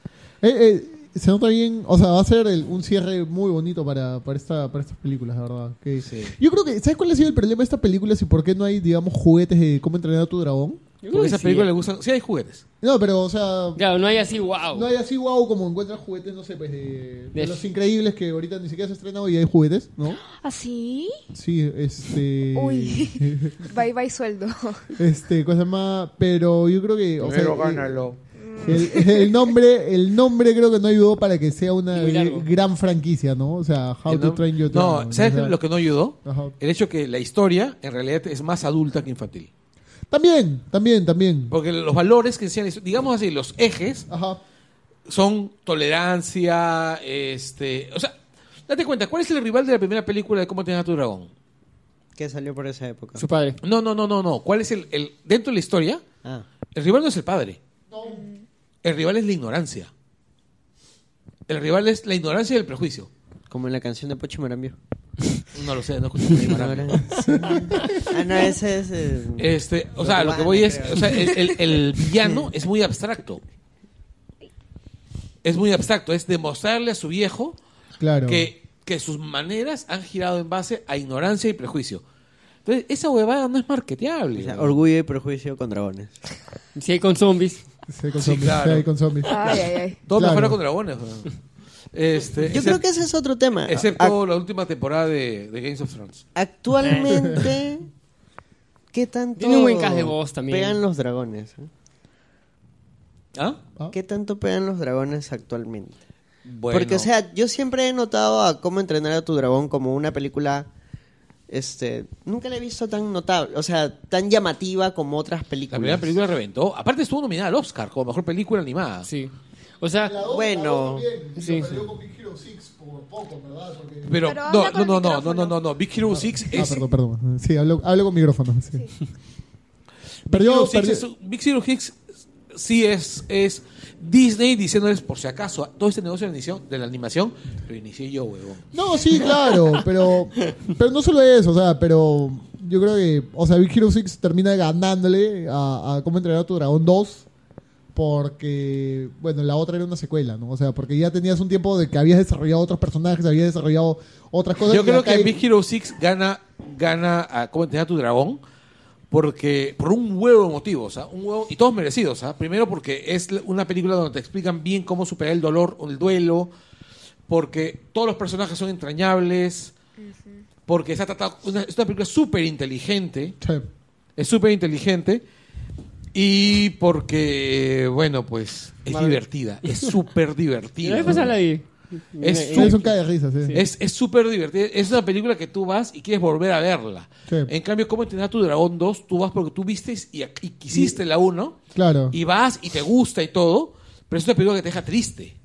[SPEAKER 4] Eh, eh, se nota bien, o sea, va a ser el- un cierre muy bonito para, para, esta, para estas películas, la verdad. Que,
[SPEAKER 1] Sí.
[SPEAKER 4] Yo creo que, ¿sabes cuál ha sido el problema de estas películas y por qué no hay, digamos, juguetes de cómo entrenar a tu dragón?
[SPEAKER 2] Yo creo
[SPEAKER 1] Porque
[SPEAKER 2] que
[SPEAKER 1] esas
[SPEAKER 2] sí,
[SPEAKER 1] películas
[SPEAKER 2] eh.
[SPEAKER 1] le gustan. Sí, hay juguetes.
[SPEAKER 4] No, pero, o sea,
[SPEAKER 2] Claro, no hay así, wow.
[SPEAKER 4] no hay así wow como encuentras juguetes, no sé, pues de, de
[SPEAKER 2] De-
[SPEAKER 4] los increíbles que ahorita ni siquiera se ha estrenado y hay juguetes, ¿no?
[SPEAKER 3] ¿Así?
[SPEAKER 4] Sí, este.
[SPEAKER 3] ¿Ah, Uy. bye bye sueldo.
[SPEAKER 4] Este, cosa más. Pero yo creo que. o sea, eh, El, el nombre, el nombre creo que no ayudó para que sea una
[SPEAKER 2] Muy largo.
[SPEAKER 4] gran franquicia, ¿no? O sea, How
[SPEAKER 1] Que
[SPEAKER 4] to
[SPEAKER 1] no-
[SPEAKER 4] Train Your Dragon.
[SPEAKER 1] No, ¿sabes
[SPEAKER 4] o sea,
[SPEAKER 1] lo que no ayudó?
[SPEAKER 4] ajá.
[SPEAKER 1] El hecho que la historia en realidad es más adulta que infantil.
[SPEAKER 4] También, también, también.
[SPEAKER 1] Porque los valores que decían, digamos así, los ejes
[SPEAKER 4] Ajá.
[SPEAKER 1] son tolerancia, este... O sea, date cuenta, ¿cuál es el rival de la primera película de Cómo tener a tu dragón?
[SPEAKER 5] ¿Qué salió por esa época?
[SPEAKER 2] Su padre.
[SPEAKER 1] No, no, no, no, no. ¿Cuál es el, el- Dentro de la historia,
[SPEAKER 5] Ah.
[SPEAKER 1] el rival no es el padre. El rival es la ignorancia. El rival es la ignorancia y el prejuicio.
[SPEAKER 5] Como en la canción de Pocho Marambio.
[SPEAKER 1] No lo sé, no escuché.
[SPEAKER 5] ah, no, ese es. eh,
[SPEAKER 1] Este, o sea, lo que voy es, o sea, el, el- el villano es muy abstracto. Es muy abstracto, es demostrarle a su viejo
[SPEAKER 4] Claro.
[SPEAKER 1] que, que sus maneras han girado en base a ignorancia y prejuicio. Entonces, esa huevada no es marketeable.
[SPEAKER 5] o sea, orgullo y prejuicio con dragones.
[SPEAKER 2] Si hay con zombies.
[SPEAKER 4] Sí, con
[SPEAKER 1] Sí,
[SPEAKER 4] zombies.
[SPEAKER 1] claro. Ah,
[SPEAKER 4] sí, con zombies.
[SPEAKER 3] Ay, ay, ay.
[SPEAKER 1] Todo
[SPEAKER 4] Claro.
[SPEAKER 1] mejora con dragones. ¿no? Este,
[SPEAKER 5] Yo creo que ese es otro tema.
[SPEAKER 1] Excepto la última temporada de, de Games of Thrones.
[SPEAKER 5] Ac- actualmente. ¿Qué tanto.
[SPEAKER 2] Tiene un buen cast de voz también.
[SPEAKER 5] Pegan los dragones. eh?
[SPEAKER 1] ¿Ah?
[SPEAKER 4] Ah.
[SPEAKER 5] ¿Qué tanto pegan los dragones actualmente?
[SPEAKER 1] Bueno.
[SPEAKER 5] Porque, o sea, yo siempre he notado a cómo entrenar a tu dragón como una película. Este, nunca la he visto tan notable, o sea, tan llamativa como otras
[SPEAKER 1] la
[SPEAKER 5] películas.
[SPEAKER 1] primera película reventó. Aparte estuvo nominada al Oscar como mejor película animada.
[SPEAKER 2] Sí. O sea,
[SPEAKER 5] Bueno,
[SPEAKER 2] Sí,
[SPEAKER 4] Se
[SPEAKER 2] sí.
[SPEAKER 4] perdió con Big Hero 6 por poco, ¿verdad? Porque-
[SPEAKER 1] Pero,
[SPEAKER 3] Pero
[SPEAKER 1] no,
[SPEAKER 3] habla
[SPEAKER 1] no,
[SPEAKER 3] con
[SPEAKER 1] no,
[SPEAKER 3] el
[SPEAKER 1] no, no,
[SPEAKER 3] micrófono.
[SPEAKER 1] no, no, Big Hero 6
[SPEAKER 4] Ah,
[SPEAKER 1] es
[SPEAKER 4] perdón, perdón. Sí, hablo, hablo con micrófono. Sí. Perdió,
[SPEAKER 1] Big Hero Six
[SPEAKER 4] perdió-
[SPEAKER 1] es un- Big Hero Hicks sí es, es Disney diciéndoles por si acaso todo este negocio de la animación, de la animación lo inicié yo, huevón.
[SPEAKER 4] No, sí, claro, pero, pero no solo eso, o sea, pero yo creo que, o sea, Big Hero 6 termina ganándole a, a Cómo entrenar a tu dragón 2 porque, bueno, la otra era una secuela, ¿no? O sea, porque ya tenías un tiempo de que habías desarrollado otros personajes, habías desarrollado otras cosas.
[SPEAKER 1] Yo
[SPEAKER 4] y
[SPEAKER 1] creo
[SPEAKER 4] acá
[SPEAKER 1] que
[SPEAKER 4] hay-
[SPEAKER 1] Big Hero 6 gana, gana a cómo entrenar a tu dragón porque por un huevo de motivos, ¿ah? un huevo, y todos merecidos. ¿ah? Primero porque es la- una película donde te explican bien cómo superar el dolor o el duelo, porque todos los personajes son entrañables, porque está tratado, una- es una película súper inteligente.
[SPEAKER 4] Che,
[SPEAKER 1] Es súper inteligente. Y porque, bueno, pues es
[SPEAKER 2] Vale.
[SPEAKER 1] divertida. Es súper
[SPEAKER 2] ¿y
[SPEAKER 1] divertida.
[SPEAKER 2] la vez pasada la vi.
[SPEAKER 1] Es
[SPEAKER 2] Eh,
[SPEAKER 4] Nelson cae de risa, sí.
[SPEAKER 1] Es es súper divertida. Es una película que tú vas y quieres volver a verla.
[SPEAKER 4] Sí.
[SPEAKER 1] En cambio, ¿cómo entrenar a tu dragón 2? Tú vas porque tú vistes y, y quisiste la 1.
[SPEAKER 4] Claro.
[SPEAKER 1] Y vas y te gusta y todo. Pero es una película que te deja triste.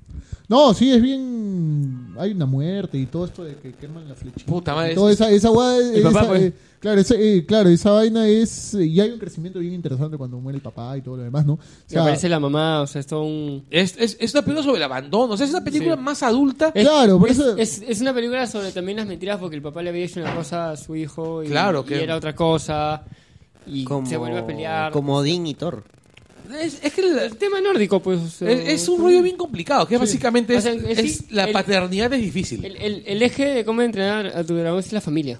[SPEAKER 4] No, sí, es bien... Hay una muerte y todo esto de que queman la flechita.
[SPEAKER 1] Puta madre.
[SPEAKER 4] Toda esa, esa guada-
[SPEAKER 1] Ah, El papá,
[SPEAKER 4] esa,
[SPEAKER 1] pues.
[SPEAKER 4] eh, claro, esa, eh, claro, esa vaina es. eh, y hay un crecimiento bien interesante cuando muere el papá y todo lo demás, ¿no? O
[SPEAKER 2] Y aparece la mamá, o sea, es todo un...
[SPEAKER 1] Es, es- es una película sobre el abandono. O sea, es una película más adulta.
[SPEAKER 2] Es-
[SPEAKER 4] Claro, por
[SPEAKER 2] es,
[SPEAKER 4] eso-
[SPEAKER 2] Es, es una película sobre también las mentiras porque el papá le había hecho una cosa a su hijo y,
[SPEAKER 1] Claro
[SPEAKER 2] y
[SPEAKER 1] que-
[SPEAKER 2] era otra cosa y
[SPEAKER 5] como,
[SPEAKER 2] se vuelve a pelear.
[SPEAKER 5] Como Odín y Thor.
[SPEAKER 1] Es, es que la-
[SPEAKER 2] El tema nórdico, pues... o sea,
[SPEAKER 1] es- es un rollo bien complicado. Que básicamente
[SPEAKER 2] O
[SPEAKER 1] es,
[SPEAKER 2] sea, en
[SPEAKER 1] es-
[SPEAKER 2] sí,
[SPEAKER 1] la
[SPEAKER 2] el-
[SPEAKER 1] paternidad es difícil.
[SPEAKER 2] El, el- el eje de cómo entrenar a tu dragón es la familia.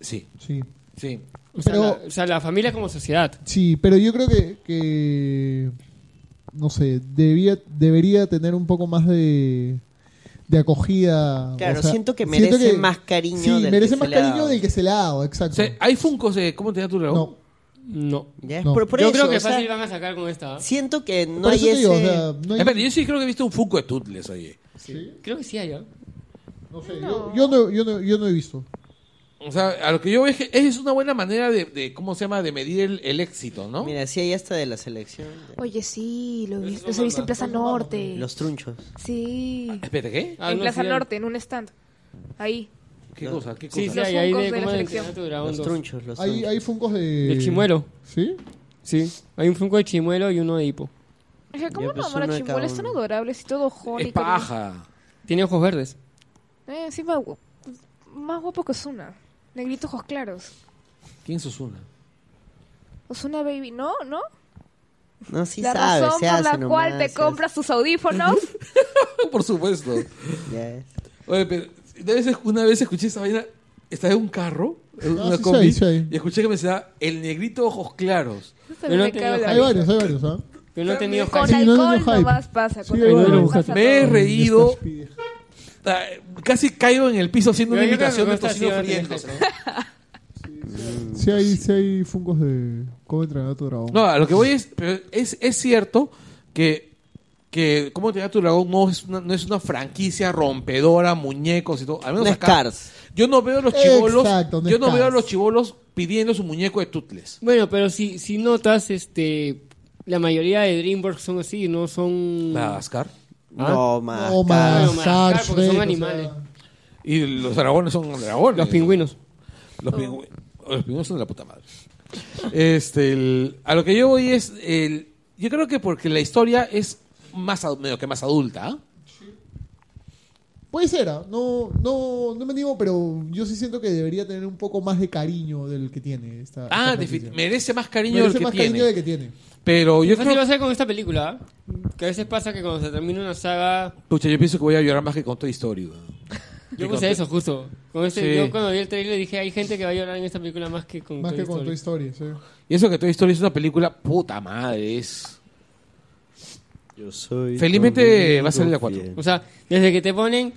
[SPEAKER 1] sí,
[SPEAKER 4] Sí.
[SPEAKER 1] sí.
[SPEAKER 2] O sea,
[SPEAKER 4] Pero-
[SPEAKER 2] la, o sea, la familia como sociedad.
[SPEAKER 4] Sí, pero yo creo que. que, no sé, debía, debería tener un poco más de. de acogida.
[SPEAKER 5] Claro, siento que merece más cariño
[SPEAKER 4] Sí,
[SPEAKER 5] del que
[SPEAKER 4] merece
[SPEAKER 5] se
[SPEAKER 4] más
[SPEAKER 5] le ha
[SPEAKER 4] cariño
[SPEAKER 5] dado.
[SPEAKER 4] del que se le ha dado,
[SPEAKER 1] O
[SPEAKER 4] exacto.
[SPEAKER 1] sea, ¿Hay funcos de cómo tenía tu dragón?
[SPEAKER 4] no.
[SPEAKER 2] No.
[SPEAKER 5] Ya es
[SPEAKER 4] No.
[SPEAKER 5] por, por
[SPEAKER 2] Yo
[SPEAKER 5] eso,
[SPEAKER 2] creo que
[SPEAKER 5] o sea,
[SPEAKER 2] fácil van a sacar con esta. ¿ah?
[SPEAKER 5] Siento que no
[SPEAKER 4] Por
[SPEAKER 5] hay
[SPEAKER 4] eso te
[SPEAKER 5] ese.
[SPEAKER 4] digo, o sea, no hay-
[SPEAKER 1] Espera, yo sí creo que he visto un funco de Tutles, oye.
[SPEAKER 4] Sí,
[SPEAKER 2] Creo que sí hay, ¿ah?
[SPEAKER 4] no sé, yo, yo no, yo, no, yo no he visto.
[SPEAKER 1] O sea, a lo que yo veo es que es una buena manera de, de- ¿cómo se llama?, de medir el, el éxito, ¿no?
[SPEAKER 5] Mira, sí, ahí está de la selección.
[SPEAKER 3] Oye, sí, lo vi,
[SPEAKER 1] Eso
[SPEAKER 3] los he visto en Plaza
[SPEAKER 4] vamos.
[SPEAKER 3] Norte.
[SPEAKER 5] Los trunchos.
[SPEAKER 3] Sí.
[SPEAKER 1] Espérate, ¿qué?
[SPEAKER 2] Ah,
[SPEAKER 3] en
[SPEAKER 2] no,
[SPEAKER 3] Plaza
[SPEAKER 2] sí,
[SPEAKER 3] Norte, en un stand. Ahí.
[SPEAKER 1] ¿Qué cosa? ¿Qué cosa?
[SPEAKER 2] Sí, sí,
[SPEAKER 3] Los
[SPEAKER 2] hay ahí de,
[SPEAKER 3] Funkos de la
[SPEAKER 2] ¿cómo era el
[SPEAKER 3] selección.
[SPEAKER 2] campeonato de Dragon
[SPEAKER 5] Los
[SPEAKER 2] Ball?
[SPEAKER 5] trunchos, los
[SPEAKER 4] Hay,
[SPEAKER 5] trunchos.
[SPEAKER 4] hay funcos de.
[SPEAKER 2] El chimuelo.
[SPEAKER 4] ¿Sí?
[SPEAKER 2] Sí, hay un Funko de Chimuelo y uno de Hipo.
[SPEAKER 3] Dije, ¿cómo
[SPEAKER 5] Ya, pues,
[SPEAKER 3] no amar a
[SPEAKER 5] uno de
[SPEAKER 3] Chimuelo?
[SPEAKER 5] cada
[SPEAKER 3] Están
[SPEAKER 5] uno.
[SPEAKER 3] adorables y todo jónico.
[SPEAKER 1] Es paja.
[SPEAKER 2] Tiene ojos verdes.
[SPEAKER 3] Eh, encima, gu- más guapo que Osuna. Negrito ojos claros.
[SPEAKER 1] ¿Quién es Osuna?
[SPEAKER 3] Osuna Pues Baby, ¿no? ¿No?
[SPEAKER 5] No, sí
[SPEAKER 3] la
[SPEAKER 5] sabe,
[SPEAKER 3] razón
[SPEAKER 5] se
[SPEAKER 3] por
[SPEAKER 5] hace
[SPEAKER 3] la
[SPEAKER 5] nomás,
[SPEAKER 3] cual te
[SPEAKER 5] se
[SPEAKER 3] compras tus audífonos.
[SPEAKER 1] Por supuesto.
[SPEAKER 5] hace. Ya es.
[SPEAKER 1] Oye, pero una vez, una vez escuché esa vaina, estaba en un carro, en
[SPEAKER 4] Ah,
[SPEAKER 1] una
[SPEAKER 4] sí,
[SPEAKER 1] combi,
[SPEAKER 4] sí, sí.
[SPEAKER 1] y escuché que me decía, el negrito ojos claros.
[SPEAKER 3] Eso también
[SPEAKER 2] no
[SPEAKER 3] me
[SPEAKER 2] tenía
[SPEAKER 3] cago en la
[SPEAKER 4] Hay
[SPEAKER 3] risa.
[SPEAKER 4] varios, hay varios, ¿ah?
[SPEAKER 2] Pero no he tenido
[SPEAKER 3] Con
[SPEAKER 4] Sí, no, no,
[SPEAKER 3] alcohol
[SPEAKER 4] no, hype.
[SPEAKER 3] nomás pasa. Con
[SPEAKER 4] Sí, ahí
[SPEAKER 3] alcohol
[SPEAKER 4] lo
[SPEAKER 3] pasa
[SPEAKER 4] buscaste.
[SPEAKER 3] todo.
[SPEAKER 1] Me he reído,
[SPEAKER 4] Estás pide-
[SPEAKER 1] ah, casi caigo en el piso haciendo una
[SPEAKER 2] Yo- yo creo que
[SPEAKER 1] imitación de
[SPEAKER 2] me gusta
[SPEAKER 1] tocino
[SPEAKER 2] así,
[SPEAKER 1] friendo.
[SPEAKER 2] ¿no?
[SPEAKER 4] Sí hay, sí hay fungos de. ¿Cómo entrenar a tu dragón?
[SPEAKER 1] No, a lo que voy es, pero es, es cierto que, que como te tu dragón no es, una, no es una franquicia rompedora, muñecos y todo. Al menos
[SPEAKER 5] No es
[SPEAKER 1] acá, Ah.
[SPEAKER 5] Cars.
[SPEAKER 1] Yo no veo a los
[SPEAKER 4] Exacto,
[SPEAKER 1] chivolos,
[SPEAKER 4] no
[SPEAKER 1] yo
[SPEAKER 4] es
[SPEAKER 1] no veo a
[SPEAKER 4] Cars.
[SPEAKER 1] los chivolos pidiendo su muñeco de tutles.
[SPEAKER 2] Bueno, pero si, si notas, este, la mayoría de DreamWorks son así, no son...
[SPEAKER 5] Mm.
[SPEAKER 1] Madagascar.
[SPEAKER 4] Oh,
[SPEAKER 5] No, más.
[SPEAKER 4] No,
[SPEAKER 5] Cars.
[SPEAKER 4] más.
[SPEAKER 2] Bueno,
[SPEAKER 4] Shark,
[SPEAKER 2] Madagascar, porque son
[SPEAKER 4] Shrek, o sea,
[SPEAKER 2] animales.
[SPEAKER 1] Y los dragones son dragones.
[SPEAKER 2] Los pingüinos.
[SPEAKER 1] Los, pingü- los pingüinos son de la puta madre. Este, el- a lo que yo voy es, el, yo creo que porque la historia es más adu- medio que más adulta. ¿ah?
[SPEAKER 4] Puede ser, ¿ah? no, no, no me animo, pero yo sí siento que debería tener un poco más de cariño del que tiene esta. esta
[SPEAKER 1] Ah, defi-
[SPEAKER 4] franquicia.
[SPEAKER 1] merece más cariño
[SPEAKER 4] Merece
[SPEAKER 1] del que
[SPEAKER 4] más
[SPEAKER 1] tiene.
[SPEAKER 4] cariño del que tiene.
[SPEAKER 1] Pero yo
[SPEAKER 2] Yo creo que va
[SPEAKER 1] creo.
[SPEAKER 2] a ser con esta película, ¿ah? que a veces pasa que cuando se termina una saga...
[SPEAKER 1] Pucha, yo pienso que voy a llorar más que con Toy Story. weón.
[SPEAKER 2] Yo
[SPEAKER 1] Que
[SPEAKER 2] puse
[SPEAKER 1] con-
[SPEAKER 2] eso, justo. Con este,
[SPEAKER 1] Sí.
[SPEAKER 2] Yo cuando vi el trailer dije, hay gente que va a llorar en esta película más que con
[SPEAKER 4] Más
[SPEAKER 2] Toy
[SPEAKER 4] que con tu
[SPEAKER 2] Story".
[SPEAKER 4] historia, sí.
[SPEAKER 1] Y eso que Toy Story es una película puta madre. es-
[SPEAKER 5] Yo soy
[SPEAKER 1] Felizmente
[SPEAKER 5] tu
[SPEAKER 1] va a salir la
[SPEAKER 5] amigo
[SPEAKER 1] 4.
[SPEAKER 5] fiel.
[SPEAKER 2] O sea, desde que te ponen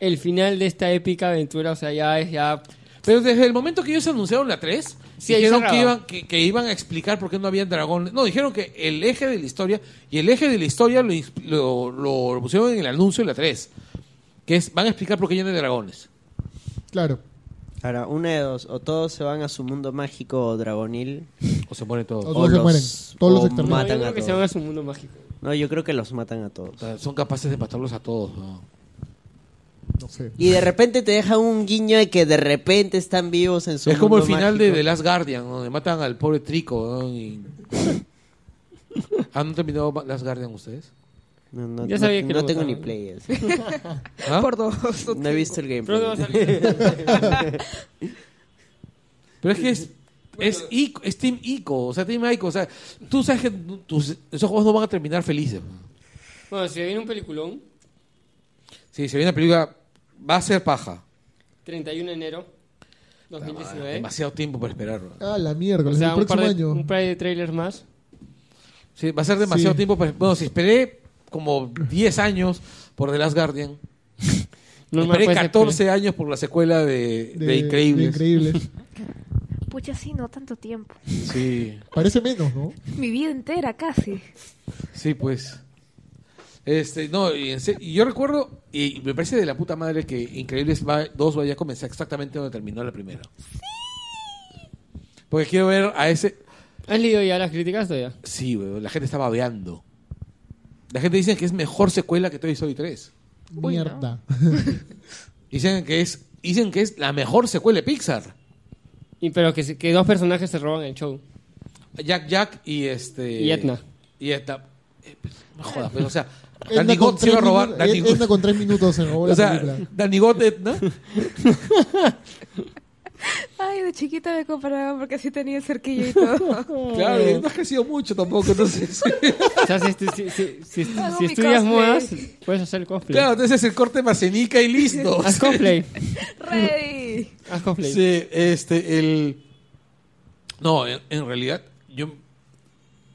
[SPEAKER 2] el final de esta épica aventura, o sea, ya es ya...
[SPEAKER 1] Pero desde el momento que ellos anunciaron la 3,
[SPEAKER 2] Sí, ahí
[SPEAKER 1] dijeron
[SPEAKER 2] cerraba.
[SPEAKER 1] que iban, que, que iban a explicar por qué no habían dragones. No, dijeron que el eje de la historia, y el eje de la historia lo, ins- lo- lo- lo pusieron en el anuncio de la 3, que es, van a explicar por qué ya no hay dragones.
[SPEAKER 4] Claro.
[SPEAKER 5] Ahora, una de dos. O todos se van a su mundo mágico o dragonil.
[SPEAKER 1] O se mueren
[SPEAKER 4] O
[SPEAKER 1] todos.
[SPEAKER 4] todos se
[SPEAKER 5] los-
[SPEAKER 4] mueren. Todos los
[SPEAKER 5] o
[SPEAKER 4] exterminan.
[SPEAKER 2] No, yo
[SPEAKER 5] Matan
[SPEAKER 2] creo
[SPEAKER 5] a
[SPEAKER 2] que se
[SPEAKER 5] todos.
[SPEAKER 2] van a su mundo mágico.
[SPEAKER 5] No, yo creo que los matan a todos.
[SPEAKER 1] O sea, son capaces de matarlos a todos. ¿no?
[SPEAKER 4] No sé.
[SPEAKER 5] Y de repente te deja un guiño de que de repente están vivos en su
[SPEAKER 1] Es como el
[SPEAKER 5] mundo
[SPEAKER 1] final de
[SPEAKER 5] mágico.
[SPEAKER 1] The Last Guardian, ¿no? donde matan al pobre Trico. ¿no? Y- ¿Han terminado Last Guardian ustedes?
[SPEAKER 5] No, no,
[SPEAKER 2] Ya sabía
[SPEAKER 5] no-
[SPEAKER 2] que
[SPEAKER 5] no
[SPEAKER 2] lo
[SPEAKER 5] tengo ni
[SPEAKER 2] mataban.
[SPEAKER 5] players.
[SPEAKER 1] ¿Ah?
[SPEAKER 3] Por dos.
[SPEAKER 5] No he visto el
[SPEAKER 2] Pronto va a
[SPEAKER 5] gameplay.
[SPEAKER 2] salir.
[SPEAKER 1] Pero es que es, es, Ico- es Team Ico, o sea, Team Ico. O sea, tú sabes que tus- esos juegos no van a terminar felices.
[SPEAKER 2] Bueno, si viene un peliculón,
[SPEAKER 1] Sí, se viene una película, va a ser paja.
[SPEAKER 2] 31 de enero
[SPEAKER 5] ¿Eh?
[SPEAKER 2] 2019.
[SPEAKER 1] Demasiado tiempo para esperar. ¿no?
[SPEAKER 4] Ah, la mierda.
[SPEAKER 2] O sea,
[SPEAKER 4] el
[SPEAKER 2] un
[SPEAKER 4] próximo
[SPEAKER 2] par, de,
[SPEAKER 4] año.
[SPEAKER 2] un par de trailers más.
[SPEAKER 1] Sí, va a ser demasiado
[SPEAKER 4] Sí.
[SPEAKER 1] tiempo para... Bueno, si esperé como 10 años por The Last Guardian,
[SPEAKER 2] No pues, eh, me
[SPEAKER 1] esperé
[SPEAKER 2] puedes
[SPEAKER 1] 14
[SPEAKER 2] esperar.
[SPEAKER 1] años por la secuela de, de,
[SPEAKER 4] de
[SPEAKER 1] Increíbles.
[SPEAKER 4] de Increíbles.
[SPEAKER 3] Pucha, sí, no tanto tiempo.
[SPEAKER 1] Sí.
[SPEAKER 4] Parece menos, ¿no?
[SPEAKER 3] Mi vida entera casi.
[SPEAKER 1] Sí, pues. Este, no, y, en se- y yo recuerdo, y me parece de la puta madre que Increíbles 2 vaya a comenzar exactamente donde terminó la primera. Porque quiero ver a ese.
[SPEAKER 2] ¿Has leído pues, ya las críticas todavía?
[SPEAKER 1] Sí, weón, la gente está babeando. La gente dice que es mejor secuela que Toy Story 3.
[SPEAKER 3] Bueno.
[SPEAKER 4] Mierda.
[SPEAKER 1] Dicen que es, dicen que es la mejor secuela de Pixar.
[SPEAKER 2] Y, pero que, se- que dos personajes se roban el show.
[SPEAKER 1] Jack Jack y este.
[SPEAKER 2] Y Etna.
[SPEAKER 1] Y Etna. Eh, No jodas, pero, o sea, Danny
[SPEAKER 4] Edna con
[SPEAKER 1] God se
[SPEAKER 4] tres
[SPEAKER 1] iba a robar.
[SPEAKER 4] minu-
[SPEAKER 1] Danny
[SPEAKER 4] Ed- Edna
[SPEAKER 1] God-
[SPEAKER 4] con tres minutos se robó
[SPEAKER 1] o
[SPEAKER 4] la
[SPEAKER 1] sea,
[SPEAKER 4] película.
[SPEAKER 1] Danny God, Etna.
[SPEAKER 3] Ay, de chiquita me comparaban porque así tenía cerquillo y todo.
[SPEAKER 1] Claro, y no has crecido mucho tampoco, entonces.
[SPEAKER 2] O sea, si, estu- si- si- si estu-
[SPEAKER 3] Hago
[SPEAKER 2] si
[SPEAKER 3] mi
[SPEAKER 2] estudias
[SPEAKER 3] cosplay.
[SPEAKER 2] modas, puedes hacer cosplay.
[SPEAKER 1] claro, entonces el corte macenica y listo.
[SPEAKER 2] Haz cosplay.
[SPEAKER 3] Ready.
[SPEAKER 2] Haz cosplay.
[SPEAKER 1] Sí, este, el. No, en, en realidad, yo.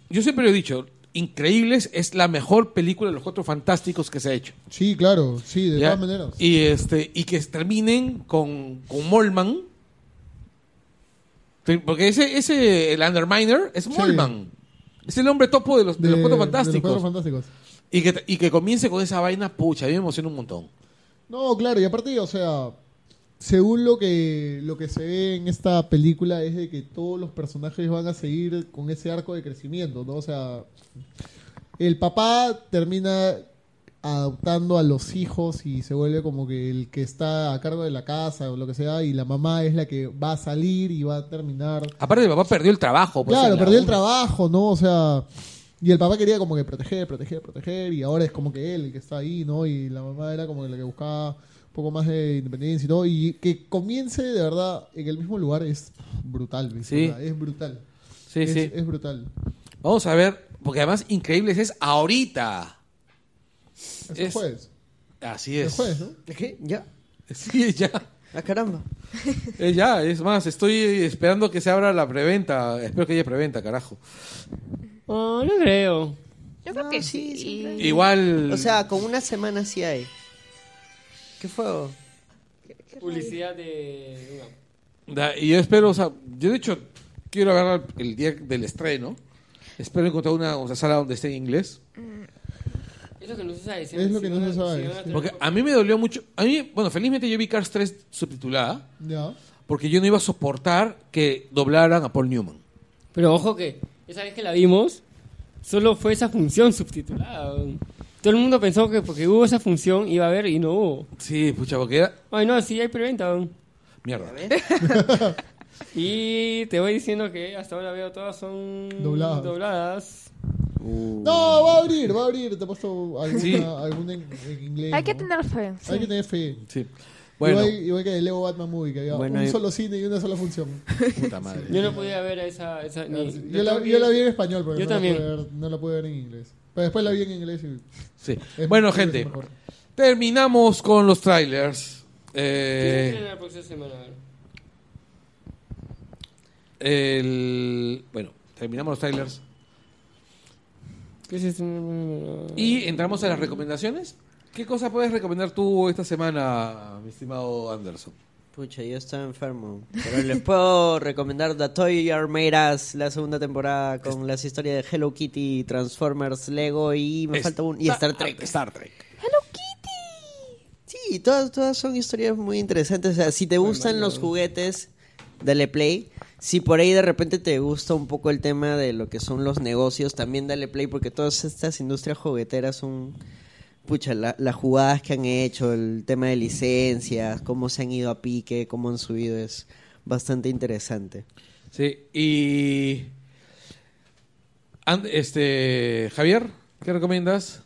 [SPEAKER 1] Yo siempre lo he dicho, Increíbles es la mejor película de los cuatro fantásticos que se ha hecho.
[SPEAKER 4] Sí, claro. Sí, de
[SPEAKER 1] ¿ya?
[SPEAKER 4] todas maneras.
[SPEAKER 1] Y este, y que terminen con, con Molman. Sí, Porque ese, ese, el Underminer es Molman. Es el hombre topo de los, de los cuatro
[SPEAKER 4] De los
[SPEAKER 1] fantásticos.
[SPEAKER 4] cuatro fantásticos.
[SPEAKER 1] Y que, y que comience con esa vaina, pucha, a mí me emociona un montón.
[SPEAKER 4] No, claro, y aparte, o sea, según lo que, lo que se ve en esta película es de que todos los personajes van a seguir con ese arco de crecimiento, ¿no? O sea, el papá termina adoptando a los hijos y se vuelve como que el que está a cargo de la casa o lo que sea y la mamá es la que va a salir y va a terminar
[SPEAKER 1] Aparte, el papá perdió el trabajo. pues,
[SPEAKER 4] Claro,
[SPEAKER 1] en la
[SPEAKER 4] perdió el
[SPEAKER 1] una.
[SPEAKER 4] trabajo, ¿no? O sea, y el papá quería como que proteger, proteger, proteger, y ahora es como que él el que está ahí, ¿no? Y la mamá era como que la que buscaba un poco más de independencia y todo, y que comience de verdad en el mismo lugar es brutal, ¿ves?
[SPEAKER 1] Sí.
[SPEAKER 4] O sea, es brutal.
[SPEAKER 1] Sí,
[SPEAKER 4] es,
[SPEAKER 1] sí.
[SPEAKER 4] es brutal.
[SPEAKER 1] Vamos a ver, porque además Increíbles es ahorita.
[SPEAKER 4] Es, el
[SPEAKER 1] Es-
[SPEAKER 4] jueves.
[SPEAKER 1] Así
[SPEAKER 4] El
[SPEAKER 1] es.
[SPEAKER 4] jueves, ¿no?
[SPEAKER 5] ¿Qué? ¿Ya?
[SPEAKER 1] Sí, es ya.
[SPEAKER 5] Ah, caramba.
[SPEAKER 1] Es ya, es más, estoy esperando que se abra la preventa. Espero que haya preventa, carajo.
[SPEAKER 2] Oh, no creo.
[SPEAKER 3] Yo creo
[SPEAKER 5] No,
[SPEAKER 3] que
[SPEAKER 5] sí,
[SPEAKER 3] sí.
[SPEAKER 5] siempre
[SPEAKER 1] Igual.
[SPEAKER 5] O sea, con una semana sí hay. ¿Qué fuego?
[SPEAKER 2] Publicidad de...
[SPEAKER 1] da- y yo espero, o sea, yo de hecho quiero agarrar el día del estreno. Espero encontrar una, o sea, sala donde esté en inglés.
[SPEAKER 2] Es lo que no se sabe. si
[SPEAKER 4] Es
[SPEAKER 2] van-
[SPEAKER 4] lo
[SPEAKER 2] si
[SPEAKER 4] que no
[SPEAKER 2] van a-
[SPEAKER 4] se
[SPEAKER 2] si
[SPEAKER 4] sabe,
[SPEAKER 2] van a
[SPEAKER 4] sí.
[SPEAKER 2] tener-
[SPEAKER 1] Porque a mí me dolió mucho. A mí, bueno, felizmente yo vi Cars 3 subtitulada.
[SPEAKER 4] Ya.
[SPEAKER 1] Porque yo no iba a soportar que doblaran a Paul Newman.
[SPEAKER 2] Pero ojo que esa vez que la vimos, solo fue esa función subtitulada. weón. Todo el mundo pensó que porque hubo esa función iba a haber y no hubo.
[SPEAKER 1] Sí, pucha, porque era.
[SPEAKER 2] Ay, no, sí hay preventa. weón.
[SPEAKER 1] Mierda.
[SPEAKER 2] Y te voy diciendo que hasta ahora veo todas son
[SPEAKER 4] Dobladas.
[SPEAKER 2] dobladas.
[SPEAKER 4] No, va a abrir, va a abrir, te he puesto alguna,
[SPEAKER 1] Sí.
[SPEAKER 4] alguna en, en inglés.
[SPEAKER 3] Hay que
[SPEAKER 4] ¿no?
[SPEAKER 3] tener fe.
[SPEAKER 4] Hay que
[SPEAKER 3] sí.
[SPEAKER 4] tener fe.
[SPEAKER 1] Sí. Bueno,
[SPEAKER 4] Igual, igual que el Lego Batman Movie, que había
[SPEAKER 5] Bueno,
[SPEAKER 4] un
[SPEAKER 5] y-
[SPEAKER 4] solo cine y una sola función.
[SPEAKER 1] puta madre.
[SPEAKER 2] Yo no podía ver a esa... esa ni-
[SPEAKER 4] Yo la, yo la vi en español, porque
[SPEAKER 2] Yo
[SPEAKER 4] no,
[SPEAKER 2] también.
[SPEAKER 4] La pude ver, no la pude ver en inglés. Pero después la vi en inglés y
[SPEAKER 1] Sí.
[SPEAKER 4] es
[SPEAKER 1] Bueno,
[SPEAKER 4] mucho
[SPEAKER 1] gente,
[SPEAKER 4] mejor.
[SPEAKER 1] terminamos con los trailers.
[SPEAKER 2] ¿Qué
[SPEAKER 1] Eh,
[SPEAKER 2] tienen la próxima semana? A ver.
[SPEAKER 1] el, bueno, terminamos los trailers.
[SPEAKER 2] ¿Qué se estrena?
[SPEAKER 1] Y entramos a las recomendaciones. ¿Qué cosa puedes recomendar tú esta semana, mi estimado Anderson?
[SPEAKER 5] Pucha, yo estaba enfermo. Pero les puedo recomendar The Toy Armeras, la segunda temporada, con las historias de Hello Kitty, Transformers, Lego y me falta un... Y Star Trek.
[SPEAKER 1] Ah, Star Trek.
[SPEAKER 5] Sí, todas, todas son historias muy interesantes. O sea, si te gustan los juguetes, dale play. Si por ahí de repente te gusta un poco el tema de lo que son los negocios, también dale play, porque todas estas industrias jugueteras son. Pucha, la- las jugadas que han hecho, el tema de licencias, cómo se han ido a pique, cómo han subido, es bastante interesante.
[SPEAKER 1] Sí, y. And- este. Javier, ¿qué recomiendas?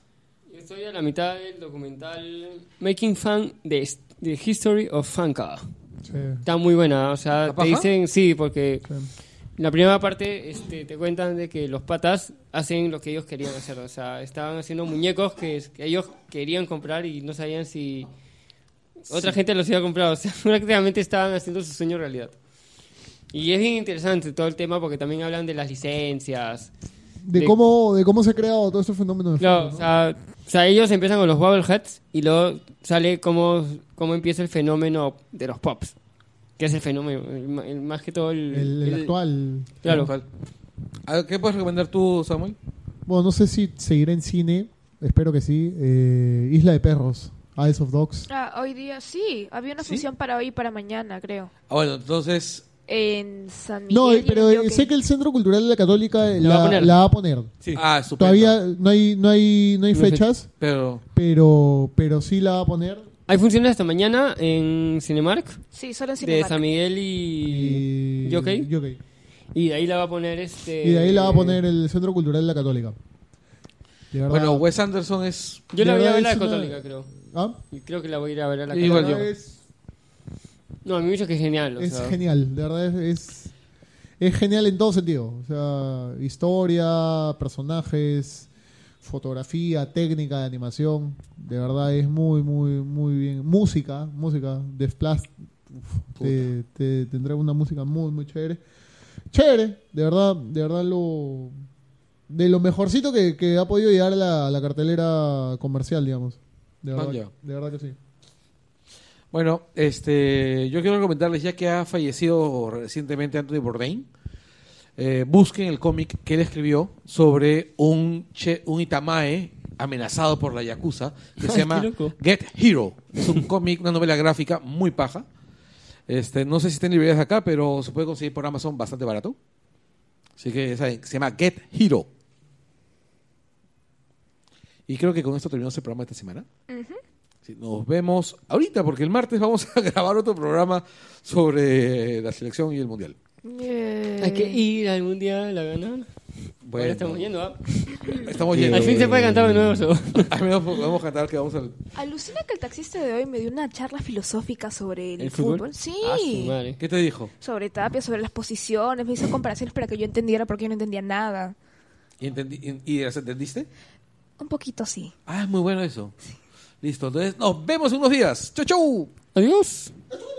[SPEAKER 2] Yo estoy a la mitad del documental Making Fun de The History of Funka.
[SPEAKER 4] Sí.
[SPEAKER 2] Está muy buena, o sea,
[SPEAKER 1] ¿La
[SPEAKER 2] te
[SPEAKER 1] paja?
[SPEAKER 2] dicen, sí, porque la primera parte este, te cuentan de que los patas hacen lo que ellos querían hacer, o sea, estaban haciendo muñecos que, que ellos querían comprar y no sabían si otra gente los iba a comprar, o sea, prácticamente estaban haciendo su sueño realidad. Y es bien interesante todo el tema porque también hablan de las licencias,
[SPEAKER 4] De,
[SPEAKER 2] De-
[SPEAKER 4] cómo, de cómo se ha creado todo este fenómeno. de
[SPEAKER 2] Claro, o
[SPEAKER 4] fútbol, ¿no?
[SPEAKER 2] sea, o sea, ellos empiezan con los Bubbleheads y luego sale cómo, cómo empieza el fenómeno de los pops. Que es el fenómeno, el ma- el- más que todo el...
[SPEAKER 4] el, el
[SPEAKER 2] el-
[SPEAKER 4] actual.
[SPEAKER 2] Claro.
[SPEAKER 1] Ah, ¿Qué puedes recomendar tú, Samuel?
[SPEAKER 4] Bueno, no sé si seguiré en cine. Espero que sí. Eh, Isla de Perros, Isles of Dogs.
[SPEAKER 3] Ah, hoy día sí. Había una
[SPEAKER 1] ¿Sí?
[SPEAKER 3] función para hoy y para mañana, creo.
[SPEAKER 1] Ah, bueno, entonces.
[SPEAKER 3] En San Miguel.
[SPEAKER 4] No, eh,
[SPEAKER 3] y en
[SPEAKER 4] pero eh,
[SPEAKER 3] Jockey.
[SPEAKER 4] sé que el Centro Cultural de la Católica eh,
[SPEAKER 2] La va a
[SPEAKER 4] la,
[SPEAKER 2] poner.
[SPEAKER 4] la va a poner.
[SPEAKER 1] Ah, estupendo.
[SPEAKER 4] Todavía no hay, no hay, no hay
[SPEAKER 2] No hay
[SPEAKER 4] fechas,
[SPEAKER 1] Pero.
[SPEAKER 4] pero, pero sí la va a poner.
[SPEAKER 2] Hay funciones hasta mañana en Cinemark,
[SPEAKER 3] Sí, solo en
[SPEAKER 2] de
[SPEAKER 3] Cinemark.
[SPEAKER 2] San Miguel y...
[SPEAKER 4] Y-
[SPEAKER 2] Jockey.
[SPEAKER 4] Jockey.
[SPEAKER 2] Y de ahí la va a poner este...
[SPEAKER 4] Y de ahí la va a poner el Centro Cultural de la Católica. De verdad.
[SPEAKER 1] Bueno, Wes Anderson es.
[SPEAKER 2] Yo la voy a ver a
[SPEAKER 4] Es
[SPEAKER 2] la
[SPEAKER 4] una-
[SPEAKER 2] Católica, creo.
[SPEAKER 4] ¿Ah?
[SPEAKER 2] Y creo que la voy a ir a ver a la
[SPEAKER 1] Igual
[SPEAKER 2] Católica.
[SPEAKER 1] yo.
[SPEAKER 4] Es,
[SPEAKER 2] No, a mí me dijo que es genial, o
[SPEAKER 4] es
[SPEAKER 2] sea.
[SPEAKER 4] genial, de verdad es, es, es genial en todo sentido. O sea, historia, personajes, fotografía, técnica de animación. De verdad es muy, muy, muy bien. Música, música, de Blast. uf, te, te- tendrá una música muy, muy chévere. Chévere, de verdad, de verdad lo... De lo mejorcito que, que ha podido llegar a la, a la cartelera comercial, digamos. De verdad,
[SPEAKER 1] Vaya.
[SPEAKER 4] de verdad que sí.
[SPEAKER 1] Bueno, este, yo quiero comentarles, ya que ha fallecido recientemente Anthony Bourdain, eh, busquen el cómic que él escribió sobre un, che- un Itamae amenazado por la Yakuza, que se
[SPEAKER 2] Ay,
[SPEAKER 1] llama
[SPEAKER 2] qué loco.
[SPEAKER 1] Get Hero. Es un cómic, una novela gráfica muy paja. Este, no sé si están librerías acá, pero se puede conseguir por Amazon bastante barato. Así que ya saben, se llama Get Hero. Y creo que con esto terminamos el programa de esta semana. Sí, nos vemos ahorita, porque el martes vamos a grabar otro programa sobre la selección y el mundial.
[SPEAKER 2] Hay que ir algún día a la gana.
[SPEAKER 1] Bueno.
[SPEAKER 2] Ahora estamos yendo, ¿ah?
[SPEAKER 1] Estamos
[SPEAKER 2] Al
[SPEAKER 1] yendo.
[SPEAKER 2] fin se puede cantar de
[SPEAKER 4] eh,
[SPEAKER 2] nuevo eso.
[SPEAKER 1] Al menos podemos cantar que vamos al.
[SPEAKER 3] Alucina que el taxista de hoy me dio una charla filosófica sobre el,
[SPEAKER 2] ¿El fútbol?
[SPEAKER 3] fútbol. Sí.
[SPEAKER 2] Ah, su madre.
[SPEAKER 1] ¿Qué te dijo?
[SPEAKER 3] sobre Tapia, sobre las posiciones, me hizo comparaciones para que yo entendiera porque yo no entendía nada.
[SPEAKER 1] ¿Y, entendí- y- y las entendiste?
[SPEAKER 3] Un poquito sí.
[SPEAKER 1] Ah, es muy bueno eso. Listo, entonces nos vemos en unos días. ¡Chau, chau!
[SPEAKER 2] Adiós.
[SPEAKER 4] ¡Chau,